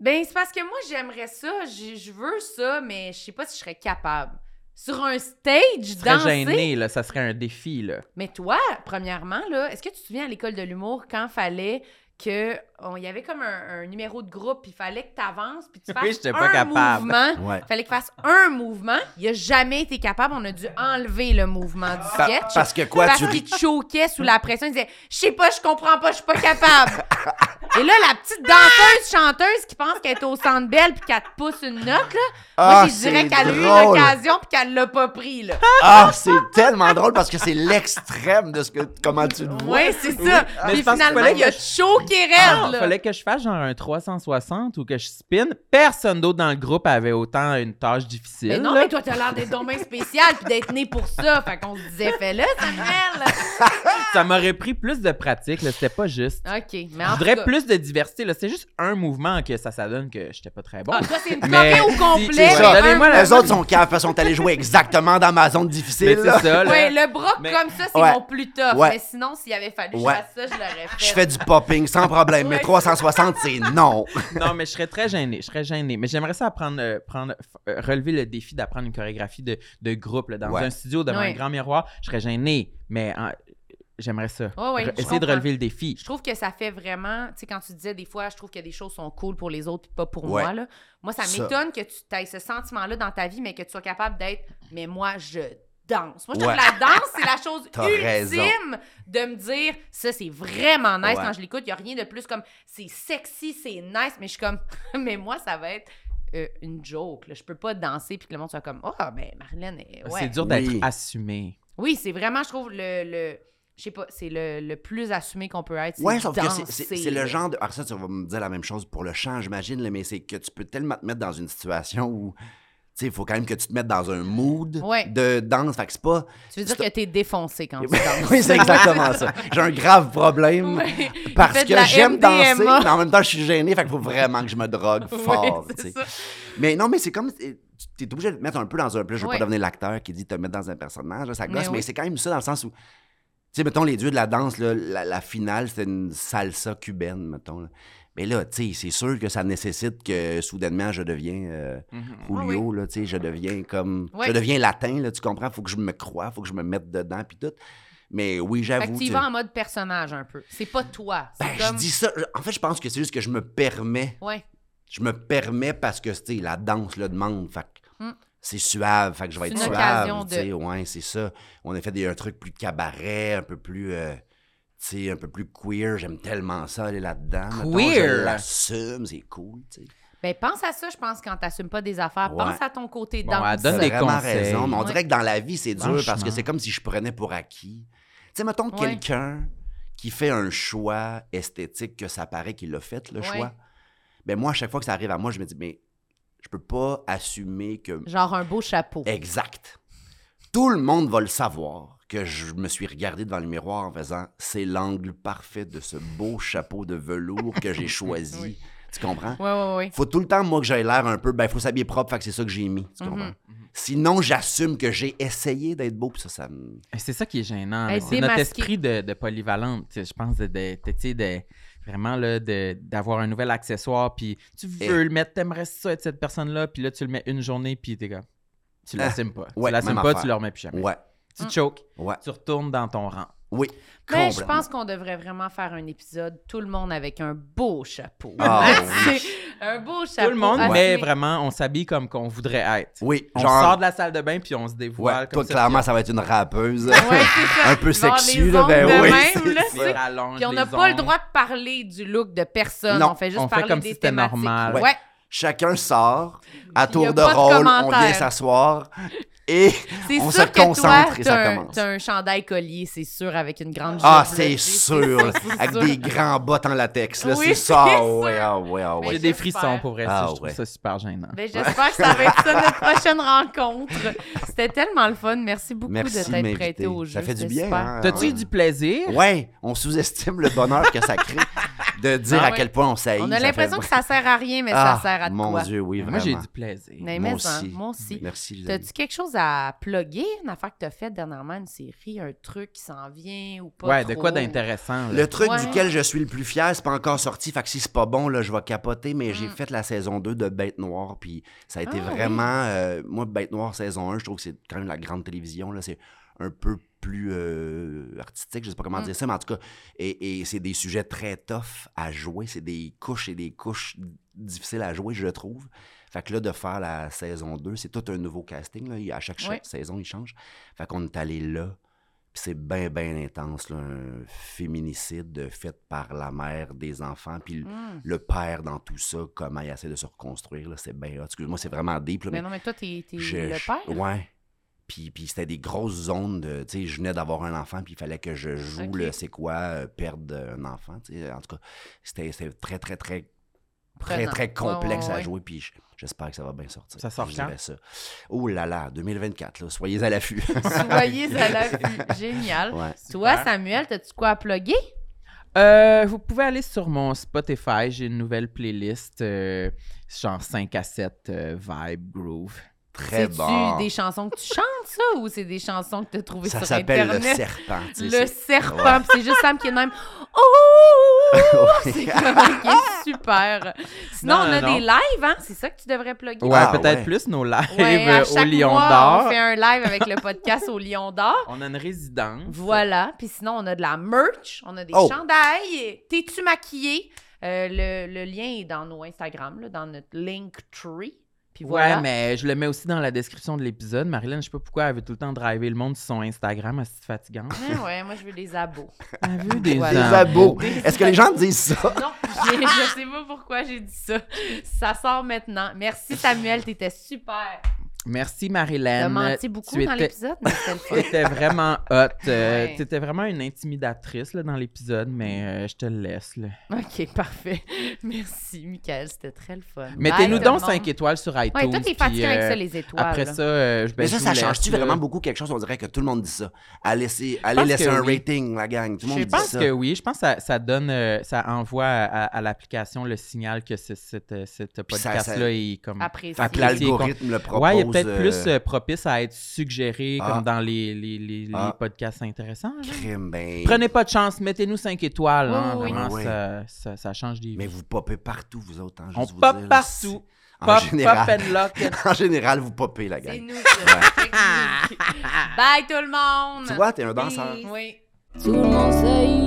[SPEAKER 1] Ben, c'est parce que moi, j'aimerais ça, je je veux ça, mais je sais pas si je serais capable. Sur un stage,
[SPEAKER 2] Tu serais
[SPEAKER 1] danser.
[SPEAKER 2] gêné, là. Ça serait un défi, là.
[SPEAKER 1] Mais toi, premièrement, là, est-ce que tu te souviens à l'école de l'humour quand fallait que on- il y avait comme un, un numéro de groupe, puis il fallait que tu avances, puis tu fasses
[SPEAKER 2] j'étais
[SPEAKER 1] un
[SPEAKER 2] pas capable.
[SPEAKER 1] mouvement.
[SPEAKER 4] Ouais.
[SPEAKER 1] Fallait que fasse un mouvement. Il a jamais été capable. On a dû enlever le mouvement du
[SPEAKER 4] Pa-
[SPEAKER 1] sketch.
[SPEAKER 4] parce que quoi,
[SPEAKER 1] parce
[SPEAKER 4] tu
[SPEAKER 1] qu'il
[SPEAKER 4] ris?
[SPEAKER 1] te choquait sous la pression. Il disait « Je sais pas, je comprends pas, je suis pas capable. » Et là, la petite danseuse, chanteuse qui pense qu'elle est au Centre Belle puis qu'elle te pousse une note, là, moi,
[SPEAKER 4] Ah,
[SPEAKER 1] je dirais
[SPEAKER 4] c'est
[SPEAKER 1] qu'elle a eu une
[SPEAKER 4] drôle.
[SPEAKER 1] occasion puis qu'elle l'a pas pris, là.
[SPEAKER 4] Ah, c'est tellement drôle parce que c'est l'extrême de ce que, comment tu te vois.
[SPEAKER 1] Oui, c'est ça.
[SPEAKER 2] Ah, Mais
[SPEAKER 1] Puis
[SPEAKER 2] je pense qu'il
[SPEAKER 1] finalement,
[SPEAKER 2] fallait
[SPEAKER 1] il a
[SPEAKER 2] que je-
[SPEAKER 1] choqué
[SPEAKER 2] Ah,
[SPEAKER 1] raide, là.
[SPEAKER 2] fallait que je fasse genre un 360 ou que je spin. Personne d'autre dans le groupe avait autant une tâche difficile.
[SPEAKER 1] Mais non,
[SPEAKER 2] là.
[SPEAKER 1] mais toi, t'as l'air d'être domaine spécial puis d'être né pour ça. Fait qu'on se disait, fais-le, Samuel.
[SPEAKER 2] Ça m'aurait pris plus de pratique, là. C'était pas juste.
[SPEAKER 1] OK. Mais
[SPEAKER 2] Je
[SPEAKER 1] en tout
[SPEAKER 2] voudrais
[SPEAKER 1] cas-
[SPEAKER 2] plus de diversité, là. C'est juste un mouvement que ça, ça donne que j'étais pas très bon.
[SPEAKER 1] Ah, toi, c'est une
[SPEAKER 2] Mais-
[SPEAKER 1] corée au complet.
[SPEAKER 2] C'est
[SPEAKER 4] ça.
[SPEAKER 1] un
[SPEAKER 2] Donnez-moi la-
[SPEAKER 4] Les autres sont caves, parce qu'ils sont allés jouer exactement dans ma zone difficile.
[SPEAKER 1] Ben,
[SPEAKER 2] Mais c'est
[SPEAKER 4] là.
[SPEAKER 2] ça, là.
[SPEAKER 1] Ouais, le bras
[SPEAKER 2] Mais-
[SPEAKER 1] comme ça, c'est
[SPEAKER 4] Ouais.
[SPEAKER 1] mon plus tough. l'offre.
[SPEAKER 4] Ouais.
[SPEAKER 1] Mais sinon, s'il avait fallu que
[SPEAKER 4] Ouais.
[SPEAKER 1] je fasse ça, je l'aurais fait.
[SPEAKER 4] Je fais du popping sans problème, mais
[SPEAKER 1] Ouais.
[SPEAKER 4] 360, c'est non.
[SPEAKER 2] Non, mais je serais très gênée. Je serais gênée. Mais j'aimerais ça apprendre, euh, prendre, f- euh, relever le défi d'apprendre une chorégraphie de, de groupe là, dans
[SPEAKER 4] Ouais.
[SPEAKER 2] un studio devant
[SPEAKER 1] Ouais.
[SPEAKER 2] un grand miroir. Je serais gênée, mais hein, j'aimerais ça.
[SPEAKER 1] Ouais, ouais,
[SPEAKER 2] Re-
[SPEAKER 1] je
[SPEAKER 2] Essayer de
[SPEAKER 1] comprends.
[SPEAKER 2] relever le défi.
[SPEAKER 1] Je trouve que ça fait vraiment, tu sais, quand tu disais des fois, je trouve que des choses sont cool pour les autres puis pas pour
[SPEAKER 4] Ouais.
[SPEAKER 1] moi, là. Moi, ça,
[SPEAKER 4] Ça.
[SPEAKER 1] m'étonne que tu aies ce sentiment-là dans ta vie, mais que tu sois capable d'être, mais moi, je danse. Moi, je trouve
[SPEAKER 4] Ouais.
[SPEAKER 1] que la danse, c'est la chose
[SPEAKER 4] T'as
[SPEAKER 1] ultime
[SPEAKER 4] raison.
[SPEAKER 1] de me dire, ça, c'est vraiment nice
[SPEAKER 4] Ouais.
[SPEAKER 1] quand je l'écoute. Il n'y a rien de plus comme, c'est sexy, c'est nice, mais je suis comme, mais moi, ça va être. euh, une joke. Là. Je peux pas danser puis que le monde soit comme Ah, ben Marlène, eh, ouais.
[SPEAKER 2] C'est dur d'être
[SPEAKER 4] Oui.
[SPEAKER 2] assumé.
[SPEAKER 1] Oui, c'est vraiment, je trouve, le. le je sais pas, c'est le, le plus assumé qu'on peut être. c'est
[SPEAKER 4] Ouais, sauf que c'est-
[SPEAKER 1] danser,
[SPEAKER 4] c'est c'est
[SPEAKER 1] là.
[SPEAKER 4] le genre de. Alors, ça, tu vas me dire la même chose pour le chant, j'imagine, là, mais c'est que tu peux tellement te mettre dans une situation où. Tu sais, il faut quand même que tu te mettes dans un mood
[SPEAKER 1] Ouais.
[SPEAKER 4] de danse. Fait que c'est pas.
[SPEAKER 1] Tu veux dire que t'es défoncé quand tu danses.
[SPEAKER 4] oui, c'est exactement ça. J'ai un grave problème
[SPEAKER 1] Ouais. Il
[SPEAKER 4] parce
[SPEAKER 1] fait de
[SPEAKER 4] que
[SPEAKER 1] la
[SPEAKER 4] j'aime
[SPEAKER 1] MDMA.
[SPEAKER 4] danser, mais en même temps, je suis gêné. Fait qu'il faut vraiment que je me drogue
[SPEAKER 1] Ouais,
[SPEAKER 4] fort.
[SPEAKER 1] c'est
[SPEAKER 4] tu sais.
[SPEAKER 1] ça.
[SPEAKER 4] Mais non, mais c'est comme. Tu es obligé de te mettre un peu dans un. puis là, Je veux
[SPEAKER 1] Ouais.
[SPEAKER 4] pas devenir l'acteur qui dit te mettre dans un personnage, là, ça
[SPEAKER 1] Mais
[SPEAKER 4] gosse, mais,
[SPEAKER 1] oui.
[SPEAKER 4] c'est quand même ça dans le sens où. Tu sais, mettons, les dieux de la danse, là, la, la finale, c'était une salsa cubaine, mettons. là. Mais là, tu sais, c'est sûr que ça nécessite que soudainement je deviens euh, Julio, là, tu sais, je deviens comme.
[SPEAKER 1] Ah Ouais.
[SPEAKER 4] Je deviens latin, là, tu comprends? Faut que je me croie, faut que je me mette dedans, puis tout. Mais oui,
[SPEAKER 1] Fait
[SPEAKER 4] j'avoue.
[SPEAKER 1] que tu y
[SPEAKER 4] tu-
[SPEAKER 1] vas en mode personnage un peu. C'est pas toi.
[SPEAKER 4] Ben,
[SPEAKER 1] C'est comme...
[SPEAKER 4] je dis ça. je- En fait, je pense que c'est juste que je me permets
[SPEAKER 1] Ouais.
[SPEAKER 4] je me permets parce que, tu sais, la danse le demande. Fait que
[SPEAKER 1] Mm.
[SPEAKER 4] c'est suave. Fait que je vais
[SPEAKER 1] C'est
[SPEAKER 4] être
[SPEAKER 1] une
[SPEAKER 4] suave.
[SPEAKER 1] occasion
[SPEAKER 4] tu sais,
[SPEAKER 1] de-
[SPEAKER 4] Ouais, c'est ça. On a fait des, un truc plus cabaret, un peu plus. euh, tu sais, un peu plus queer, j'aime tellement ça, aller là-dedans. mettons,
[SPEAKER 2] Queer?
[SPEAKER 4] je l'assume, c'est cool, tu sais.
[SPEAKER 1] Ben, pense à ça, je pense, quand t'assumes pas des affaires.
[SPEAKER 4] Ouais.
[SPEAKER 1] Pense à ton côté
[SPEAKER 2] Bon,
[SPEAKER 1] danse.
[SPEAKER 2] elle donne
[SPEAKER 4] T'as
[SPEAKER 2] des
[SPEAKER 4] vraiment
[SPEAKER 2] conseils.
[SPEAKER 4] raison, mais on
[SPEAKER 1] Ouais.
[SPEAKER 4] dirait que dans la vie, c'est dur parce que
[SPEAKER 2] Franchement.
[SPEAKER 4] c'est comme si je prenais pour acquis. Tu sais, mettons
[SPEAKER 1] Ouais.
[SPEAKER 4] quelqu'un qui fait un choix esthétique que ça paraît qu'il a fait, le
[SPEAKER 1] Ouais.
[SPEAKER 4] choix. Mais moi, à chaque fois que ça arrive à moi, je me dis, mais je peux pas assumer que
[SPEAKER 1] Genre un beau chapeau.
[SPEAKER 4] Eh, Exact. Tout le monde va le savoir que je me suis regardé devant le miroir en faisant c'est l'angle parfait de ce beau chapeau de velours que j'ai choisi.
[SPEAKER 1] Oui.
[SPEAKER 4] Tu comprends?
[SPEAKER 1] Ouais, ouais, ouais.
[SPEAKER 4] Faut tout le temps, moi, que j'aille l'air un peu, ben, faut s'habiller propre, fait que c'est ça que j'ai mis. Tu
[SPEAKER 1] Mhm.
[SPEAKER 4] comprends? Sinon, j'assume que j'ai essayé d'être beau, puis ça, ça me.
[SPEAKER 1] Ah,
[SPEAKER 2] Et C'est ça qui est gênant. là.
[SPEAKER 1] Être
[SPEAKER 2] C'est notre
[SPEAKER 1] démasqué.
[SPEAKER 2] esprit de, de polyvalente. tu sais, Je pense de, de- de- tu sais, de- vraiment là, de- d'avoir un nouvel accessoire. Puis tu veux
[SPEAKER 4] Eh.
[SPEAKER 2] le mettre, t'aimerais ça être cette personne-là. Puis là, tu le mets une journée. Puis t'es comme. Tu
[SPEAKER 4] Ah.
[SPEAKER 2] l'assumes pas.
[SPEAKER 4] Ouais,
[SPEAKER 2] tu l'assumes
[SPEAKER 4] même
[SPEAKER 2] pas,
[SPEAKER 4] affaire.
[SPEAKER 2] tu le remets plus jamais.
[SPEAKER 4] Ouais,
[SPEAKER 1] Mm.
[SPEAKER 2] Tu te choques.
[SPEAKER 4] ouais.
[SPEAKER 2] Tu retournes dans ton rang.
[SPEAKER 4] Oui.
[SPEAKER 1] Mais Ben, je
[SPEAKER 4] complètement.
[SPEAKER 1] pense qu'on devrait vraiment faire un épisode, tout le monde avec un beau chapeau.
[SPEAKER 4] Ah, oui.
[SPEAKER 1] un beau chapeau.
[SPEAKER 2] Tout le monde,
[SPEAKER 1] assumé.
[SPEAKER 2] mais vraiment, on s'habille comme qu'on voudrait être.
[SPEAKER 4] Oui,
[SPEAKER 2] On
[SPEAKER 4] genre.
[SPEAKER 2] sort de la salle de bain puis on se
[SPEAKER 4] ouais,
[SPEAKER 2] dévoile
[SPEAKER 4] toi,
[SPEAKER 2] comme ça.
[SPEAKER 4] clairement, ça va être une rappeuse.
[SPEAKER 1] Ouais, c'est ça.
[SPEAKER 4] un peu
[SPEAKER 1] Il va avoir
[SPEAKER 4] sexu,
[SPEAKER 1] les
[SPEAKER 4] là, ben
[SPEAKER 1] ongles de
[SPEAKER 4] oui,
[SPEAKER 1] Même, là,
[SPEAKER 2] puis
[SPEAKER 1] c'est- Puis on n'a pas le droit de parler du look de personne.
[SPEAKER 4] Non,
[SPEAKER 1] on fait juste
[SPEAKER 2] on fait
[SPEAKER 1] parler
[SPEAKER 2] comme
[SPEAKER 1] des
[SPEAKER 2] si c'était
[SPEAKER 1] thématiques.
[SPEAKER 2] normal.
[SPEAKER 1] Ouais.
[SPEAKER 4] Ouais. Chacun sort, à
[SPEAKER 1] Puis y
[SPEAKER 4] tour
[SPEAKER 1] a
[SPEAKER 4] de
[SPEAKER 1] pas de
[SPEAKER 4] rôle, on vient
[SPEAKER 1] commentaire.
[SPEAKER 4] s'asseoir et
[SPEAKER 1] C'est
[SPEAKER 4] On
[SPEAKER 1] sûr
[SPEAKER 4] se
[SPEAKER 1] que toi,
[SPEAKER 4] concentre et ça
[SPEAKER 1] t'as un,
[SPEAKER 4] commence.
[SPEAKER 1] t'as un chandail collier, c'est sûr, avec une grande
[SPEAKER 4] Ah,
[SPEAKER 1] jupe,
[SPEAKER 4] c'est
[SPEAKER 1] là.
[SPEAKER 4] sûr! là, Avec
[SPEAKER 1] sûr.
[SPEAKER 4] des grands bottes en latex, là,
[SPEAKER 1] Oui,
[SPEAKER 4] c'est ça!
[SPEAKER 1] c'est
[SPEAKER 4] Ah
[SPEAKER 1] sûr.
[SPEAKER 4] ouais, ah ouais, ah
[SPEAKER 1] Mais
[SPEAKER 4] ouais.
[SPEAKER 2] J'ai
[SPEAKER 1] Ouais,
[SPEAKER 2] des
[SPEAKER 1] j'espère.
[SPEAKER 2] frissons pour elle.
[SPEAKER 4] Ah,
[SPEAKER 2] je trouve
[SPEAKER 4] ouais.
[SPEAKER 2] ça super gênant.
[SPEAKER 1] Ben, j'espère que ça va être ça notre prochaine rencontre. C'était tellement le fun. Merci beaucoup
[SPEAKER 4] Merci
[SPEAKER 1] de
[SPEAKER 4] de
[SPEAKER 1] t'être prêté
[SPEAKER 4] m'inviter.
[SPEAKER 1] au jeu.
[SPEAKER 4] Ça fait du
[SPEAKER 1] C'était
[SPEAKER 4] bien,
[SPEAKER 1] super.
[SPEAKER 4] hein?
[SPEAKER 2] T'as-tu
[SPEAKER 4] Ouais.
[SPEAKER 2] eu du plaisir?
[SPEAKER 4] Ouais, on sous-estime le bonheur que ça crée de dire
[SPEAKER 1] Ah
[SPEAKER 4] à
[SPEAKER 1] ouais.
[SPEAKER 4] quel point on s'aille.
[SPEAKER 1] On a l'impression que ça sert à rien, mais ça sert à de
[SPEAKER 4] Ah, mon
[SPEAKER 1] quoi.
[SPEAKER 4] Dieu, oui,
[SPEAKER 2] Moi,
[SPEAKER 4] vraiment.
[SPEAKER 2] j'ai du plaisir.
[SPEAKER 1] Mais mais,
[SPEAKER 4] Moi
[SPEAKER 1] hein,
[SPEAKER 4] aussi.
[SPEAKER 1] Moi aussi.
[SPEAKER 4] Merci, les amis.
[SPEAKER 1] T'as-tu quelque chose à plugger, une affaire que t'as faite dernièrement, une série, un truc qui s'en vient ou pas
[SPEAKER 2] ouais, de
[SPEAKER 1] trop?
[SPEAKER 2] quoi d'intéressant. là.
[SPEAKER 4] Le truc
[SPEAKER 1] Ouais.
[SPEAKER 4] duquel je suis le plus fier, c'est pas encore sorti, fait que si c'est pas bon, là, je vais capoter, mais j'ai
[SPEAKER 1] Mm.
[SPEAKER 4] fait la saison 2 de Bête Noire, puis ça a été
[SPEAKER 1] Ah,
[SPEAKER 4] vraiment... euh, moi, Bête Noire, saison 1, je trouve que c'est quand même la grande télévision, là, c'est un peu plus euh, artistique, je sais pas comment
[SPEAKER 1] Mm.
[SPEAKER 4] dire ça, mais en tout cas, et, et c'est des sujets très tough à jouer, c'est des couches et des couches difficiles à jouer, je trouve. Fait que là, de faire la saison 2, c'est tout un nouveau casting, là, il- à chaque cha-
[SPEAKER 1] Ouais.
[SPEAKER 4] saison, il change. Fait qu'on est allé là, puis c'est bien, bien intense, là, un féminicide fait par la mère des enfants, puis le-
[SPEAKER 1] Hmm.
[SPEAKER 4] le père dans tout ça, comment il essaie de se reconstruire, là, c'est bien hot. Excuse-moi, c'est vraiment deep, là,
[SPEAKER 1] Mais Ben non, mais toi, t'es t'es
[SPEAKER 4] je-
[SPEAKER 1] le
[SPEAKER 4] je-
[SPEAKER 1] père.
[SPEAKER 4] Ouais. Puis, puis c'était des grosses zones de, tu sais, je venais d'avoir un enfant, puis il fallait que je joue
[SPEAKER 1] Ok.
[SPEAKER 4] le c'est quoi, euh, perdre un enfant, tu sais. En tout cas, c'était c'était très, très, très, très,
[SPEAKER 1] Prenant.
[SPEAKER 4] très complexe
[SPEAKER 1] Ouais, ouais,
[SPEAKER 4] à
[SPEAKER 1] ouais.
[SPEAKER 4] jouer, puis je- j'espère que ça va bien sortir.
[SPEAKER 2] Ça sort
[SPEAKER 4] Je
[SPEAKER 2] quand?
[SPEAKER 4] dirais ça. Oh là là, 2024, là, soyez à l'affût.
[SPEAKER 1] Soyez à l'affût. Génial.
[SPEAKER 4] Ouais.
[SPEAKER 1] Toi, Samuel, t'as-tu quoi à plugger?
[SPEAKER 2] Euh, vous pouvez aller sur mon Spotify. J'ai une nouvelle playlist, euh, genre 5 à 7 euh, vibe groove.
[SPEAKER 4] très
[SPEAKER 1] C'est-tu
[SPEAKER 4] bon.
[SPEAKER 1] des chansons que tu chantes, ça, ou c'est des chansons que tu as trouvées
[SPEAKER 4] Ça
[SPEAKER 1] sur
[SPEAKER 4] s'appelle le
[SPEAKER 1] Internet?
[SPEAKER 4] serpent. tu sais,
[SPEAKER 1] Le
[SPEAKER 4] c'est-
[SPEAKER 1] serpent,
[SPEAKER 4] Ouais.
[SPEAKER 1] puis c'est juste Sam qui est de même. Oh!
[SPEAKER 4] Ouais.
[SPEAKER 1] C'est comme, ok, super. Sinon,
[SPEAKER 2] Non,
[SPEAKER 1] on a
[SPEAKER 2] euh, non,
[SPEAKER 1] des lives, hein? C'est ça que tu devrais plugger.
[SPEAKER 2] Ouais,
[SPEAKER 4] Ah,
[SPEAKER 2] peut-être
[SPEAKER 4] ouais.
[SPEAKER 2] plus nos lives
[SPEAKER 1] Ouais, à
[SPEAKER 2] euh, au
[SPEAKER 1] chaque
[SPEAKER 2] Lion
[SPEAKER 1] mois, On
[SPEAKER 2] d'Or.
[SPEAKER 1] fait un live avec le podcast au Lion d'Or.
[SPEAKER 2] On a une résidence.
[SPEAKER 1] Voilà. Puis sinon, on a de la merch, on a des
[SPEAKER 4] Oh.
[SPEAKER 1] chandails. T'es-tu maquillée? Euh, le, le lien est dans nos Instagram, là, dans notre Linktree. Puis voilà.
[SPEAKER 2] Ouais, mais je le mets aussi dans la description de l'épisode. Marilyn, je sais pas pourquoi elle veut tout le temps driver le monde sur son Instagram, c'est fatigante.
[SPEAKER 1] Ouais, Ah ouais, moi, je veux des abos.
[SPEAKER 2] Elle veut des
[SPEAKER 1] Voilà.
[SPEAKER 4] Des
[SPEAKER 1] Des
[SPEAKER 4] abos.
[SPEAKER 1] Des
[SPEAKER 4] Est-ce que les gens disent ça?
[SPEAKER 1] Non, j'ai- je sais pas pourquoi j'ai dit ça. Ça sort maintenant. Merci, Samuel, t'étais super.
[SPEAKER 2] Merci
[SPEAKER 1] T'as
[SPEAKER 2] Marilyn.
[SPEAKER 1] menti beaucoup
[SPEAKER 2] tu
[SPEAKER 1] dans
[SPEAKER 2] étais-
[SPEAKER 1] l'épisode, mais c'était le fun.
[SPEAKER 2] T'étais vraiment hot. euh,
[SPEAKER 1] Ouais.
[SPEAKER 2] T'étais vraiment une intimidatrice là, dans l'épisode,
[SPEAKER 1] Mm.
[SPEAKER 2] mais euh, je te laisse. là.
[SPEAKER 1] OK, parfait. Merci, Michael, c'était très le fun.
[SPEAKER 2] Mettez-nous
[SPEAKER 1] Bye, tout
[SPEAKER 2] donc
[SPEAKER 1] le monde.
[SPEAKER 2] 5 étoiles sur iTunes.
[SPEAKER 1] Ouais, toi, t'es
[SPEAKER 2] puis,
[SPEAKER 1] fatigué avec
[SPEAKER 2] euh,
[SPEAKER 1] ça, les étoiles.
[SPEAKER 2] Après
[SPEAKER 1] là.
[SPEAKER 2] ça, euh, je ben,
[SPEAKER 4] Mais
[SPEAKER 2] je
[SPEAKER 4] ça,
[SPEAKER 2] vous
[SPEAKER 4] ça
[SPEAKER 2] laisse,
[SPEAKER 4] change-tu
[SPEAKER 2] là.
[SPEAKER 4] vraiment beaucoup quelque chose? On dirait que tout le monde dit ça. À laisser, allez
[SPEAKER 2] pense
[SPEAKER 4] laisser
[SPEAKER 2] que
[SPEAKER 4] un
[SPEAKER 2] oui.
[SPEAKER 4] rating, la gang. Tout le monde
[SPEAKER 2] Je
[SPEAKER 4] dit
[SPEAKER 2] pense
[SPEAKER 4] ça.
[SPEAKER 2] que oui. Je pense que ça, ça donne, euh, ça envoie à, à- à l'application le signal que ce cette, euh, cette
[SPEAKER 4] Puis ça-
[SPEAKER 2] podcast-là
[SPEAKER 4] ça-
[SPEAKER 2] est comme.
[SPEAKER 1] Après ça.
[SPEAKER 4] Fait que l'algorithme le propose.
[SPEAKER 2] ouais, il est peut-être
[SPEAKER 4] euh,
[SPEAKER 2] plus euh, propice à être suggéré
[SPEAKER 4] Ah.
[SPEAKER 2] comme dans les, les, les-
[SPEAKER 4] Ah.
[SPEAKER 2] les podcasts intéressants. genre.
[SPEAKER 4] crime, ben,
[SPEAKER 2] euh, Prenez pas de chance, mettez-nous 5 étoiles.
[SPEAKER 1] Oui,
[SPEAKER 2] hein,
[SPEAKER 1] oui, oui.
[SPEAKER 2] vraiment,
[SPEAKER 4] Oui.
[SPEAKER 2] ça, ça, ça change des vies.
[SPEAKER 4] Mais vous popez partout, vous autres. Hein,
[SPEAKER 2] On
[SPEAKER 4] juste vous
[SPEAKER 2] pop
[SPEAKER 4] dire,
[SPEAKER 2] partout.
[SPEAKER 4] c'est- En
[SPEAKER 2] Pop, pop
[SPEAKER 4] général,
[SPEAKER 2] and lock.
[SPEAKER 4] en général, vous popez, la
[SPEAKER 1] C'est
[SPEAKER 4] gang.
[SPEAKER 1] nous, ça, technique. Bye, tout le monde.
[SPEAKER 4] Tu vois, t'es un danseur.
[SPEAKER 1] Oui.
[SPEAKER 3] Tout le monde sait